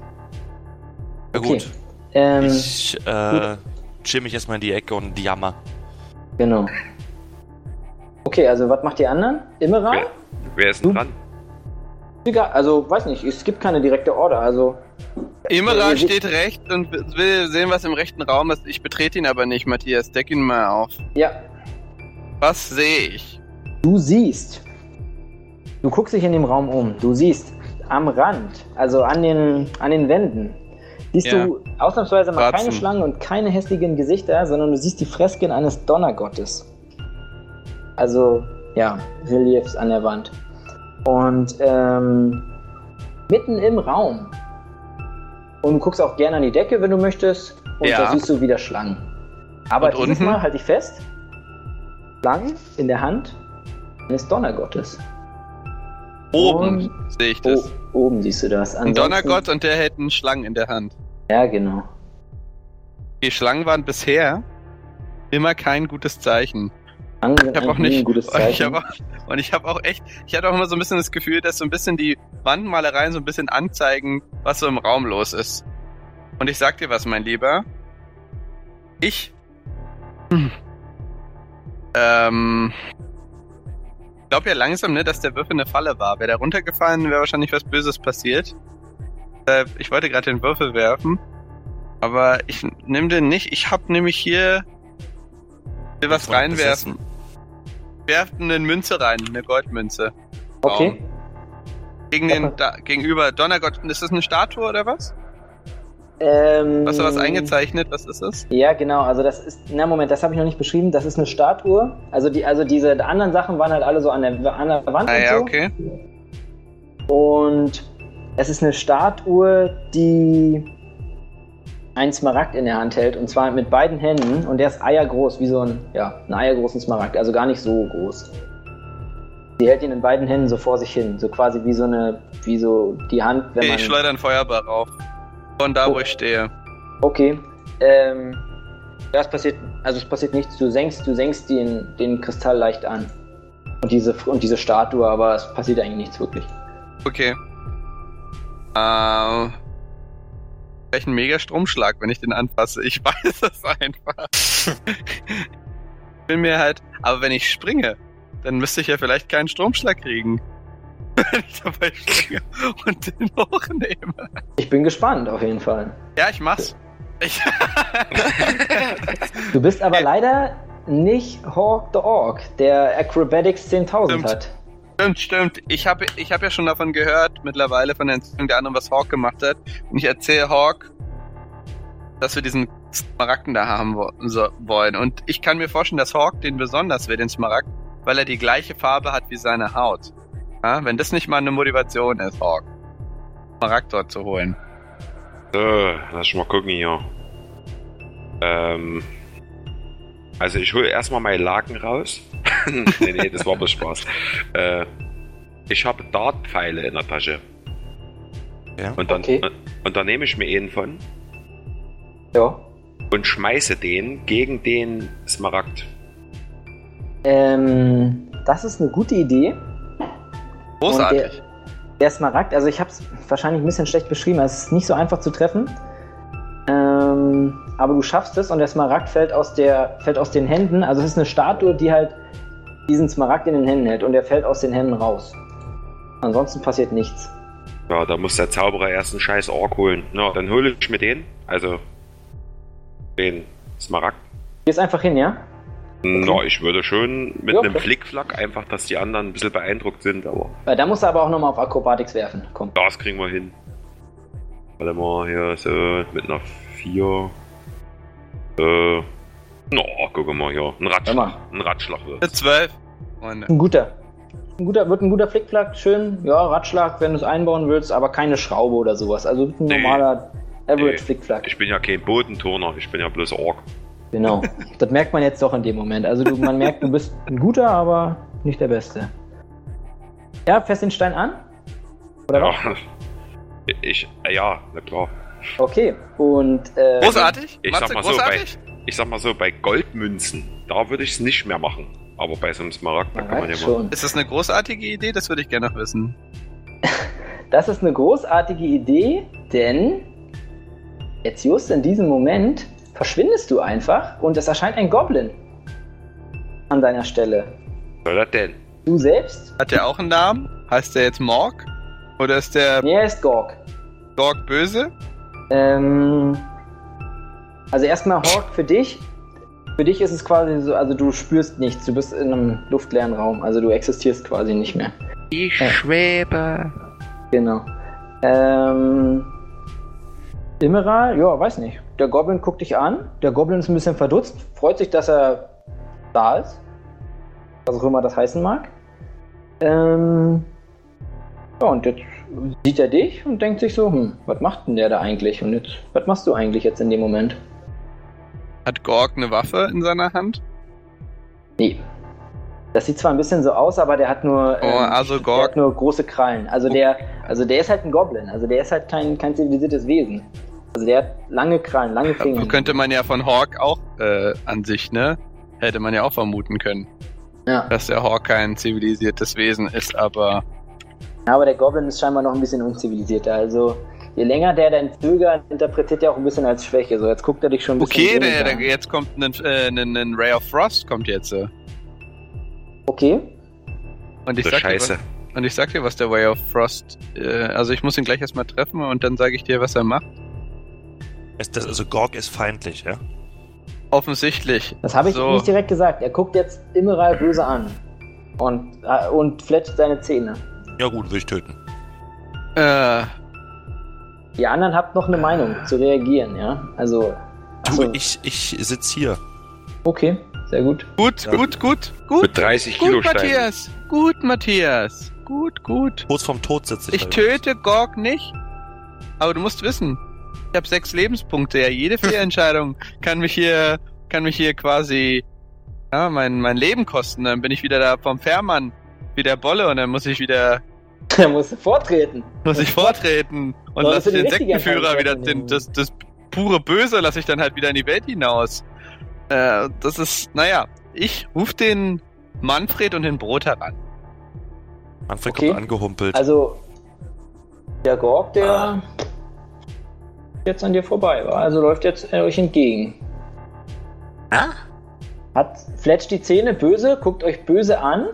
[SPEAKER 6] Ja,
[SPEAKER 1] Okay.
[SPEAKER 6] gut.
[SPEAKER 1] Ähm,
[SPEAKER 6] Ich äh, chill mich erstmal in die Ecke und jammer.
[SPEAKER 1] genau. Okay, also was macht die anderen? Immeral?
[SPEAKER 4] Wer ist
[SPEAKER 1] Du-
[SPEAKER 4] denn dran?
[SPEAKER 1] Egal, also weiß nicht, es gibt keine direkte Order, also Äh,
[SPEAKER 8] Imra steht rechts und will sehen, was im rechten Raum ist. Ich betrete ihn aber nicht, Matthias. Deck ihn mal auf.
[SPEAKER 1] ja,
[SPEAKER 8] Was sehe ich?
[SPEAKER 1] du siehst. Du guckst dich in dem Raum um, du siehst am Rand, also an den, an den Wänden, siehst
[SPEAKER 2] Ja.
[SPEAKER 1] du ausnahmsweise mal
[SPEAKER 2] Fratzen.
[SPEAKER 1] keine Schlangen und keine hässlichen Gesichter, sondern du siehst die Fresken eines Donnergottes. Also, ja, Reliefs an der Wand. Und ähm, mitten im Raum. Und du guckst auch gerne an die Decke, wenn du möchtest. Und
[SPEAKER 8] Ja.
[SPEAKER 1] da siehst du wieder Schlangen. Aber
[SPEAKER 8] Und
[SPEAKER 1] dieses
[SPEAKER 8] unten?
[SPEAKER 1] Mal halte ich fest. Schlangen in der Hand eines Donnergottes.
[SPEAKER 8] Oben
[SPEAKER 1] Und-
[SPEAKER 8] sehe ich
[SPEAKER 1] Oh,
[SPEAKER 8] das.
[SPEAKER 1] oben siehst du das.
[SPEAKER 8] Ein
[SPEAKER 1] Ansonsten-
[SPEAKER 8] Donnergott und der hält einen Schlangen in der Hand.
[SPEAKER 1] Ja, genau.
[SPEAKER 8] Die Schlangen waren bisher immer kein gutes Zeichen.
[SPEAKER 1] Schlangen sind
[SPEAKER 8] Ich habe
[SPEAKER 1] eigentlich
[SPEAKER 8] auch
[SPEAKER 1] nie
[SPEAKER 8] nicht.
[SPEAKER 1] ein gutes
[SPEAKER 8] und ich
[SPEAKER 1] Zeichen.
[SPEAKER 8] hab auch, und ich habe auch echt. Ich hatte auch immer so ein bisschen das Gefühl, dass so ein bisschen die Wandmalereien so ein bisschen anzeigen, was so im Raum los ist. Und ich sag dir was, mein Lieber. Ich. Hm. Ähm. Ich glaube ja langsam, ne, dass der Würfel eine Falle war. Wäre der runtergefallen, wäre wahrscheinlich was Böses passiert. Deshalb, ich wollte gerade den Würfel werfen. Aber ich nehme den nicht. Ich habe nämlich hier. will was
[SPEAKER 6] Voll
[SPEAKER 8] reinwerfen. Werft eine Münze rein, eine Goldmünze.
[SPEAKER 1] Okay.
[SPEAKER 8] Gegen den da, gegenüber Donnergott. Ist das eine Statue oder was?
[SPEAKER 1] Ähm,
[SPEAKER 8] Hast du was eingezeichnet? Was ist es?
[SPEAKER 1] Ja, genau. Also das ist, na Moment, das habe ich noch nicht beschrieben. Das ist eine Statue. Also die, also diese anderen Sachen waren halt alle so an der, an der Wand
[SPEAKER 8] Ah
[SPEAKER 1] und
[SPEAKER 8] ja,
[SPEAKER 1] so.
[SPEAKER 8] okay.
[SPEAKER 1] Und es ist eine Statue, die einen Smaragd in der Hand hält und zwar mit beiden Händen und der ist eiergroß, wie so ein, ja, ein eiergroßen Smaragd, also gar nicht so groß. Sie hält ihn in beiden Händen so vor sich hin, so quasi wie so eine, wie so die Hand, wenn
[SPEAKER 8] okay
[SPEAKER 1] man...
[SPEAKER 8] ich schleudere einen Feuerball rauf. Von da, wo
[SPEAKER 1] Oh.
[SPEAKER 8] ich stehe.
[SPEAKER 1] Okay. Ähm, das passiert, also es passiert nichts. Du senkst, du senkst den, den Kristall leicht an. Und diese, und diese Statue, aber es passiert eigentlich nichts wirklich.
[SPEAKER 8] Okay. Ähm. Vielleicht ein mega Stromschlag, wenn ich den anfasse. Ich weiß es einfach. ich bin mir halt. Aber wenn ich springe, dann müsste ich ja vielleicht keinen Stromschlag kriegen. Wenn ich dabei springe und den hochnehme.
[SPEAKER 1] Ich bin gespannt auf jeden Fall.
[SPEAKER 8] Ja, ich mach's. Ich
[SPEAKER 1] Du bist aber leider nicht Hawk the Orc, der Acrobatics 10.000
[SPEAKER 8] Stimmt.
[SPEAKER 1] hat.
[SPEAKER 8] stimmt, stimmt. Ich habe ich hab ja schon davon gehört, mittlerweile von der Entzündung der anderen, was Hawk gemacht hat. Und ich erzähle Hawk, dass wir diesen Smaragden da haben wo so wollen. Und ich kann mir vorstellen, dass Hawk den besonders will, den Smaragd, weil er die gleiche Farbe hat wie seine Haut. Ja, wenn das nicht mal eine Motivation ist, Hawk, Smaragd dort zu holen.
[SPEAKER 4] So, lass schon mal gucken hier. Ähm. Also ich hole erstmal meinen Laken raus. nee, nee, das war bloß Spaß. Äh, ich habe Dartpfeile in der Tasche.
[SPEAKER 6] Ja.
[SPEAKER 4] Und dann,
[SPEAKER 1] Okay.
[SPEAKER 4] und dann nehme ich mir einen von
[SPEAKER 1] Ja.
[SPEAKER 4] und schmeiße den gegen den Smaragd.
[SPEAKER 1] Ähm, das ist eine gute Idee.
[SPEAKER 8] Großartig.
[SPEAKER 1] Und der, der Smaragd, also ich habe es wahrscheinlich ein bisschen schlecht beschrieben, also es ist nicht so einfach zu treffen. Ähm, aber du schaffst es und der Smaragd fällt aus, der, fällt aus den Händen. Also es ist eine Statue, die halt diesen Smaragd in den Händen hält und der fällt aus den Händen raus. Ansonsten passiert nichts.
[SPEAKER 4] Ja, da muss der Zauberer erst einen scheiß Ork holen. Na, dann hole ich mir den. Also den Smaragd.
[SPEAKER 1] Gehst einfach hin, ja?
[SPEAKER 4] Na, ich würde schon mit
[SPEAKER 1] Ja,
[SPEAKER 4] einem
[SPEAKER 1] okay.
[SPEAKER 4] Flickflack einfach, dass die anderen ein bisschen beeindruckt sind, aber.
[SPEAKER 1] Weil da musst du aber auch nochmal auf Akrobatics werfen. Komm.
[SPEAKER 4] Das kriegen wir hin. Warte mal, hier so mit einer 4. Äh. Na, guck mal hier. Ein
[SPEAKER 1] Hör
[SPEAKER 4] Ratschlag.
[SPEAKER 1] mal.
[SPEAKER 4] Ein Ratschlag wird.
[SPEAKER 8] Eine Zwölf. äh, Freunde.
[SPEAKER 1] Ein guter. Ein guter, wird ein guter Flickflack, schön. Ja, Radschlag, wenn du es einbauen willst, aber keine Schraube oder sowas. Also ein
[SPEAKER 4] Nee.
[SPEAKER 1] normaler
[SPEAKER 4] Nee.
[SPEAKER 1] Average Flickflack.
[SPEAKER 4] Ich bin ja kein Bodenturner, ich bin ja bloß Ork.
[SPEAKER 1] Genau. Das merkt man jetzt doch in dem Moment. Also du, man merkt, du bist ein guter, aber nicht der Beste. Ja, fest den Stein an. Oder was?
[SPEAKER 4] Ja. Ich, ja, na klar.
[SPEAKER 1] Okay. Und äh,
[SPEAKER 8] Großartig?
[SPEAKER 4] Ich
[SPEAKER 8] Matze,
[SPEAKER 4] sag mal so, bei, ich sag mal so, bei Goldmünzen, da würde ich es nicht mehr machen. Aber bei so einem Smaragd, da
[SPEAKER 1] man
[SPEAKER 4] kann man
[SPEAKER 1] merkt
[SPEAKER 4] ja mal.
[SPEAKER 1] schon.
[SPEAKER 8] Ist das eine großartige Idee? Das würde ich gerne noch wissen.
[SPEAKER 1] Das ist eine großartige Idee, denn jetzt just in diesem Moment verschwindest du einfach und es erscheint ein Goblin an deiner Stelle.
[SPEAKER 4] Was soll das denn?
[SPEAKER 1] Du selbst
[SPEAKER 8] Hat der auch einen Namen? Heißt der jetzt Morg? Oder ist der
[SPEAKER 1] Nee, er ist Gorg.
[SPEAKER 8] Dog böse?
[SPEAKER 1] Ähm, also erstmal Hawk für dich. Für dich ist es quasi so, also du spürst nichts, du bist in einem luftleeren Raum, also du existierst quasi nicht mehr.
[SPEAKER 8] Ich
[SPEAKER 1] Äh.
[SPEAKER 8] schwebe.
[SPEAKER 1] Genau. Ähm, Immeral, ja, weiß nicht. Der Goblin guckt dich an, der Goblin ist ein bisschen verdutzt, freut sich, dass er da ist. Was auch immer das heißen mag. Ähm, ja, und jetzt sieht er dich und denkt sich so, hm, was macht denn der da eigentlich? Und jetzt, was machst du eigentlich jetzt in dem Moment?
[SPEAKER 8] Hat Gorg eine Waffe in seiner Hand?
[SPEAKER 1] Nee. Das sieht zwar ein bisschen so aus, aber der hat nur,
[SPEAKER 8] Oh,
[SPEAKER 1] ähm,
[SPEAKER 8] also
[SPEAKER 1] der hat
[SPEAKER 8] Gorg.
[SPEAKER 1] nur große Krallen. Also der, also der ist halt ein Goblin. Also der ist halt kein, kein zivilisiertes Wesen. Also der hat lange Krallen, lange Finger.
[SPEAKER 8] Könnte man ja von Hawk auch äh, an sich, ne? Hätte man ja auch vermuten können,
[SPEAKER 1] Ja.
[SPEAKER 8] dass der Hawk kein zivilisiertes Wesen ist, aber
[SPEAKER 1] Aber der Goblin ist scheinbar noch ein bisschen unzivilisierter. Also je länger der dann zögert, interpretiert er auch ein bisschen als Schwäche. So, jetzt guckt er dich schon ein bisschen.
[SPEAKER 8] Okay, der,
[SPEAKER 1] grimmig
[SPEAKER 8] der,
[SPEAKER 1] an.
[SPEAKER 8] jetzt kommt ein, äh, ein, ein Ray of Frost kommt jetzt. äh.
[SPEAKER 1] Okay.
[SPEAKER 8] Und ich,
[SPEAKER 4] So
[SPEAKER 8] sag
[SPEAKER 4] scheiße.
[SPEAKER 8] Dir, was, und ich sag dir, was der Ray of Frost. Äh, also ich muss ihn gleich erstmal treffen und dann sage ich dir, was er macht.
[SPEAKER 6] Ist das, also Gorg ist feindlich, ja?
[SPEAKER 8] Offensichtlich.
[SPEAKER 1] Das habe ich
[SPEAKER 8] so.
[SPEAKER 1] nicht direkt gesagt. Er guckt jetzt Immeral böse an. Und, äh, und fletscht seine Zähne.
[SPEAKER 6] Ja gut, will ich töten.
[SPEAKER 8] Äh,
[SPEAKER 1] Die anderen habt noch eine Meinung zu reagieren, ja? Also.
[SPEAKER 6] Du,
[SPEAKER 1] achso,
[SPEAKER 6] ich, ich sitz hier.
[SPEAKER 1] Okay, sehr gut.
[SPEAKER 8] gut,
[SPEAKER 6] Ja.
[SPEAKER 8] gut, gut, gut.
[SPEAKER 4] Mit 30 Kilo
[SPEAKER 8] Gut,
[SPEAKER 4] Steinen.
[SPEAKER 8] Matthias. Gut, Matthias. Gut, gut.
[SPEAKER 6] Kurz vorm Tod sitze ich.
[SPEAKER 8] Ich
[SPEAKER 6] da übrigens.
[SPEAKER 8] töte Gorg nicht. Aber du musst wissen, ich habe sechs Lebenspunkte. Ja, jede Fehlentscheidung kann mich hier, kann mich hier quasi ja, mein, mein Leben kosten. Dann bin ich wieder da vom Fährmann, wie der Bolle und dann muss ich wieder
[SPEAKER 1] Er muss vortreten.
[SPEAKER 8] muss ich vortreten und
[SPEAKER 1] Ja,
[SPEAKER 8] lass
[SPEAKER 1] das ist die
[SPEAKER 8] den
[SPEAKER 1] richtige
[SPEAKER 8] Sektenführer
[SPEAKER 1] Entscheidung,
[SPEAKER 8] wieder,
[SPEAKER 1] Captain.
[SPEAKER 8] den, das, das pure Böse lasse ich dann halt wieder in die Welt hinaus. Äh, das ist, naja, ich ruf den Manfred und den Brot heran.
[SPEAKER 6] Manfred
[SPEAKER 1] Okay.
[SPEAKER 6] kommt angehumpelt.
[SPEAKER 1] Also, der Gorg, der jetzt an dir vorbei war, also läuft jetzt äh, euch entgegen. Ah? Hat, fletscht die Zähne böse, guckt euch böse an,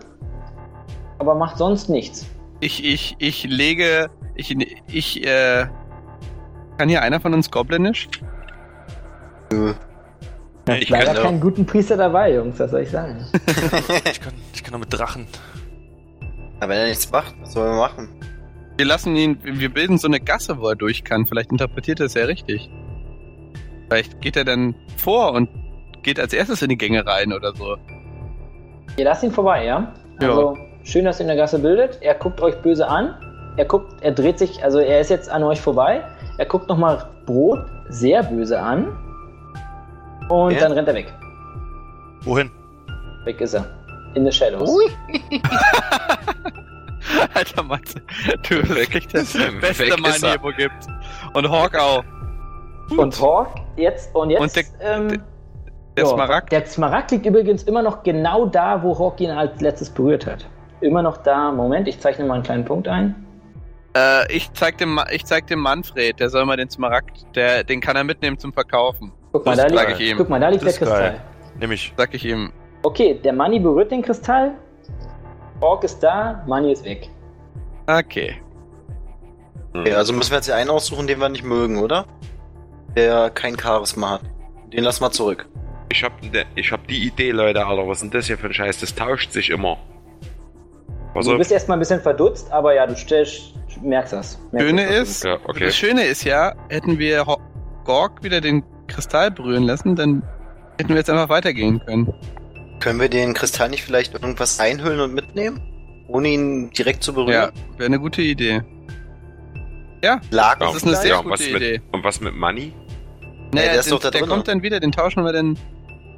[SPEAKER 1] aber macht sonst nichts.
[SPEAKER 8] Ich, ich, ich lege, ich, ich, äh, kann hier einer von uns Goblinisch?
[SPEAKER 4] Ich
[SPEAKER 1] Leider
[SPEAKER 4] kann
[SPEAKER 1] keinen guten Priester dabei, Jungs, was soll ich sagen?
[SPEAKER 6] ich, kann, ich kann nur mit Drachen.
[SPEAKER 7] Aber wenn er nichts macht, was soll er machen?
[SPEAKER 8] Wir lassen ihn, wir bilden so eine Gasse, wo er durch kann. Vielleicht interpretiert er es ja richtig. Vielleicht geht er dann vor und geht als erstes in die Gänge rein oder so.
[SPEAKER 1] Ihr lasst ihn vorbei, ja?
[SPEAKER 8] Ja.
[SPEAKER 1] Also, schön, dass ihr in der Gasse bildet. Er guckt euch böse an. Er guckt, er dreht sich, also er ist jetzt an euch vorbei. Er guckt nochmal Brot sehr böse an. Und
[SPEAKER 7] Ja.
[SPEAKER 1] dann rennt er weg.
[SPEAKER 6] Wohin?
[SPEAKER 1] Weg ist er. In the Shadows.
[SPEAKER 8] Alter Matze, du bist wirklich der
[SPEAKER 4] Weg
[SPEAKER 8] beste
[SPEAKER 4] ist
[SPEAKER 8] Mann
[SPEAKER 4] er.
[SPEAKER 8] hier, wo gibt. Und Hawk auch.
[SPEAKER 1] Und Hawk, jetzt, und jetzt.
[SPEAKER 8] Und der-
[SPEAKER 1] ähm, ja,
[SPEAKER 8] Der Smaragd.
[SPEAKER 1] Der Smaragd liegt übrigens immer noch genau da, wo Hawk ihn als letztes berührt hat. Immer noch da. Moment, ich zeichne mal einen kleinen Punkt ein.
[SPEAKER 8] Äh, ich, zeig dem, Ma- ich zeig dem Manfred, der soll mal den Smaragd, der, den kann er mitnehmen zum Verkaufen.
[SPEAKER 1] Guck mal, da
[SPEAKER 6] Das
[SPEAKER 8] sag ich
[SPEAKER 1] liegt,
[SPEAKER 8] ihm.
[SPEAKER 1] guck mal, da liegt der
[SPEAKER 6] Das ist
[SPEAKER 1] Kristall.
[SPEAKER 6] geil. Nämlich.
[SPEAKER 8] Sag ich ihm.
[SPEAKER 1] Okay, der Manni berührt den Kristall. Ork ist da, Manni ist weg.
[SPEAKER 8] Okay.
[SPEAKER 7] Okay, also müssen wir jetzt hier einen aussuchen, den wir nicht mögen, oder? Der kein Charisma hat. Den lassen wir zurück.
[SPEAKER 4] Ich hab, ne- ich hab die Idee, Leute, Alter. Was ist denn das hier für ein Scheiß? Das tauscht sich immer.
[SPEAKER 1] du
[SPEAKER 4] Also,
[SPEAKER 1] bist erstmal ein bisschen verdutzt, aber ja, du stellst, merkst das. Merkst
[SPEAKER 8] Schöne
[SPEAKER 1] das.
[SPEAKER 8] ist,
[SPEAKER 4] ja, okay.
[SPEAKER 8] das Schöne ist ja, hätten wir Ho- Gorg wieder den Kristall berühren lassen, dann hätten wir jetzt einfach weitergehen können.
[SPEAKER 7] Können wir den Kristall nicht vielleicht irgendwas einhüllen und mitnehmen? Ohne ihn direkt zu
[SPEAKER 8] Ja,
[SPEAKER 7] berühren?
[SPEAKER 8] wäre eine gute Idee.
[SPEAKER 7] Lag
[SPEAKER 8] Das
[SPEAKER 4] Ja,
[SPEAKER 8] ist eine sehr
[SPEAKER 4] ja,
[SPEAKER 8] gute
[SPEAKER 4] was mit-
[SPEAKER 8] Idee.
[SPEAKER 4] Und was mit Money?
[SPEAKER 8] Naja,
[SPEAKER 7] der ist
[SPEAKER 8] den,
[SPEAKER 7] doch da
[SPEAKER 8] der
[SPEAKER 7] drin,
[SPEAKER 8] kommt dann wieder, den tauschen wir dann.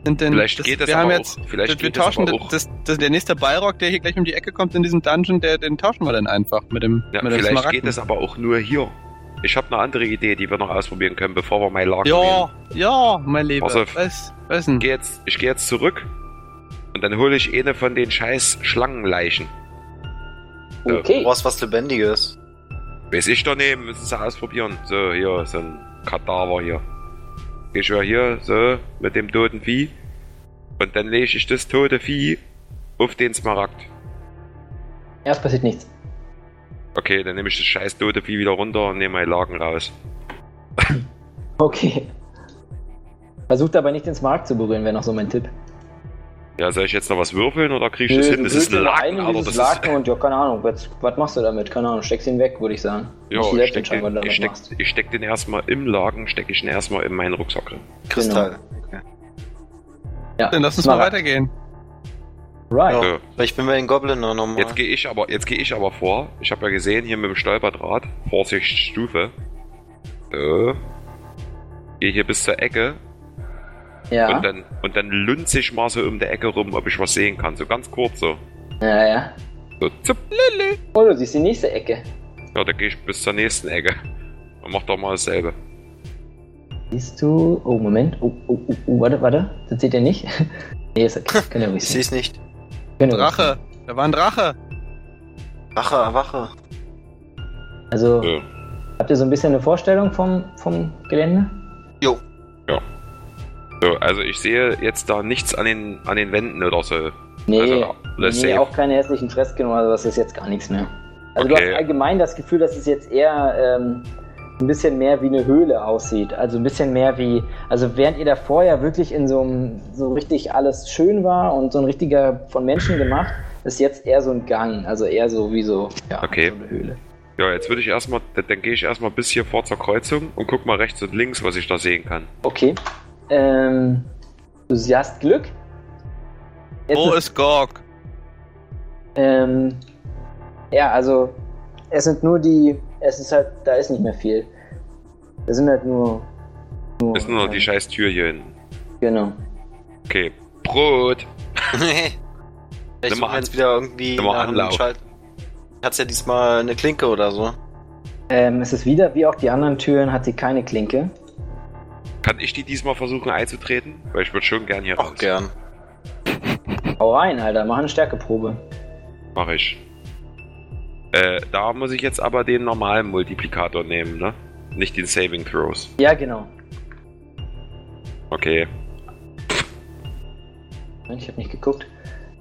[SPEAKER 8] Den, den,
[SPEAKER 4] Vielleicht geht das
[SPEAKER 8] wir
[SPEAKER 4] aber
[SPEAKER 8] haben
[SPEAKER 4] auch.
[SPEAKER 8] jetzt,
[SPEAKER 4] Vielleicht
[SPEAKER 8] wir
[SPEAKER 4] geht das
[SPEAKER 8] tauschen
[SPEAKER 4] aber
[SPEAKER 8] das,
[SPEAKER 4] auch.
[SPEAKER 8] das, das, der nächste Ballrock, der hier gleich um die Ecke kommt in diesem Dungeon, der, den tauschen wir dann einfach mit dem,
[SPEAKER 4] Ja,
[SPEAKER 8] mit dem
[SPEAKER 4] vielleicht
[SPEAKER 8] Smaragden.
[SPEAKER 4] geht es aber auch nur hier. Ich habe eine andere Idee, die wir noch ausprobieren können, bevor wir mal Lager
[SPEAKER 8] ja, ja, mein Lieber.
[SPEAKER 4] Pass auf.
[SPEAKER 8] Was, was denn?
[SPEAKER 4] Ich gehe jetzt, ich geh jetzt zurück und dann hole ich eine von den scheiß Schlangenleichen.
[SPEAKER 7] Du
[SPEAKER 4] äh,
[SPEAKER 1] Okay,
[SPEAKER 7] brauchst was Lebendiges.
[SPEAKER 4] Weiß ich daneben, müssen sie ausprobieren. So, hier, so ein Kadaver hier. Geh ich ja hier, so, mit dem toten Vieh. Und dann lege ich das tote Vieh auf den Smaragd.
[SPEAKER 1] erst passiert nichts.
[SPEAKER 4] Okay, dann nehme ich das scheiß tote Vieh wieder runter und nehme meine Lagen raus.
[SPEAKER 1] Okay. Versucht aber nicht den Smart zu berühren, wäre noch so mein Tipp.
[SPEAKER 4] Ja, soll ich jetzt noch was würfeln oder kriege ich das
[SPEAKER 1] Nö, du
[SPEAKER 4] hin? Das ist ein
[SPEAKER 1] würfelst
[SPEAKER 4] Laken,
[SPEAKER 1] ein
[SPEAKER 4] aber
[SPEAKER 1] dieses
[SPEAKER 4] das ist.
[SPEAKER 1] Laken und ja, keine Ahnung, was, was machst du damit? Keine Ahnung, steckst ihn weg, würde ich sagen.
[SPEAKER 4] Ja,
[SPEAKER 1] Musst du selbst
[SPEAKER 4] ich steck,
[SPEAKER 1] entscheiden, was du
[SPEAKER 4] den,
[SPEAKER 1] damit
[SPEAKER 4] ich, steck,
[SPEAKER 1] machst.
[SPEAKER 4] ich steck den erstmal im Laken, stecke ich den erstmal in meinen Rucksack rein.
[SPEAKER 7] Kristall.
[SPEAKER 1] Genau. Ja,
[SPEAKER 8] Dann lass uns mal
[SPEAKER 1] Smaragd.
[SPEAKER 8] weitergehen. Genau.
[SPEAKER 1] Right.
[SPEAKER 4] Ja.
[SPEAKER 7] Ja. Weil ich bin bei den Goblin noch nochmal.
[SPEAKER 4] Jetzt gehe ich aber, jetzt gehe ich aber vor. Ich habe ja gesehen, hier mit dem Stolperdraht, Vorsicht, Stufe. So. Gehe hier bis zur Ecke
[SPEAKER 1] Ja,
[SPEAKER 4] und dann, und dann lunze ich mal so um der Ecke rum, ob ich was sehen kann. So ganz kurz so.
[SPEAKER 1] ja, ja.
[SPEAKER 4] So, zup.
[SPEAKER 1] Oh, du siehst die nächste Ecke.
[SPEAKER 4] Ja, dann gehe ich bis zur nächsten Ecke. Und mach doch mal dasselbe.
[SPEAKER 1] Siehst du. Oh, Moment. Oh, oh, oh, oh warte, warte. Das seht ihr nicht. nee, ist okay. Könnt ihr ruhig
[SPEAKER 7] ich
[SPEAKER 1] sehen.
[SPEAKER 7] sehe es nicht.
[SPEAKER 1] Könnt ihr ruhig
[SPEAKER 8] Drache. Da war ein Drache.
[SPEAKER 7] Wache, erwache.
[SPEAKER 1] sehen. Also,
[SPEAKER 4] So.
[SPEAKER 1] habt ihr so ein bisschen eine Vorstellung vom, vom Gelände?
[SPEAKER 4] So, also ich sehe jetzt da nichts an den, an den Wänden oder so.
[SPEAKER 1] Nee.
[SPEAKER 4] also, ja, das
[SPEAKER 1] Nee,
[SPEAKER 4] safe.
[SPEAKER 1] auch keine hässlichen Fresken oder was ist jetzt gar nichts mehr. Also du
[SPEAKER 4] Okay.
[SPEAKER 1] hast allgemein das Gefühl, dass es jetzt eher ähm, ein bisschen mehr wie eine Höhle aussieht. Also ein bisschen mehr wie, also während ihr davor ja wirklich in so einem, so richtig alles schön war und so ein richtiger von Menschen gemacht, ist jetzt eher so ein Gang. Also eher so wie so, ja,
[SPEAKER 4] Okay.
[SPEAKER 1] so eine Höhle.
[SPEAKER 4] Ja, jetzt würde ich erstmal, dann, dann gehe ich erstmal bis hier vor zur Kreuzung und guck mal rechts und links, was ich da sehen kann.
[SPEAKER 1] Okay. Ähm, du hast Glück. Jetzt
[SPEAKER 4] Oh,
[SPEAKER 8] Wo ist Gorg?
[SPEAKER 1] Ähm, ja, also es sind nur die, es ist halt, da ist nicht mehr viel. Es sind halt nur, nur
[SPEAKER 4] Ist nur noch
[SPEAKER 1] ähm,
[SPEAKER 4] die scheiß Tür hier hinten.
[SPEAKER 1] Genau.
[SPEAKER 4] Okay, Brot.
[SPEAKER 7] Vielleicht
[SPEAKER 4] Nimm
[SPEAKER 7] suchen
[SPEAKER 4] mal
[SPEAKER 7] wir
[SPEAKER 4] an-
[SPEAKER 7] jetzt wieder irgendwie
[SPEAKER 4] nimm mal
[SPEAKER 7] einen
[SPEAKER 4] Anlauf.
[SPEAKER 7] Schalter. Hat's ja diesmal eine Klinke oder so.
[SPEAKER 1] Ähm, es ist wieder, wie auch die anderen Türen, hat sie keine Klinke.
[SPEAKER 4] Kann ich die diesmal versuchen einzutreten? Weil ich würde schon gern hier
[SPEAKER 7] Auch
[SPEAKER 4] raus.
[SPEAKER 7] gern.
[SPEAKER 1] Hau rein, Alter, mach eine Stärkeprobe.
[SPEAKER 4] Mach ich. Äh, da muss ich jetzt aber den normalen Multiplikator nehmen, ne? Nicht den Saving Throws.
[SPEAKER 1] Ja, genau.
[SPEAKER 4] Okay.
[SPEAKER 1] Moment, Ich habe nicht geguckt.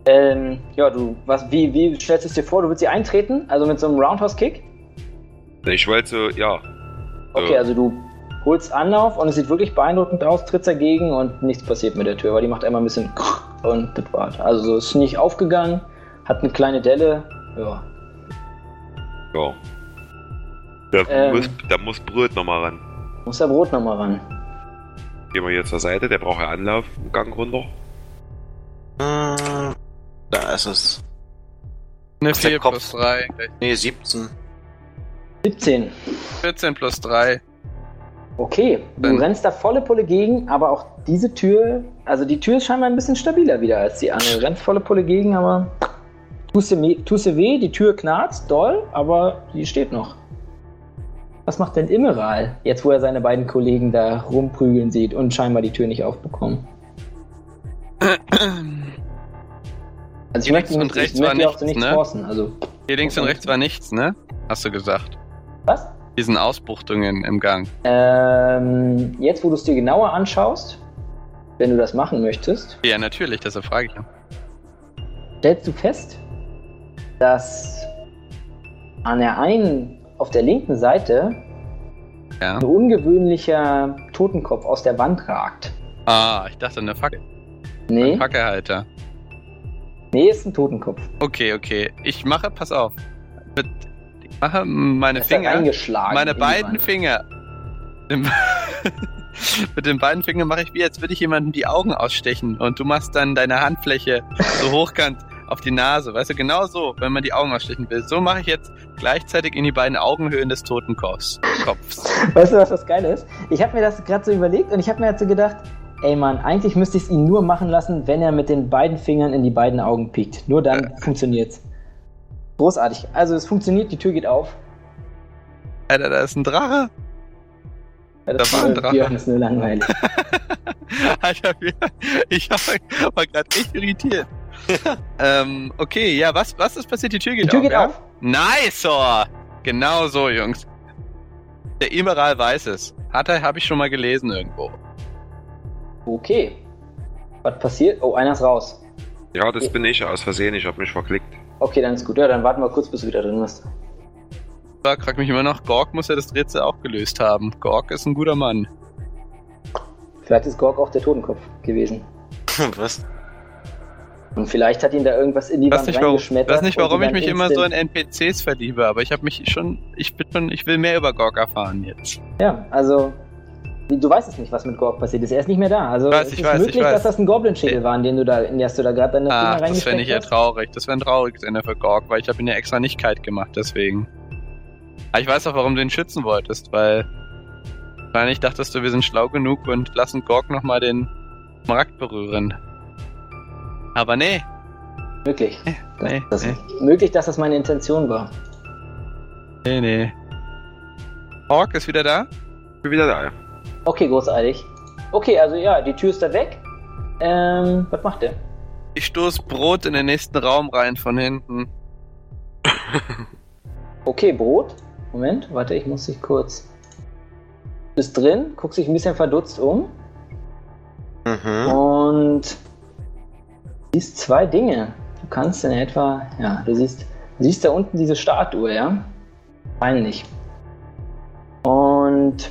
[SPEAKER 1] Ähm, ja, du, was, wie, wie stellst du es dir vor? Du willst sie eintreten? Also mit so einem Roundhouse-Kick?
[SPEAKER 4] Ich wollte so, ja.
[SPEAKER 1] Okay,
[SPEAKER 4] Ja.
[SPEAKER 1] also du holst Anlauf und es sieht wirklich beeindruckend aus, trittst dagegen und nichts passiert mit der Tür, weil die macht einmal ein bisschen und das war's. Also es ist nicht aufgegangen, hat eine kleine Delle. Ja.
[SPEAKER 4] ja. Da,
[SPEAKER 1] Ähm.
[SPEAKER 4] muss, da muss Brot nochmal ran.
[SPEAKER 1] Muss der Brot nochmal ran.
[SPEAKER 4] Gehen wir hier zur Seite, der braucht ja Anlauf, einen Gang runter.
[SPEAKER 7] Hm, Da ist es.
[SPEAKER 8] Eine
[SPEAKER 7] Ach, der
[SPEAKER 8] 4
[SPEAKER 7] Kopf.
[SPEAKER 8] plus 3.
[SPEAKER 7] Nee, 17.
[SPEAKER 1] 17.
[SPEAKER 8] 14 plus 3.
[SPEAKER 1] Okay, du
[SPEAKER 8] Ähm.
[SPEAKER 1] rennst da volle Pulle gegen, aber auch diese Tür, also die Tür ist scheinbar ein bisschen stabiler wieder als die andere. Du rennst volle Pulle gegen, aber tust dir, me- tust dir weh, die Tür knarzt doll, aber die steht noch. Was macht denn Immeral, jetzt wo er seine beiden Kollegen da rumprügeln sieht und scheinbar die Tür nicht aufbekommen? Also ich
[SPEAKER 8] Links
[SPEAKER 1] möchte,
[SPEAKER 8] und
[SPEAKER 1] nicht,
[SPEAKER 8] rechts
[SPEAKER 1] ich
[SPEAKER 8] war
[SPEAKER 1] möchte auch zu
[SPEAKER 8] nichts,
[SPEAKER 1] nichts
[SPEAKER 8] ne?
[SPEAKER 1] forcen, also
[SPEAKER 8] Hier links und rechts war nichts, ne? Hast du gesagt.
[SPEAKER 1] was?
[SPEAKER 8] Diesen Ausbuchtungen im Gang.
[SPEAKER 1] Ähm, jetzt wo du es dir genauer anschaust, wenn du das machen möchtest,
[SPEAKER 8] Ja, natürlich, deshalb frage ich ja.
[SPEAKER 1] stellst du fest, dass an der einen, auf der linken Seite,
[SPEAKER 8] Ja.
[SPEAKER 1] ein ungewöhnlicher Totenkopf aus der Wand ragt.
[SPEAKER 8] Ah, ich dachte eine Fackel.
[SPEAKER 1] Nee,
[SPEAKER 8] Ein Fackelhalter.
[SPEAKER 1] nee, ist ein Totenkopf.
[SPEAKER 8] Okay, okay. Ich mache, pass auf. Mit, ich mache meine
[SPEAKER 1] Ist da
[SPEAKER 8] Finger.
[SPEAKER 1] reingeschlagen.
[SPEAKER 8] Meine
[SPEAKER 1] in die
[SPEAKER 8] beiden
[SPEAKER 1] Wand.
[SPEAKER 8] Finger. Im- Mit den beiden Fingern mache ich wie, als würde ich jemandem die Augen ausstechen und du machst dann deine Handfläche so hochkant auf die Nase. Weißt du, genau so, wenn man die Augen ausstechen will. So mache ich jetzt gleichzeitig in die beiden Augenhöhen des Totenkopfs. Kopfs.
[SPEAKER 1] Weißt du, was das Geile ist? Ich habe mir das gerade so überlegt und ich habe mir dazu gedacht, ey Mann, eigentlich müsste ich es ihn nur machen lassen, wenn er mit den beiden Fingern in die beiden Augen piekt. Nur dann
[SPEAKER 8] Äh.
[SPEAKER 1] funktioniert's. Großartig. Also es funktioniert, die Tür geht auf.
[SPEAKER 8] Alter, da ist ein Drache.
[SPEAKER 1] Ja,
[SPEAKER 8] Da war ein
[SPEAKER 1] ist,
[SPEAKER 8] Drache.
[SPEAKER 1] Björn, ist nur langweilig.
[SPEAKER 8] Alter, wir- ich war, war gerade echt irritiert. ähm, okay, ja, was, was ist passiert? Die Tür geht
[SPEAKER 1] Die Tür
[SPEAKER 8] auf.
[SPEAKER 1] geht
[SPEAKER 8] Genau, ja?
[SPEAKER 1] auf.
[SPEAKER 8] Nice! Oh. Genau so, Jungs. Der Emeral weiß es. Hat er, habe ich schon mal gelesen irgendwo.
[SPEAKER 1] Okay. Was passiert? Oh, einer ist raus.
[SPEAKER 4] Ja, das bin ich aus Versehen, ich habe mich verklickt.
[SPEAKER 1] Okay, dann ist gut. Ja, dann warten wir kurz, bis du wieder drin bist.
[SPEAKER 8] frag frag mich immer noch, Gorg muss ja das Rätsel auch gelöst haben. Gorg ist ein guter Mann.
[SPEAKER 1] Vielleicht ist Gorg auch der Totenkopf gewesen.
[SPEAKER 7] Was?
[SPEAKER 1] Und vielleicht hat ihn da irgendwas in die
[SPEAKER 8] Ich weiß
[SPEAKER 1] Wand
[SPEAKER 8] nicht, warum,
[SPEAKER 1] reingeschmettert.
[SPEAKER 8] weiß nicht,
[SPEAKER 1] und
[SPEAKER 8] warum
[SPEAKER 1] die
[SPEAKER 8] ich
[SPEAKER 1] dann
[SPEAKER 8] mich immer so in
[SPEAKER 1] instant-
[SPEAKER 8] NPCs verliebe, aber ich habe mich schon, ich bin schon, ich will mehr über Gorg erfahren jetzt.
[SPEAKER 1] Ja, also. Du weißt es nicht, was mit Gorg passiert ist. Er ist nicht mehr da. Also
[SPEAKER 8] Ich weiß,
[SPEAKER 1] es
[SPEAKER 8] ich
[SPEAKER 1] ist
[SPEAKER 8] weiß, ich
[SPEAKER 1] möglich,
[SPEAKER 8] weiß.
[SPEAKER 1] dass das ein Goblin-Schädel war, in den du da, in den hast du da gerade deine Finger
[SPEAKER 8] Ach, das
[SPEAKER 1] reingesteckt
[SPEAKER 8] fände ich ja
[SPEAKER 1] hast.
[SPEAKER 8] traurig. Das wäre ein trauriges Ende für Gorg, weil ich habe ihn ja extra nicht kalt gemacht, deswegen. Aber ich weiß auch, warum du ihn schützen wolltest, weil wahrscheinlich dachtest du, wir sind schlau genug und lassen Gorg nochmal den Markt berühren. Aber nee,
[SPEAKER 1] Möglich.
[SPEAKER 8] nee,
[SPEAKER 1] Das
[SPEAKER 8] nee,
[SPEAKER 1] Möglich, dass das meine Intention war.
[SPEAKER 8] nee, nee. Ork ist wieder da?
[SPEAKER 4] Ich bin wieder da. ja.
[SPEAKER 1] Okay, großartig. Okay, also ja, die Tür ist da weg. Ähm, was macht der?
[SPEAKER 8] Ich stoß Brot in den nächsten Raum rein von hinten.
[SPEAKER 1] Okay, Brot. Moment, warte, ich muss dich kurz. Bist drin, guckst dich ein bisschen verdutzt um
[SPEAKER 7] Mhm.
[SPEAKER 1] und siehst zwei Dinge. Du kannst in etwa, ja, du siehst, du siehst da unten diese Statue, ja? Peinlich. Und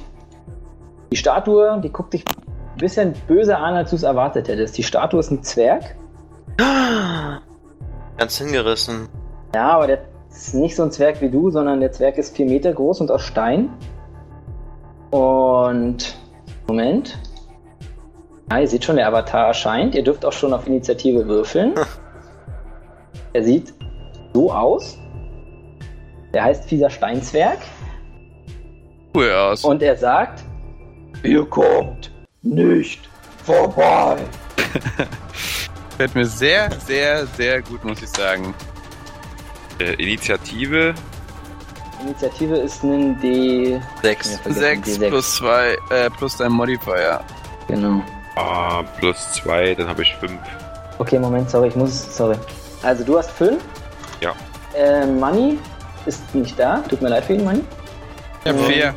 [SPEAKER 1] die Statue, die guckt dich ein bisschen böse an, als du es erwartet hättest. Die Statue ist ein Zwerg.
[SPEAKER 7] Ganz hingerissen.
[SPEAKER 1] Ja, aber der ist nicht so ein Zwerg wie du, sondern der Zwerg ist vier Meter groß und aus Stein. Und Moment. Ah, ihr seht schon, der Avatar erscheint. Ihr dürft auch schon auf Initiative würfeln.
[SPEAKER 7] Hm.
[SPEAKER 1] er sieht so aus. Der heißt fieser Steinzwerg.
[SPEAKER 8] Cool aus.
[SPEAKER 1] Und er sagt, ihr kommt nicht vorbei.
[SPEAKER 8] Fällt mir sehr, sehr, sehr gut, muss ich sagen.
[SPEAKER 4] Äh, Initiative.
[SPEAKER 1] Initiative ist ein D...
[SPEAKER 7] Sechs.
[SPEAKER 1] Ja, vergessen,
[SPEAKER 8] 6
[SPEAKER 1] D6.
[SPEAKER 8] plus 2, äh, plus dein Modifier.
[SPEAKER 1] Genau.
[SPEAKER 4] Ah, plus zwei, dann habe ich fünf.
[SPEAKER 1] Okay, Moment, sorry, ich muss. Sorry. Also du hast fünf.
[SPEAKER 4] Ja.
[SPEAKER 1] Äh, Manni ist nicht da. Tut mir leid für ihn, Manni.
[SPEAKER 8] Ich hab
[SPEAKER 1] Ähm,
[SPEAKER 8] 4.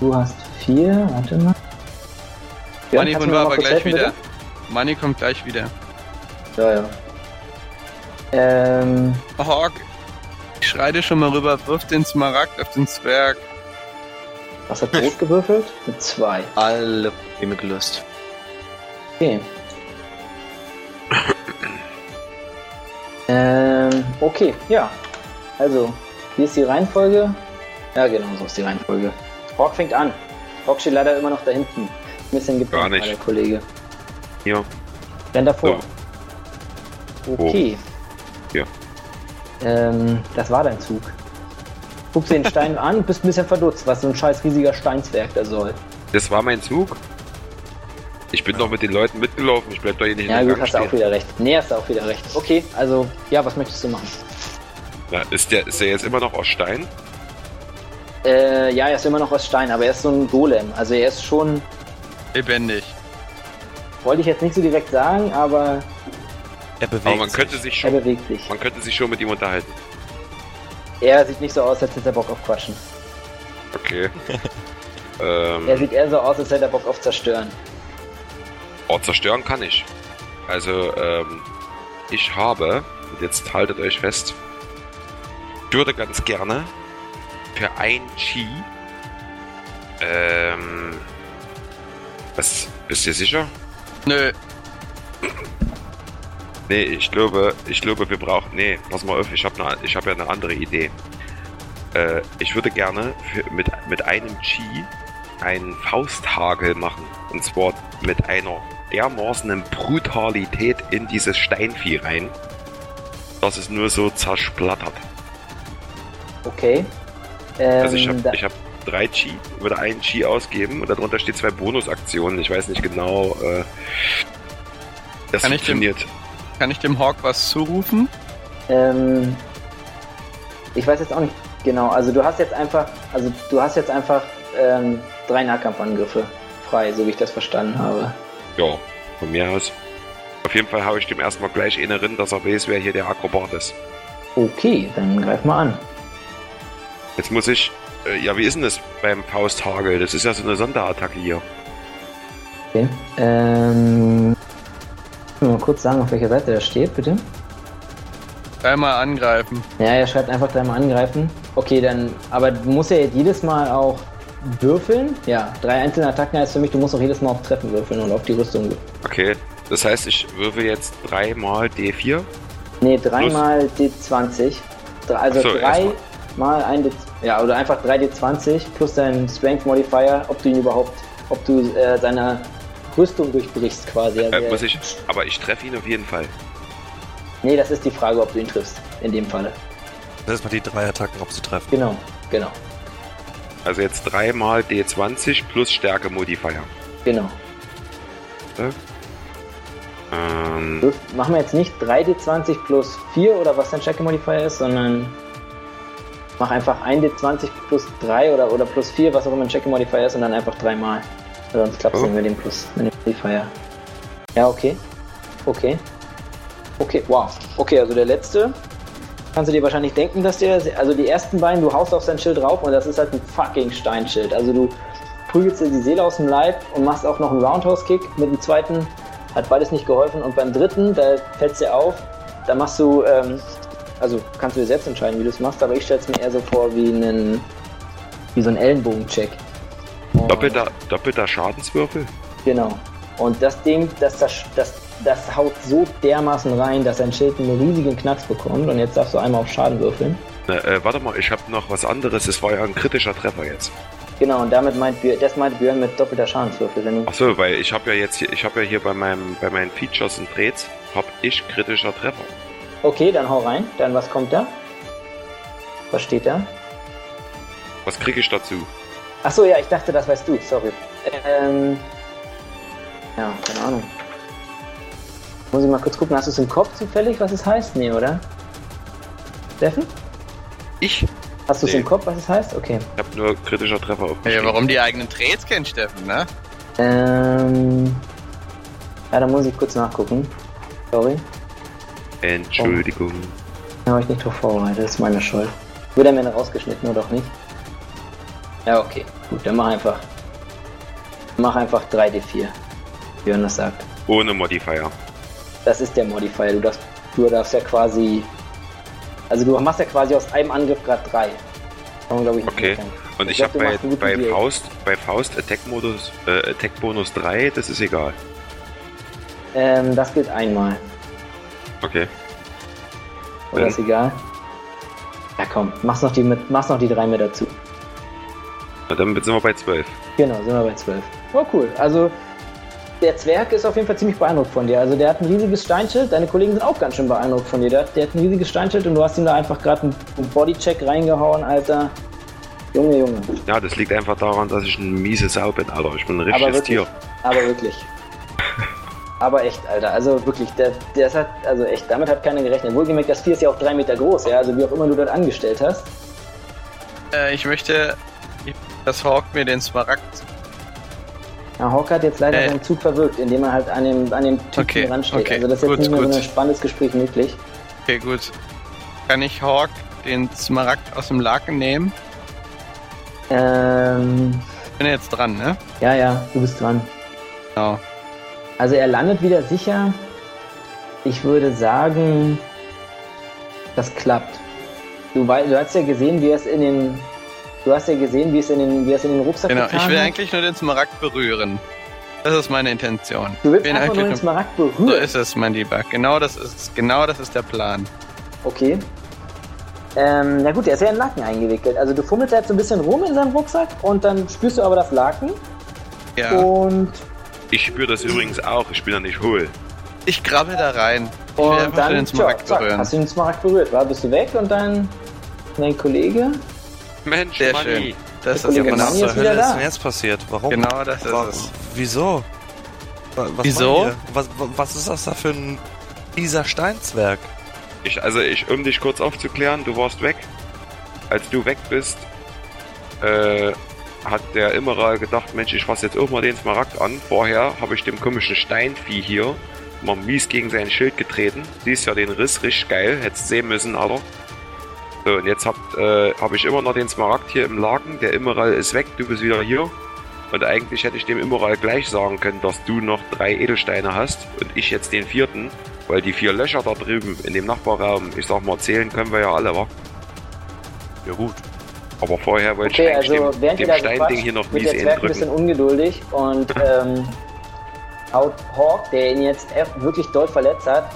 [SPEAKER 1] Du hast vier. Warte mal. Björn,
[SPEAKER 8] Manni
[SPEAKER 1] kannst du
[SPEAKER 8] von
[SPEAKER 1] mir
[SPEAKER 8] war
[SPEAKER 1] noch
[SPEAKER 8] aber
[SPEAKER 1] kurz
[SPEAKER 8] gleich
[SPEAKER 1] helfen,
[SPEAKER 8] wieder. Manni kommt gleich wieder.
[SPEAKER 1] bitte? Ja, ja. Ähm,
[SPEAKER 8] Hawk, ich schreite schon mal rüber, wirf den Smaragd auf den Zwerg.
[SPEAKER 1] was hat Brot gewürfelt? Mit zwei.
[SPEAKER 7] Alle Probleme gelöst.
[SPEAKER 1] Okay. ähm, okay, ja. Also, hier ist die Reihenfolge. Ja, genau, so ist die Reihenfolge. Rock fängt an. Rock steht leider immer noch da hinten. Ein bisschen gepennt
[SPEAKER 4] Gar nicht.
[SPEAKER 1] war der Kollege.
[SPEAKER 4] Ja.
[SPEAKER 1] Renn davor. Okay.
[SPEAKER 4] Ja.
[SPEAKER 1] Ähm, das war dein Zug. Guckst dir den Stein an und bist ein bisschen verdutzt, was so ein scheiß riesiger Steinswerk da soll.
[SPEAKER 4] Das war mein Zug. Ich bin doch mit den Leuten mitgelaufen, ich bleib doch hier nicht
[SPEAKER 1] Ja,
[SPEAKER 4] in
[SPEAKER 1] gut,
[SPEAKER 4] der Gang
[SPEAKER 1] hast du auch
[SPEAKER 4] stehen.
[SPEAKER 1] wieder recht. Nee, hast du auch wieder recht. Okay, also, ja, was möchtest du machen?
[SPEAKER 4] Na, ist, der, ist der jetzt immer noch aus Stein?
[SPEAKER 1] Äh, ja, er ist immer noch aus Stein, aber er ist so ein Golem. Also er ist schon,
[SPEAKER 8] Lebendig.
[SPEAKER 1] wollte ich jetzt nicht so direkt sagen, aber
[SPEAKER 6] Er bewegt
[SPEAKER 4] Aber man
[SPEAKER 6] sich.
[SPEAKER 4] könnte sich
[SPEAKER 1] er
[SPEAKER 4] schon,
[SPEAKER 1] bewegt sich.
[SPEAKER 4] man könnte sich schon mit ihm unterhalten.
[SPEAKER 1] Er sieht nicht so aus, als hätte er Bock auf Quatschen.
[SPEAKER 4] Okay.
[SPEAKER 1] Er
[SPEAKER 4] ähm,
[SPEAKER 1] sieht eher so aus, als hätte er Bock auf Zerstören.
[SPEAKER 4] oh, zerstören kann ich. Also, ähm, ich habe, und jetzt haltet euch fest, ich würde ganz gerne für ein Chi, ähm, was, bist du sicher?
[SPEAKER 8] Nö,
[SPEAKER 4] Nee, ich glaube, ich glaube, wir brauchen. Nee, pass mal auf, ich habe ne, ich hab ja eine andere Idee. Äh, ich würde gerne für, mit, mit einem Chi einen Fausthagel machen. Und zwar mit einer dermaßenen Brutalität in dieses Steinvieh rein, dass es nur so zersplattert.
[SPEAKER 1] Okay. Ähm,
[SPEAKER 4] also ich habe
[SPEAKER 1] da,
[SPEAKER 4] ich hab drei Chi, würde einen Chi ausgeben und darunter steht zwei Bonusaktionen. Ich weiß nicht genau, äh, das
[SPEAKER 8] Kann ich dem-
[SPEAKER 4] funktioniert.
[SPEAKER 8] kann ich dem Hawk was zurufen?
[SPEAKER 1] ähm, ich weiß jetzt auch nicht genau. Also du hast jetzt einfach, also du hast jetzt einfach ähm, drei Nahkampfangriffe frei, so wie ich das verstanden habe.
[SPEAKER 4] Ja, von mir aus. Auf jeden Fall habe ich dem erstmal gleich innerin, dass er weiß, wer hier der Akrobat ist.
[SPEAKER 1] Okay, dann greif mal an.
[SPEAKER 4] Jetzt muss ich. Äh, ja, wie ist denn das beim Fausthagel? Das ist ja so eine Sonderattacke hier.
[SPEAKER 1] Okay. Ähm, kannst du mir mal kurz sagen, auf welcher Seite das steht, bitte?
[SPEAKER 8] Dreimal angreifen.
[SPEAKER 1] Ja, er schreibt einfach dreimal angreifen. Okay, dann, aber du musst ja jetzt jedes Mal auch würfeln. Ja, drei einzelne Attacken heißt für mich, du musst auch jedes Mal auf Treffen würfeln und auf die Rüstung.
[SPEAKER 4] Okay, das heißt, ich würfel jetzt dreimal D4.
[SPEAKER 1] Nee, dreimal D20. Drei- Also
[SPEAKER 4] Ach
[SPEAKER 1] drei
[SPEAKER 4] so, erstmal.
[SPEAKER 1] mal ein D. Ja, oder einfach 3D20 plus dein Strength Modifier, ob du ihn überhaupt, ob du äh, seine Rüstung durchbrichst quasi. Also
[SPEAKER 4] Äh,
[SPEAKER 1] er-
[SPEAKER 4] muss ich, aber ich treffe ihn auf jeden Fall.
[SPEAKER 1] Nee, das ist die Frage, ob du ihn triffst. In dem Falle.
[SPEAKER 6] Das ist mal die drei Attacken, ob sie treffen.
[SPEAKER 1] Genau, genau,
[SPEAKER 4] Also jetzt dreimal D20 plus Stärke-Modifier.
[SPEAKER 1] genau.
[SPEAKER 4] Ähm,
[SPEAKER 1] Wirf- Machen wir jetzt nicht 3D20 plus 4 oder was dein Stärke Modifier ist, sondern mach einfach 1D20 plus 3 oder, oder plus 4, was auch immer ein Stärke Modifier ist, und dann einfach dreimal. Weil Sonst klappt es
[SPEAKER 4] Oh.
[SPEAKER 1] nicht mit dem Plus mit dem Modifier. Ja, okay. Okay. Okay, wow. Okay, also der letzte. Kannst du dir wahrscheinlich denken, dass der. Also die ersten beiden, du haust auf sein Schild rauf und das ist halt ein fucking Steinschild. Also du prügelst dir die Seele aus dem Leib und machst auch noch einen Roundhouse-Kick mit dem zweiten. Hat beides nicht geholfen. Und beim dritten, da fällt's dir auf, da machst du, ähm, also kannst du dir selbst entscheiden, wie du es machst, aber ich stell's mir eher so vor wie einen, wie so einen Ellenbogen-Check. Und-
[SPEAKER 4] doppelter, doppelter Schadenswürfel?
[SPEAKER 1] Genau. Und das Ding, das, das, das, das haut so dermaßen rein, dass sein Schild einen riesigen Knacks bekommt. Und jetzt darfst du einmal auf Schaden würfeln.
[SPEAKER 4] Na, äh, warte mal, ich habe noch was anderes. Es war ja ein kritischer Treffer jetzt.
[SPEAKER 1] Genau, und damit meint Björn, das meint Björn mit doppelter Schadenswürfel. Wenn du,
[SPEAKER 4] Ach so, weil ich habe ja jetzt, hier- ich habe ja hier bei meinem, bei meinen Features und Trades habe ich kritischer Treffer.
[SPEAKER 1] okay, dann hau rein. Dann was kommt da? Was steht da?
[SPEAKER 4] Was kriege ich dazu?
[SPEAKER 1] Ach so, ja, ich dachte, das weißt du. Sorry. Ähm, ja, keine Ahnung. Muss ich mal kurz gucken, hast du es im Kopf zufällig, was es heißt? Nee, oder? Steffen?
[SPEAKER 8] Ich?
[SPEAKER 1] Hast du es
[SPEAKER 4] Nee.
[SPEAKER 1] im Kopf, was es heißt? Okay.
[SPEAKER 4] Ich habe nur kritischer Treffer auf.
[SPEAKER 8] Ja, warum die eigenen Trades kennen, Steffen, ne?
[SPEAKER 1] Ähm. Ja, da muss ich kurz nachgucken. Sorry.
[SPEAKER 4] Entschuldigung.
[SPEAKER 1] Da habe ich nicht drauf vorbereitet, das ist meine Schuld. Wird am Ende rausgeschnitten oder auch nicht? Ja, okay. Gut, dann mach einfach. Mach einfach 3D4. Wie Jonas sagt.
[SPEAKER 4] Ohne Modifier.
[SPEAKER 1] Das ist der Modifier. Du darfst, du darfst ja quasi. Also du machst ja quasi aus einem Angriff gerade drei. Kann man, glaube ich, nicht
[SPEAKER 4] Okay.
[SPEAKER 1] meckern.
[SPEAKER 4] Und ich
[SPEAKER 1] glaub,
[SPEAKER 4] habe
[SPEAKER 1] du
[SPEAKER 4] bei,
[SPEAKER 1] machst einen guten
[SPEAKER 4] bei
[SPEAKER 1] Deal.
[SPEAKER 4] Faust, bei Faust Attack Modus, äh, Attack Bonus 3, das ist egal.
[SPEAKER 1] Ähm, das gilt einmal.
[SPEAKER 4] Okay.
[SPEAKER 1] Oder
[SPEAKER 4] Ähm.
[SPEAKER 1] ist egal? Ja komm, mach's noch die mit, mach's noch die drei mit dazu.
[SPEAKER 4] Na, dann sind wir bei 12.
[SPEAKER 1] Genau, sind wir bei 12. Oh, cool. Also, der Zwerg ist auf jeden Fall ziemlich beeindruckt von dir. Also, der hat ein riesiges Steinschild. Deine Kollegen sind auch ganz schön beeindruckt von dir. Der hat, der hat ein riesiges Steinschild und du hast ihm da einfach gerade einen- einen Bodycheck reingehauen, Alter. Junge, Junge.
[SPEAKER 4] Ja, das liegt einfach daran, dass ich ein miese Sau bin, Alter. Ich bin ein
[SPEAKER 1] Aber
[SPEAKER 4] richtiges
[SPEAKER 1] wirklich.
[SPEAKER 4] Tier.
[SPEAKER 1] Aber wirklich. Aber echt, Alter. Also wirklich, der, der hat, also echt, damit hat keiner gerechnet. Wohlgemerkt, das Vier ist ja auch drei Meter groß, ja. Also, wie auch immer du dort angestellt hast.
[SPEAKER 8] Äh, ich möchte, dass Hawk mir den Smaragd
[SPEAKER 1] Ja, Hawk hat jetzt leider
[SPEAKER 8] Äh.
[SPEAKER 1] seinen Zug verwirkt, indem er halt an dem, an dem Typen
[SPEAKER 8] Okay,
[SPEAKER 1] ransteht.
[SPEAKER 8] okay.
[SPEAKER 1] Also, das ist jetzt
[SPEAKER 8] Gut,
[SPEAKER 1] nicht mehr
[SPEAKER 8] gut.
[SPEAKER 1] so ein spannendes Gespräch möglich.
[SPEAKER 8] Okay, gut. Kann ich Hawk den Smaragd aus dem Laken nehmen?
[SPEAKER 1] Ähm,
[SPEAKER 8] Bin jetzt dran, ne?
[SPEAKER 1] ja, ja, du bist dran.
[SPEAKER 8] Genau.
[SPEAKER 1] Also er landet wieder sicher. Ich würde sagen, das klappt. Du, wei- du hast ja gesehen, wie er es in den. Du hast ja gesehen, wie es in den, wie er es in den Rucksack
[SPEAKER 8] genau.
[SPEAKER 1] getan ne?
[SPEAKER 8] Ich will
[SPEAKER 1] hat.
[SPEAKER 8] eigentlich nur den Smaragd berühren. Das ist meine Intention.
[SPEAKER 1] du willst
[SPEAKER 8] bin
[SPEAKER 1] einfach nur den
[SPEAKER 8] eigentlich
[SPEAKER 1] Smaragd
[SPEAKER 8] So
[SPEAKER 1] berühren.
[SPEAKER 8] ist es, mein Lieber. Genau das ist es. Genau das ist der Plan.
[SPEAKER 1] okay. Ähm, na gut, er ist ja im Laken eingewickelt. Also du fummelst jetzt so ein bisschen rum in seinem Rucksack und dann spürst du aber das Laken
[SPEAKER 8] Ja.
[SPEAKER 1] und,
[SPEAKER 4] Ich spüre das übrigens auch. Ich bin ja nicht hohl.
[SPEAKER 8] Ich krabbel da rein. Ich will
[SPEAKER 1] und
[SPEAKER 8] einfach nur
[SPEAKER 1] dann
[SPEAKER 8] den Smaragd
[SPEAKER 1] tja, zack,
[SPEAKER 8] berühren.
[SPEAKER 1] hast du den Smaragd berührt, war? Bist du weg und dann dein Kollege?
[SPEAKER 4] Mensch,
[SPEAKER 8] Sehr
[SPEAKER 4] Manni.
[SPEAKER 8] schön. Das
[SPEAKER 1] Der
[SPEAKER 8] ist
[SPEAKER 1] Kollege
[SPEAKER 8] genau,
[SPEAKER 1] Manni
[SPEAKER 6] zur
[SPEAKER 1] ist wieder
[SPEAKER 6] Hölle ist
[SPEAKER 1] da.
[SPEAKER 6] denn jetzt passiert? Warum?
[SPEAKER 8] genau das ist
[SPEAKER 6] Wa-
[SPEAKER 8] es.
[SPEAKER 6] Wieso? Wa- Was
[SPEAKER 8] Wieso?
[SPEAKER 6] wollen wir? Was, wa- was ist das da für ein dieser Steinzwerg?
[SPEAKER 4] Ich, also ich, um dich kurz aufzuklären, du warst weg. Als du weg bist, äh, hat der Immerer gedacht, Mensch, ich fasse jetzt irgendwann den Smaragd an. Vorher habe ich dem komischen Steinvieh hier mal mies gegen sein Schild getreten. Siehst ja den Riss, richtig geil. Hättest sehen müssen, Alter. So, und jetzt habt, äh, habe ich immer noch den Smaragd hier im Laken. Der Immeral ist weg, du bist wieder hier. Und eigentlich hätte ich dem Immeral gleich sagen können, dass du noch drei Edelsteine hast und ich jetzt den vierten. Weil die vier Löcher da drüben in dem Nachbarraum, ich sag mal, zählen können wir ja alle, wa?
[SPEAKER 6] Ja gut.
[SPEAKER 4] Aber vorher wollte
[SPEAKER 1] Okay,
[SPEAKER 4] ich eigentlich
[SPEAKER 1] also
[SPEAKER 4] dem,
[SPEAKER 1] während ihr
[SPEAKER 4] dem
[SPEAKER 1] da
[SPEAKER 4] Steinding
[SPEAKER 1] gequatscht,
[SPEAKER 4] hier noch
[SPEAKER 1] wird
[SPEAKER 4] mies
[SPEAKER 1] der Zwerg ein bisschen
[SPEAKER 4] drücken.
[SPEAKER 1] ungeduldig und ähm, haut Hawk, der ihn jetzt echt wirklich doll verletzt hat,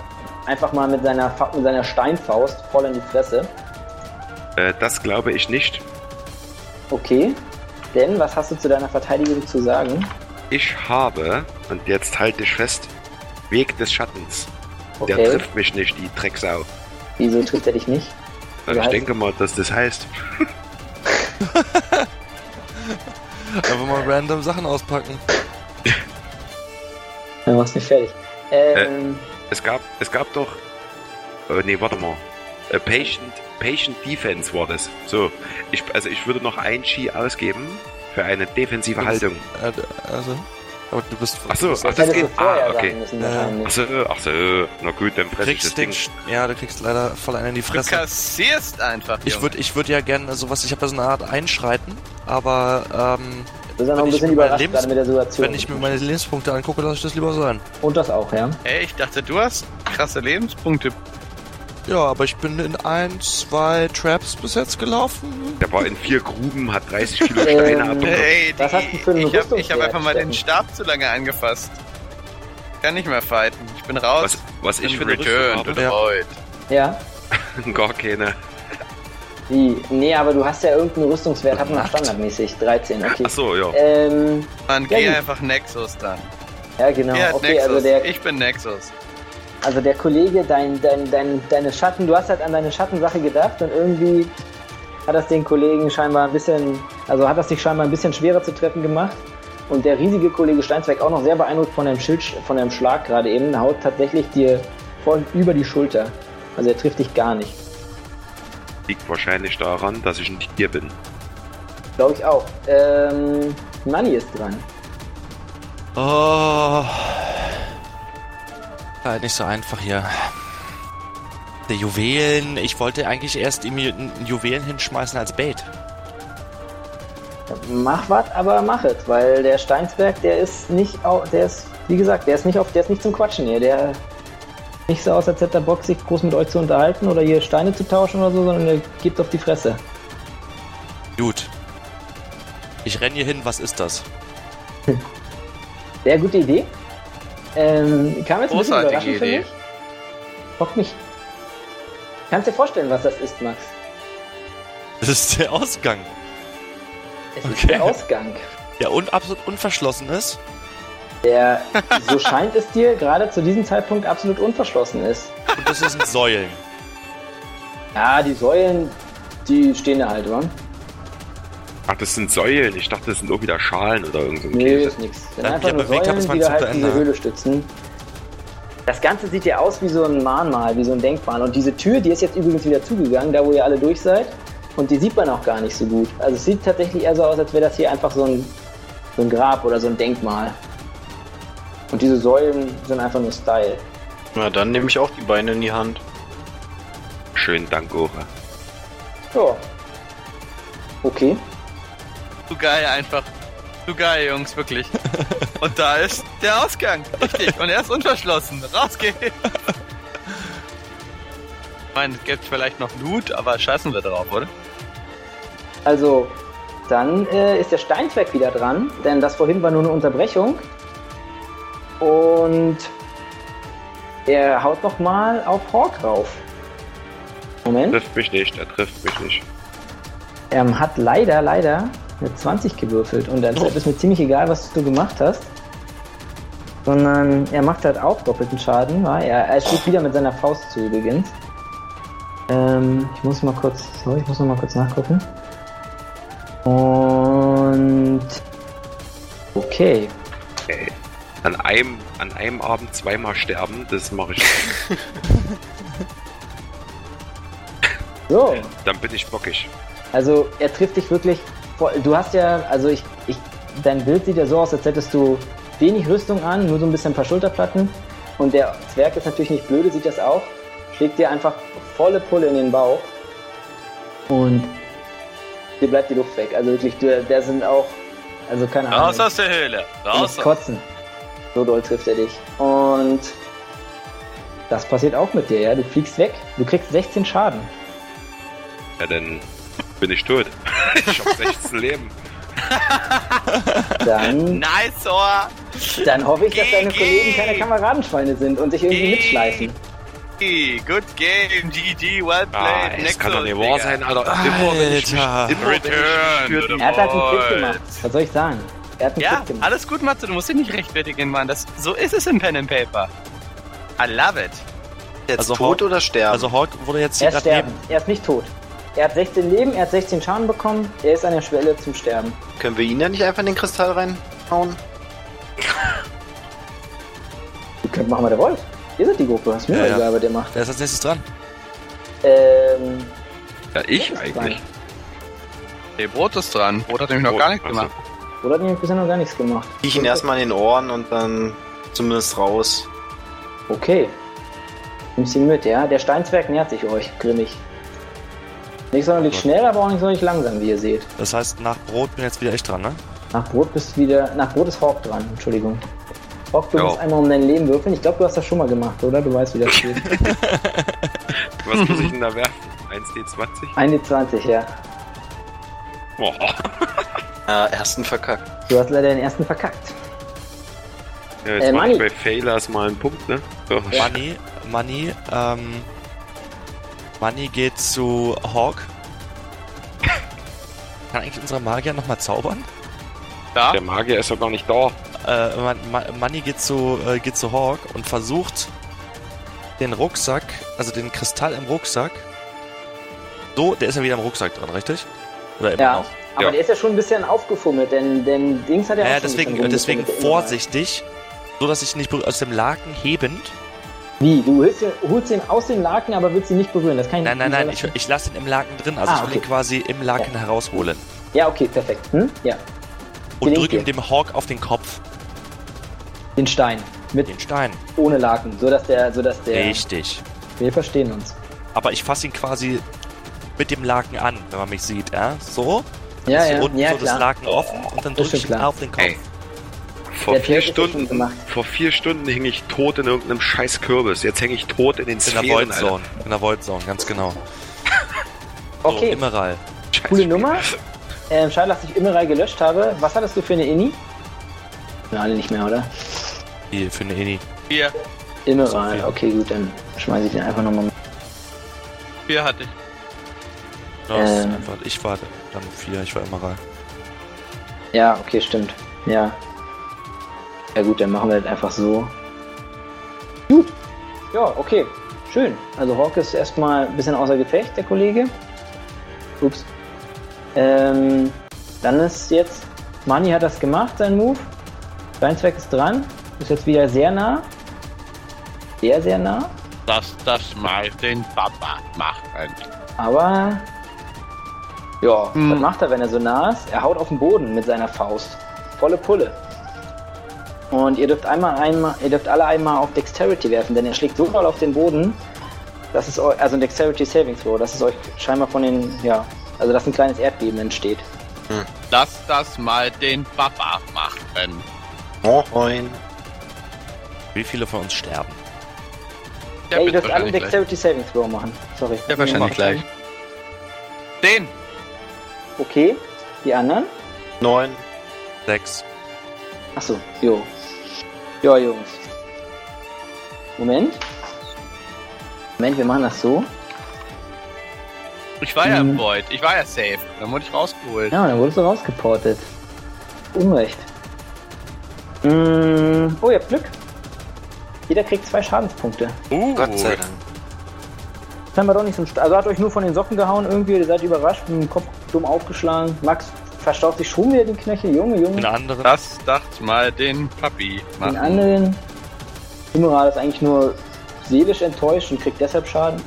[SPEAKER 1] einfach mal mit seiner, Fa- mit seiner Steinfaust voll in die Fresse.
[SPEAKER 4] Äh, das glaube ich nicht.
[SPEAKER 1] Okay, denn was hast du zu deiner Verteidigung zu sagen?
[SPEAKER 4] Ich habe, und jetzt halte dich fest, Weg des Schattens. Der
[SPEAKER 1] Okay,
[SPEAKER 4] trifft mich nicht, die Drecksau.
[SPEAKER 1] wieso trifft er dich nicht?
[SPEAKER 4] Und ich
[SPEAKER 1] heißt-
[SPEAKER 4] denke mal, dass das heißt.
[SPEAKER 6] Einfach mal random Sachen auspacken.
[SPEAKER 1] Dann machst du mich fertig.
[SPEAKER 4] Äh,
[SPEAKER 1] Ähm,
[SPEAKER 4] Es gab, es gab doch. Äh, nee, warte mal. Äh, Patient, Patient Defense war das. So. Ich, also ich würde noch ein Chi ausgeben für eine defensive
[SPEAKER 6] Das-
[SPEAKER 4] Haltung.
[SPEAKER 6] Äh, Also. Aber du bist.
[SPEAKER 4] Ach so,
[SPEAKER 6] du bist-
[SPEAKER 4] ach, das
[SPEAKER 1] hättest du
[SPEAKER 4] geht-
[SPEAKER 1] vorher
[SPEAKER 4] ah, okay. also,
[SPEAKER 1] sagen müssen
[SPEAKER 6] Äh,
[SPEAKER 1] wahrscheinlich.
[SPEAKER 4] Ach so, ach so. Na gut, dann presse ich das
[SPEAKER 6] kriegst
[SPEAKER 4] Ding.
[SPEAKER 6] den. Ja, du kriegst leider voll einen in die
[SPEAKER 8] Du
[SPEAKER 6] Fresse.
[SPEAKER 8] kassierst einfach.
[SPEAKER 6] Ich
[SPEAKER 8] Junge.
[SPEAKER 6] würde ich würd ja gerne sowas, ich habe so eine Art Einschreiten, aber
[SPEAKER 1] Du
[SPEAKER 6] ähm,
[SPEAKER 1] bist ja noch
[SPEAKER 6] wenn
[SPEAKER 1] ein
[SPEAKER 6] ich
[SPEAKER 1] bisschen
[SPEAKER 6] mit meinen
[SPEAKER 1] überrascht
[SPEAKER 6] Lebens-
[SPEAKER 1] gerade mit der Situation.
[SPEAKER 6] wenn ich mir meine Lebenspunkte angucke, lasse ich das lieber sein.
[SPEAKER 1] Und das auch, ja.
[SPEAKER 8] Ey, ich dachte, du hast krasse Lebenspunkte.
[SPEAKER 6] Ja, aber ich bin in ein, zwei Traps bis jetzt gelaufen.
[SPEAKER 4] Der war in vier Gruben, hat 30 Kilo
[SPEAKER 1] Ähm,
[SPEAKER 4] Steine abbekommen.
[SPEAKER 8] Ey,
[SPEAKER 1] Was hast du für einen
[SPEAKER 8] ich habe ich hab
[SPEAKER 1] Rüstungswert,
[SPEAKER 8] einfach mal den
[SPEAKER 1] Steffen?
[SPEAKER 8] Stab zu lange angefasst. Kann nicht mehr fighten. Ich bin raus.
[SPEAKER 4] Was, was ich für eine Rüstung
[SPEAKER 8] Return
[SPEAKER 4] habe.
[SPEAKER 8] destroyed.
[SPEAKER 1] Ja.
[SPEAKER 4] Gar keine.
[SPEAKER 1] Wie? Nee, aber du hast ja irgendeinen Rüstungswert, hat man
[SPEAKER 6] Nackt.
[SPEAKER 1] standardmäßig. 13, okay.
[SPEAKER 4] Ach so, ja.
[SPEAKER 1] Ähm,
[SPEAKER 8] Man,
[SPEAKER 1] Ja,
[SPEAKER 8] geh
[SPEAKER 1] gut.
[SPEAKER 8] einfach Nexus dann.
[SPEAKER 1] ja genau.
[SPEAKER 8] Geh halt
[SPEAKER 1] okay,
[SPEAKER 8] Nexus.
[SPEAKER 1] also der,
[SPEAKER 8] Ich bin Nexus.
[SPEAKER 1] also der Kollege, dein, dein, dein, deine Schatten, du hast halt an deine Schattensache gedacht und irgendwie hat das den Kollegen scheinbar ein bisschen, also hat das dich scheinbar ein bisschen schwerer zu treffen gemacht. Und der riesige Kollege Steinzweig auch noch sehr beeindruckt von deinem Schild, von deinem Schlag gerade eben, haut tatsächlich dir voll über die Schulter. Also er trifft dich gar nicht.
[SPEAKER 4] Liegt wahrscheinlich daran, dass ich ein Tier bin.
[SPEAKER 1] Glaube ich auch. Ähm, Nanni ist dran.
[SPEAKER 6] Oh. War halt nicht so einfach hier. Der Juwelen, ich wollte eigentlich erst ihm Ju- Juwelen hinschmeißen als Bait.
[SPEAKER 1] Mach was, aber mach es, weil der Steinsberg, der ist nicht au- der ist, wie gesagt, der ist nicht auf, der ist nicht zum Quatschen hier. Der nicht so aus, als hätte der Bock, sich groß mit euch zu unterhalten oder hier Steine zu tauschen oder so, sondern der gibt auf die Fresse.
[SPEAKER 6] Dude. Ich renn hier hin, was ist das?
[SPEAKER 1] Sehr gute Idee. Ähm, kam jetzt ein bisschen
[SPEAKER 8] Großartige
[SPEAKER 1] überraschend für
[SPEAKER 8] Idee.
[SPEAKER 1] mich. Bock mich. Kannst dir vorstellen, was das ist, Max?
[SPEAKER 6] Das ist der Ausgang.
[SPEAKER 1] Es
[SPEAKER 6] Okay.
[SPEAKER 1] ist der Ausgang.
[SPEAKER 6] Der un absolut unverschlossen ist.
[SPEAKER 1] Der, so scheint es dir, gerade zu diesem Zeitpunkt absolut unverschlossen ist.
[SPEAKER 6] Und das sind Säulen.
[SPEAKER 1] Ja, die Säulen, die stehen da halt, wa?
[SPEAKER 4] Ach, das sind Säulen. Ich dachte, das sind auch wieder Schalen oder irgend so ein
[SPEAKER 1] Nee,
[SPEAKER 4] Käse.
[SPEAKER 1] ist nix. Dann
[SPEAKER 6] Ja,
[SPEAKER 1] einfach
[SPEAKER 6] ja,
[SPEAKER 1] nur
[SPEAKER 6] aber wen
[SPEAKER 1] Säulen,
[SPEAKER 6] kann das mal
[SPEAKER 1] die da
[SPEAKER 6] zum
[SPEAKER 1] halt diese
[SPEAKER 6] Ende? ne?
[SPEAKER 1] Höhle stützen. Das Ganze sieht ja aus wie so ein Mahnmal, wie so ein Denkmal. Und diese Tür, die ist jetzt übrigens wieder zugegangen, da wo ihr alle durch seid. Und die sieht man auch gar nicht so gut. Also es sieht tatsächlich eher so aus, als wäre das hier einfach so ein, so ein Grab oder so ein Denkmal. Und diese Säulen sind einfach nur Style.
[SPEAKER 7] Na, dann nehme ich auch die Beine in die Hand.
[SPEAKER 4] Schönen Dank, Ora.
[SPEAKER 8] Hm?
[SPEAKER 1] Ja. Okay.
[SPEAKER 8] Zu geil einfach. Zu geil, Jungs, wirklich. Und da ist der Ausgang. Richtig. Und er ist unverschlossen. Rausgehen. Ich meine, es gibt vielleicht noch Loot, aber scheißen wir drauf, oder?
[SPEAKER 1] Also, dann äh, ist der Steinzweck wieder dran, denn das vorhin war nur eine Unterbrechung. Und er haut nochmal auf Hawk rauf. Moment.
[SPEAKER 4] Trifft mich nicht, er trifft mich nicht.
[SPEAKER 1] Er Ähm, hat leider, leider mit 20 gewürfelt und dann ist mir ziemlich egal, was du gemacht hast. Sondern er macht halt auch doppelten Schaden. wa? Er, er schlägt wieder mit seiner Faust zu übrigens. Ähm, ich muss mal kurz, sorry, ich muss noch mal kurz nachgucken. Und okay,
[SPEAKER 4] An einem, an einem Abend zweimal sterben, das mache ich.
[SPEAKER 1] so.
[SPEAKER 4] Dann bin ich bockig.
[SPEAKER 1] Also er trifft dich wirklich voll. Du hast ja, also ich, ich, dein Bild sieht ja so aus, als hättest du wenig Rüstung an, nur so ein bisschen ein paar Schulterplatten. Und der Zwerg ist natürlich nicht blöde, sieht das auch. Schlägt dir einfach volle Pulle in den Bauch. Und dir bleibt die Luft weg. Also wirklich, du- da sind auch, also keine Ahnung.
[SPEAKER 8] Raus aus der Höhle. Raus.
[SPEAKER 1] Muss kotzen. So doll trifft er dich. Und das passiert auch mit dir, ja. Du fliegst weg. Du kriegst 16 Schaden.
[SPEAKER 4] Ja, dann Bin ich tot. ich hab 16 Leben.
[SPEAKER 1] Dann,
[SPEAKER 8] Nice, Ohr!
[SPEAKER 1] dann hoffe ich, dass deine
[SPEAKER 8] GG.
[SPEAKER 1] Kollegen keine Kameradenschweine sind und sich irgendwie
[SPEAKER 8] GG.
[SPEAKER 1] mitschleifen.
[SPEAKER 8] Good game, GG, well played.
[SPEAKER 4] Ah, es
[SPEAKER 8] Nexus,
[SPEAKER 4] kann doch nicht
[SPEAKER 8] Digga.
[SPEAKER 4] wahr sein, Alter. Immer wenn ich mich,
[SPEAKER 6] Alter.
[SPEAKER 4] immer wenn ich mich für
[SPEAKER 8] Return.
[SPEAKER 4] den
[SPEAKER 1] Er hat halt einen Trick
[SPEAKER 8] Jawohl.
[SPEAKER 1] gemacht. Was soll ich sagen? Er hat einen
[SPEAKER 8] Ja,
[SPEAKER 1] Trick gemacht.
[SPEAKER 8] alles gut, Matze, du musst dich nicht rechtfertigen, Mann. Das, so ist es im Pen and Paper. I love it.
[SPEAKER 7] Jetzt
[SPEAKER 6] Also
[SPEAKER 7] tot
[SPEAKER 6] Hau-
[SPEAKER 7] oder sterben?
[SPEAKER 6] Also Hawk wurde jetzt
[SPEAKER 1] Er
[SPEAKER 6] hier
[SPEAKER 1] ist
[SPEAKER 6] gerade
[SPEAKER 1] sterben.
[SPEAKER 6] neben.
[SPEAKER 1] Er ist nicht tot. Er hat 16 Leben, er hat 16 Schaden bekommen, er ist an der Schwelle zum Sterben.
[SPEAKER 7] Können wir ihn da nicht einfach in den Kristall reinhauen?
[SPEAKER 1] Ihr könnt machen, was ihr wollt. Ihr seid die Gruppe. Ist mir
[SPEAKER 6] Ja, ja.
[SPEAKER 1] egal, was ihr macht.
[SPEAKER 6] Wer ist als nächstes dran?
[SPEAKER 1] Ähm,
[SPEAKER 4] Ja, ich eigentlich.
[SPEAKER 8] Der Brot ist dran. Brot hat nämlich noch
[SPEAKER 4] Brot,
[SPEAKER 8] gar nichts
[SPEAKER 4] also.
[SPEAKER 8] gemacht.
[SPEAKER 1] Oder hat nämlich bisher noch gar nichts gemacht.
[SPEAKER 7] Ich ihn erstmal in den Ohren und dann zumindest raus.
[SPEAKER 1] Okay. Nimmst ihn mit, ja? Der Steinzwerg nähert sich euch, grimmig. Nicht sonderlich schnell, aber auch nicht sonderlich langsam, wie ihr seht.
[SPEAKER 6] Das heißt, nach Brot bin jetzt wieder ich dran, ne?
[SPEAKER 1] Nach Brot bist wieder. Nach Brot ist Hawk dran, Entschuldigung. Hawk, du
[SPEAKER 4] Ja.
[SPEAKER 1] musst einmal um dein Leben würfeln. Ich glaube, du hast das schon mal gemacht, oder? Du weißt, wie das geht.
[SPEAKER 4] Was muss ich denn da werfen? 1D20?
[SPEAKER 1] 1D20, ja.
[SPEAKER 4] Boah.
[SPEAKER 7] Ja, Äh, ersten verkackt.
[SPEAKER 1] Du hast leider den ersten verkackt.
[SPEAKER 4] Ja, jetzt
[SPEAKER 1] Äh,
[SPEAKER 4] mach
[SPEAKER 1] Manni.
[SPEAKER 4] ich bei Failers mal einen Punkt, ne? So.
[SPEAKER 6] Money, Money, ähm. Money geht zu Hawk. Kann eigentlich unsere Magier nochmal zaubern?
[SPEAKER 8] Da?
[SPEAKER 4] Der Magier ist doch gar nicht da.
[SPEAKER 6] Äh, Man- Ma- Money geht zu, äh, geht zu Hawk und versucht, den Rucksack, also den Kristall im Rucksack. So, der ist ja wieder im Rucksack drin, richtig? Oder immer
[SPEAKER 1] Ja.
[SPEAKER 6] noch?
[SPEAKER 1] Aber
[SPEAKER 4] Ja.
[SPEAKER 1] der ist ja schon ein bisschen aufgefummelt, denn, denn Dings hat ja
[SPEAKER 6] Ja,
[SPEAKER 1] auch
[SPEAKER 6] ja
[SPEAKER 1] schon ein
[SPEAKER 6] deswegen,
[SPEAKER 1] bisschen
[SPEAKER 6] deswegen
[SPEAKER 1] rumgefummelt, der
[SPEAKER 6] vorsichtig, so dass ich nicht berühre- aus dem Laken hebend.
[SPEAKER 1] Inhalt. Wie? Du holst ihn, holst ihn aus dem Laken, aber willst ihn nicht berühren. Das kann ich
[SPEAKER 6] Nein, nein,
[SPEAKER 1] wie soll
[SPEAKER 6] nein,
[SPEAKER 1] das
[SPEAKER 6] ich,
[SPEAKER 1] gehen?
[SPEAKER 6] ich lasse ihn im Laken drin, also
[SPEAKER 1] Ah,
[SPEAKER 6] ich will ihn
[SPEAKER 1] okay.
[SPEAKER 6] quasi im Laken herausholen.
[SPEAKER 1] Ja, okay, perfekt. Hm? Ja.
[SPEAKER 6] Und
[SPEAKER 1] Gelingt
[SPEAKER 6] drücke ihm
[SPEAKER 1] dir.
[SPEAKER 6] dem Hawk auf den Kopf
[SPEAKER 1] Den Stein. Mit
[SPEAKER 6] den Stein.
[SPEAKER 1] ohne Laken. So dass der, so dass der.
[SPEAKER 6] Richtig.
[SPEAKER 1] Wir verstehen uns.
[SPEAKER 6] Aber ich fasse ihn quasi mit dem Laken an, wenn man mich sieht, ja? So,
[SPEAKER 1] Ja,
[SPEAKER 6] ist
[SPEAKER 1] ja,
[SPEAKER 6] hier unten
[SPEAKER 1] ja,
[SPEAKER 6] so das
[SPEAKER 1] klar.
[SPEAKER 6] Laken offen und dann
[SPEAKER 1] Ist
[SPEAKER 6] drücke ich
[SPEAKER 1] schon
[SPEAKER 6] ihn
[SPEAKER 1] klar.
[SPEAKER 6] auf den Kopf.
[SPEAKER 4] Ey. Vor
[SPEAKER 1] Der
[SPEAKER 4] vier,
[SPEAKER 1] Pierre hat das schon
[SPEAKER 4] Stunden,
[SPEAKER 1] gemacht.
[SPEAKER 4] vor vier Stunden hing ich tot in irgendeinem scheiß Kürbis. Jetzt hänge ich tot in
[SPEAKER 6] In
[SPEAKER 4] den
[SPEAKER 6] der
[SPEAKER 4] Sphären,
[SPEAKER 6] Void
[SPEAKER 4] Alter.
[SPEAKER 6] Zone. In der Void Zone, ganz genau. So,
[SPEAKER 1] Okay,
[SPEAKER 6] Immeral.
[SPEAKER 4] Scheiß
[SPEAKER 1] coole
[SPEAKER 4] Spiel.
[SPEAKER 1] Nummer. Ähm, schade, dass ich Immerei gelöscht habe. Was hattest du für eine Inni? Na, alle nicht mehr, oder?
[SPEAKER 6] Die für eine Inni.
[SPEAKER 8] Vier.
[SPEAKER 1] Immerei. okay, gut, dann schmeiße ich den einfach nochmal mit.
[SPEAKER 8] Vier hatte ich.
[SPEAKER 6] Das ist
[SPEAKER 1] Ähm.
[SPEAKER 6] einfach, ich war dann vier, ich war Immeral.
[SPEAKER 1] Ja, okay, stimmt. Ja. Ja, gut, dann machen wir das einfach so. Gut. Ja, okay. Schön. Also, Hawk ist erstmal ein bisschen außer Gefecht, der Kollege. Ups. Ähm, dann ist jetzt. Mani hat das gemacht, sein Move. Steinzweck ist dran. Ist jetzt wieder sehr nah. Sehr, sehr nah.
[SPEAKER 2] Lass das mal den Papa machen.
[SPEAKER 1] Aber. Ja,
[SPEAKER 8] Hm.
[SPEAKER 1] was macht er, wenn er so nah ist? Er haut auf den Boden mit seiner Faust. Volle Pulle. Und ihr dürft einmal, einmal, ihr dürft alle einmal auf Dexterity werfen, denn er schlägt so doll auf den Boden, dass es eu- also ein Dexterity Saving Throw, dass es euch scheinbar von den, ja, also dass ein kleines Erdbeben entsteht.
[SPEAKER 2] Lass das mal den Papa machen.
[SPEAKER 7] Moin.
[SPEAKER 6] Wie viele von uns sterben?
[SPEAKER 1] ja,
[SPEAKER 8] Der
[SPEAKER 1] ihr
[SPEAKER 8] wird
[SPEAKER 1] dürft alle einen
[SPEAKER 8] wahrscheinlich gleich.
[SPEAKER 1] Dexterity Saving Throw machen. Sorry.
[SPEAKER 8] Der wahrscheinlich gleich. Den.
[SPEAKER 1] Okay, die anderen?
[SPEAKER 7] Neun.
[SPEAKER 6] Sechs.
[SPEAKER 1] Achso, jo. Ja, Jungs. Moment. Moment, wir machen das so.
[SPEAKER 8] Ich war ja im
[SPEAKER 1] Mhm.
[SPEAKER 8] Void. Ich war ja safe. Dann wurde ich rausgeholt.
[SPEAKER 1] Ja, dann wurdest du rausgeportet. Unrecht. Mm, oh, ihr habt Glück. Jeder kriegt zwei Schadenspunkte.
[SPEAKER 6] Uh,
[SPEAKER 7] Gott sei Dank.
[SPEAKER 1] Scheinbar doch nicht so ein St Also hat euch nur von den Socken gehauen irgendwie. Ihr seid überrascht, mit dem Kopf dumm aufgeschlagen. Max verstaut sich schon wieder den Knöchel. Junge,
[SPEAKER 6] Einen
[SPEAKER 1] Junge.
[SPEAKER 6] anderen.
[SPEAKER 2] Lass das mal den Papi
[SPEAKER 1] Den
[SPEAKER 2] machen.
[SPEAKER 1] anderen. Immoral ist eigentlich nur seelisch enttäuscht und kriegt deshalb Schaden.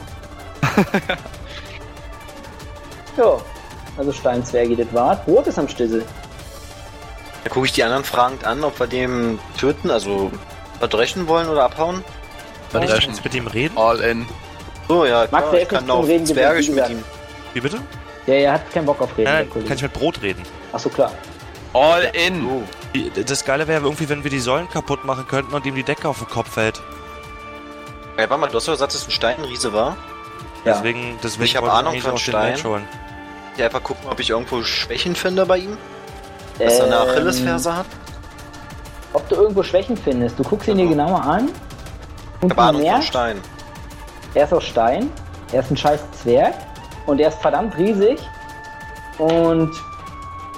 [SPEAKER 1] ja, also Steinzwerge, das war. Brot ist am Stissel.
[SPEAKER 7] Da gucke ich die anderen fragend an, ob wir dem töten, also verdreschen wollen oder abhauen.
[SPEAKER 6] Kann ich
[SPEAKER 2] Dreschen.
[SPEAKER 6] jetzt mit ihm reden?
[SPEAKER 2] All in.
[SPEAKER 7] So, ja, klar,
[SPEAKER 1] der
[SPEAKER 7] ich
[SPEAKER 1] ist
[SPEAKER 7] kann
[SPEAKER 1] nicht zum
[SPEAKER 7] auch
[SPEAKER 1] Reden gewesen,
[SPEAKER 7] zwergisch
[SPEAKER 1] wie
[SPEAKER 7] mit
[SPEAKER 1] gesagt.
[SPEAKER 7] ihm.
[SPEAKER 6] Wie bitte?
[SPEAKER 1] Ja, er hat keinen Bock auf Reden, der
[SPEAKER 6] Nein, nein,
[SPEAKER 1] Kollege.
[SPEAKER 6] Äh, kann ich mit Brot reden?
[SPEAKER 1] Achso, klar.
[SPEAKER 2] All in.
[SPEAKER 7] So.
[SPEAKER 6] Die- Das Geile wäre irgendwie, wenn wir die Säulen kaputt machen könnten und ihm die Decke auf den Kopf fällt.
[SPEAKER 7] Ey, warte mal, du hast doch gesagt, dass es ein Steinriese war.
[SPEAKER 1] Ja.
[SPEAKER 6] Deswegen, deswegen
[SPEAKER 7] Ich hab
[SPEAKER 6] wollte
[SPEAKER 7] Ahnung
[SPEAKER 6] eigentlich
[SPEAKER 7] von
[SPEAKER 6] auch den
[SPEAKER 7] Stein.
[SPEAKER 6] Mensch holen.
[SPEAKER 7] Ich einfach gucken, ob ich irgendwo Schwächen finde bei ihm. Dass
[SPEAKER 1] Ähm,
[SPEAKER 7] er eine Achillesferse hat.
[SPEAKER 1] Ob du irgendwo Schwächen findest. Du guckst ihn dir
[SPEAKER 6] Genau.
[SPEAKER 1] genauer an.
[SPEAKER 7] Ich
[SPEAKER 1] Und
[SPEAKER 7] habe
[SPEAKER 1] du
[SPEAKER 7] Ahnung von
[SPEAKER 1] merkst,
[SPEAKER 7] Stein.
[SPEAKER 1] Er ist aus Stein, er ist ein scheiß Zwerg und er ist verdammt riesig und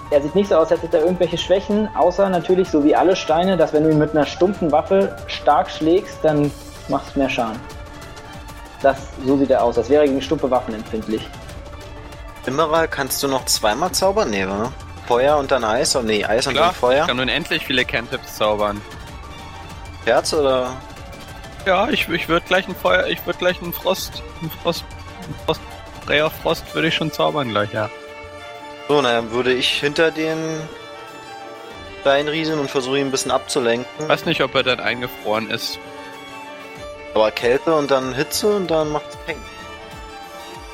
[SPEAKER 1] er sieht nicht so aus, als hätte er irgendwelche Schwächen, außer natürlich, so wie alle Steine, dass wenn du ihn mit einer stumpfen Waffe stark schlägst, dann machst du mehr Schaden. Das, so sieht er aus, als wäre er gegen stumpfe Waffen empfindlich.
[SPEAKER 7] Immeral kannst du noch zweimal zaubern? Nee, wa? Feuer und dann Eis? Oh, nee, Eis und
[SPEAKER 8] Klar,
[SPEAKER 7] dann Feuer.
[SPEAKER 8] ich kann unendlich viele Cantrips zaubern.
[SPEAKER 7] Herz oder?
[SPEAKER 8] Ja, ich, ich würde gleich ein Feuer, ich würde gleich einen Frost, einen Frost, einen Frost, Ray of Frost würde ich schon zaubern gleich, ja.
[SPEAKER 7] So, na, dann würde ich hinter den Stein riesen und versuche ihn ein bisschen abzulenken.
[SPEAKER 8] Weiß nicht, ob er dann eingefroren ist.
[SPEAKER 7] Aber Kälte und dann Hitze und dann macht's Peng.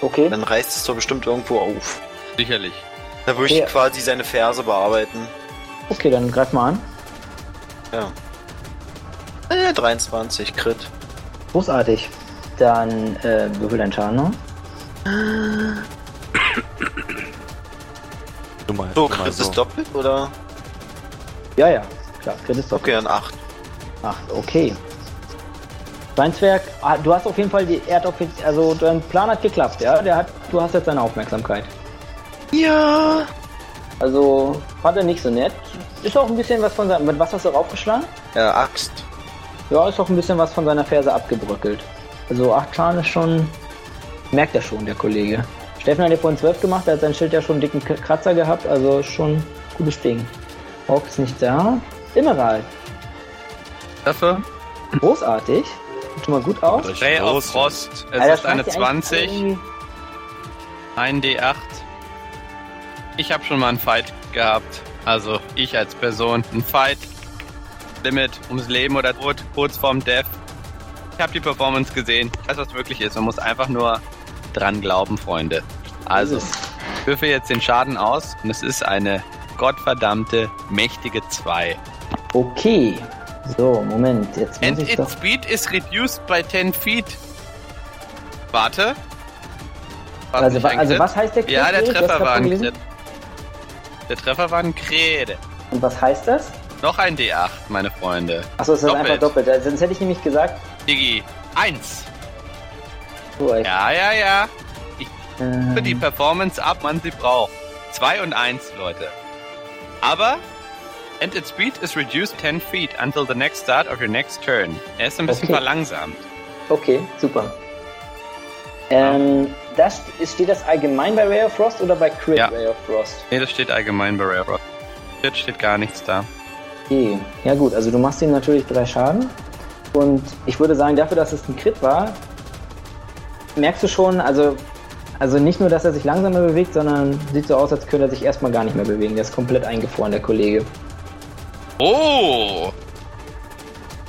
[SPEAKER 1] Okay,
[SPEAKER 7] Dann reißt es doch bestimmt irgendwo auf.
[SPEAKER 8] Sicherlich.
[SPEAKER 7] Da würde ich
[SPEAKER 1] Okay.
[SPEAKER 7] quasi seine Ferse bearbeiten.
[SPEAKER 1] okay, dann greif mal an.
[SPEAKER 7] Ja. Äh, 23 Crit.
[SPEAKER 1] Großartig. Dann äh, würfel deinen Schaden noch.
[SPEAKER 6] Du meinst.
[SPEAKER 7] So,
[SPEAKER 6] du
[SPEAKER 7] Crit
[SPEAKER 6] meinst
[SPEAKER 7] ist doppelt oder?
[SPEAKER 1] Ja, ja, klar, kreditst doch.
[SPEAKER 7] Okay, dann 8.
[SPEAKER 1] Ach, okay. Weinswerk, ah, du hast auf jeden Fall die, er hat auf jeden, also dein Plan hat geklappt, ja? Der hat, du hast jetzt seine Aufmerksamkeit.
[SPEAKER 7] Ja.
[SPEAKER 1] Also fand er nicht so nett. Ist auch ein bisschen was von seinem, mit was hast du raufgeschlagen?
[SPEAKER 7] Ja, Axt.
[SPEAKER 1] Ja, ist auch ein bisschen was von seiner Ferse abgebröckelt. Also acht Schaden ist schon, merkt er schon, der Kollege. Steffen hat ja vorhin 12 gemacht, er hat sein Schild ja schon einen dicken K- Kratzer gehabt, also ist schon ein gutes Ding. Hawk ist nicht da. Immeral,
[SPEAKER 8] Dafür?
[SPEAKER 1] großartig. Sieht schon mal gut aus.
[SPEAKER 6] Richtig
[SPEAKER 8] Ray of
[SPEAKER 6] groß.
[SPEAKER 8] Frost. Es
[SPEAKER 1] Alter,
[SPEAKER 8] ist eine
[SPEAKER 1] das macht die eigentlich
[SPEAKER 8] 20,
[SPEAKER 1] irgendwie-
[SPEAKER 8] ein D8. Ich habe schon mal einen Fight gehabt. Also ich als Person. Ein Fight. Limit ums Leben oder Tod, kurz vorm Death. Ich habe die Performance gesehen. Ich weiß, was möglich ist. Man muss einfach nur dran glauben, Freunde. Also, ich würfel jetzt den Schaden aus und es ist eine gottverdammte, mächtige 2.
[SPEAKER 1] Okay. So, Moment, jetzt muss
[SPEAKER 8] And
[SPEAKER 1] ich
[SPEAKER 8] its
[SPEAKER 1] doch.
[SPEAKER 8] speed is reduced by 10 feet. Warte. War
[SPEAKER 1] Also,
[SPEAKER 8] nicht
[SPEAKER 1] wa-
[SPEAKER 8] ein
[SPEAKER 1] also
[SPEAKER 8] Crit?
[SPEAKER 1] was heißt der Crit?
[SPEAKER 8] Ja, der
[SPEAKER 1] Erik? Du hast
[SPEAKER 8] Treffer
[SPEAKER 1] gerade
[SPEAKER 8] war ein
[SPEAKER 1] gelesen.
[SPEAKER 8] Crit. Der Treffer war ein Krede.
[SPEAKER 1] Und was heißt das?
[SPEAKER 8] Noch ein D8, meine Freunde.
[SPEAKER 1] Achso, es ist
[SPEAKER 8] Doppelt.
[SPEAKER 1] einfach doppelt. Also, Sonst hätte ich nämlich gesagt,
[SPEAKER 8] Digi, 1.
[SPEAKER 1] oh, ich,
[SPEAKER 8] Ja, ja, ja. Für die
[SPEAKER 1] ähm,
[SPEAKER 8] Performance ab, man sie braucht. 2 und 1, Leute. Aber, and its speed is reduced 10 feet until the next start of your next turn. Er ist ein bisschen
[SPEAKER 1] Okay.
[SPEAKER 8] verlangsamt.
[SPEAKER 1] okay, super. Ähm, das ist, steht das allgemein bei Ray of Frost oder bei Crit
[SPEAKER 8] Ja.
[SPEAKER 1] Ray of Frost?
[SPEAKER 8] Nee, das steht allgemein bei Railroad. Jetzt steht gar nichts da.
[SPEAKER 1] Okay. Ja gut, also du machst ihm natürlich drei Schaden. Und ich würde sagen, dafür, dass es ein Crit war, merkst du schon, also, also nicht nur, dass er sich langsamer bewegt, sondern sieht so aus, als könnte er sich erstmal gar nicht mehr bewegen. Der ist komplett eingefroren, der Kollege.
[SPEAKER 8] Oh!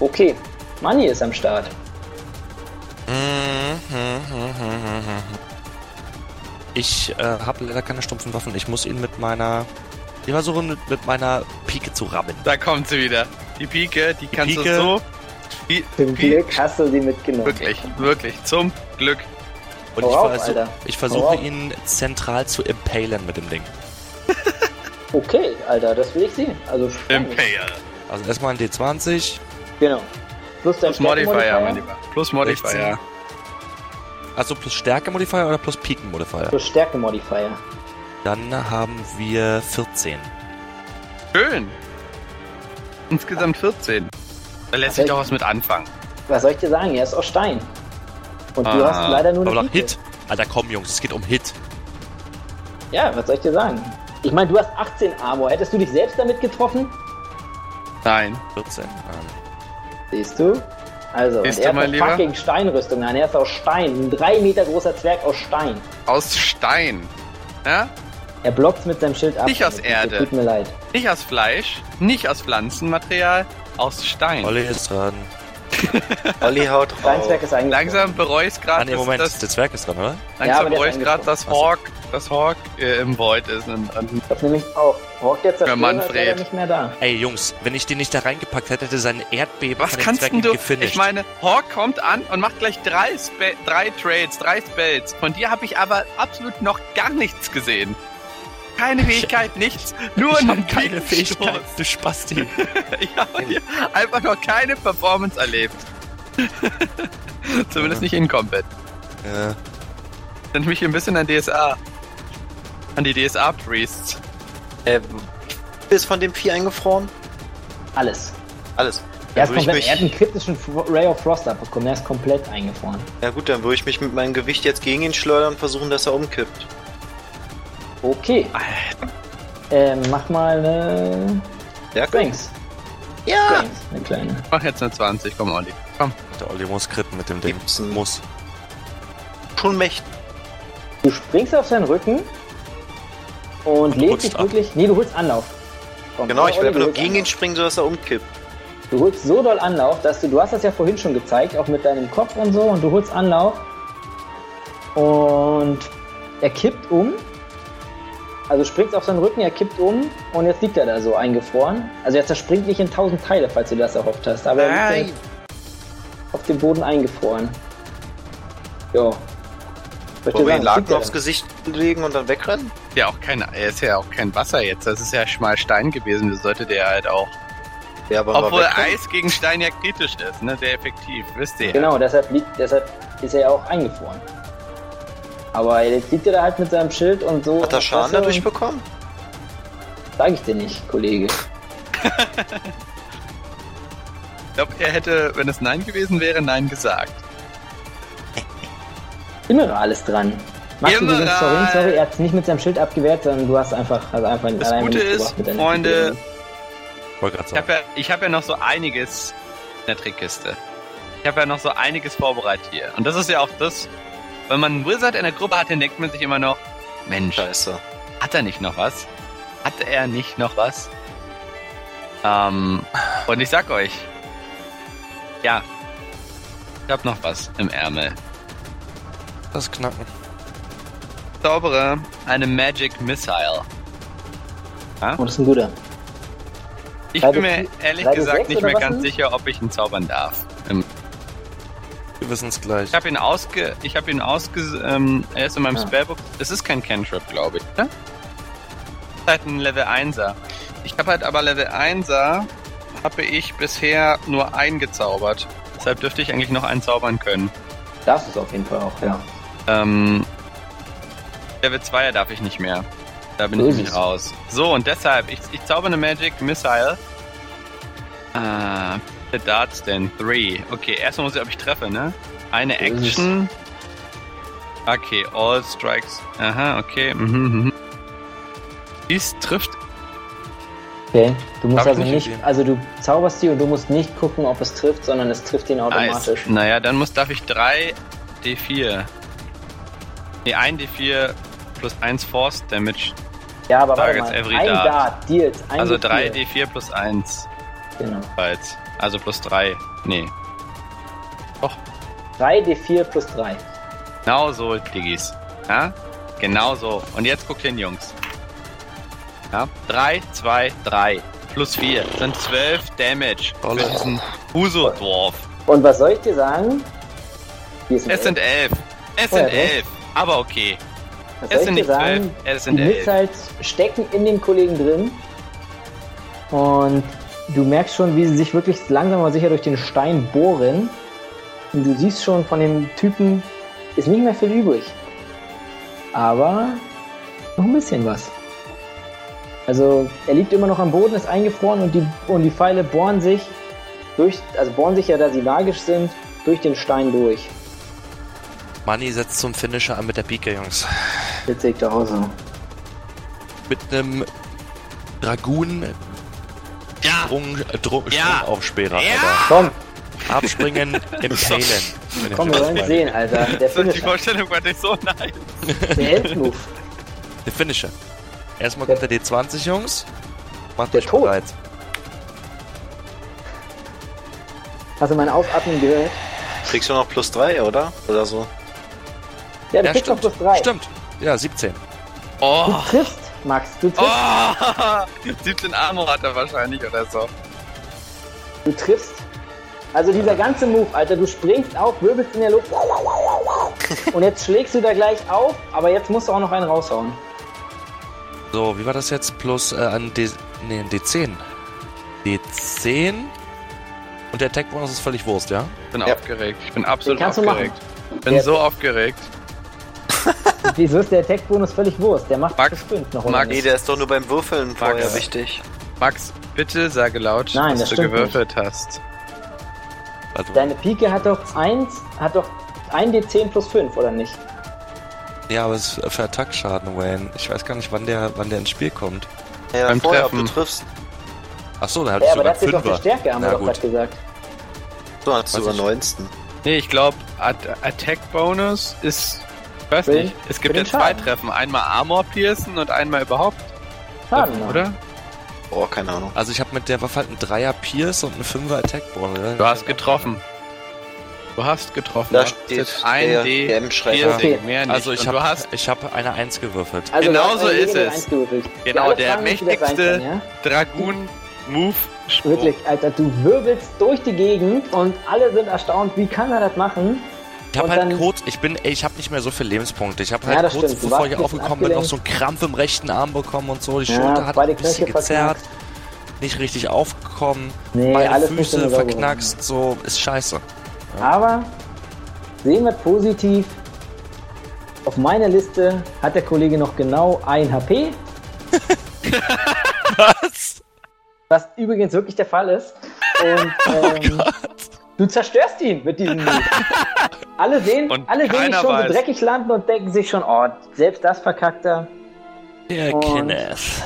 [SPEAKER 1] Okay, Manni ist am Start. Mhm,
[SPEAKER 6] Ich äh, habe leider keine stumpfen Waffen. Ich muss ihn mit meiner. Ich versuche ihn mit, mit meiner Pike zu rammen.
[SPEAKER 8] Da kommt sie wieder. Die Pike, die kannst
[SPEAKER 6] Pike.
[SPEAKER 8] du so.
[SPEAKER 1] Zum Glück hast du sie mitgenommen.
[SPEAKER 8] Wirklich, wirklich. Zum Glück.
[SPEAKER 6] Und
[SPEAKER 1] Hau
[SPEAKER 6] ich,
[SPEAKER 1] auf,
[SPEAKER 6] versuch-
[SPEAKER 1] Alter.
[SPEAKER 6] ich
[SPEAKER 1] Hau
[SPEAKER 6] versuche
[SPEAKER 1] auf.
[SPEAKER 6] ihn zentral zu impalen mit dem Ding.
[SPEAKER 1] Okay, Alter, das will ich sehen. Also spannend.
[SPEAKER 8] Imperial.
[SPEAKER 6] Also erstmal ein D20.
[SPEAKER 1] Genau. Plus dein
[SPEAKER 8] Plus Modifier, mein
[SPEAKER 1] Stärkenmodifier.
[SPEAKER 8] Lieber. Plus Modifier.
[SPEAKER 6] Also plus Stärke-Modifier oder plus Piken-Modifier?
[SPEAKER 1] Plus Stärkenmodifier.
[SPEAKER 6] Dann haben wir 14.
[SPEAKER 8] Schön. Insgesamt 14. Da lässt sich
[SPEAKER 1] Perfekt.
[SPEAKER 8] doch was mit anfangen.
[SPEAKER 1] Was soll ich dir sagen? Er ist aus Stein. Und du
[SPEAKER 8] Ah,
[SPEAKER 1] hast leider nur
[SPEAKER 6] Aber
[SPEAKER 1] eine
[SPEAKER 6] noch
[SPEAKER 1] Pike.
[SPEAKER 6] Hit. Alter, komm Jungs, es geht um Hit.
[SPEAKER 1] Ja, was soll ich dir sagen? Ich meine, du hast 18 Armor. Hättest du dich selbst damit getroffen?
[SPEAKER 8] Nein.
[SPEAKER 6] 14. Ähm,
[SPEAKER 8] Ah,
[SPEAKER 1] Siehst du? Also, und
[SPEAKER 8] Siehst
[SPEAKER 1] er
[SPEAKER 8] du,
[SPEAKER 1] hat
[SPEAKER 8] mein
[SPEAKER 1] eine
[SPEAKER 8] Lieber?
[SPEAKER 1] fucking Steinrüstung an. Er ist aus Stein. Ein drei Meter großer Zwerg aus Stein.
[SPEAKER 8] Aus Stein. Ja?
[SPEAKER 1] Er blockt mit seinem Schild ab.
[SPEAKER 8] Nicht aus
[SPEAKER 1] Tut-
[SPEAKER 8] Erde.
[SPEAKER 1] Tut mir leid.
[SPEAKER 8] Nicht aus Fleisch, nicht aus Pflanzenmaterial, aus Stein.
[SPEAKER 6] Olli ist dran.
[SPEAKER 7] Olli haut
[SPEAKER 1] Dein Zwerg
[SPEAKER 7] drauf.
[SPEAKER 1] ist eigentlich.
[SPEAKER 8] Oh, Langsam bereue ich
[SPEAKER 6] Ah,
[SPEAKER 8] gerade,
[SPEAKER 6] nee,
[SPEAKER 8] dass
[SPEAKER 6] Moment,
[SPEAKER 8] das,
[SPEAKER 6] der Zwerg ist dran, oder?
[SPEAKER 1] Ja, aber
[SPEAKER 8] langsam
[SPEAKER 1] der
[SPEAKER 8] bereue
[SPEAKER 1] ist
[SPEAKER 8] ich gerade, dass
[SPEAKER 6] Ach so.
[SPEAKER 8] Hawk dass Hawk äh, im Void ist und, und
[SPEAKER 1] Das nehme ich auch. Hawk jetzt
[SPEAKER 8] Ja, Manfred.
[SPEAKER 1] leider nicht mehr da.
[SPEAKER 6] Ey, Jungs, wenn ich den nicht da reingepackt hätte, hätte sein Erdbeben
[SPEAKER 8] Was
[SPEAKER 6] von den
[SPEAKER 8] kannst
[SPEAKER 6] Zwergen
[SPEAKER 8] denn du?
[SPEAKER 6] gefinisht.
[SPEAKER 8] Ich meine, Hawk kommt an und macht gleich drei, Spe drei Trades, drei Spells. Von dir habe ich aber absolut noch gar nichts gesehen. Keine Fähigkeit, nichts. Nur
[SPEAKER 6] Ich hab
[SPEAKER 8] einen
[SPEAKER 6] keine
[SPEAKER 8] Blick
[SPEAKER 6] Fähigkeit,
[SPEAKER 8] Stoß.
[SPEAKER 6] du Spasti.
[SPEAKER 8] Ich habe hier einfach noch keine Performance erlebt. Zumindest nicht in Combat.
[SPEAKER 6] ja.
[SPEAKER 8] Sind mich ein bisschen an DSA. An die DSA-Priests.
[SPEAKER 7] Äh, ist von dem Vieh eingefroren?
[SPEAKER 1] Alles.
[SPEAKER 7] Alles.
[SPEAKER 1] Er,
[SPEAKER 7] Dann
[SPEAKER 1] ist
[SPEAKER 7] würde ich
[SPEAKER 1] komplett,
[SPEAKER 7] mich,
[SPEAKER 1] er hat einen kritischen F- Ray of Frost abbekommen. Er ist komplett eingefroren.
[SPEAKER 7] ja gut, dann würde ich mich mit meinem Gewicht jetzt gegen ihn schleudern und versuchen, dass er umkippt.
[SPEAKER 1] Okay. Ähm, mach mal eine
[SPEAKER 7] Ja, gut.
[SPEAKER 1] Strengths.
[SPEAKER 7] Ja!
[SPEAKER 1] Strengths, eine kleine.
[SPEAKER 8] Mach jetzt eine 20, komm, Olli.
[SPEAKER 6] Der Olli muss kritten mit dem Ding.
[SPEAKER 7] Liebsten.
[SPEAKER 6] Muss.
[SPEAKER 7] Schon mächtig.
[SPEAKER 1] Du springst auf seinen Rücken und lädst
[SPEAKER 6] holst
[SPEAKER 1] dich
[SPEAKER 6] ab.
[SPEAKER 1] wirklich. Nee, du holst Anlauf. Komm,
[SPEAKER 7] Genau, ich will
[SPEAKER 1] Olli, du
[SPEAKER 7] einfach nur
[SPEAKER 1] holst
[SPEAKER 7] gegen ihn
[SPEAKER 1] Anlauf.
[SPEAKER 7] springen, sodass er umkippt.
[SPEAKER 1] Du holst so doll Anlauf, dass du. Du hast das ja vorhin schon gezeigt, auch mit deinem Kopf und so. Und du holst Anlauf. Und er kippt um. Also springst auf seinen Rücken, er kippt um und jetzt liegt er da so eingefroren. Also er zerspringt nicht in tausend Teile, falls du das erhofft hast. Aber er liegt ja jetzt auf dem Boden eingefroren. Jo. Ich
[SPEAKER 7] Wollen
[SPEAKER 1] was
[SPEAKER 7] wir ihn
[SPEAKER 1] liegt
[SPEAKER 7] Laken
[SPEAKER 1] er
[SPEAKER 7] aufs
[SPEAKER 1] denn?
[SPEAKER 7] Gesicht legen und dann wegrennen?
[SPEAKER 8] Ja, auch kein, er ist ja auch kein Wasser jetzt. Das ist ja schmal Stein gewesen. Das sollte der halt auch
[SPEAKER 7] Ja, aber mal
[SPEAKER 8] Obwohl
[SPEAKER 7] wegrennen?
[SPEAKER 8] Eis gegen Stein ja kritisch ist, ne? Sehr effektiv, wisst ihr.
[SPEAKER 1] Genau, deshalb, liegt, deshalb ist er ja auch eingefroren. Aber jetzt liegt er da halt mit seinem Schild und so.
[SPEAKER 7] Hat er Schaden dadurch
[SPEAKER 1] bekommen?
[SPEAKER 7] bekommen?
[SPEAKER 1] Sag ich dir nicht, Kollege.
[SPEAKER 8] Ich glaube, er hätte, wenn es Nein gewesen wäre, Nein gesagt.
[SPEAKER 1] Immer noch alles dran. Max,
[SPEAKER 8] Immer
[SPEAKER 1] übrigens,
[SPEAKER 8] dran.
[SPEAKER 1] sorry, sorry, er hat es nicht mit seinem Schild abgewehrt, sondern du hast einfach, also einfach
[SPEAKER 8] Das
[SPEAKER 1] alleine
[SPEAKER 8] Gute
[SPEAKER 1] mitgebracht
[SPEAKER 8] ist,
[SPEAKER 1] mit deiner
[SPEAKER 8] Freunde,
[SPEAKER 6] Wollte gerade
[SPEAKER 8] ich
[SPEAKER 6] sagen.
[SPEAKER 8] habe ja, ich hab ja noch so einiges in der Trickkiste. Ich habe ja noch so einiges vorbereitet hier. Und das ist ja auch das, wenn man einen Wizard in der Gruppe hat, dann denkt man sich immer noch, Mensch,
[SPEAKER 7] Scheiße.
[SPEAKER 8] hat er nicht noch was? Hat er nicht noch was? Ähm, und ich sag euch, ja, ich habe noch was im Ärmel.
[SPEAKER 6] Das Knacken.
[SPEAKER 8] zaubere eine Magic Missile.
[SPEAKER 1] Und Oh, das ist ein guter.
[SPEAKER 8] Ich
[SPEAKER 1] Drei
[SPEAKER 8] bin
[SPEAKER 1] bis
[SPEAKER 8] mir
[SPEAKER 1] vier-
[SPEAKER 8] ehrlich
[SPEAKER 1] drei bis
[SPEAKER 8] gesagt
[SPEAKER 1] sechs
[SPEAKER 8] nicht
[SPEAKER 1] oder
[SPEAKER 8] mehr
[SPEAKER 1] was
[SPEAKER 8] ganz
[SPEAKER 1] denn?
[SPEAKER 8] sicher, ob ich ihn zaubern darf.
[SPEAKER 6] Wir wissen es gleich.
[SPEAKER 8] Ich habe ihn ausge... Ich habe ihn ausge... Ähm, er ist in meinem
[SPEAKER 1] Ah.
[SPEAKER 8] Spellbook. Es ist kein Cantrip, glaube ich. Ne? Ist halt ein Level 1er. Ich habe halt aber Level 1er habe ich bisher nur eingezaubert. Deshalb dürfte ich eigentlich noch einen zaubern können.
[SPEAKER 1] Darfst du es auf jeden Fall auch, ja.
[SPEAKER 8] Ähm, Level 2 darf ich nicht mehr. Da bin
[SPEAKER 1] So
[SPEAKER 8] ich
[SPEAKER 1] ist
[SPEAKER 8] nicht
[SPEAKER 1] es.
[SPEAKER 8] raus. So, und deshalb, ich, ich zauber eine Magic Missile. Ah, the Darts denn. 3. Okay, erstmal muss ich, ob ich treffe, ne? Eine
[SPEAKER 1] So ist es.
[SPEAKER 8] Action. Okay, all strikes. Aha, okay. Mhm, mhm. Dies trifft.
[SPEAKER 1] Okay. Du musst
[SPEAKER 8] Darf ich
[SPEAKER 1] also
[SPEAKER 8] nicht
[SPEAKER 1] nicht,
[SPEAKER 6] mitgehen?
[SPEAKER 1] also du zauberst die und du musst nicht gucken, ob es trifft, sondern es trifft ihn
[SPEAKER 8] Nice.
[SPEAKER 1] automatisch.
[SPEAKER 8] Naja, dann muss, darf ich 3 D4. Ne, 1 D4 plus 1 Force Damage.
[SPEAKER 1] Ja, aber warte
[SPEAKER 8] Targets
[SPEAKER 1] mal.
[SPEAKER 8] every
[SPEAKER 1] ein
[SPEAKER 8] dart.
[SPEAKER 1] Dart, Deals, ein
[SPEAKER 8] Also
[SPEAKER 1] D4.
[SPEAKER 8] 3 D4 plus 1.
[SPEAKER 1] Genau.
[SPEAKER 8] Jeweils. Also plus 3. Nee.
[SPEAKER 1] 3 D4 plus 3.
[SPEAKER 8] Genau so, Diggis. Ja? Genau so. Und jetzt guckt hin, Jungs. Ja? 3, 2, 3. Plus 4. Sind 12 Damage. Für diesen Huso-Dwarf.
[SPEAKER 1] Und was soll ich dir sagen? Hier ist ein
[SPEAKER 8] Es sind 11. Es
[SPEAKER 1] Oh ja,
[SPEAKER 8] sind
[SPEAKER 1] du hast-
[SPEAKER 8] 11. Aber okay.
[SPEAKER 1] Was
[SPEAKER 8] Es
[SPEAKER 1] soll
[SPEAKER 8] sind
[SPEAKER 1] ich dir
[SPEAKER 8] nicht zwölf,
[SPEAKER 1] sagen?
[SPEAKER 8] es
[SPEAKER 1] Die
[SPEAKER 8] sind elf.
[SPEAKER 1] Missiles stecken in dem Kollegen drin. Und du merkst schon, wie sie sich wirklich langsam aber sicher durch den Stein bohren. Und du siehst schon, von dem Typen ist nicht mehr viel übrig. Aber noch ein bisschen was. Also er liegt immer noch am Boden, ist eingefroren und die, und die Pfeile bohren sich durch, also bohren sich ja, da sie magisch sind, durch den Stein durch.
[SPEAKER 6] Manni setzt zum Finisher an mit der Pike, Jungs.
[SPEAKER 1] Witzig da auch so.
[SPEAKER 6] Mit einem Dragoon
[SPEAKER 8] Ja.
[SPEAKER 6] Sprung, äh, Dro
[SPEAKER 8] Ja.
[SPEAKER 6] Sprungaufsperrer,
[SPEAKER 8] Ja.
[SPEAKER 1] Komm,
[SPEAKER 6] Alter. Abspringen, impalen. Wenn ihr
[SPEAKER 1] komm, wir wollen
[SPEAKER 6] wisst, was ich
[SPEAKER 1] es sehen, Alter. Der
[SPEAKER 8] Das ist die
[SPEAKER 1] Finisher.
[SPEAKER 8] Vorstellung war nicht so nice.
[SPEAKER 1] Der Elfmove.
[SPEAKER 6] meine. Der Finisher. Erstmal kommt der D20, Jungs. Macht
[SPEAKER 1] Der
[SPEAKER 6] euch
[SPEAKER 1] Tod.
[SPEAKER 6] bereit.
[SPEAKER 1] Hast du mein Aufatmen gehört?
[SPEAKER 7] Kriegst du noch plus drei, oder? Oder so.
[SPEAKER 1] Ja, der
[SPEAKER 6] Ja,
[SPEAKER 1] kriegt noch
[SPEAKER 6] stimmt.
[SPEAKER 1] plus 3.
[SPEAKER 6] Stimmt. Ja, 17.
[SPEAKER 1] Du
[SPEAKER 2] Oh,
[SPEAKER 1] triffst, Max, du triffst.
[SPEAKER 2] oh, 17 Armor hat er wahrscheinlich oder so.
[SPEAKER 1] Du triffst. Also dieser ganze Move, Alter, du springst auf, wirbelst in der Luft. Und jetzt schlägst du da gleich auf, aber jetzt musst du auch noch einen raushauen.
[SPEAKER 6] So, wie war das jetzt? Plus äh, an D nee, an D10. D10. Und der Attack Bonus ist völlig Wurst, ja?
[SPEAKER 2] Ich bin
[SPEAKER 7] Ja.
[SPEAKER 2] aufgeregt. Ich bin absolut
[SPEAKER 1] Den kannst du
[SPEAKER 2] aufgeregt. Ich bin
[SPEAKER 1] Ja.
[SPEAKER 2] so aufgeregt.
[SPEAKER 1] Wieso ist der Attack-Bonus völlig Wurst? Der macht
[SPEAKER 2] Max,
[SPEAKER 1] bestimmt noch oder
[SPEAKER 2] Max,
[SPEAKER 1] nicht?
[SPEAKER 7] Nee, der ist doch nur beim Würfeln vorher
[SPEAKER 2] Max.
[SPEAKER 7] wichtig.
[SPEAKER 2] Max, bitte sage laut,
[SPEAKER 1] Nein, das
[SPEAKER 2] was du
[SPEAKER 1] stimmt
[SPEAKER 2] gewürfelt hast.
[SPEAKER 6] Also,
[SPEAKER 1] Deine Pike hat doch 1, hat doch 1d10 plus 5, oder nicht?
[SPEAKER 6] ja, aber es ist für Attack-Schaden, Wayne. Ich weiß gar nicht, wann der, wann der ins Spiel kommt.
[SPEAKER 7] Ja,
[SPEAKER 2] Beim
[SPEAKER 7] vorher, ob
[SPEAKER 2] Treffen.
[SPEAKER 7] du triffst.
[SPEAKER 6] Achso, dann hat
[SPEAKER 1] Ja,
[SPEAKER 6] es
[SPEAKER 1] aber
[SPEAKER 6] sogar
[SPEAKER 1] das ist doch die
[SPEAKER 6] Fünfer.
[SPEAKER 1] Stärke, haben
[SPEAKER 6] Na
[SPEAKER 1] wir doch
[SPEAKER 6] gut.
[SPEAKER 1] gerade gesagt.
[SPEAKER 7] So, hast du
[SPEAKER 6] Was
[SPEAKER 7] über
[SPEAKER 6] ich-
[SPEAKER 7] 19.
[SPEAKER 2] Nee, ich glaube, At Attack Bonus ist. Ich weiß
[SPEAKER 1] Für den-
[SPEAKER 2] nicht. Es
[SPEAKER 1] für
[SPEAKER 2] gibt
[SPEAKER 1] den
[SPEAKER 2] ja zwei
[SPEAKER 1] Schaden.
[SPEAKER 2] Treffen. Einmal Armor Piercen und einmal überhaupt,
[SPEAKER 1] Schaden, ne? Mann.
[SPEAKER 2] oder?
[SPEAKER 7] Oh, keine Ahnung.
[SPEAKER 6] Also ich habe mit der Waffe halt einen Dreier Pierce und einen Fünfer Attack Bonus. oder?
[SPEAKER 2] Du hast getroffen. Du hast getroffen.
[SPEAKER 7] Da
[SPEAKER 2] Du hast
[SPEAKER 7] steht
[SPEAKER 2] jetzt ein
[SPEAKER 7] der
[SPEAKER 2] D.
[SPEAKER 7] DM-Schreiber.
[SPEAKER 1] Okay.
[SPEAKER 2] Mehr nicht.
[SPEAKER 6] Also ich
[SPEAKER 2] Und du
[SPEAKER 6] habe
[SPEAKER 2] hast
[SPEAKER 6] ich hab eine Eins gewürfelt.
[SPEAKER 1] Also,
[SPEAKER 2] Genau
[SPEAKER 1] du hast
[SPEAKER 2] so
[SPEAKER 1] eine
[SPEAKER 2] ist
[SPEAKER 1] Regel
[SPEAKER 2] es.
[SPEAKER 1] eins gewürfelt. Wir
[SPEAKER 2] Genau,
[SPEAKER 1] alle
[SPEAKER 2] der
[SPEAKER 1] fragen uns, wie das sein
[SPEAKER 2] mächtigste-
[SPEAKER 1] kann,
[SPEAKER 2] Dragoon Move.
[SPEAKER 1] ja?
[SPEAKER 6] Oh.
[SPEAKER 1] Wirklich, Alter, du wirbelst durch die Gegend und alle sind erstaunt, wie kann er das machen?
[SPEAKER 6] Ich habe
[SPEAKER 1] Und
[SPEAKER 6] halt
[SPEAKER 1] dann-
[SPEAKER 6] kurz, ich bin, ey, ich habe nicht mehr so viele Lebenspunkte. Ich habe
[SPEAKER 1] Ja,
[SPEAKER 6] halt
[SPEAKER 1] das
[SPEAKER 6] kurz,
[SPEAKER 1] stimmt. Du
[SPEAKER 6] bevor
[SPEAKER 1] warst
[SPEAKER 6] ich
[SPEAKER 1] ein bisschen
[SPEAKER 6] aufgekommen bin, noch
[SPEAKER 1] abgelenkt.
[SPEAKER 6] so einen Krampf im rechten Arm bekommen und so. Die Schulter hat
[SPEAKER 1] beide
[SPEAKER 6] ein bisschen
[SPEAKER 1] Knöchel
[SPEAKER 6] gezerrt,
[SPEAKER 1] verknackt.
[SPEAKER 6] nicht richtig aufgekommen,
[SPEAKER 1] Nee,
[SPEAKER 6] meine
[SPEAKER 1] alles nicht so
[SPEAKER 6] Füße
[SPEAKER 1] eine saubere
[SPEAKER 6] verknackst, so ist scheiße.
[SPEAKER 1] Aber sehen wir positiv. Auf meiner Liste hat der Kollege noch genau ein HP,
[SPEAKER 6] Was?
[SPEAKER 1] was übrigens wirklich der Fall ist. Und
[SPEAKER 6] Oh
[SPEAKER 1] ähm, du zerstörst ihn mit diesem Move. Alle sehen,
[SPEAKER 2] Und
[SPEAKER 1] alle sehen dich
[SPEAKER 2] keiner
[SPEAKER 1] schon
[SPEAKER 2] weiß.
[SPEAKER 1] so dreckig landen und denken sich schon, oh, selbst das verkackt er.
[SPEAKER 6] Der
[SPEAKER 1] Und-
[SPEAKER 6] Kenneth.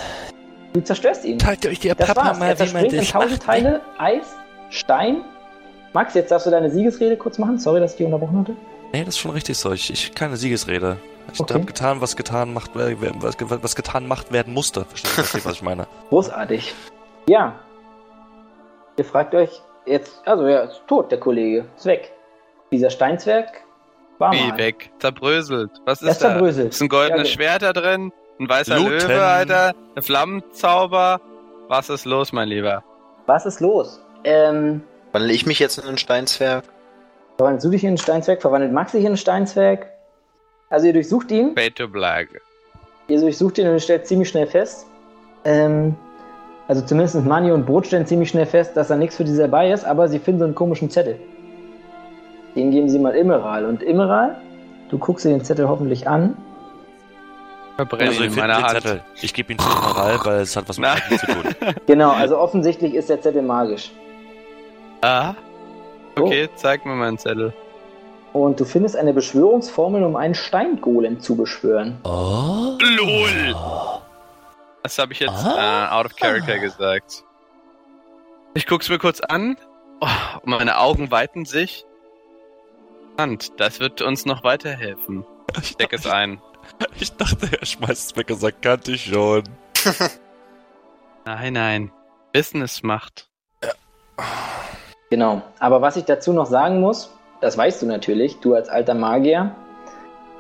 [SPEAKER 1] Du zerstörst ihn.
[SPEAKER 6] Teilt euch der
[SPEAKER 1] Das
[SPEAKER 6] Papa
[SPEAKER 1] war's. Er
[SPEAKER 6] mal, wie man
[SPEAKER 1] zerspringt in
[SPEAKER 6] dich
[SPEAKER 1] tausend
[SPEAKER 6] macht.
[SPEAKER 1] Teile.
[SPEAKER 6] ne?
[SPEAKER 1] Eis, Stein. Max, jetzt darfst du deine Siegesrede kurz machen. Sorry, dass ich dich unterbrochen hatte.
[SPEAKER 6] Nee, das ist schon richtig so. Ich, ich keine Siegesrede. Ich
[SPEAKER 1] Okay.
[SPEAKER 6] habe getan, was getan macht, äh, was, ge- was getan macht werden musste. Verstehst du, verstehst, was ich meine?
[SPEAKER 1] Großartig. Ja. Ihr fragt euch jetzt, also ja, ist tot, der Kollege. Ist weg. Dieser Steinzwerg war
[SPEAKER 2] Wie
[SPEAKER 1] mal.
[SPEAKER 2] weg. Zerbröselt. Was
[SPEAKER 1] Er ist
[SPEAKER 2] ist da?
[SPEAKER 1] zerbröselt.
[SPEAKER 2] Ist ein goldenes
[SPEAKER 1] Ja, genau. ge-
[SPEAKER 2] Schwert da drin, ein weißer
[SPEAKER 6] Looten.
[SPEAKER 2] Löwe, Alter, ein Flammenzauber. Was ist los, mein Lieber?
[SPEAKER 1] Was ist los? Ähm,
[SPEAKER 7] Wandle ich mich jetzt in einen Steinzwerg?
[SPEAKER 1] verwandelst du dich in einen Steinzwerg? Verwandelt Max sich in einen Steinzwerg? Also ihr durchsucht ihn.
[SPEAKER 2] Fate to Black.
[SPEAKER 1] Ihr durchsucht ihn und stellt ziemlich schnell fest. Ähm, also zumindest Mani und Brot stellen ziemlich schnell fest, dass da nichts für die dabei ist, aber sie finden so einen komischen Zettel. Den geben sie mal Immeral. Und Immeral, du guckst dir den Zettel hoffentlich an.
[SPEAKER 2] Verbrenne ihn in
[SPEAKER 6] Also, find
[SPEAKER 2] meiner
[SPEAKER 6] den
[SPEAKER 2] Hand.
[SPEAKER 6] Zettel. Ich gebe ihn Moral, weil es hat was mit
[SPEAKER 2] Nein.
[SPEAKER 6] Magie zu tun.
[SPEAKER 1] Genau, also offensichtlich ist der Zettel magisch.
[SPEAKER 2] Ah.
[SPEAKER 1] Oh.
[SPEAKER 2] Okay, zeig mir meinen Zettel.
[SPEAKER 1] Und du findest eine Beschwörungsformel, um einen Steingolem zu beschwören.
[SPEAKER 5] Oh.
[SPEAKER 2] Das habe ich jetzt
[SPEAKER 5] Ah.
[SPEAKER 2] äh, out of character gesagt. Ich guck's mir kurz an. Oh, meine Augen weiten sich. Hand, das wird uns noch weiterhelfen. Ich deck es ein.
[SPEAKER 6] Ich dachte, er schmeißt es weg und sagt, kannte ich schon.
[SPEAKER 2] Nein, nein. Business macht.
[SPEAKER 1] Genau. Aber was ich dazu noch sagen muss, das weißt du natürlich, du als alter Magier,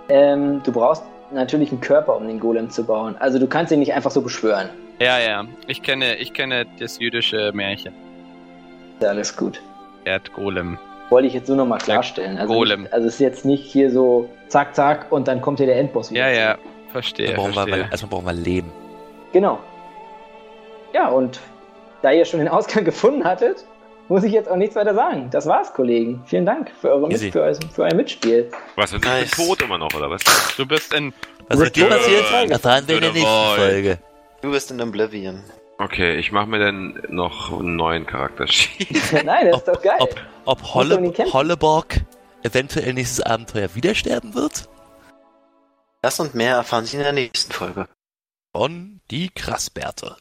[SPEAKER 1] ähm, du brauchst natürlich einen Körper, um den Golem zu bauen. Also du kannst ihn nicht einfach so beschwören.
[SPEAKER 2] Ja, ja. Ich kenne, ich kenne das jüdische Märchen.
[SPEAKER 1] Ist ja alles gut.
[SPEAKER 2] Erdgolem.
[SPEAKER 1] Wollte ich jetzt nur noch mal klarstellen. Also,
[SPEAKER 2] Golem.
[SPEAKER 1] Nicht, also es ist jetzt nicht hier so zack, zack und dann kommt hier der Endboss
[SPEAKER 2] Ja,
[SPEAKER 1] wieder.
[SPEAKER 2] ja. Verstehe.
[SPEAKER 6] Dann brauchen wir,
[SPEAKER 2] verstehe.
[SPEAKER 6] weil, erstmal brauchen wir Leben.
[SPEAKER 1] Genau. Ja, und da ihr schon den Ausgang gefunden hattet, muss ich jetzt auch nichts weiter sagen. Das war's, Kollegen. Vielen Dank für, eure Mit
[SPEAKER 6] Easy.
[SPEAKER 1] für, euer, für euer Mitspiel.
[SPEAKER 4] Was, und
[SPEAKER 7] Nice.
[SPEAKER 4] ich bin tot immer noch, oder was?
[SPEAKER 2] Du bist in.
[SPEAKER 6] Was mit dir
[SPEAKER 4] Return.
[SPEAKER 6] passiert, erfahren wir in der
[SPEAKER 4] Good
[SPEAKER 6] nächsten
[SPEAKER 4] boy.
[SPEAKER 6] Folge.
[SPEAKER 7] Du bist in Oblivion.
[SPEAKER 4] Okay, ich mache mir dann noch einen neuen Charaktersheet.
[SPEAKER 1] Nein, das ist doch geil.
[SPEAKER 6] Ob, ob
[SPEAKER 1] Musst du in die
[SPEAKER 6] Holle,
[SPEAKER 1] Camp-
[SPEAKER 6] Holleborg eventuell nächstes Abenteuer wieder sterben wird?
[SPEAKER 7] Das und mehr erfahren Sie in der nächsten Folge.
[SPEAKER 6] Von die Krassbärte.